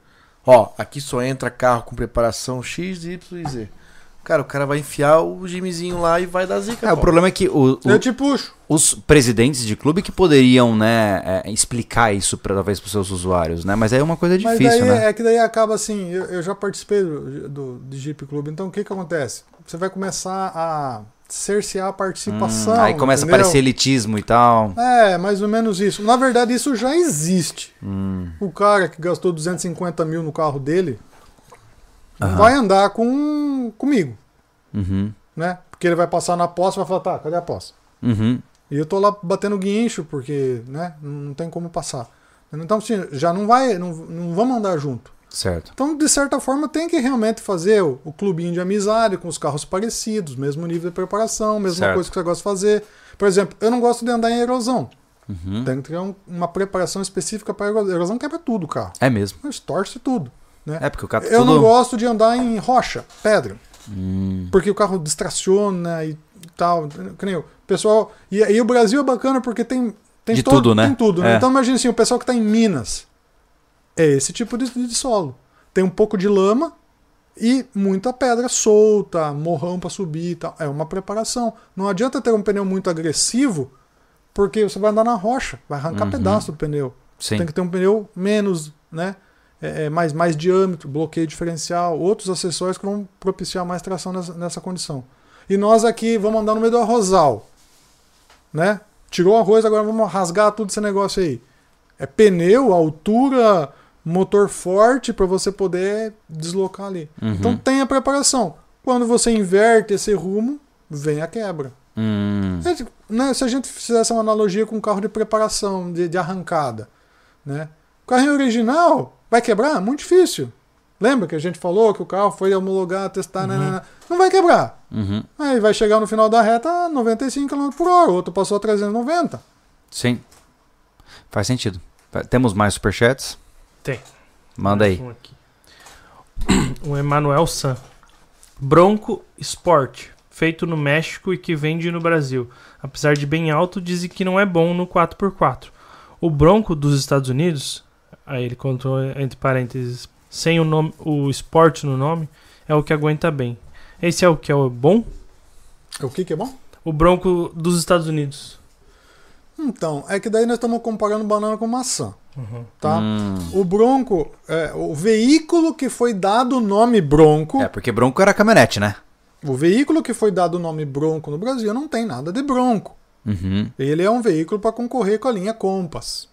S2: Ó, aqui só entra carro com preparação X, Y e Z. Cara, o cara vai enfiar o Jimmyzinho lá e vai dar zica.
S1: É, o
S2: pô.
S1: problema é que o- o-
S3: eu te puxo.
S1: os presidentes de clube que poderiam, né, é, explicar isso pra, talvez para seus usuários, né? Mas aí é uma coisa
S3: Mas
S1: difícil,
S3: daí
S1: né?
S3: é que daí acaba assim. Eu, eu já participei do, do, de Jeep Club, então o que que acontece? Você vai começar a cercear a participação.
S1: Hum, aí começa a
S3: entendeu?
S1: aparecer elitismo e tal.
S3: É, mais ou menos isso. Na verdade, isso já existe.
S1: Hum,
S3: O cara que gastou 250 mil no carro dele
S1: Aham.
S3: vai andar com comigo,
S1: uhum,
S3: né? Porque ele vai passar na posse e vai falar, tá, cadê a posse?
S1: uhum.
S3: E eu tô lá batendo guincho, porque, né, não tem como passar. Então, assim, já não vai, não, não vamos andar junto.
S1: Certo.
S3: Então, de certa forma, tem que realmente fazer o, o clubinho de amizade, com os carros parecidos, mesmo nível de preparação, mesma
S1: Certo.
S3: coisa que você gosta de fazer. Por exemplo, eu não gosto de andar em erosão.
S1: Uhum.
S3: Tem que ter um- uma preparação específica para erosão. Erosão quebra tudo o carro.
S1: É mesmo.
S3: Mas torce tudo. Né?
S1: É porque o cara
S3: eu
S1: tudo...
S3: não gosto de andar em rocha, pedra.
S1: Hum,
S3: porque o carro distraciona e tal. Que nem o pessoal. E, e o Brasil é bacana porque tem. tem
S1: De
S3: todo-
S1: tudo, né?
S3: Tem tudo, né?
S1: É.
S3: Então imagina assim, o pessoal que tá em Minas. É esse tipo de, de solo. Tem um pouco de lama e muita pedra solta, morrão pra subir e tal. É uma preparação. Não adianta ter um pneu muito agressivo, porque você vai andar na rocha, vai arrancar
S1: Uhum.
S3: pedaço do pneu.
S1: sim.
S3: Tem que ter um pneu menos, né? É, é, mais, mais diâmetro, bloqueio diferencial, outros acessórios que vão propiciar mais tração nessa, nessa condição. E nós aqui vamos andar no meio do arrozal. Né? Tirou o arroz, agora vamos rasgar tudo esse negócio aí. É pneu, altura, motor forte para você poder deslocar ali.
S1: Uhum.
S3: Então tem a preparação. Quando você inverte esse rumo, vem a quebra.
S1: Hum,
S3: É, tipo, né, se a gente fizesse uma analogia com um carro de preparação, de, de arrancada, né? O carrinho original vai quebrar? Muito difícil. Lembra que a gente falou que o carro foi homologar, testar, nananã? não vai quebrar.
S1: uhum.
S3: Aí vai chegar no final da reta a 95 km por hora, o outro passou a 390.
S1: Sim. Faz sentido. Fa- Temos mais superchats?
S4: Tem.
S1: Manda aí.
S4: Um aqui. O Emanuel San. Bronco Sport, feito no México e que vende no Brasil. Apesar de bem alto, dizem que não é bom no 4x4. O Bronco dos Estados Unidos, aí ele contou entre parênteses, sem o nome, o Sport no nome, é o que aguenta bem. Esse é o que é o bom?
S3: O que que é bom?
S4: O Bronco dos Estados Unidos.
S3: Então, é que daí nós estamos comparando banana com maçã,
S4: Uhum.
S3: tá?
S1: Hum.
S3: O Bronco, é, o veículo que foi dado o nome Bronco,
S1: É, porque Bronco era caminhonete, né?
S3: o veículo que foi dado o nome Bronco no Brasil não tem nada de Bronco.
S1: Uhum.
S3: Ele é um veículo para concorrer com a linha Compass.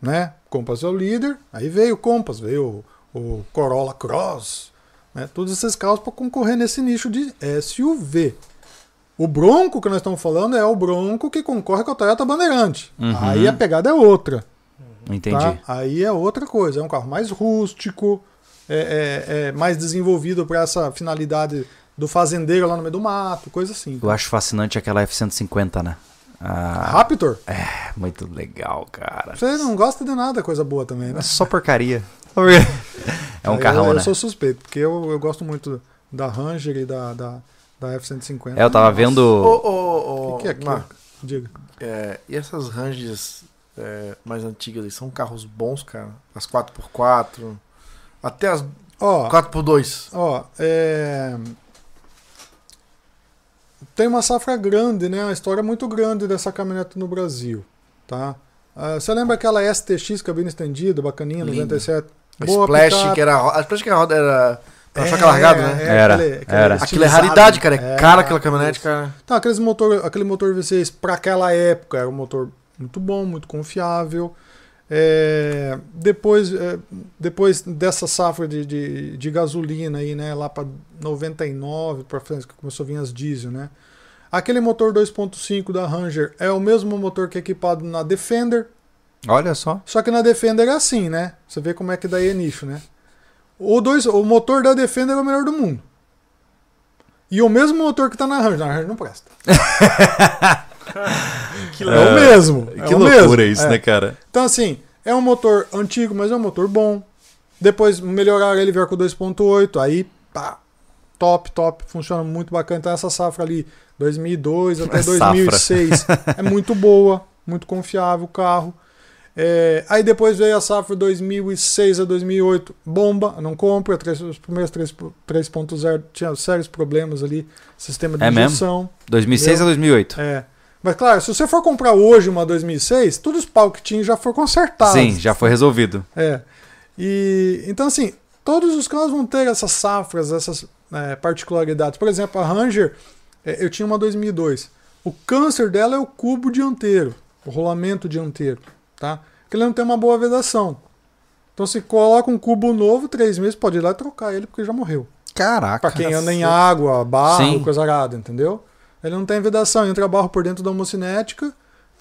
S3: Né? Compass é o líder, aí veio o Compass, veio o, o Corolla Cross, né? todos esses carros para concorrer nesse nicho de SUV. O Bronco que nós estamos falando é o Bronco que concorre com a Toyota Bandeirante.
S1: Uhum.
S3: Aí a pegada é outra.
S1: Entendi.
S3: Tá? Aí é outra coisa, é um carro mais rústico, é, é- é mais desenvolvido para essa finalidade do fazendeiro lá no meio do mato, coisa assim.
S1: Eu acho fascinante aquela F-150, né? Ah,
S3: Raptor?
S1: muito legal, cara.
S3: Você não gosta de nada coisa boa também, né?
S1: É só porcaria. Só porcaria. É um
S3: eu,
S1: carrão,
S3: eu
S1: né?
S3: sou suspeito, porque eu, eu gosto muito da Ranger e da, da, da F-150.
S1: É, eu tava
S2: Ô,
S1: vendo.
S2: ô, ô.
S3: O que, que é aquilo?
S2: Marco,
S3: Diga.
S2: é, e essas ranges é, mais antigas aí, são carros bons, cara? As 4x4, até as
S3: Ó,
S2: 4x2.
S3: ó, é... Tem uma safra grande, né? Uma história muito grande dessa caminhonete no Brasil, tá? Ah, você lembra aquela STX cabine estendida, bacaninha,
S2: Linda.
S3: 97?
S2: A
S3: Boa É,
S2: Splash,
S3: picape.
S2: que é- era. a ro- A Splash que era a roda era. Pra choque largado, né?
S1: Era, era.
S2: Aquilo é raridade, cara. É,
S3: É,
S2: cara aquela caminhonete,
S3: isso.
S2: cara.
S3: Então, aqueles motor, aquele motor V6 para aquela época era um motor muito bom, muito confiável. É, depois, é, depois dessa safra de, de, de gasolina aí, né, lá para 99 para frente que começou a vir as diesel, né? Aquele motor 2.5 da Ranger é o mesmo motor que é equipado na Defender,
S1: Olha só.
S3: só que na Defender é assim, né? Você vê como é que daí é nicho, né? O, dois, o motor da Defender é o melhor do mundo. E o mesmo motor que tá na Ranger. Na Ranger não presta.
S4: Que
S3: é o mesmo. é
S5: Que
S3: o
S5: loucura
S3: mesmo.
S5: isso,
S3: É.
S5: né, cara?
S3: Então, assim, é um motor antigo, mas é um motor bom. Depois melhoraram ele, vieram com 2.8. Aí, pá, top, top. Funciona muito bacana. Então, essa safra ali, 2002 até
S1: É Safra.
S3: 2006, é muito boa, muito confiável o carro. É, aí depois veio a safra 2006 a 2008, bomba, não compra. Três, os primeiros três- 3.0 tinha sérios problemas ali, sistema de
S1: É mesmo?
S3: injeção.
S1: 2006 a 2008.
S3: É. Mas claro, se você for comprar hoje uma 2006, todos os pau que tinha já foram consertados.
S1: Sim, já foi resolvido.
S3: É. E então assim, todos os carros vão ter essas safras, essas é, particularidades. Por exemplo, a Ranger, é, eu tinha uma 2002. O câncer dela é o cubo dianteiro, o rolamento dianteiro, tá? Porque ele não tem uma boa vedação. Então se coloca um cubo novo, três meses, pode ir lá e trocar ele porque já morreu.
S1: Caraca.
S3: Pra quem anda em água, barro,
S1: Sim.
S3: coisa arada, entendeu? Ele não tem vedação, entra barro por dentro da homocinética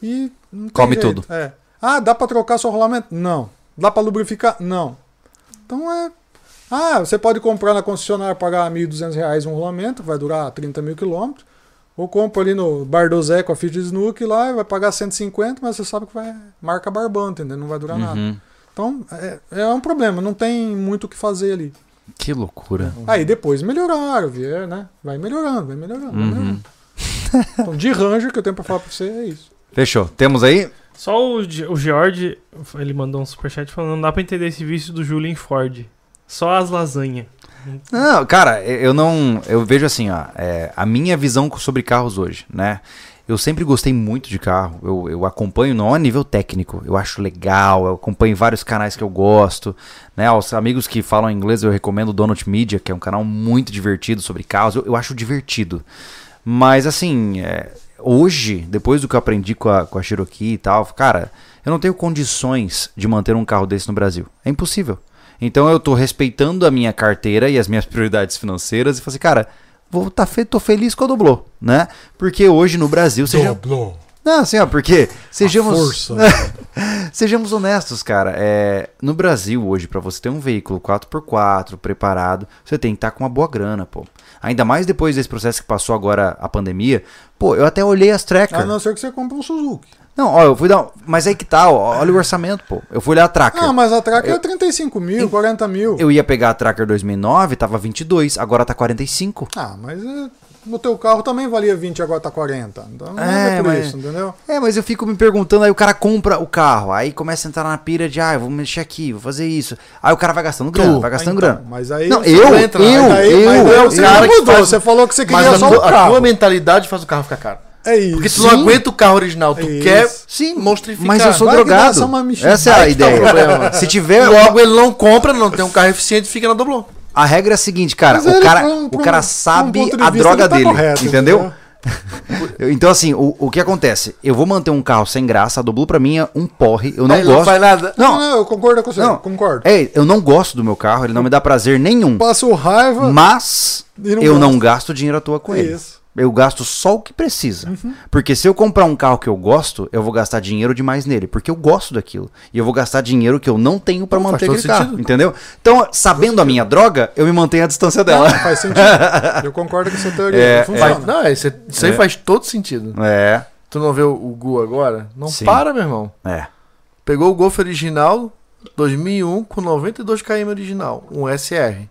S3: e. não tem
S1: Come
S3: jeito.
S1: tudo.
S3: É. Ah, dá pra trocar seu rolamento? Não. Dá pra lubrificar? Não. Então é. Ah, você pode comprar na concessionária, pagar R$ 1.200 reais um rolamento, vai durar 30 mil quilômetros. Ou compra ali no Bardozé com a ficha de snook lá, e vai pagar 150, mas você sabe que vai. Marca barbante, entendeu? Não vai durar nada.
S1: Uhum.
S3: Então é, é um problema, não tem muito o que fazer ali.
S1: Que loucura.
S3: Aí depois melhoraram, vier, né? Vai melhorando, vai melhorando, vai
S1: Uhum.
S3: melhorando. Então, de Ranger que eu tenho pra falar pra você é isso.
S1: Fechou. Temos aí?
S4: Só o, Ge- o George, ele mandou um superchat falando: não dá pra entender esse vício do Julian Ford. Só as lasanhas.
S1: Não, cara, eu não. Eu vejo assim, ó. é, a minha visão sobre carros hoje, né? Eu sempre gostei muito de carro. Eu, eu acompanho, não a nível técnico. Eu acho legal. Eu acompanho vários canais que eu gosto. Né? Aos amigos que falam inglês, eu recomendo o Donut Media, que é um canal muito divertido sobre carros. Eu, eu acho divertido. Mas assim, é, hoje, depois do que eu aprendi com a, com a Cherokee e tal, cara, eu não tenho condições de manter um carro desse no Brasil. É impossível. Então eu tô respeitando a minha carteira e as minhas prioridades financeiras e falei assim, cara, vou tá fe tô feliz com a Doblô, né? Porque hoje no Brasil seja
S3: Doblou.
S1: Não, assim, ó, porque sejamos
S3: Força.
S1: Sejamos honestos, cara. É, no Brasil hoje, pra você ter um veículo 4x4 preparado, você tem que estar com uma boa grana, pô. Ainda mais depois desse processo que passou agora a pandemia. Pô, eu até olhei as trackers.
S3: A
S1: não.
S3: não ser que você compre um Suzuki.
S1: ó, eu fui dar. Mas aí que tá, ó, olha o orçamento, pô. Eu fui olhar a tracker.
S3: Ah, mas a Tracker é 35 mil, 40 mil.
S1: Eu ia pegar a tracker 2009, tava 22, agora tá 45.
S3: Ah, mas é, no teu carro também valia 20, agora tá 40. Então não
S1: É,
S3: é, por
S1: mas-
S3: isso, entendeu?
S1: É, mas eu fico me perguntando, aí o cara compra o carro, aí começa a entrar na pira de, ah, eu vou mexer aqui, vou fazer isso. Aí o cara vai gastando grana, vai gastando
S3: Então,
S1: grana.
S3: Mas aí.
S1: Não,
S3: você-
S1: eu,
S2: entra,
S1: eu,
S3: mas aí,
S1: eu,
S3: mas aí
S1: eu,
S3: você
S2: cara
S3: não
S2: que
S3: mudou,
S2: faz-
S3: você falou que você
S2: Mas
S3: queria
S2: a,
S3: só
S2: mu-
S3: o
S2: a tua
S3: carro.
S2: mentalidade faz o carro ficar caro.
S3: É isso.
S2: Porque tu não
S1: Sim.
S2: aguenta o carro original, tu
S3: Isso.
S2: quer
S1: Sim,
S2: monstrificar.
S1: Mas eu sou
S3: Vai que dá
S1: drogado.
S3: só uma mexida.
S1: Essa é a
S2: Aí que tá o
S1: ideia.
S2: problema.
S1: Se tiver.
S2: Logo ele não compra, não tem um carro eficiente, fica na Doblon.
S1: A regra é a seguinte, cara.
S3: Mas
S1: o
S3: ele,
S1: cara,
S3: pra um- pra
S1: o
S3: um-
S1: cara
S3: pra um
S1: sabe
S3: ponto de
S1: a
S3: vista,
S1: droga
S3: ele tá
S1: dele.
S3: correto,
S1: entendeu? Então, assim, o, o que acontece? Eu vou manter um carro sem graça. A Doblu pra mim é um porre. Eu não
S2: Aí ele não
S1: gosto.
S2: faz nada.
S3: Não,
S1: Não,
S3: não, eu concordo com você.
S1: Não.
S3: Concordo.
S1: é, eu não gosto do meu carro. Ele não me dá prazer nenhum.
S3: Passo raiva.
S1: Mas
S3: E não
S1: eu
S3: gosta.
S1: não gasto dinheiro à toa com
S3: É
S1: ele.
S3: isso.
S1: Eu gasto só o que precisa.
S2: Uhum.
S1: Porque se eu comprar um carro que eu gosto, eu vou gastar dinheiro demais nele, porque eu gosto daquilo. E eu vou gastar dinheiro que eu não tenho pra
S2: Não,
S1: manter
S2: faz
S1: aquele
S2: todo
S1: carro,
S2: sentido.
S1: entendeu? Então, sabendo a minha droga, eu me mantenho à distância dela.
S3: Não, faz sentido. Eu concordo com essa teoria.
S1: É,
S3: não funciona.
S2: Faz- não, é, isso, é- isso aí faz todo sentido.
S1: É.
S2: Tu não vê o, o Gol agora? Não
S1: Sim.
S2: para, meu irmão.
S1: É.
S2: Pegou o Golf original 2001 com 92 km original, um SR.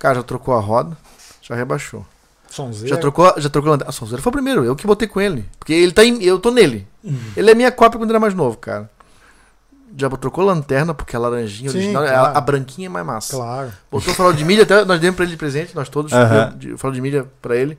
S2: Cara, já trocou a roda, já rebaixou.
S3: Sonzeira.
S2: Já trocou, já trocou a lanterna. Ah, Sonzeira foi o primeiro, eu que botei com ele, porque ele tá em, eu tô nele.
S3: Uhum.
S2: Ele é minha cópia quando era mais novo, cara. Já trocou lanterna, porque a laranjinha
S3: Sim,
S2: original, a-
S3: claro.
S2: a, branquinha é mais massa.
S3: Claro.
S2: Botou o farol de milha, até nós demos pra ele de presente, nós todos,
S1: Aham.
S2: deu de- o farol de milha pra ele.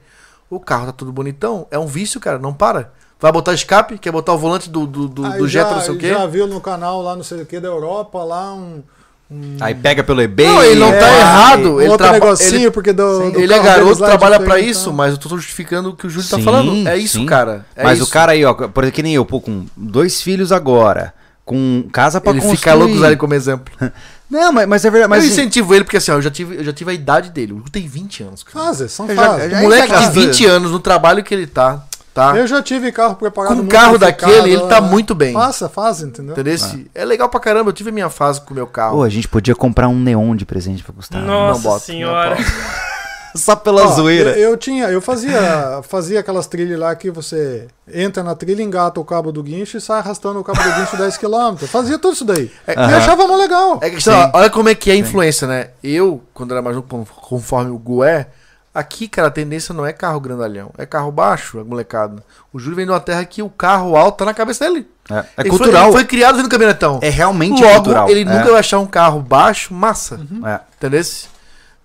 S2: O carro tá tudo bonitão, é um vício, cara, não para. Vai botar escape, quer botar o volante do, do, do,
S3: Aí
S2: do
S3: já,
S2: Jetta, não sei o quê.
S3: Já viu no canal lá, não sei o que, da Europa, lá um. um
S1: Aí pega pelo eBay.
S2: Não, ele não tá
S1: é,
S2: errado.
S3: um
S2: Ele,
S3: outro
S2: traba-
S3: negocinho,
S2: ele-
S3: porque do, do
S2: ele é
S3: carro
S2: garoto,
S3: deles lá é
S2: trabalha pra
S3: diferente,
S2: isso,
S3: então.
S2: mas eu tô justificando o que o Júlio tá
S1: Sim,
S2: falando. É isso,
S1: sim.
S2: cara. É
S1: Mas
S2: isso.
S1: o cara aí, ó, por exemplo, que nem eu, pô, com dois filhos agora, com casa pra
S2: Ele
S1: construir.
S2: fica louco usar ele como exemplo.
S1: Não, mas, mas é verdade. Mas
S2: eu incentivo ele, porque assim, ó, eu já tive, eu já tive a idade dele. O Hugo tem 20 anos, cara.
S3: Fases, são
S1: Eu já-
S3: fases.
S1: eu já-
S2: o moleque
S1: é
S2: de
S1: engraçado.
S2: 20 anos, no trabalho que ele tá, tá?
S3: Eu já tive carro preparado.
S2: Com um
S3: muito
S2: carro
S3: modificado,
S2: daquele, ele tá
S3: né?
S2: muito bem.
S3: Passa, faz, entendeu?
S2: Entendeu?
S1: Ah.
S2: É legal pra caramba. Eu tive a minha fase com o meu carro.
S1: Pô, a gente podia comprar um neon de presente pra Gustavo.
S4: Nossa
S2: bota,
S4: senhora. É
S2: não
S1: Só pela
S3: Ó,
S1: zoeira.
S3: Eu, eu tinha, eu fazia, fazia aquelas trilhas lá que você entra na trilha, engata o cabo do guincho e sai arrastando o cabo do guincho 10 km. Fazia tudo isso daí.
S2: É-
S3: E achava mó legal.
S2: É questão, ó, olha como é que é a influência, né? Eu, quando era mais novo, con- conforme o Gu é, aqui, cara, a tendência não é carro grandalhão, é carro baixo, é molecada. O Júlio vem de uma terra que o carro alto tá na cabeça dele.
S1: É, é
S2: Ele foi-
S1: cultural.
S2: ele Foi, criado no caminhonetão.
S1: É realmente
S2: Logo,
S1: cultural.
S2: ele
S1: é.
S2: nunca vai achar um carro baixo, massa.
S1: É.
S2: Entendeu?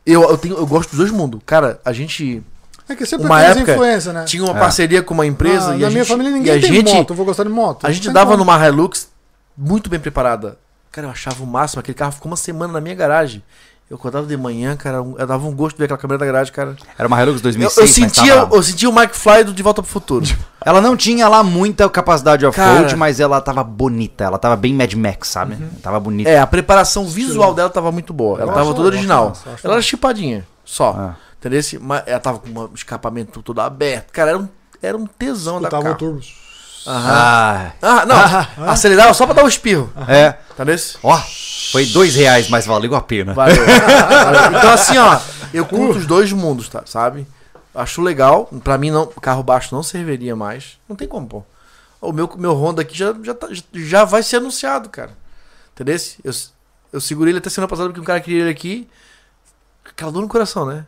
S2: Eu, eu, tenho, eu gosto dos dois mundos. Cara, a gente
S3: É que sempre
S2: Uma
S3: tem essa
S2: época
S3: influência, né?
S2: tinha uma parceria com uma empresa
S3: na
S2: e
S3: na
S2: a
S3: minha
S2: gente,
S3: família
S2: e a
S3: ninguém tem
S2: gente,
S3: moto, eu vou gostar de moto.
S2: A
S3: Não
S2: gente
S3: tem
S2: dava
S3: como.
S2: numa Hilux muito bem preparada. Cara, eu achava o máximo. Aquele carro ficou uma semana na minha garagem. Eu acordava de manhã, cara, um- eu dava um gosto de ver aquela câmera da garagem, cara.
S1: Era uma Hilux
S2: Eu,
S1: 2006,
S2: eu
S1: mas
S2: sentia,
S1: tava-
S2: eu sentia o Mike Fly do De Volta pro Futuro.
S1: Ela não tinha lá muita capacidade off-road,
S2: Cara.
S1: mas ela tava bonita. Ela tava bem Mad Max, sabe? Tava bonita.
S2: é, a preparação visual dela tava muito boa. Ela
S3: Eu
S2: tava
S3: acho-
S2: toda
S3: eu acho
S2: original.
S3: massa, eu acho É.
S2: Ela era chipadinha, só.
S1: Ah.
S2: Entendeu? Esse- Mas ela tava com um escapamento todo aberto. Cara, era um, era um tesão da
S3: Escutava
S2: carro.
S3: o turbo.
S2: Aham.
S1: Ah,
S2: Ah, não. Acelerava só pra dar o espirro.
S1: é.
S2: Entendeu?
S1: Ó, foi dois reais, mas valeu a pena.
S2: Valeu. Valeu. Então, assim, ó, eu curto os dois mundos, tá, sabe? Acho legal. Pra mim, não, carro baixo não serviria mais. Não tem como, pô. O meu, meu Honda aqui já, já, tá- já vai ser anunciado, cara. Entendeu? Eu, eu segurei ele até semana passada porque um cara queria ele aqui. Aquela dor no coração, né?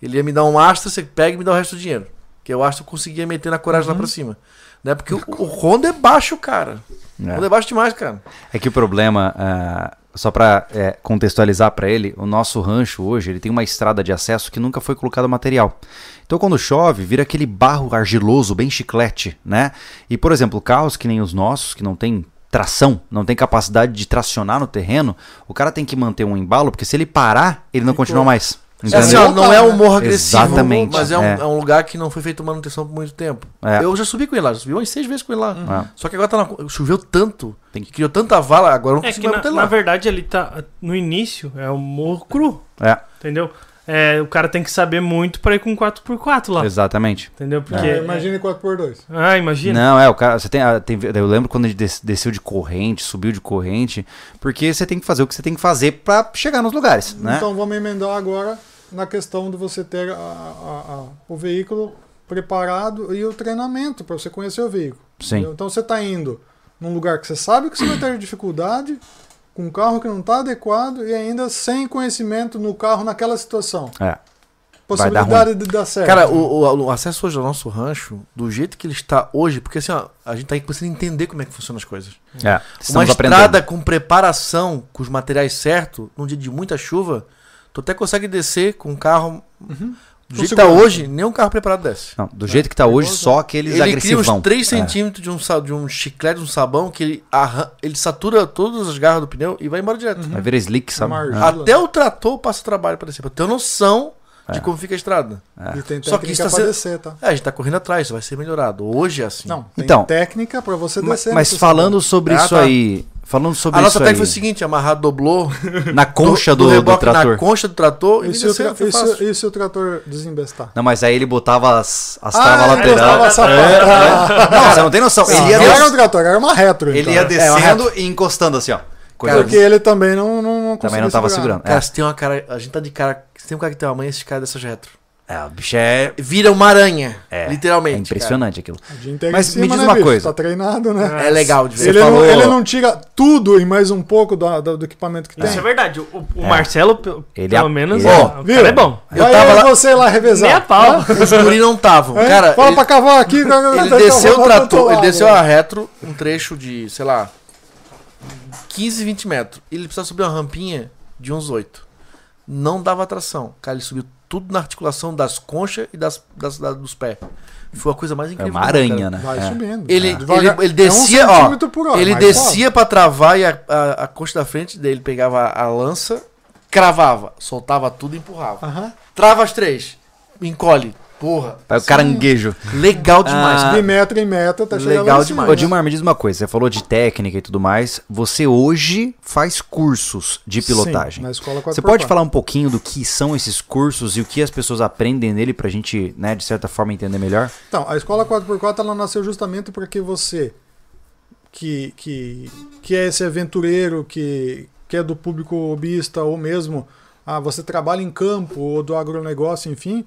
S2: Ele ia me dar um Astra, você pega e me dá o resto do dinheiro. Que é o Astra eu conseguia meter na coragem lá pra cima. Né? Porque o, o Honda é baixo, cara. O Honda é baixo demais, cara.
S1: É que o problema, ah, só pra é, contextualizar pra ele, o nosso rancho hoje, ele tem uma estrada de acesso que nunca foi colocado material. Então quando chove, vira aquele barro argiloso, bem chiclete, né? E por exemplo, carros que nem os nossos, que não tem tração, não tem capacidade de tracionar no terreno, o cara tem que manter um embalo, porque se ele parar, ele não continua mais.
S2: É assim, ó, não é um morro agressivo,
S1: Exatamente,
S2: mas é um,
S1: é.
S2: é um lugar que não foi feito manutenção por muito tempo.
S1: É.
S2: Eu já subi com ele lá, já subi umas seis vezes com ele lá.
S1: É.
S2: Só que agora tá na- choveu tanto,
S1: Tem
S2: que criou tanta vala, agora eu não
S4: É
S2: consigo
S4: que
S2: mais
S4: na,
S2: botar ele
S4: na
S2: lá.
S4: verdade ele tá no início, é um morro cru,
S1: É,
S4: entendeu? É, o cara tem que saber muito pra ir com 4x4 lá,
S1: exatamente.
S4: entendeu? Porque
S3: É, Imagine 4x2.
S4: Ah, imagina.
S1: Não, é, o cara. Você tem, ah, tem- eu lembro quando ele des- desceu de corrente, subiu de corrente, porque você tem que fazer o que você tem que fazer pra chegar nos lugares, né?
S3: Então vamos emendar agora na questão de você ter a- a- a- o veículo preparado e o treinamento para você conhecer o veículo.
S1: Sim.
S3: Então você está indo num lugar que você sabe que você vai ter dificuldade, com um carro que não está adequado e ainda sem conhecimento no carro naquela situação.
S1: É. Vai dar ruim.
S3: Possibilidade de dar certo.
S2: Cara, o, o- o acesso hoje ao nosso rancho, do jeito que ele está hoje, porque assim, ó, a gente tá aí começando a entender como é que funcionam as coisas.
S1: é.
S2: Uma
S1: Estamos aprendendo.
S2: estrada com preparação, com os materiais certos, num dia de muita chuva, tu até consegue descer com um carro.
S4: Uhum.
S2: Do jeito que tá
S3: segurança.
S2: hoje, nenhum carro preparado desce.
S1: Não, do jeito que tá hoje, só aqueles
S2: Ele cria
S1: agressivão.
S2: uns 3
S1: É.
S2: centímetros de um, sa- de um chiclete, de um sabão, que ele, arran- ele satura todas as garras do pneu e vai embora direto. Uhum.
S1: Vai virar slick, sabe?
S3: Uma
S1: É.
S3: argila.
S2: Até o trator passa o trabalho pra descer, pra ter noção
S1: É.
S2: de como fica a estrada.
S3: E tem
S2: Só que
S3: técnica
S2: isso tá
S3: pra
S2: sendo-
S3: descer, tá?
S2: É, a gente tá correndo atrás, isso vai ser melhorado. Hoje é assim.
S3: Não, tem
S1: Então,
S3: técnica para você
S1: Ma- Mas,
S3: descer. nesse
S1: falando sobre
S2: Ah,
S1: isso
S2: tá.
S1: aí. Falando sobre
S2: a nossa
S1: isso aí.
S2: técnica foi o seguinte, amarrar doblou
S1: Na concha do, do,
S2: reboque
S1: trator.
S2: na concha do trator e,
S3: E se, o
S2: desceu,
S3: tra-
S2: foi
S3: e, se-
S2: fácil.
S3: e se o trator desembestar?
S1: Não, mas aí ele botava as, as
S3: Ah,
S1: travas
S3: ele botava a
S1: laterais. É?
S3: sapata.
S1: Não, você não tem noção.
S3: Não,
S1: ele ia,
S3: não
S1: des-
S3: era um trator, era uma retro.
S1: ele
S3: então.
S1: ia
S2: É, uma
S1: descendo e encostando assim, ó. Coisa
S3: Porque ele também não, não, não
S1: também
S3: conseguia
S1: não tava
S3: segurar.
S1: segurando. É.
S2: Cara, se tem uma cara... A gente tá de cara... Se tem um cara que tem uma mãe, esses caras dessas retro.
S1: É. É, o bicho é.
S2: Vira uma aranha.
S1: É,
S2: literalmente.
S1: é impressionante aquilo.
S3: O dia inteiro
S1: Mas
S3: em cima,
S1: me diz
S3: né,
S1: uma
S3: bicho?
S1: coisa.
S3: Tá treinado, né?
S2: cara. É legal de ver.
S1: Você
S3: Ele,
S1: falou-
S3: não, ele não tira tudo e mais um pouco da- da- do equipamento que
S4: Isso é
S3: tem.
S4: verdade. O, o Marcelo, pe-
S1: Ele
S4: pelo
S1: é-
S4: menos,
S1: ele
S4: é,
S1: é-
S4: o cara é bom.
S3: Vai
S2: Eu tava
S3: eu e
S2: lá-
S3: você lá revezar.
S4: Nem a pau.
S2: Os guri não estavam.
S3: É?
S2: Cara,
S3: Fala
S2: ele-
S3: pra cavar aqui.
S2: Ele
S3: Então,
S2: desceu o trator, ele desceu
S3: né?
S2: a retro, um trecho de, sei lá, 15, 20 metros. Ele precisava subir uma rampinha de uns 8. Não dava tração. Cara, ele subiu tudo na articulação das conchas e das, das- da- dos pés. Foi a coisa mais
S1: É
S2: incrível.
S1: uma
S2: do mundo, cara.
S1: aranha, né?
S3: Vai
S1: É.
S3: subindo.
S2: Ele,
S3: É.
S2: ele,
S3: Devagar-
S2: ele
S3: é um
S2: descia,
S3: centímetro por
S2: ó.
S3: hora,
S2: Ele
S3: mas
S2: descia pra travar e a, a, a coxa da frente dele pegava a, a lança, cravava, soltava tudo e empurrava.
S3: sobe. Aham.
S2: Trava as três, encolhe. Porra,
S1: Vai o caranguejo.
S2: legal demais.
S1: Ah.
S3: De meta em meta até chegar
S2: Legal
S3: lá em cima,
S2: demais.
S1: Ô,
S3: né?
S1: Dilmar, me diz uma coisa. Você falou de técnica e tudo mais. Você hoje faz cursos de pilotagem.
S3: Sim, na escola
S1: Você
S3: 4x4.
S1: pode falar um pouquinho do que são esses cursos e o que as pessoas aprendem nele pra gente, né, de certa forma, entender melhor?
S3: Então, a escola 4x4 ela nasceu justamente para que você, que, que, que é esse aventureiro, que, que é do público hobbyista, ou mesmo ah, você trabalha em campo, ou do agronegócio, enfim,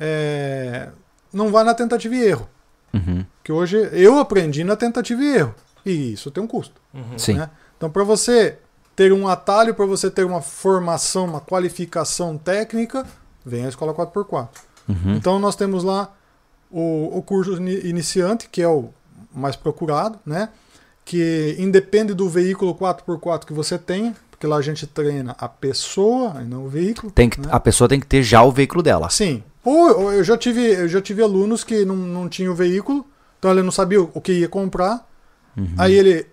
S3: é, não vá na tentativa e erro. Que hoje eu aprendi na tentativa e erro. E isso tem um custo.
S2: Uhum.
S1: Sim.
S3: né? Então, para você ter um atalho, para você ter uma formação, uma qualificação técnica, vem a escola 4x4.
S1: Uhum.
S3: Então, nós temos lá o, o curso ini- iniciante, que é o mais procurado, né? que independe do veículo 4x4 que você tenha, porque lá a gente treina a pessoa e não o veículo.
S1: Tem que,
S2: Uhum.
S3: né?
S1: A pessoa tem que ter já o veículo dela.
S3: Sim. Ou ou eu já tive, eu já tive alunos que não, não tinham veículo, então ele não sabia o que ia comprar. Aí ele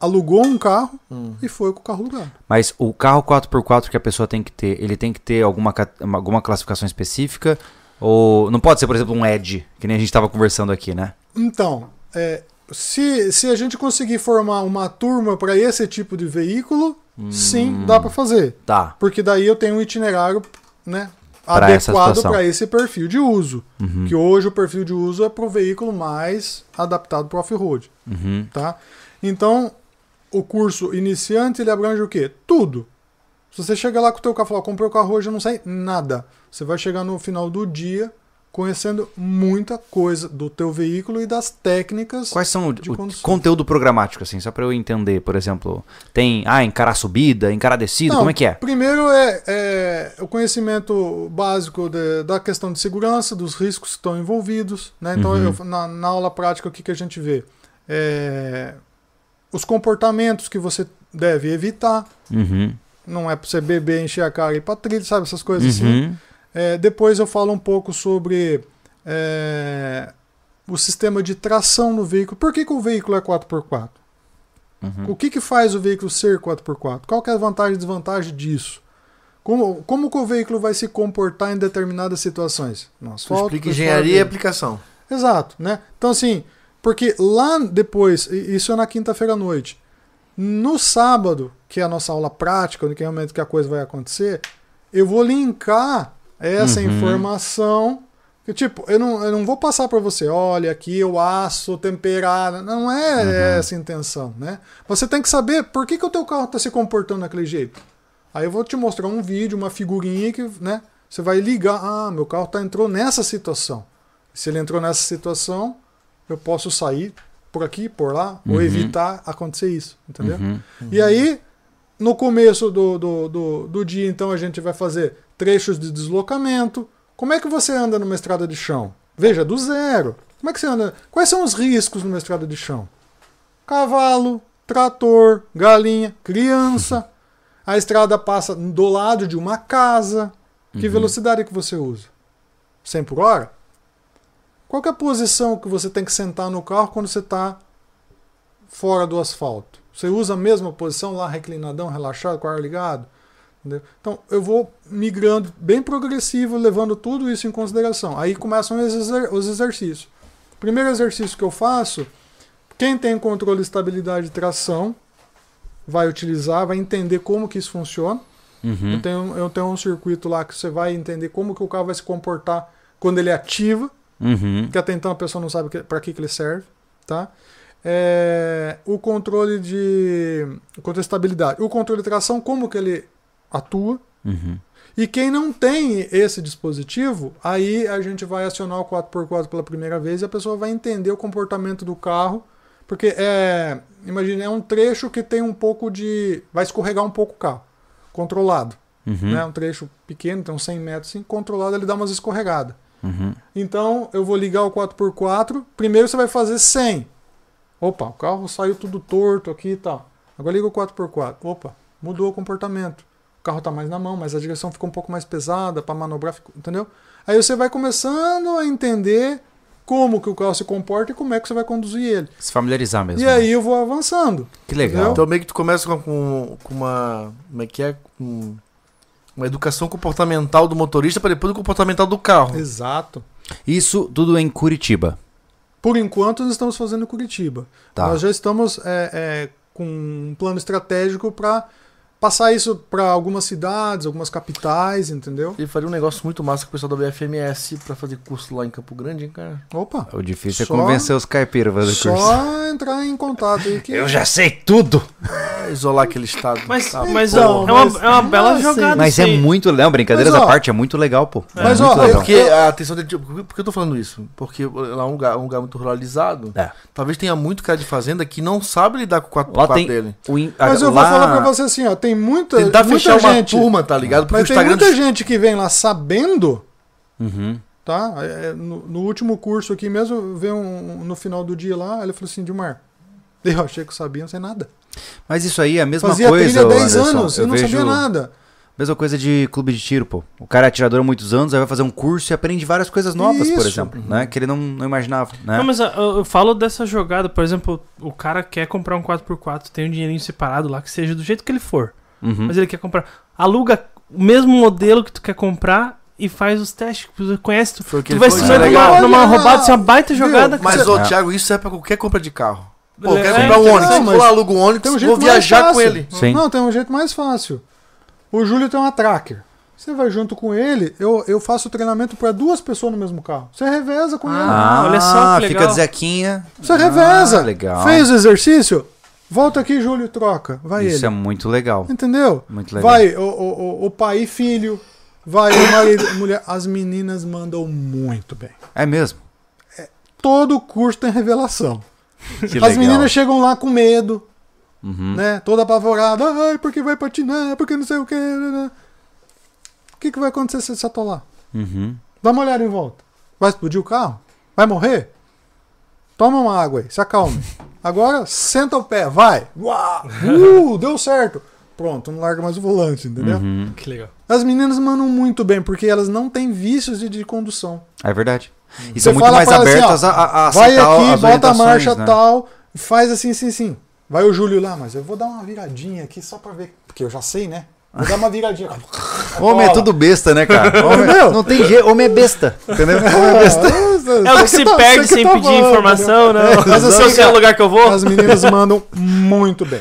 S3: alugou um carro e foi com o carro alugado.
S1: Mas o carro 4x4 que a pessoa tem que ter, ele tem que ter alguma, ca- uma- alguma classificação específica? Ou não pode ser, por exemplo, um Edge, que nem a gente tava conversando aqui, né?
S3: Então, é, se, se a gente conseguir formar uma turma para esse tipo de veículo, sim, dá para fazer.
S1: Tá.
S3: Porque daí eu tenho um itinerário né,
S1: Pra essa
S3: adequado
S1: situação. Uhum.
S3: para esse perfil de uso. Que hoje o perfil de uso é para o veículo mais adaptado para off-road.
S1: Uhum.
S3: Tá? Então, o curso iniciante ele abrange o quê? Tudo. Se você chegar lá com o teu carro e falar, comprei o carro hoje, eu não sei nada. Você vai chegar no final do dia conhecendo muita coisa do teu veículo e das técnicas.
S1: Quais são o,
S3: De
S1: o
S3: condução.
S1: conteúdo programático, assim, só pra eu entender, por exemplo, tem, ah, encarar subida, encarar descida,
S3: Não,
S1: como é que é?
S3: Primeiro é, é o conhecimento básico de- da questão de segurança, dos riscos que estão envolvidos. né? Então,
S1: Uhum.
S3: eu- na, na aula prática, o que, que a gente vê? É, os comportamentos que você deve evitar.
S1: Uhum.
S3: Não é pra você beber, encher a cara e ir pra trilha, sabe? Essas coisas assim.
S1: Uhum.
S3: É, depois eu falo um pouco sobre é, o sistema de tração no veículo. Por que, que o veículo é 4x4?
S1: Uhum.
S2: Uhum.
S3: O que, que faz o veículo ser 4x4? Qual que é a vantagem e desvantagem disso? Como, como que o veículo vai se comportar em determinadas situações? No
S2: Tu
S3: asfalto,
S2: explica
S3: no
S2: engenharia e
S3: asfalto.
S2: aplicação.
S3: Exato, né? Então, assim, porque lá depois, e- isso é na quinta-feira à noite, no sábado, que é a nossa aula prática, onde que realmente que a coisa vai acontecer, eu vou linkar essa informação. Que, tipo, eu não, eu não vou passar para você, olha aqui, eu aço, temperada. Não é essa a intenção, né? Você tem que saber por que, que o teu carro está se comportando daquele jeito. Aí eu vou te mostrar um vídeo, uma figurinha que, né? Você vai ligar, ah, meu carro tá, entrou nessa situação. Se ele entrou nessa situação, eu posso sair por aqui, por lá, ou evitar acontecer isso, entendeu? E aí, no começo do, do, do, do dia, então, a gente vai fazer trechos de deslocamento. Como é que você anda numa estrada de chão? Veja, do zero. Como é que você anda? Quais são os riscos numa estrada de chão? Cavalo, trator, galinha, criança. A estrada passa do lado de uma casa. Que velocidade que você usa? 100 por hora? Qual que é a posição que você tem que sentar no carro quando você tá está fora do asfalto? Você usa a mesma posição lá, reclinadão, relaxado, com o ar ligado? Entendeu? Então, eu vou migrando bem progressivo, levando tudo isso em consideração. Aí começam os, exer- os exercícios. Primeiro exercício que eu faço, quem tem controle de estabilidade e tração vai utilizar, vai entender como que isso funciona.
S1: Uhum.
S3: Eu, tenho, eu tenho um circuito lá que você vai entender como que o carro vai se comportar quando ele é ativa
S1: Uhum.
S3: que até então a pessoa não sabe para que, que ele serve, tá? É, o controle de contestabilidade, o controle de tração, como que ele atua
S1: Uhum.
S3: E quem não tem esse dispositivo, aí a gente vai acionar o 4x4 pela primeira vez e a pessoa vai entender o comportamento do carro. Porque é. Imagina, é um trecho que tem um pouco de. Vai escorregar um pouco o carro. Controlado.
S1: Uhum.
S3: Né? Um trecho pequeno, então 100 metros, assim, controlado, ele dá umas escorregadas.
S1: Uhum.
S3: Então eu vou ligar o 4x4. Primeiro você vai fazer 100. Opa, o carro saiu tudo torto aqui e tal. Agora liga o 4x4. Opa, mudou o comportamento. O carro tá mais na mão, mas a direção ficou um pouco mais pesada para manobrar, ficou- entendeu? Aí você vai começando a entender como que o carro se comporta e como é que você vai conduzir ele.
S1: Se familiarizar mesmo.
S3: E aí eu vou avançando.
S1: Que legal.
S2: Então meio que tu começa com, com- com uma. Como é que é? Com uma educação comportamental do motorista pra depois o comportamental do carro.
S3: Exato.
S1: Então, Isso tudo em Curitiba.
S3: Por enquanto nós estamos fazendo em Curitiba.
S1: Tá.
S3: Nós já estamos é, é, com um plano estratégico para passar isso para algumas cidades, algumas capitais, entendeu?
S2: Ele faria um negócio muito massa com o pessoal da BFMS pra fazer curso lá em Campo Grande, hein, cara?
S3: Opa,
S1: O difícil
S3: Só-
S1: é convencer os caipiras a fazer curso.
S3: só entrar em contato aí que
S1: Eu já sei tudo.
S2: É isolar aquele estado.
S4: Mas,
S2: tá?
S4: mas
S3: Então,
S4: é, uma,
S3: mas-
S4: é uma bela
S3: mas,
S4: jogada.
S1: Mas
S4: isso
S1: é
S4: aí.
S1: muito legal. Brincadeiras
S3: Mas,
S1: à
S3: ó,
S1: parte, é muito legal, pô. É
S3: mas,
S1: muito
S3: ó,
S1: legal.
S2: Porque a atenção dele. Por que eu tô falando isso? Porque lá é um lugar, um lugar muito ruralizado.
S1: É.
S2: Talvez tenha muito cara de fazenda que não sabe lidar com o 4x4
S1: Lá tem.
S2: dele.
S1: O in-
S3: Mas eu
S1: lá-
S3: vou falar pra você assim, ó, tem muita,
S2: Tentar
S3: muita
S2: fechar uma
S3: gente.
S2: turma, tá ligado? Porque
S3: mas
S2: o
S3: tem
S2: Instagram.
S3: muita
S2: dos-
S3: gente que vem lá sabendo,
S1: Uhum.
S3: tá? É, é, no, no último curso aqui mesmo, veio um, no final do dia lá, ele falou assim, Dilmar, eu achei que eu sabia, não sei nada.
S1: Mas isso aí é a mesma
S3: Fazia
S1: coisa.
S3: trilha há 10
S1: Anderson.
S3: anos
S1: eu
S3: e não
S1: vejo...
S3: sabia nada.
S1: Mesma coisa de clube de tiro, pô. O cara é atirador há muitos anos, aí vai fazer um curso e aprende várias coisas novas, por
S3: Isso.
S1: exemplo, né? Que ele não, não imaginava, né?
S4: Não, mas ah, eu, eu falo dessa jogada, por exemplo, o cara quer comprar um 4x4, tem um dinheirinho separado lá, que seja do jeito que ele for.
S1: Uhum.
S4: Mas ele quer comprar. Aluga o mesmo modelo que tu quer comprar e faz os testes. Tu conhece, tu,
S2: Foi o que
S4: tu
S2: ele
S4: vai
S2: fez,
S4: se
S2: isso é
S4: meter
S2: legal.
S4: numa, numa
S3: Olha!
S4: roubada, isso é uma baita
S3: Viu?
S4: jogada. que
S2: Mas,
S4: você-
S2: ô,
S1: É.
S2: Thiago, isso é pra qualquer compra de carro. Pô, eu quero
S4: É,
S2: comprar um
S4: então,
S2: Onix.
S3: não,
S2: Vou
S3: mas
S2: lá, alugo um Onix,
S3: Tem um jeito
S2: vou
S3: mais
S2: viajar
S3: fácil.
S2: com ele.
S1: Sim.
S3: Não, tem um jeito mais fácil. O Júlio tem uma tracker. Você vai junto com ele, eu, eu faço treinamento para duas pessoas no mesmo carro. Você reveza com ele.
S1: Ah,
S4: olha só que
S1: fica
S4: legal.
S1: de Zequinha.
S3: Você reveza.
S1: Ah, legal.
S3: Fez o exercício? Volta aqui, Júlio, troca. Vai
S1: Isso
S3: ele.
S1: é muito legal.
S3: Entendeu?
S1: Muito legal.
S3: Vai o, o, o- o pai e filho. Vai o marido e mulher. As meninas mandam muito bem.
S1: É mesmo.
S3: Todo curso tem revelação.
S1: Que
S3: As
S1: legal.
S3: meninas chegam lá com medo,
S1: Uhum.
S3: né? Toda apavorada. Ai, porque vai patinar, porque não sei o quê. né? O que, que vai acontecer se você atolar?
S1: Uhum.
S3: Dá uma olhada em volta. Vai explodir o carro? Vai morrer? Toma uma água aí, se acalme. Agora, senta o pé, vai. Uau! Uh, deu certo. Pronto, não larga mais o volante, entendeu?
S1: Uhum.
S4: Que legal.
S3: As meninas mandam muito bem, porque elas não têm vícios de, de condução.
S1: É verdade. E
S3: Você
S1: são muito
S3: fala
S1: mais
S3: pra ela assim,
S1: abertas
S3: ó,
S1: a, a, a
S3: Vai
S1: aceitar
S3: aqui,
S1: as
S3: bota a
S1: orientações,
S3: marcha
S1: né?
S3: tal, faz assim, sim, sim. Vai o Júlio lá, mas eu vou dar uma viradinha aqui só pra ver, porque eu já sei, né? Vou dar uma viradinha.
S1: Homem é
S3: Bola.
S1: tudo besta, né, cara? Homem, não tem jeito. Homem é besta. Entendeu? Homem é besta.
S4: É o que
S3: tá-
S4: se perde sem pedir informação, né? Mas
S3: Mas
S4: eu
S3: assim,
S4: sei o
S3: cara,
S4: lugar que eu vou.
S3: as meninas mandam muito bem.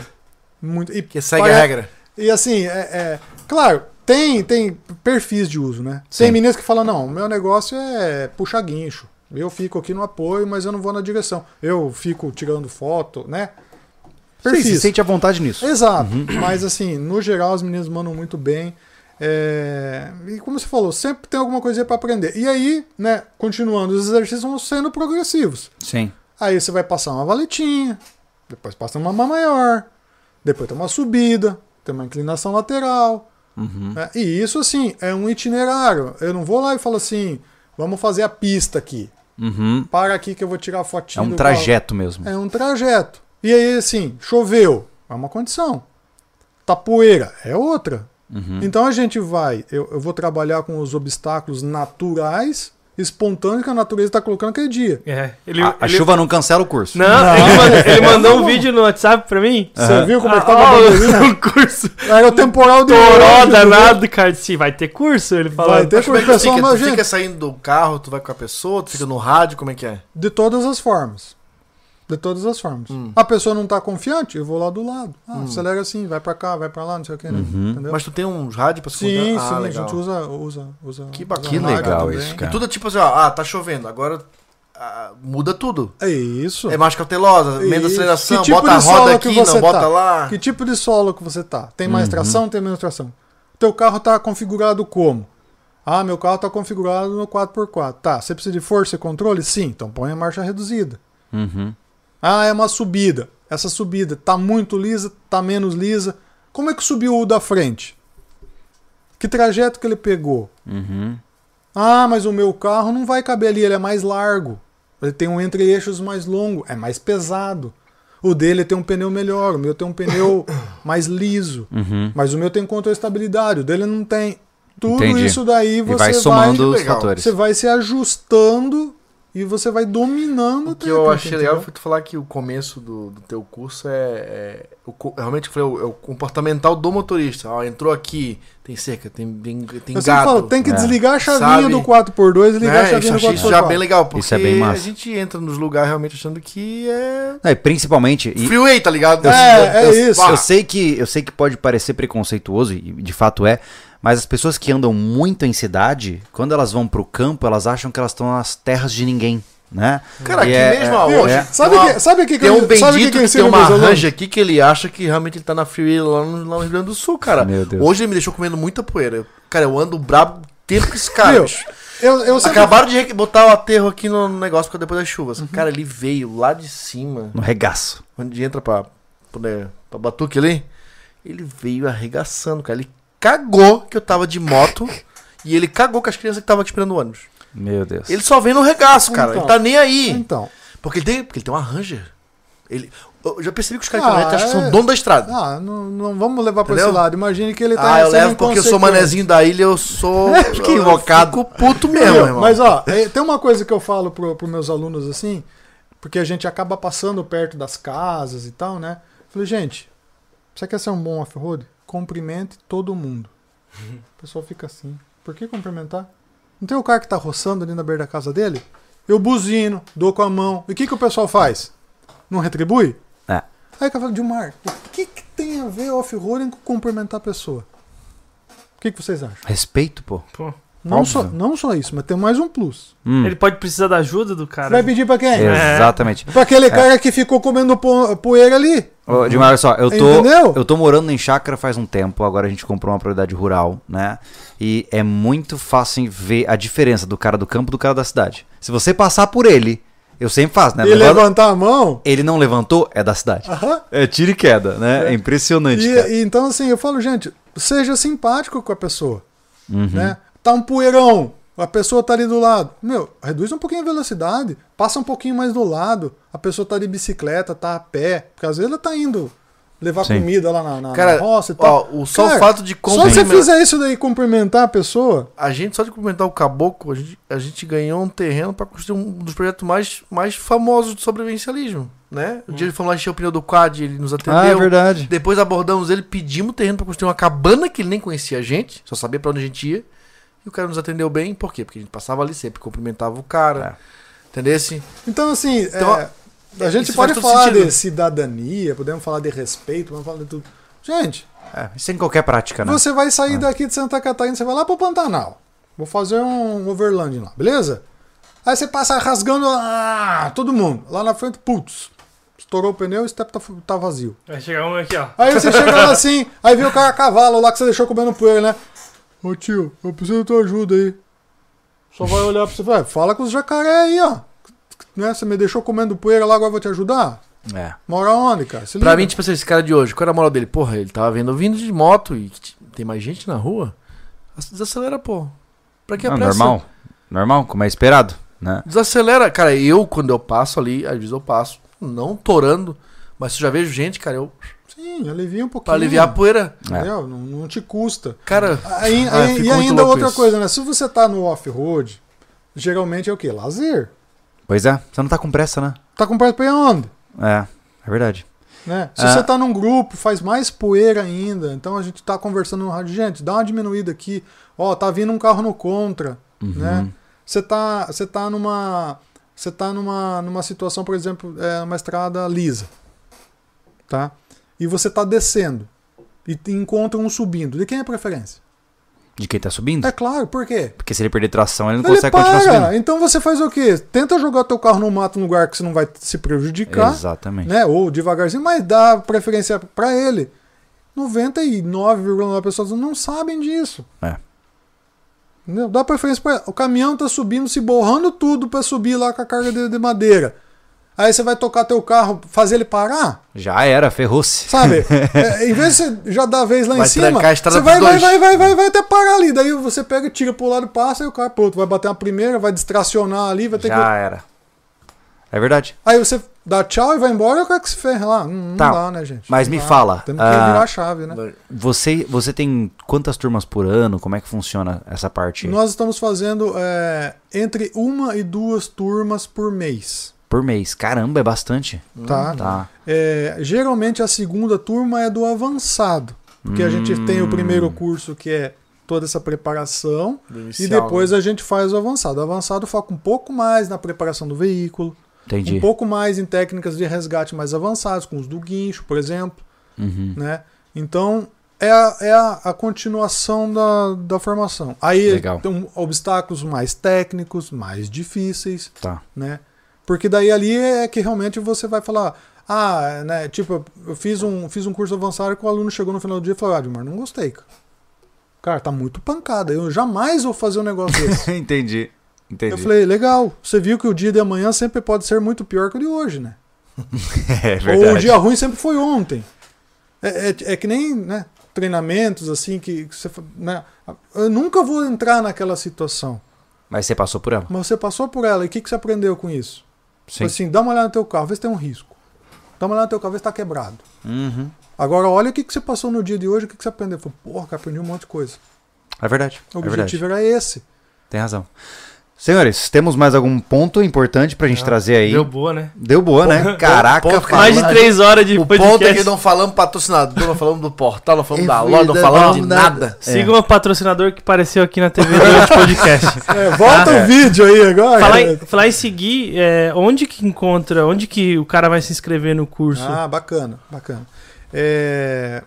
S3: Muito. E,
S2: Porque segue a
S3: parece-
S2: regra.
S3: E assim, é, é- claro, tem, tem perfis de uso, né?
S1: Sim.
S3: Tem meninas que falam, não, meu negócio é puxar guincho. Eu fico aqui no apoio, mas eu não vou na direção. Eu fico tirando foto, né?
S1: Sim,
S3: Perfis.
S1: se sente à vontade nisso.
S3: Exato.
S1: Uhum.
S3: Mas assim, no geral, as meninas mandam muito bem. É, E como você falou, sempre tem alguma coisa para aprender. E aí, né, continuando, os exercícios vão sendo progressivos.
S1: Sim.
S3: Aí você vai passar uma valetinha, depois passa uma mão maior, depois tem uma subida, tem uma inclinação lateral.
S1: Uhum.
S3: né? E isso, assim, é um itinerário. Eu não vou lá e falo assim, vamos fazer a pista aqui.
S1: Uhum.
S3: Para aqui que eu vou tirar a
S1: É
S3: fotinha.
S1: um
S3: do carro."
S1: trajeto mesmo.
S3: É um trajeto. E aí, assim, choveu, é uma condição. Tá poeira, é outra.
S2: Uhum.
S3: Então a gente vai, eu, eu vou trabalhar com os obstáculos naturais, espontâneos que a natureza está colocando aquele dia.
S4: É, ele,
S1: A, a
S4: ele-
S1: chuva não cancela o curso.
S4: Não, Ele, manda- ele mandou um vídeo no WhatsApp pra mim.
S3: É, Você viu como é que
S4: Ah,
S3: tava a
S4: ó,
S3: bandeirinha?
S4: o curso.
S3: Era o temporal um de
S4: Toró
S3: hoje,
S4: danado, cara. Se vai ter curso, ele falou.
S3: Vai ter
S2: Mas como é que
S3: curso,
S2: tu
S3: pessoal,
S2: fica?
S3: mas,
S2: Tu
S3: gente,
S2: fica saindo do carro, tu vai com a pessoa, tu fica no rádio, como é que é?
S3: de todas as formas. De todas as formas.
S2: Hum.
S3: A pessoa não tá confiante, eu vou lá do lado. Ah, acelera assim, vai pra cá, vai pra lá, não sei o que, né? Entendeu?
S2: Uhum. Mas tu tem uns rádio pra se
S3: sim, sim,
S2: comunicar? Ah,
S3: a
S2: legal.
S3: gente usa, usa, usa.
S2: Que bacana.
S1: Que
S3: usa rádio
S1: legal
S3: também.
S1: isso,
S2: E
S1: cara.
S2: tudo é tipo assim, ó, ah, tá chovendo, agora ah, muda tudo.
S3: É isso.
S2: É mais cautelosa, menos
S3: Isso.
S2: aceleração,
S3: Que tipo
S2: bota a
S3: de solo
S2: roda
S3: que
S2: aqui,
S3: você
S2: não bota
S3: tá?
S2: lá. Uhum.
S3: Que tipo de solo que você tá? Tem mais tração, tem menos tração? teu carro está configurado como? Ah, meu carro está configurado no 4x4. Tá, você precisa de força e controle? Sim, então põe a marcha reduzida.
S1: Uhum.
S3: Ah, é uma subida. Essa subida tá muito lisa, tá menos lisa. Como é que subiu o da frente? Que trajeto que ele pegou?
S1: Uhum.
S3: Ah, mas o meu carro não vai caber ali, ele é mais largo. Ele tem um entre-eixos mais longo, é mais pesado. O dele tem um pneu melhor, o meu tem um pneu mais liso.
S1: Uhum.
S3: Mas o meu tem contra-estabilidade, o dele não tem. Tudo
S1: Entendi.
S3: isso daí
S1: E
S3: você
S1: vai somando os
S2: legal.
S1: fatores.
S3: você vai se ajustando e você vai dominando
S2: O que
S3: técnica,
S2: eu achei legal
S3: entendeu?
S2: foi tu falar que o começo do, do teu curso é. é o co- realmente foi o, é o comportamental do motorista. Ó, entrou aqui, tem cerca, tem, tem, tem
S3: Eu sempre
S2: gato. né?
S3: falo, tem que
S1: É.
S3: desligar a chavinha
S2: Sabe?
S3: do 4x2 e ligar a
S2: né? Isso,
S3: chavinha do
S2: achei
S3: 4x4.
S2: isso já bem legal, porque
S1: Isso é bem
S2: a
S1: massa.
S2: gente entra nos lugares realmente achando que é.
S1: Não, e principalmente. e-
S2: Freeway, tá ligado?
S3: É, é isso.
S2: pá.
S1: Eu sei que eu sei que pode parecer preconceituoso e de fato é, mas as pessoas que andam muito em cidade, quando elas vão pro campo, elas acham que elas estão nas terras de ninguém, né?
S2: Cara,
S1: E
S2: aqui
S1: é-
S2: mesmo
S1: é-
S2: ó,
S3: Viu?
S2: hoje.
S3: Sabe
S2: tem
S3: que, sabe que, que
S2: Tem um
S3: eu, sabe que,
S2: bendito
S3: que
S2: que,
S3: eu
S2: tem
S3: ensino
S2: uma
S3: meus alunos?
S2: ranja aqui que ele acha que realmente ele tá na freeway lá no, lá no Rio Grande do Sul, cara.
S1: Meu Deus.
S2: Hoje ele me deixou comendo muita poeira. Cara, eu ando brabo tempo com esse cara.
S3: Viu?
S2: bicho.
S3: Eu, eu sempre...
S2: Acabaram de re- botar o aterro aqui no negócio porque depois das chuvas.
S3: Uhum.
S2: Cara, ele veio lá de cima,
S1: No regaço.
S2: onde entra pra, pra, né, pra Batuque ali. Ele veio arregaçando, cara. Ele cagou que eu tava de moto e ele cagou com as crianças que estavam aqui esperando o ônibus.
S1: Meu Deus.
S2: Ele só vem no regaço, cara.
S3: Então.
S2: ele tá nem aí.
S3: Então,
S2: Porque ele tem, porque ele tem uma Ranger. Ele, eu já percebi que os caras
S3: Ah,
S2: de internet acham que
S3: é.
S2: são dono da estrada.
S3: ah, não, não vamos levar pra esse
S2: Entendeu?
S3: lado. Imagine que ele tá
S2: Ah, eu
S3: sendo
S2: levo porque eu sou
S3: inconsequente.
S2: manezinho da ilha, eu sou.
S1: Fiquei invocado.
S2: Eu fico puto mesmo,
S3: Viu?
S2: irmão.
S3: Mas, ó, é, tem uma coisa que eu falo pro, pros meus alunos, assim, porque a gente acaba passando perto das casas e tal, né? Eu Falei, gente, você quer ser um bom off-road? Cumprimente todo mundo. O pessoal fica assim. Por que cumprimentar? Não tem o cara que tá roçando ali na beira da casa dele? Eu buzino, dou com a mão. E o que, que o pessoal faz? Não retribui?
S1: É.
S3: Aí o cara fala, Dilmar, o que, que tem a ver off-roading com cumprimentar a pessoa? O que, que vocês acham?
S1: Respeito, pô.
S4: Pô,
S3: Não
S1: Óbvio.
S3: só, não só isso, mas tem mais um plus.
S1: Hum,
S4: Ele pode precisar da ajuda do cara.
S3: Vai pedir pra quem?
S1: é. Exatamente.
S3: Pra aquele cara que ficou comendo po- poeira
S1: É,
S3: ali.
S1: Ô, Dimar, olha só, eu tô,
S3: Entendeu?
S1: eu tô morando em chácara faz um tempo, agora a gente comprou uma propriedade rural, né? E é muito fácil ver a diferença do cara do campo e do cara da cidade. Se você passar por ele, eu sempre faço, né?
S3: e
S1: Levanta-
S3: levantar a mão.
S1: Ele não levantou, é da cidade.
S3: Aham.
S1: É tiro e queda, né? É impressionante,
S3: E,
S1: cara.
S3: e então, assim, eu falo, gente, seja simpático com a pessoa.
S1: Uhum.
S3: Né? Tá um poeirão, a pessoa tá ali do lado. Meu, reduz um pouquinho a velocidade, passa um pouquinho mais do lado. A pessoa tá de bicicleta, tá a pé. Porque às vezes ela tá indo levar
S1: Sim.
S3: comida lá na, na,
S2: Cara,
S3: na roça e
S2: ó,
S3: tal.
S2: o, só
S3: Cara,
S2: o fato de
S3: Só se você
S2: cumprimentar-
S3: fizer isso daí, cumprimentar a pessoa.
S2: A gente, só de cumprimentar o caboclo, a gente, a gente ganhou um terreno pra construir um dos projetos mais, mais famosos de sobrevivencialismo, né? O dia ele foi lá encher o pneu do CAD, ele nos atendeu.
S1: Ah, é verdade.
S2: Depois abordamos ele, pedimos terreno pra construir uma cabana que ele nem conhecia a gente, só sabia pra onde a gente ia. E o cara nos atendeu bem, por quê? Porque a gente passava ali sempre, cumprimentava o cara.
S1: É.
S2: Entendesse?
S3: Então, assim,
S2: Então,
S3: é, a gente
S2: isso
S3: pode
S2: faz todo
S3: falar
S2: sentido.
S3: de cidadania, podemos falar de respeito, podemos falar de tudo. Gente,
S1: É, sem qualquer
S2: Ah,
S1: prática, né?
S3: Você vai sair daqui de Santa Catarina, você vai lá pro Pantanal. Vou fazer um overlanding lá, beleza? Aí você passa rasgando ah, todo mundo. Lá na frente, putz, estourou o pneu, o step tá, fu- tá vazio.
S4: Vai chegar um aqui, ó.
S3: Aí você chega lá assim, aí vem o cara a cavalo lá que você deixou comendo poeira, né? Ô tio, eu preciso da tua ajuda aí. Só vai olhar pra você e falar, "Ah, fala com os jacaré aí, ó. Né? Você me deixou comendo poeira lá, agora eu vou te ajudar?
S1: É.
S3: Mora onde, cara? Se
S2: Pra
S3: liga.
S2: mim, tipo assim, esse cara de hoje, qual era a moral dele? Porra, ele tava vendo vindo de moto e t- tem mais gente na rua? Desacelera, pô. Pra que é a
S1: Não,
S2: pressa?
S1: normal. Normal, como é esperado, né?
S2: Desacelera. Cara, eu, quando eu passo ali, às vezes eu passo, não torando, mas se eu já vejo gente, cara, eu.
S3: Sim, alivia um pouquinho.
S2: Pra aliviar a poeira.
S3: Entendeu? Não- não te custa.
S2: Cara.
S3: Aí-
S2: Ah, eu
S3: aí-
S2: fico
S3: e
S2: muito
S3: ainda
S2: louco
S3: outra
S2: isso.
S3: coisa, né? Se você tá no off-road, geralmente é o quê? Lazer.
S1: Pois é, você não tá com pressa, né?
S3: Tá com perto pra onde?
S1: É, é verdade.
S3: Né? Se
S1: Ah.
S3: você tá num grupo, faz mais poeira ainda. Então a gente tá conversando no rádio. Gente, dá uma diminuída aqui. Ó, tá vindo um carro no contra,
S1: Uhum.
S3: né? Você tá, você tá numa, você tá numa, numa situação, por exemplo, é uma estrada lisa, tá? E você tá descendo e te encontra um subindo. De quem é a preferência?
S1: De quem tá subindo?
S3: É claro, por quê?
S1: Porque se ele perder tração, ele não
S3: Ele
S1: consegue continuar subindo.
S3: para. Então você faz o quê? Tenta jogar teu carro no mato num lugar que você não vai se prejudicar,
S1: Exatamente.
S3: né? Ou devagarzinho, mas dá preferência pra ele. 99,9% pessoas não sabem disso.
S1: É.
S3: Entendeu? Dá preferência pra. O caminhão tá subindo, se borrando tudo pra subir lá com a carga de, de madeira. Aí você vai tocar teu carro, fazer ele parar,
S1: Já era, ferrou-se.
S3: sabe? É, em vez de você já dar a vez lá
S2: Vai
S3: em cima,
S2: trancar a estrada
S3: você vai,
S2: pros
S3: vai,
S2: dois.
S3: vai, vai, vai, vai até parar ali. Daí você pega, tira pro lado, passa, e o carro, pronto, vai bater uma primeira, vai distracionar ali, vai ter que.
S1: Já era. É verdade.
S3: Aí você dá tchau e vai embora, o cara que se ferra lá. Não, não
S1: Tá,
S3: dá, né, gente?
S1: Mas
S3: Não
S1: me
S3: dá.
S1: fala,
S3: Temos que
S1: ah,
S3: virar a chave, né?
S1: você, você tem quantas turmas por ano? Como é que funciona essa parte? aí?
S3: Nós estamos fazendo é, entre uma e duas turmas por mês.
S1: Por mês. Caramba, é bastante.
S3: Tá?
S1: Tá.
S3: É, geralmente a segunda turma é do avançado. Porque a gente
S1: Hum.
S3: tem o primeiro curso que é toda essa preparação. e
S4: um
S3: depois a gente faz o avançado. O avançado foca um pouco mais na preparação do veículo,
S1: Entendi.
S3: um pouco mais em técnicas de resgate mais avançadas, com os do guincho, por exemplo.
S1: Uhum.
S3: né? Então é a, é a, a continuação da, da formação. Aí
S1: Legal.
S3: tem um, obstáculos mais técnicos, mais difíceis,
S1: Tá.
S3: né? Porque daí ali é que realmente você vai falar, ah, né? Tipo, eu fiz um, fiz um curso avançado que o aluno chegou no final do dia e falou, ah, Dilmar, não gostei, cara. Cara, tá muito pancada. Eu jamais vou fazer um negócio desse.
S1: Entendi. Entendi.
S3: eu falei, legal. Você viu que o dia de amanhã sempre pode ser muito pior que o de hoje, né?
S1: é
S3: Ou o dia ruim sempre foi ontem. É, é, é que nem né, treinamentos assim que, que você. fa- Né, eu nunca vou entrar naquela situação.
S1: Mas você passou por ela?
S3: Mas você passou por ela e o que, que você aprendeu com isso?
S1: Sim.
S3: Assim, dá uma olhada no teu carro, vê se tem um risco. Dá uma olhada no teu carro, vê se tá quebrado.
S1: Uhum.
S3: Agora olha o que, que você passou no dia de hoje, o que, que você aprendeu. Falei, porra, cara, aprendi um monte de coisa.
S1: É verdade.
S3: O
S1: é verdade.
S3: objetivo era esse.
S1: Tem razão. Senhores, temos mais algum ponto importante pra gente trazer aí?
S4: Deu boa, né?
S1: Deu boa, né? Caraca,
S2: ponto que
S1: fala-
S4: Mais de três horas de
S2: O ponto é que
S4: podcast.
S2: não falamos patrocinador, não falamos do portal, não falamos
S1: É
S2: da loja, não
S1: verdade,
S2: falamos de
S1: não,
S2: nada.
S4: Siga um patrocinador que apareceu aqui na TV durante o podcast.
S3: É, volta o vídeo aí agora.
S4: Falar em, falar em seguir, é, onde que encontra, onde que o cara vai se inscrever no curso?
S3: Ah, bacana, bacana. É,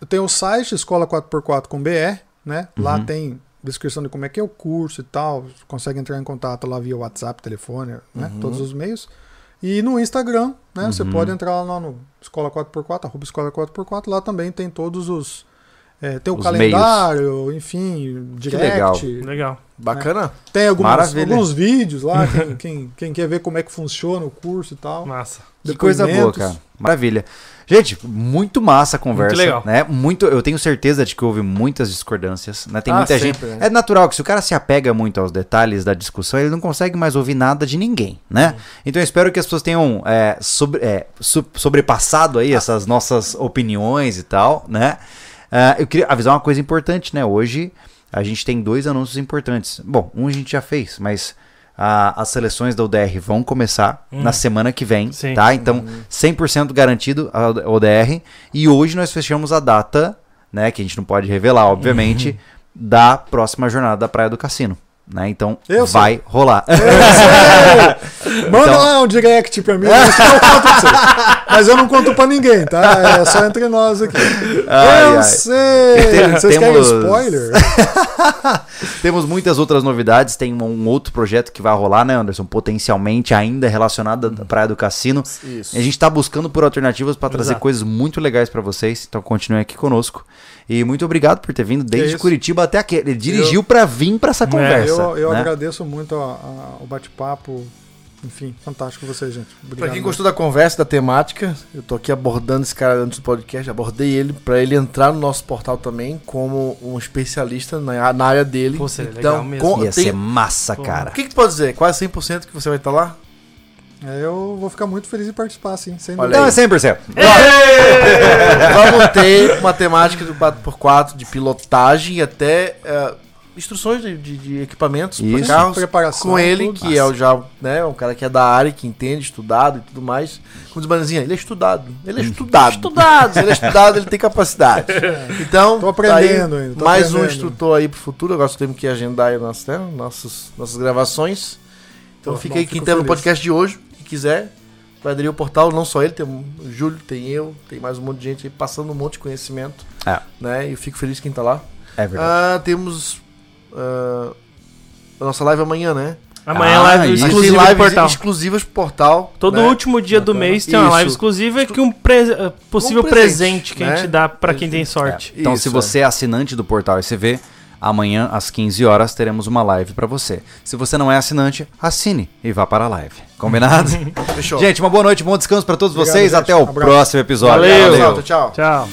S3: eu tenho o site escola 4x4 com BR, né? Lá tem descrição de como é que é o curso e tal. Você Consegue entrar em contato lá via WhatsApp, telefone, né? Todos os meios. E no Instagram, né? Você pode entrar lá no escola 4x4, arroba escola 4x4. Lá também tem todos os. é, tem o
S1: Os
S3: calendário, enfim, direct.
S4: Legal.
S2: Bacana?
S3: Tem algumas,
S1: Maravilha.
S3: alguns vídeos lá. quem, quem- quem quer ver como é que funciona o curso e tal.
S4: Massa.
S1: Que coisa boa,
S3: depoimentos.
S1: cara. Maravilha. Gente, muito massa a conversa.
S4: Muito legal.
S1: Né? Muito, eu tenho certeza de que houve muitas discordâncias. Né? Tem
S2: Ah,
S1: muita
S2: sempre,
S1: gente.
S2: né?
S1: É natural que se o cara se apega muito aos detalhes da discussão, ele não consegue mais ouvir nada de ninguém, né? Então eu espero que as pessoas tenham é, sobre- é, su- sobrepassado aí essas nossas opiniões e tal, né? Ah, eu queria avisar uma coisa importante, né? Hoje a gente tem dois anúncios importantes. Bom, um a gente já fez, mas ah, as seleções da UDR vão começar
S3: Hum.
S1: na semana que vem,
S4: Sim.
S1: tá? Então,
S3: Uhum.
S1: 100% garantido a ODR. E hoje nós fechamos a data, né? Que a gente não pode revelar, obviamente, da próxima jornada da Praia do Cassino. Né? Então,
S3: Uhum. Eu sei.
S1: vai rolar.
S3: Manda
S1: Então-
S3: lá um direct pra mim, mas eu conto pra você. Mas eu não conto pra ninguém, tá? É só entre nós aqui.
S1: Ai,
S3: eu
S1: ai.
S3: sei!
S1: Tem-
S3: Vocês querem
S1: temos-
S3: spoiler?
S1: Temos muitas outras novidades. Tem um- um outro projeto que vai rolar, né, Anderson? Potencialmente ainda relacionado
S3: Uhum.
S1: à Praia do Cassino.
S2: Isso.
S1: A gente está buscando por alternativas para trazer
S4: Exato.
S1: coisas muito legais para vocês. Então continuem aqui conosco. E muito obrigado por ter vindo desde
S3: isso.
S1: Curitiba até aqui. Ele dirigiu para vir para essa conversa.
S3: eu eu
S1: né?
S3: agradeço muito a- a- o bate-papo. Enfim, fantástico vocês, gente. Obrigado.
S2: Pra quem
S3: mesmo.
S2: gostou da conversa, da temática, eu tô aqui abordando esse cara antes do podcast, abordei ele pra ele entrar no nosso portal também como um especialista na, na área dele. Então,
S4: Pô, seria legal mesmo.
S2: com-
S1: Ia
S2: tem-
S1: ser massa,
S4: Pô,
S1: cara.
S2: O que que tu pode dizer? Quase 100% que você vai estar lá?
S3: É, eu vou ficar muito feliz em participar, sim. Sem
S2: Olha
S3: dúvida.
S1: Então é 100%.
S2: Vamos ter uma temática do 4x4 de pilotagem e até eh, instruções de, de- de equipamentos para
S1: Isso.
S2: carros
S3: Preparação,
S2: com ele,
S3: tudo.
S2: que é o já, né, um cara que é da área, que entende, estudado e tudo mais. Como diz o Bananinha, ele é estudado. Ele é
S3: Hum.
S2: estudado. Estudado. Se ele é estudado, ele tem capacidade. Então,
S3: Tô
S2: tá aí
S3: aprendendo ainda, tô
S2: mais um
S3: aprendendo.
S2: instrutor aí pro futuro. Agora só temos que agendar aí nossas, né, nossas, nossas gravações. Então
S3: Pô,
S2: fica
S3: bom,
S2: aí quem
S3: fico
S2: tá no
S3: feliz.
S2: podcast de hoje, que quiser, vai aderir ao portal, não só ele, tem o Júlio, tem eu, tem mais um monte de gente aí passando um monte de conhecimento.
S1: É.
S2: Né? E eu fico feliz quem tá lá.
S1: É verdade.
S2: Ah, temos ah, a nossa live amanhã, né?
S4: Amanhã
S1: Ah,
S4: é live
S1: isso.
S2: A gente
S4: exclusiva
S2: tem
S4: do
S2: lives
S4: portal.
S2: exclusivas pro portal.
S4: Todo
S2: né?
S4: último dia do
S3: Bacana.
S4: mês tem uma live
S2: Isso.
S4: exclusiva que um pre- eh, possível
S2: Um presente,
S4: presente, que a
S2: né?
S4: gente dá pra quem tem sorte.
S1: Então,
S2: Isso,
S1: se
S2: é.
S1: você é assinante do Portal SV, amanhã às 15 horas teremos uma live pra você. Se você não é assinante, assine e vá para a live. Combinado?
S2: Fechou.
S1: gente, uma boa noite, bom descanso pra todos
S3: Obrigado,
S1: vocês.
S3: gente.
S1: Até o
S3: Abraço.
S1: próximo episódio.
S2: Tchau,
S4: Valeu.
S2: tchau.
S4: Tchau.